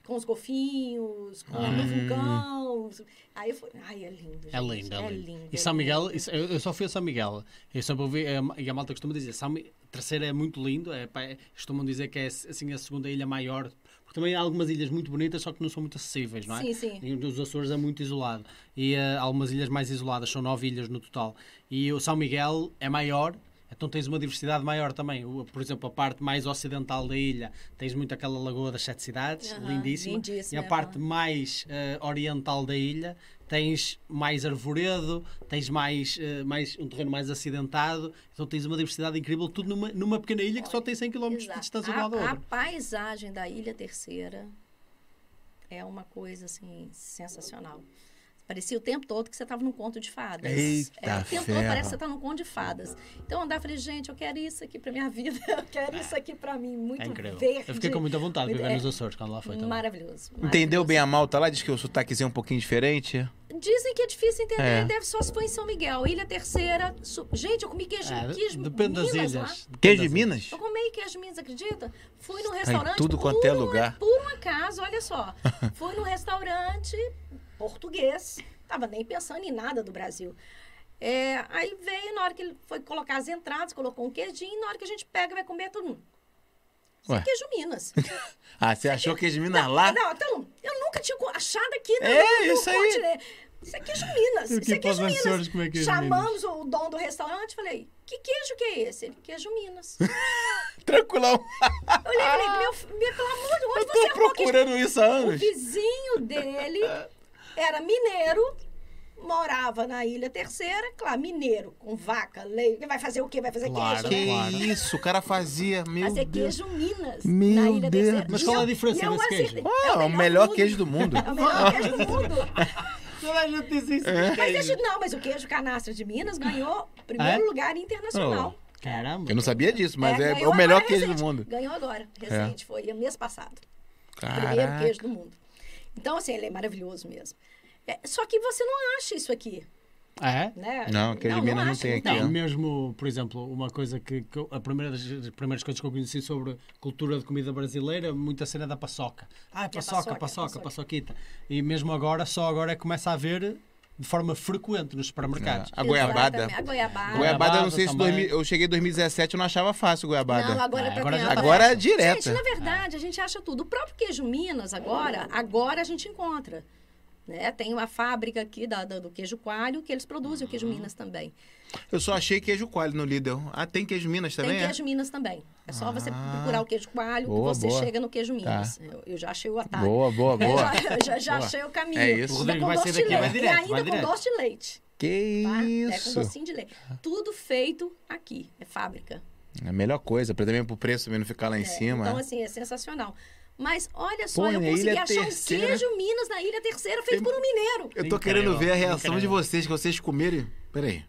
com os golfinhos, com o vulcão. Aí eu fui, ai, é lindo, É gente, lindo, é lindo. é E São lindo. Miguel, isso- eu, eu só fui a São Miguel. Eu só ouvi, é, e a malta costuma dizer, São, Mi- terceira é muito lindo, é, pá, é- costumam dizer que é assim a segunda ilha maior, porque também há algumas ilhas muito bonitas, só que não são muito acessíveis, não é? Sim, sim. E Os Açores é muito isolado. E eh, há algumas ilhas mais isoladas, são nove ilhas no total. E o São Miguel é maior, então tens uma diversidade maior também. O- Por exemplo, a parte mais ocidental da ilha, tens muito aquela lagoa das sete cidades, Aham, lindíssima. lindíssima, e a é parte bom. mais eh, oriental da ilha, tens mais arvoredo, tens mais, eh, mais um terreno mais acidentado. Então tens uma diversidade incrível, tudo numa, numa pequena ilha que só tem 100 km de Exato. distância de a, uma da a outra. paisagem da Ilha Terceira é uma coisa, assim, sensacional. Parecia o tempo todo que você estava num conto de fadas. Eita é, o tempo ferro. todo parece que você está num conto de fadas. Então eu andava e falei, gente, eu quero isso aqui para minha vida, eu quero isso aqui para mim, muito É incrível. verde. Eu fiquei com muita vontade de viver É. nos Açores quando lá foi também. Maravilhoso. Entendeu maravilhoso. bem a malta lá? Diz que o sotaquezinho é um pouquinho diferente. Dizem que é difícil entender, É. deve só se for em São Miguel. Ilha Terceira. su- Gente, eu comi queijo, É, queijo depende das Minas é? ilhas. lá. Depende Queijo de das ilhas. Minas? Eu comi queijo de Minas, acredita? Fui num Tá em restaurante. tudo quanto por é um- lugar. Por um acaso, olha só. Fui num restaurante português. Tava nem pensando em nada do Brasil. É, aí veio, na hora que ele foi colocar as entradas, colocou um queijinho, na hora que a gente pega, vai comer tudo. São queijo Minas. Ah, você achou que de Minas Não, lá? Não, então, eu nunca tinha co- achado aqui. né? É, No- no isso aí. continente. Isso é queijo Minas. Eu que Isso é pros queijo Minas. Açores, como é que é queijo Chamamos o dono do restaurante e falei, que queijo que é esse? Ele, queijo Minas. Tranquilão. Eu olhei e falei, Ah, meu, fi- meu, pelo amor de Deus, Eu onde tô você arrumou queijo? procurando isso há O anos. vizinho dele era mineiro, morava na Ilha Terceira. Claro, mineiro, com vaca, leite. Vai fazer o quê? Vai fazer Claro. queijo, né? Que Claro. isso, o cara fazia, meu Fazer Deus. é queijo Minas Meu na Ilha Deus Terceira. do Mas E qual é a eu- diferença e eu desse queijo? acertei. Ah, é o melhor queijo do mundo. É o melhor queijo do mundo. Toda a gente diz isso. Mas deixa- não, mas o queijo canastra de Minas ganhou primeiro É? lugar internacional. Caramba. Eu Ah, não sabia disso, mas é, ganhou o melhor agora queijo do recente. mundo. É. Ganhou agora, recente, foi mês passado. Primeiro Caraca. queijo do mundo. Então, assim, ele é maravilhoso mesmo. É, só que você não acha isso aqui, É? né? Não, queijo de Minas não acha, tem aqui, Não, Não. Então, mesmo, por exemplo, uma coisa que, que eu- a primeira das, das primeiras coisas que eu conheci sobre cultura de comida brasileira, muita cena da paçoca. Ah, é paçoca, paçoca, paçoca, paçoca. paçoquita. E mesmo agora, só agora é que começa a haver de forma frequente nos supermercados. A goiabada. Exatamente, A goiabada. Goiabada, eu não sei se Goiabada 2000 eu cheguei em 2017, eu não achava fácil goiabada. Não, agora Ah, é pra agora já criança. tá Agora é direta. Gente, na verdade, a gente acha tudo. O próprio queijo Minas, agora, agora a gente encontra. Né? Tem uma fábrica aqui da, da- do queijo coalho que eles produzem o Uhum. queijo Minas também. Eu só achei queijo coalho no Lidl. Ah, tem queijo Minas também? Ah. Tem queijo Minas também. É só você procurar o queijo coalho Boa, que você boa. chega no queijo Minas. Eu, eu já achei o é? atalho. Boa, boa, Eu boa. já, eu já- já Boa. achei o caminho. É isso. O Rodrigo com vai sair doce de daqui, vai leite. direto, e ainda vai com direto. doce de leite. Que Tá? É com isso. docinho de leite. Tudo feito aqui. É fábrica. É a melhor coisa, pra também pro preço também não ficar lá em É, cima. Então, né? assim, é sensacional. Mas olha só, Pô, eu na consegui Ilha achar Terceira- um queijo Minas na Ilha Terceira feito Tem- por um mineiro. Eu tô Incrível, querendo ver a reação incrível. de vocês, que vocês comerem. Peraí.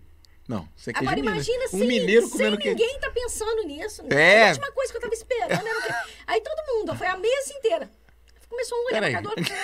Não, você quer Agora imagina Um sem, mineiro sem comendo queijo. ninguém tá pensando nisso. É. A última coisa que eu tava esperando era o quê? Aí todo mundo, foi a mesa inteira. Começou um Peraí. olhar pra cada outro.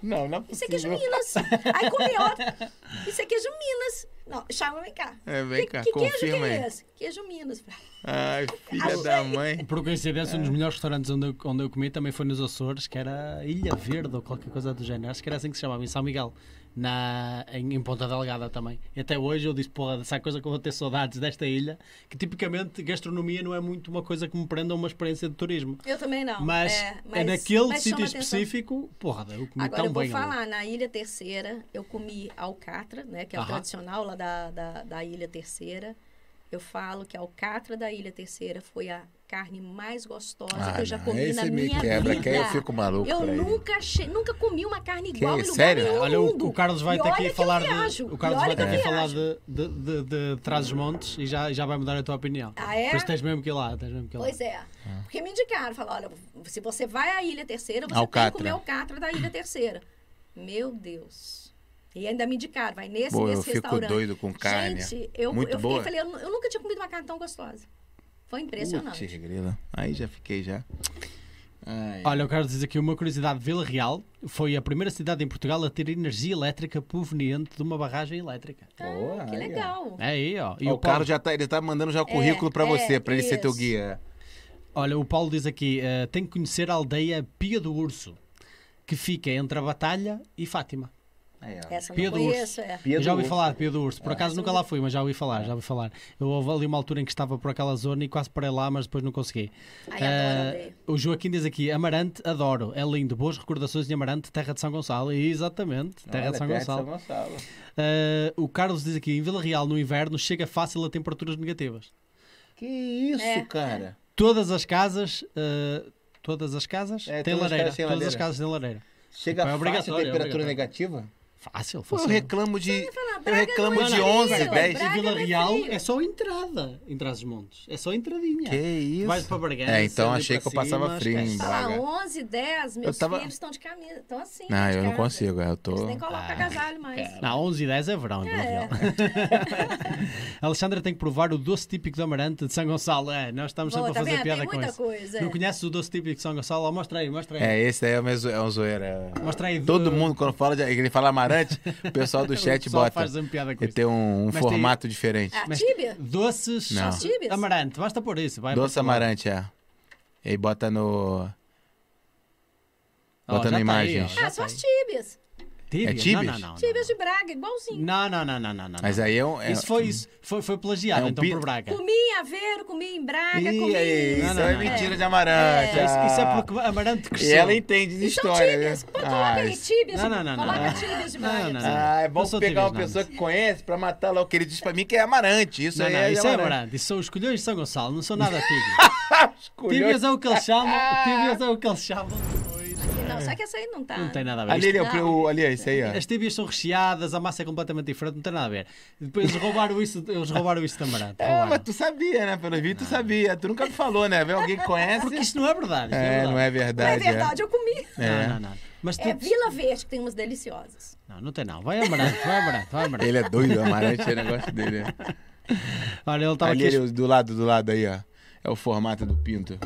Não, não é Isso é queijo possível. Minas. Aí comeu outro. Isso é queijo Minas. Não, chama, vem cá. É, vem que, cá, que queijo que confirma aí. é esse? Queijo Minas. Ai, filha da mãe. Por coincidência, É. um dos melhores restaurantes onde eu, onde eu comi também foi nos Açores, que era Ilha Verde ou qualquer coisa do género. Acho que era assim que se chamava, em São Miguel, na, em, em Ponta Delgada também. E até hoje eu disse, porra, essa coisa que eu vou ter saudades desta ilha, que tipicamente gastronomia não é muito uma coisa que me prenda a uma experiência de turismo. Eu também não. Mas é, é, mas- naquele mas sítio chama atenção. específico, porra, eu comi Agora tão eu vou bem. ali. falar, na Ilha Terceira, eu comi alcatra, né? Que é o Aham. tradicional lá da, da, da Ilha Terceira. Eu falo que a alcatra da Ilha Terceira foi a carne mais gostosa Ah, que eu já comi na minha vida. maluco. Eu por aí. nunca achei, nunca comi uma carne igual em lugar Sério? nenhum no é Olha, o, mundo. o Carlos vai E ter olha que ir que eu falar de. viajo. O E Carlos olha vai ter que eu que ir falar viajo. de, de, de, de Trás-os-Montes e já, já vai mudar a tua opinião. Ah, é? Pois tens mesmo que ir lá. Tens mesmo que ir lá. Ah. Pois é. Porque me indicaram, falaram, olha, se você vai à Ilha Terceira, você tem Alcatra. que comer alcatra da Ilha Terceira. Meu Deus. E ainda me indicaram, vai nesse, Pô, eu nesse fico restaurante. doido com carne. Gente, eu, Muito eu boa. fiquei, falei, eu, nu- eu nunca tinha comido uma carne tão gostosa. Foi impressionante. Putz, grila. Aí já fiquei já. Ai. Olha, eu quero dizer aqui uma curiosidade. Vila Real foi a primeira cidade em Portugal a ter energia elétrica proveniente de uma barragem elétrica. Boa, Tá, Ah, que aí, ó. legal. É aí, ó. E Ó, o o cara Paulo, já tá, ele tá mandando já o currículo pra é, você, pra ele ser teu isso. guia. Olha, o Paulo diz aqui: eh, tem que conhecer a aldeia Pia do Urso, que fica entre a Batalha e Fátima. Aí, ó. Essa eu Pia não do Urso. conheço, é. Pia Eu já do ouvi urso. Ah, falar de Pia do Urso. Por acaso nunca lá fui, mas já ouvi falar, já ouvi falar. Eu houve ali uma altura em que estava por aquela zona e quase parei lá, mas depois não consegui. Ai, Ah, adoro, odeio. o Joaquim diz aqui, Amarante, adoro. É lindo, boas recordações de Amarante, terra de São Gonçalo. E, Exatamente, terra Olha, de São Gonçalo. Gonçalo. Ah, o Carlos diz aqui, em Vila Real, no inverno, chega fácil a temperaturas negativas. Que isso, É. cara? Todas as casas, ah, todas as casas É, todas têm as lareira. casas têm todas lareira. as casas têm lareira. Chega É fácil obrigatório, é temperatura obrigatório. negativa? Fácil, Pô, eu fácil. um reclamo de. Eu Braga reclamo não é de frio, 11, Braga 10. Em Vila não é Real frio. é só entrada em Trás-os-Montes. É só entradinha. Que isso? Vais para Bragança. É, então ali achei para que eu passava cima, frio em esquece. Braga. Falar 11, 10, meus tava- filhos estão de camisa, estão assim. Não, de Ah, eu não casa. consigo, eu tô. Eles nem colocam agasalho mais. Ah, Não, 11 e 10 é verão, em Vila Real. A Alexandra tem que provar o doce típico do Amarante de São Gonçalo. É, nós estamos Boa, sempre tá a fazer vendo? piada Tem com muita isso. coisa. Não conheces o doce típico de São Gonçalo? Ó, Mostra aí, mostra aí. É, esse aí é uma zo- é um zoeira. Mostra aí. Todo mundo, quando fala de, ele fala amarante, o pessoal do chat pessoal bota. faz uma piada com e isso. tem um, um Mas tem- formato diferente. A Ah, tíbia? Doces Não. Só- Tíbias? Amarante, basta por isso. Vai, Doce basta por- amarante, é. E aí bota no. Ó, Bota na já tá aí, imagem. ó, já Ah, tá são as aí. tíbias. Tíbia? É tíbias? Não, não, não. Tíbias de Braga, igualzinho. Não, não, não, não, não, não. Mas não. aí é um. é- Isso foi isso. Foi, foi plagiado, É um então, pi- por Braga. Comia em Aveiro, comia em Braga, Ih, comia é em... isso Não, não, é não. mentira de Amarante. É, isso, isso é ah. porque Amarante E cresceu. ela entende de E são história. tíbias. né? Pô, coloca aí, tíbias. Não, não, não, não. Coloca tíbias de Não, Braga. assim. não, não. Ah, é bom Não sou pegar uma tíbias, não. pessoa que conhece pra matar lá o que ele diz pra mim que é Amarante. Isso Não, aí não, é. isso de é Amarante. Amarante. Isso são os colhões de São Gonçalo, não são nada tíbias. tíbias é o que eles chamam. Tíbias é o que eles chamam. Não, só que essa aí não tá. Não tem nada a ver. Ali, Isto- ele é o- Não. o- ali é isso aí, ó. As tíbias são recheadas, a massa é completamente diferente, não tem nada a ver. Depois eles roubaram isso, eles roubaram isso da Amarante. É, roubaram. mas tu sabia, né? Pelo visto, tu sabia. Tu nunca me falou, né? Vê alguém que conhece. Porque isto não é verdade. isto É, não é Não é verdade. verdade, eu comi. é. Não, não, não. Mas tu... É Vila Verde que tem umas deliciosas. Não, não tem não. Vai Amarante, vai Amarante, vai Amarante. Ele é doido, o Amarante é negócio dele. né? Olha, ele estava Ali, aqui... a ele, do lado, do lado aí, ó. É o formato do pinto.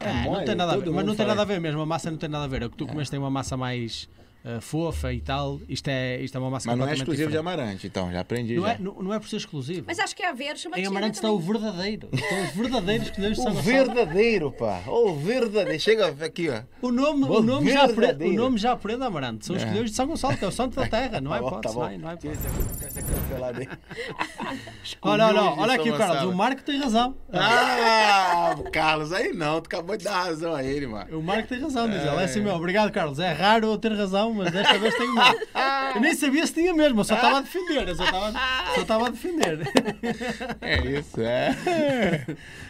É, não mole, tem nada a ver. todo Mas mundo não tem fala É. nada a ver mesmo, a massa não tem nada a ver. O que tu comeste tem uma massa mais ah, fofa e tal. Isto é, isto é uma massa Mas não é completamente exclusivo de diferente. Amarante, então. Já aprendi. Não já. é, não, não é por ser exclusivo. Mas acho que é Aveiro chama em tíbia Amarante está também. o verdadeiro. Estão os verdadeiros colhões de O São Gonçalo. verdadeiro, pá. O verdadeiro. Chega aqui, ó. O nome, Bom, o nome já aprende, verdadeiro. o nome já aprende Amarante. São os colhões de São Gonçalo, que é o santo da terra. Não é bom, tá hipótese, bom. não é- não é hipótese. Cancelado aí. Olha, olha, Colhões de olha aqui São o Carlos. Gonçalo. O Marco tem razão. Ah, Carlos, aí não. Tu acabou de dar razão a ele, mano. O Marco tem razão, diz ele. É assim mesmo. Obrigado, Carlos. É raro eu ter razão, mas desta vez tenho mesmo. Eu nem sabia se tinha mesmo, eu só estava a defender. Eu só estava só estava a defender. É isso, é.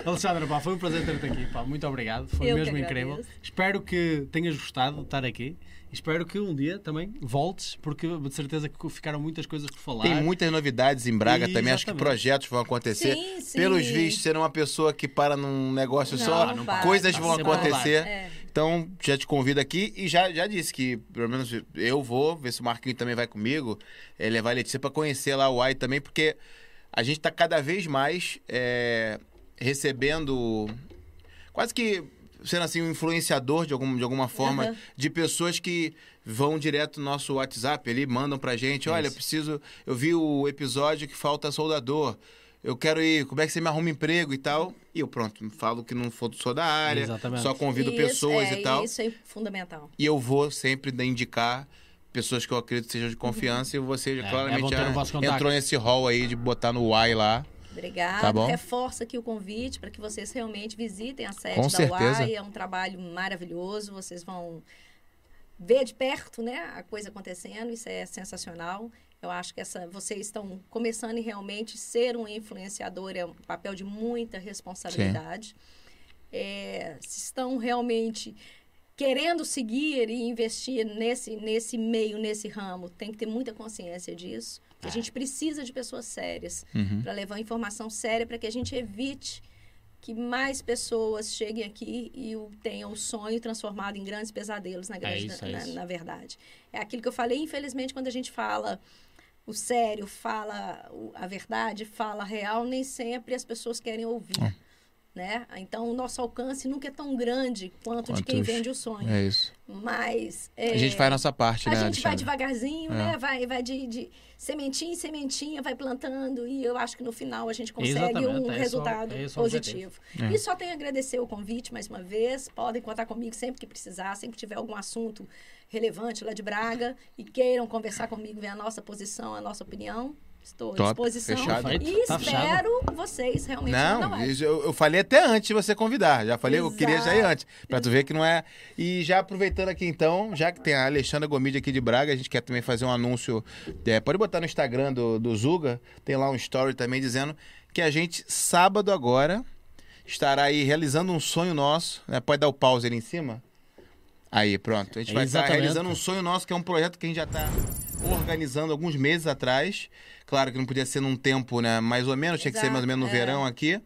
Alexandre, pá, foi um prazer ter-te aqui, pá. Muito obrigado, foi Eu que mesmo agradeço. incrível. Espero que tenhas gostado de estar aqui. Espero que um dia também voltes, porque de certeza que ficaram muitas coisas por falar. Tem muitas novidades em Braga também. Acho que Exatamente. projetos vão acontecer. Sim, sim. Pelos vistos, ser uma pessoa que para num negócio Não, só, não para, coisas tá vão sempre a falar. acontecer. É. Então, já te convido aqui e já, já disse que, pelo menos, eu vou, ver se o Marquinho também vai comigo, é, levar a Letícia para conhecer lá o AI também, porque a gente está cada vez mais é, recebendo quase que sendo assim um influenciador de, algum, de alguma forma Aham. de pessoas que vão direto no nosso WhatsApp ali, mandam pra gente, olha, eu preciso, eu vi o episódio que falta soldador. Eu quero ir, como é que você me arruma emprego e tal? E eu pronto, falo que não for- sou da área, Exatamente. só convido Isso, pessoas é, e tal. Isso é fundamental. E eu vou sempre indicar pessoas que eu acredito sejam de confiança e você bom claramente ter o já vosso contacto. entrou nesse hall aí de botar no Y lá. Obrigada. Tá bom. Reforça aqui o convite para que vocês realmente visitem a sede Com da certeza. UAI. É um trabalho maravilhoso. Vocês vão ver de perto né, a coisa acontecendo. Isso é sensacional. Eu acho que essa, vocês estão começando e realmente ser um influenciador é um papel de muita responsabilidade. É, se estão realmente querendo seguir e investir nesse, nesse meio, nesse ramo, tem que ter muita consciência disso. É. Que a gente precisa de pessoas sérias para levar informação séria para que a gente evite que mais pessoas cheguem aqui e o- tenham o sonho transformado em grandes pesadelos, na, grande- isso, é na- isso. na verdade. É aquilo que eu falei, infelizmente, quando a gente fala o sério, fala o- a verdade, fala a real, nem sempre as pessoas querem ouvir. Né? Então, o nosso alcance nunca é tão grande quanto de quem Quantos- vende o sonho. É isso. Mas é, A gente faz a nossa parte, a né, gente vai Alexandre? devagarzinho, É. né? Vai, vai de, de sementinha em sementinha, vai plantando e eu acho que no final a gente consegue Exatamente, um é esse o- resultado é esse o positivo. É. E só tenho a agradecer o convite mais uma vez. Podem contar comigo sempre que precisar, sempre que tiver algum assunto relevante lá de Braga e queiram conversar comigo, ver a nossa posição, a nossa opinião. Estou à Top, disposição. fechado. E Perfeito, tá espero vocês realmente lá na Não, live. isso eu, eu falei até antes de você convidar. Já falei, eu queria já ir Exato. antes. Pra tu ver que não é. E já aproveitando aqui então, já que tem a Alexandra Gomide aqui de Braga, a gente quer também fazer um anúncio. é, pode botar no Instagram do, do Zuga, tem lá um story também dizendo que a gente, sábado agora, estará aí realizando um sonho nosso. né? Pode dar o pause ali em cima? Aí, pronto. A gente vai estar Exatamente. realizando um sonho nosso, que é um projeto que a gente já está organizando alguns meses atrás. Claro que não podia ser num tempo, né? Mais ou menos, tinha que ser Exato, mais ou menos no é. verão aqui.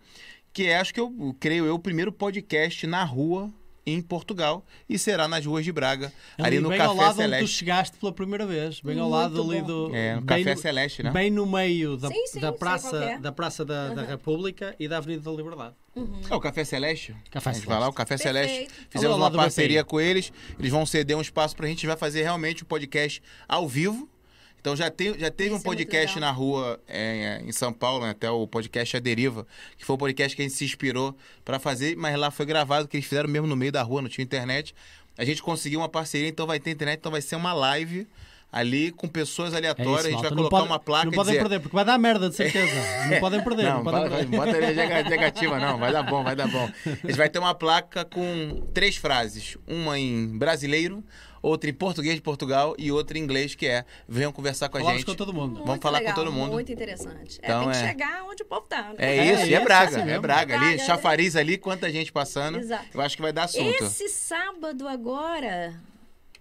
Que é, acho que eu creio eu, o primeiro podcast na rua em Portugal. E será nas ruas de Braga, ali no bem Café ao lado onde tu Celeste. chegaste pela primeira vez. Bem ao Muito lado ali bom. do. É, no bem Café no- Celeste, né? Bem no meio da, Sim, da sim, sei qual que Praça, é. da, praça da, da República e da Avenida da Liberdade. É o Café Celeste? Café a gente vai lá, o Café Celeste. Perfeito. Tá Fizemos Olá, uma do BPI. parceria com eles. Eles vão ceder um espaço pra gente. Vai fazer realmente um podcast ao vivo. Então já, tem, já teve Isso é um muito podcast legal. na rua é, em São Paulo, né, até o podcast A Deriva, que foi o podcast que a gente se inspirou pra fazer, mas lá foi gravado, que eles fizeram mesmo no meio da rua, não tinha internet. A gente conseguiu uma parceria, então vai ter internet, então vai ser uma live ali com pessoas É aleatórias, isso, a gente malta. vai Não colocar pode- uma placa Não e podem dizer... perder, porque vai dar merda, de certeza. Não podem perder, não, Não, podem fala- perder. bota energia negativa, não. Vai dar bom, vai dar bom. A gente vai ter uma placa com três frases. Uma em brasileiro, outra em português de Portugal e outra em inglês, que é venham conversar com a Falamos gente. com todo mundo. Vamos falar com todo mundo. Muito interessante. É, Então, tem que é. chegar onde o povo tá. né? É É isso, e é, isso, é Braga, assim é, mesmo. Braga ali, Braga. né? chafariz ali, quanta gente passando. Exato. Eu acho que vai dar assunto. Esse sábado agora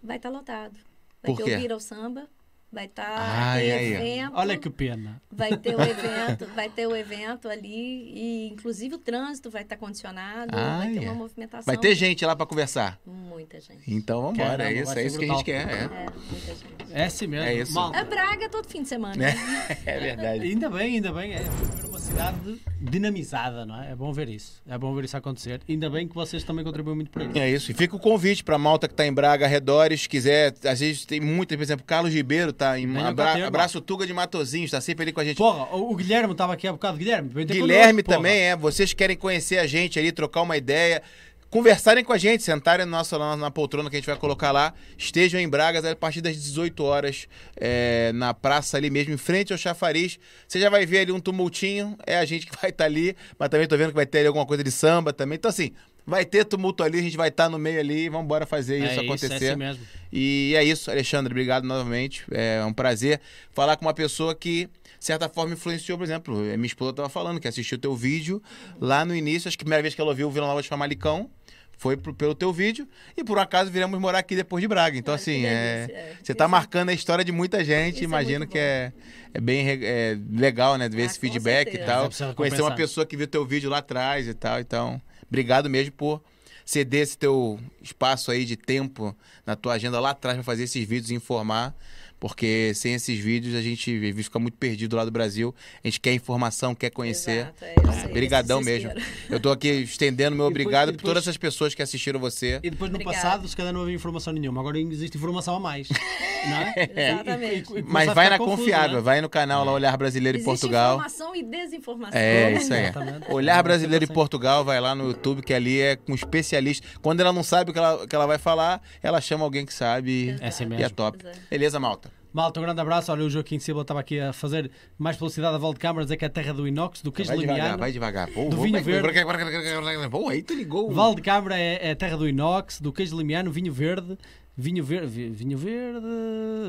vai estar lotado. Vai Por ter quê? o Vira o Samba, vai estar Ah, e aí? evento. Olha que pena. Vai ter o evento, vai ter o evento ali e inclusive o trânsito vai estar condicionado, vai Ah, ter é. uma movimentação. Vai ter gente lá pra conversar. Muita gente. Então vamos embora, Caramba, é isso, vai ser é isso que a gente brutal. quer. É, É, muita gente. É assim mesmo. É isso. Malta. A Braga todo fim de semana. né? É verdade. Ainda bem, ainda bem. É primeiro uma cidade dinamizada, não é? É bom ver isso. É bom ver isso acontecer. Ainda bem que vocês também contribuem muito para isso. É isso. E fica o convite pra malta que tá em Braga, arredores, quiser. Às vezes tem muita, por exemplo, Carlos Ribeiro tá em Venha abra, pra ter, Abraço Tuga de Matozinhos, tá sempre ali com a gente. Porra, o o Guilherme estava aqui há bocado. Guilherme, vem ter Guilherme connosco, porra. também, é. Vocês querem conhecer a gente ali, trocar uma ideia, conversarem com a gente, sentarem no nosso, na, na poltrona que a gente vai colocar lá. Estejam em Bragas a partir das 18 horas, é, na praça ali mesmo, em frente ao chafariz. Você já vai ver ali um tumultinho, é a gente que vai estar ali, mas também tô vendo que vai ter ali alguma coisa de samba também. Então, assim, vai ter tumulto ali, a gente vai estar no meio ali, vamos embora fazer É isso isso, acontecer. é assim mesmo. E é isso, Alexandre, obrigado novamente. É um prazer falar com uma pessoa que, de certa forma, influenciou, por exemplo. eh, Minha esposa estava falando que assistiu teu vídeo lá no início, acho que a primeira vez que ela ouviu o Vila Nova de Famalicão foi pro- pelo teu vídeo e por um acaso viramos morar aqui depois de Braga. Então, Olha que assim, é- delícia, é. você está Isso- marcando a história de muita gente. Isso é Imagino muito que bom. é, é bem re- é legal, né? Ver Ah, esse com feedback certeza. e Mas é tal. preciso Conhecer uma compensar. pessoa que viu teu vídeo lá atrás e tal. Então, obrigado mesmo por ceder esse teu espaço aí de tempo na tua agenda lá atrás para fazer esses vídeos e informar. Porque sem esses vídeos a gente fica muito perdido lá do Brasil. A gente quer informação, quer conhecer. Exato, é, eu Então, sei, esse brigadão mesmo. desespero. Eu tô aqui estendendo meu E depois- obrigado e por todas depois- essas pessoas que assistiram você. E depois no Obrigada. passado, se calhar não havia informação nenhuma. Agora existe informação a mais. Não é? Exatamente. E- e- e- Mas começa a vai ficar na confuso, confiável, não é? vai no canal lá Olhar Brasileiro em Existe Portugal. informação e desinformação. É, isso aí. Exatamente. Olhar Brasileiro em Sempre assim. Portugal, vai lá no YouTube, que ali é com especialista. Quando ela não sabe o que ela, o que ela vai falar, ela chama alguém que sabe É assim e é mesmo. top. Exato. Beleza, malta? Malta, um grande abraço. Olha, o Joaquim Silva estava aqui a fazer mais publicidade a volta de câmaras, é que é a terra do inox, do queijo Vai devagar, limiano. vai devagar. Pô, Do vou- vinho vai- verde. Pô, aí tu ligou. Val de Câmara é, é a terra do inox, do queijo limiano, vinho verde. Vinho verde, vinho verde.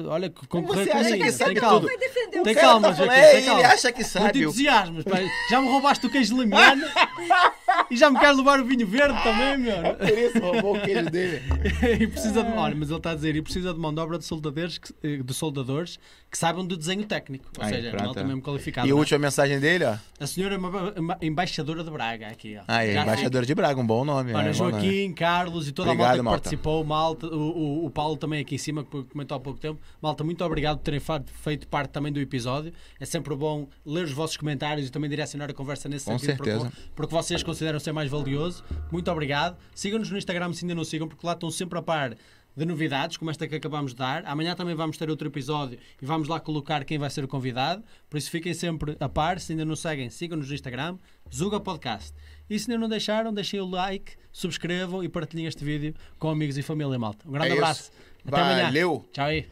Olha, que concorrer você com acha vinho. que é sabe Tem calma. tudo? Defendeu. Tem cara calma, tá Joaquim. falando, é, tem ele calma. acha que sabe, Não te eu- entusiasmas, pá. Já me roubaste o queijo limiano e já me queres levar o vinho verde também, meu. Por isso roubou o queijo dele. e precisa de, olha, mas ele está a dizer, e precisa de mão de obra de soldadores que, eh, de soldadores que saibam do desenho técnico. Ou Aí, seja, pronto. malta mesmo qualificada. E a não é? última mensagem dele, ó. A senhora é uma, uma embaixadora de Braga aqui, ó. Aí, Já embaixador de Braga, um bom nome. Olha, Ah, é, bom nome. Joaquim, Carlos e toda Obrigado, a malta que malta. participou, malta, o, o- o Paulo também aqui em cima, que comentou há pouco tempo. Malta, muito obrigado por terem fa- feito parte também do episódio. É sempre bom ler os vossos comentários e também direcionar a conversa nesse Com sentido, porque- certeza. Porque, vocês consideram ser mais valioso. Muito obrigado. Sigam-nos no Instagram se ainda não sigam, porque lá estão sempre a par de novidades, como esta que acabamos de dar. Amanhã também vamos ter outro episódio e vamos lá colocar quem vai ser o convidado. Por isso fiquem sempre a par. Se ainda não seguem, sigam-nos no Instagram, Zuga Podcast. E se ainda não deixaram, deixem o like, subscrevam e partilhem este vídeo com amigos e família, malta. Um grande É isso. abraço. Até amanhã. Valeu. Tchau aí.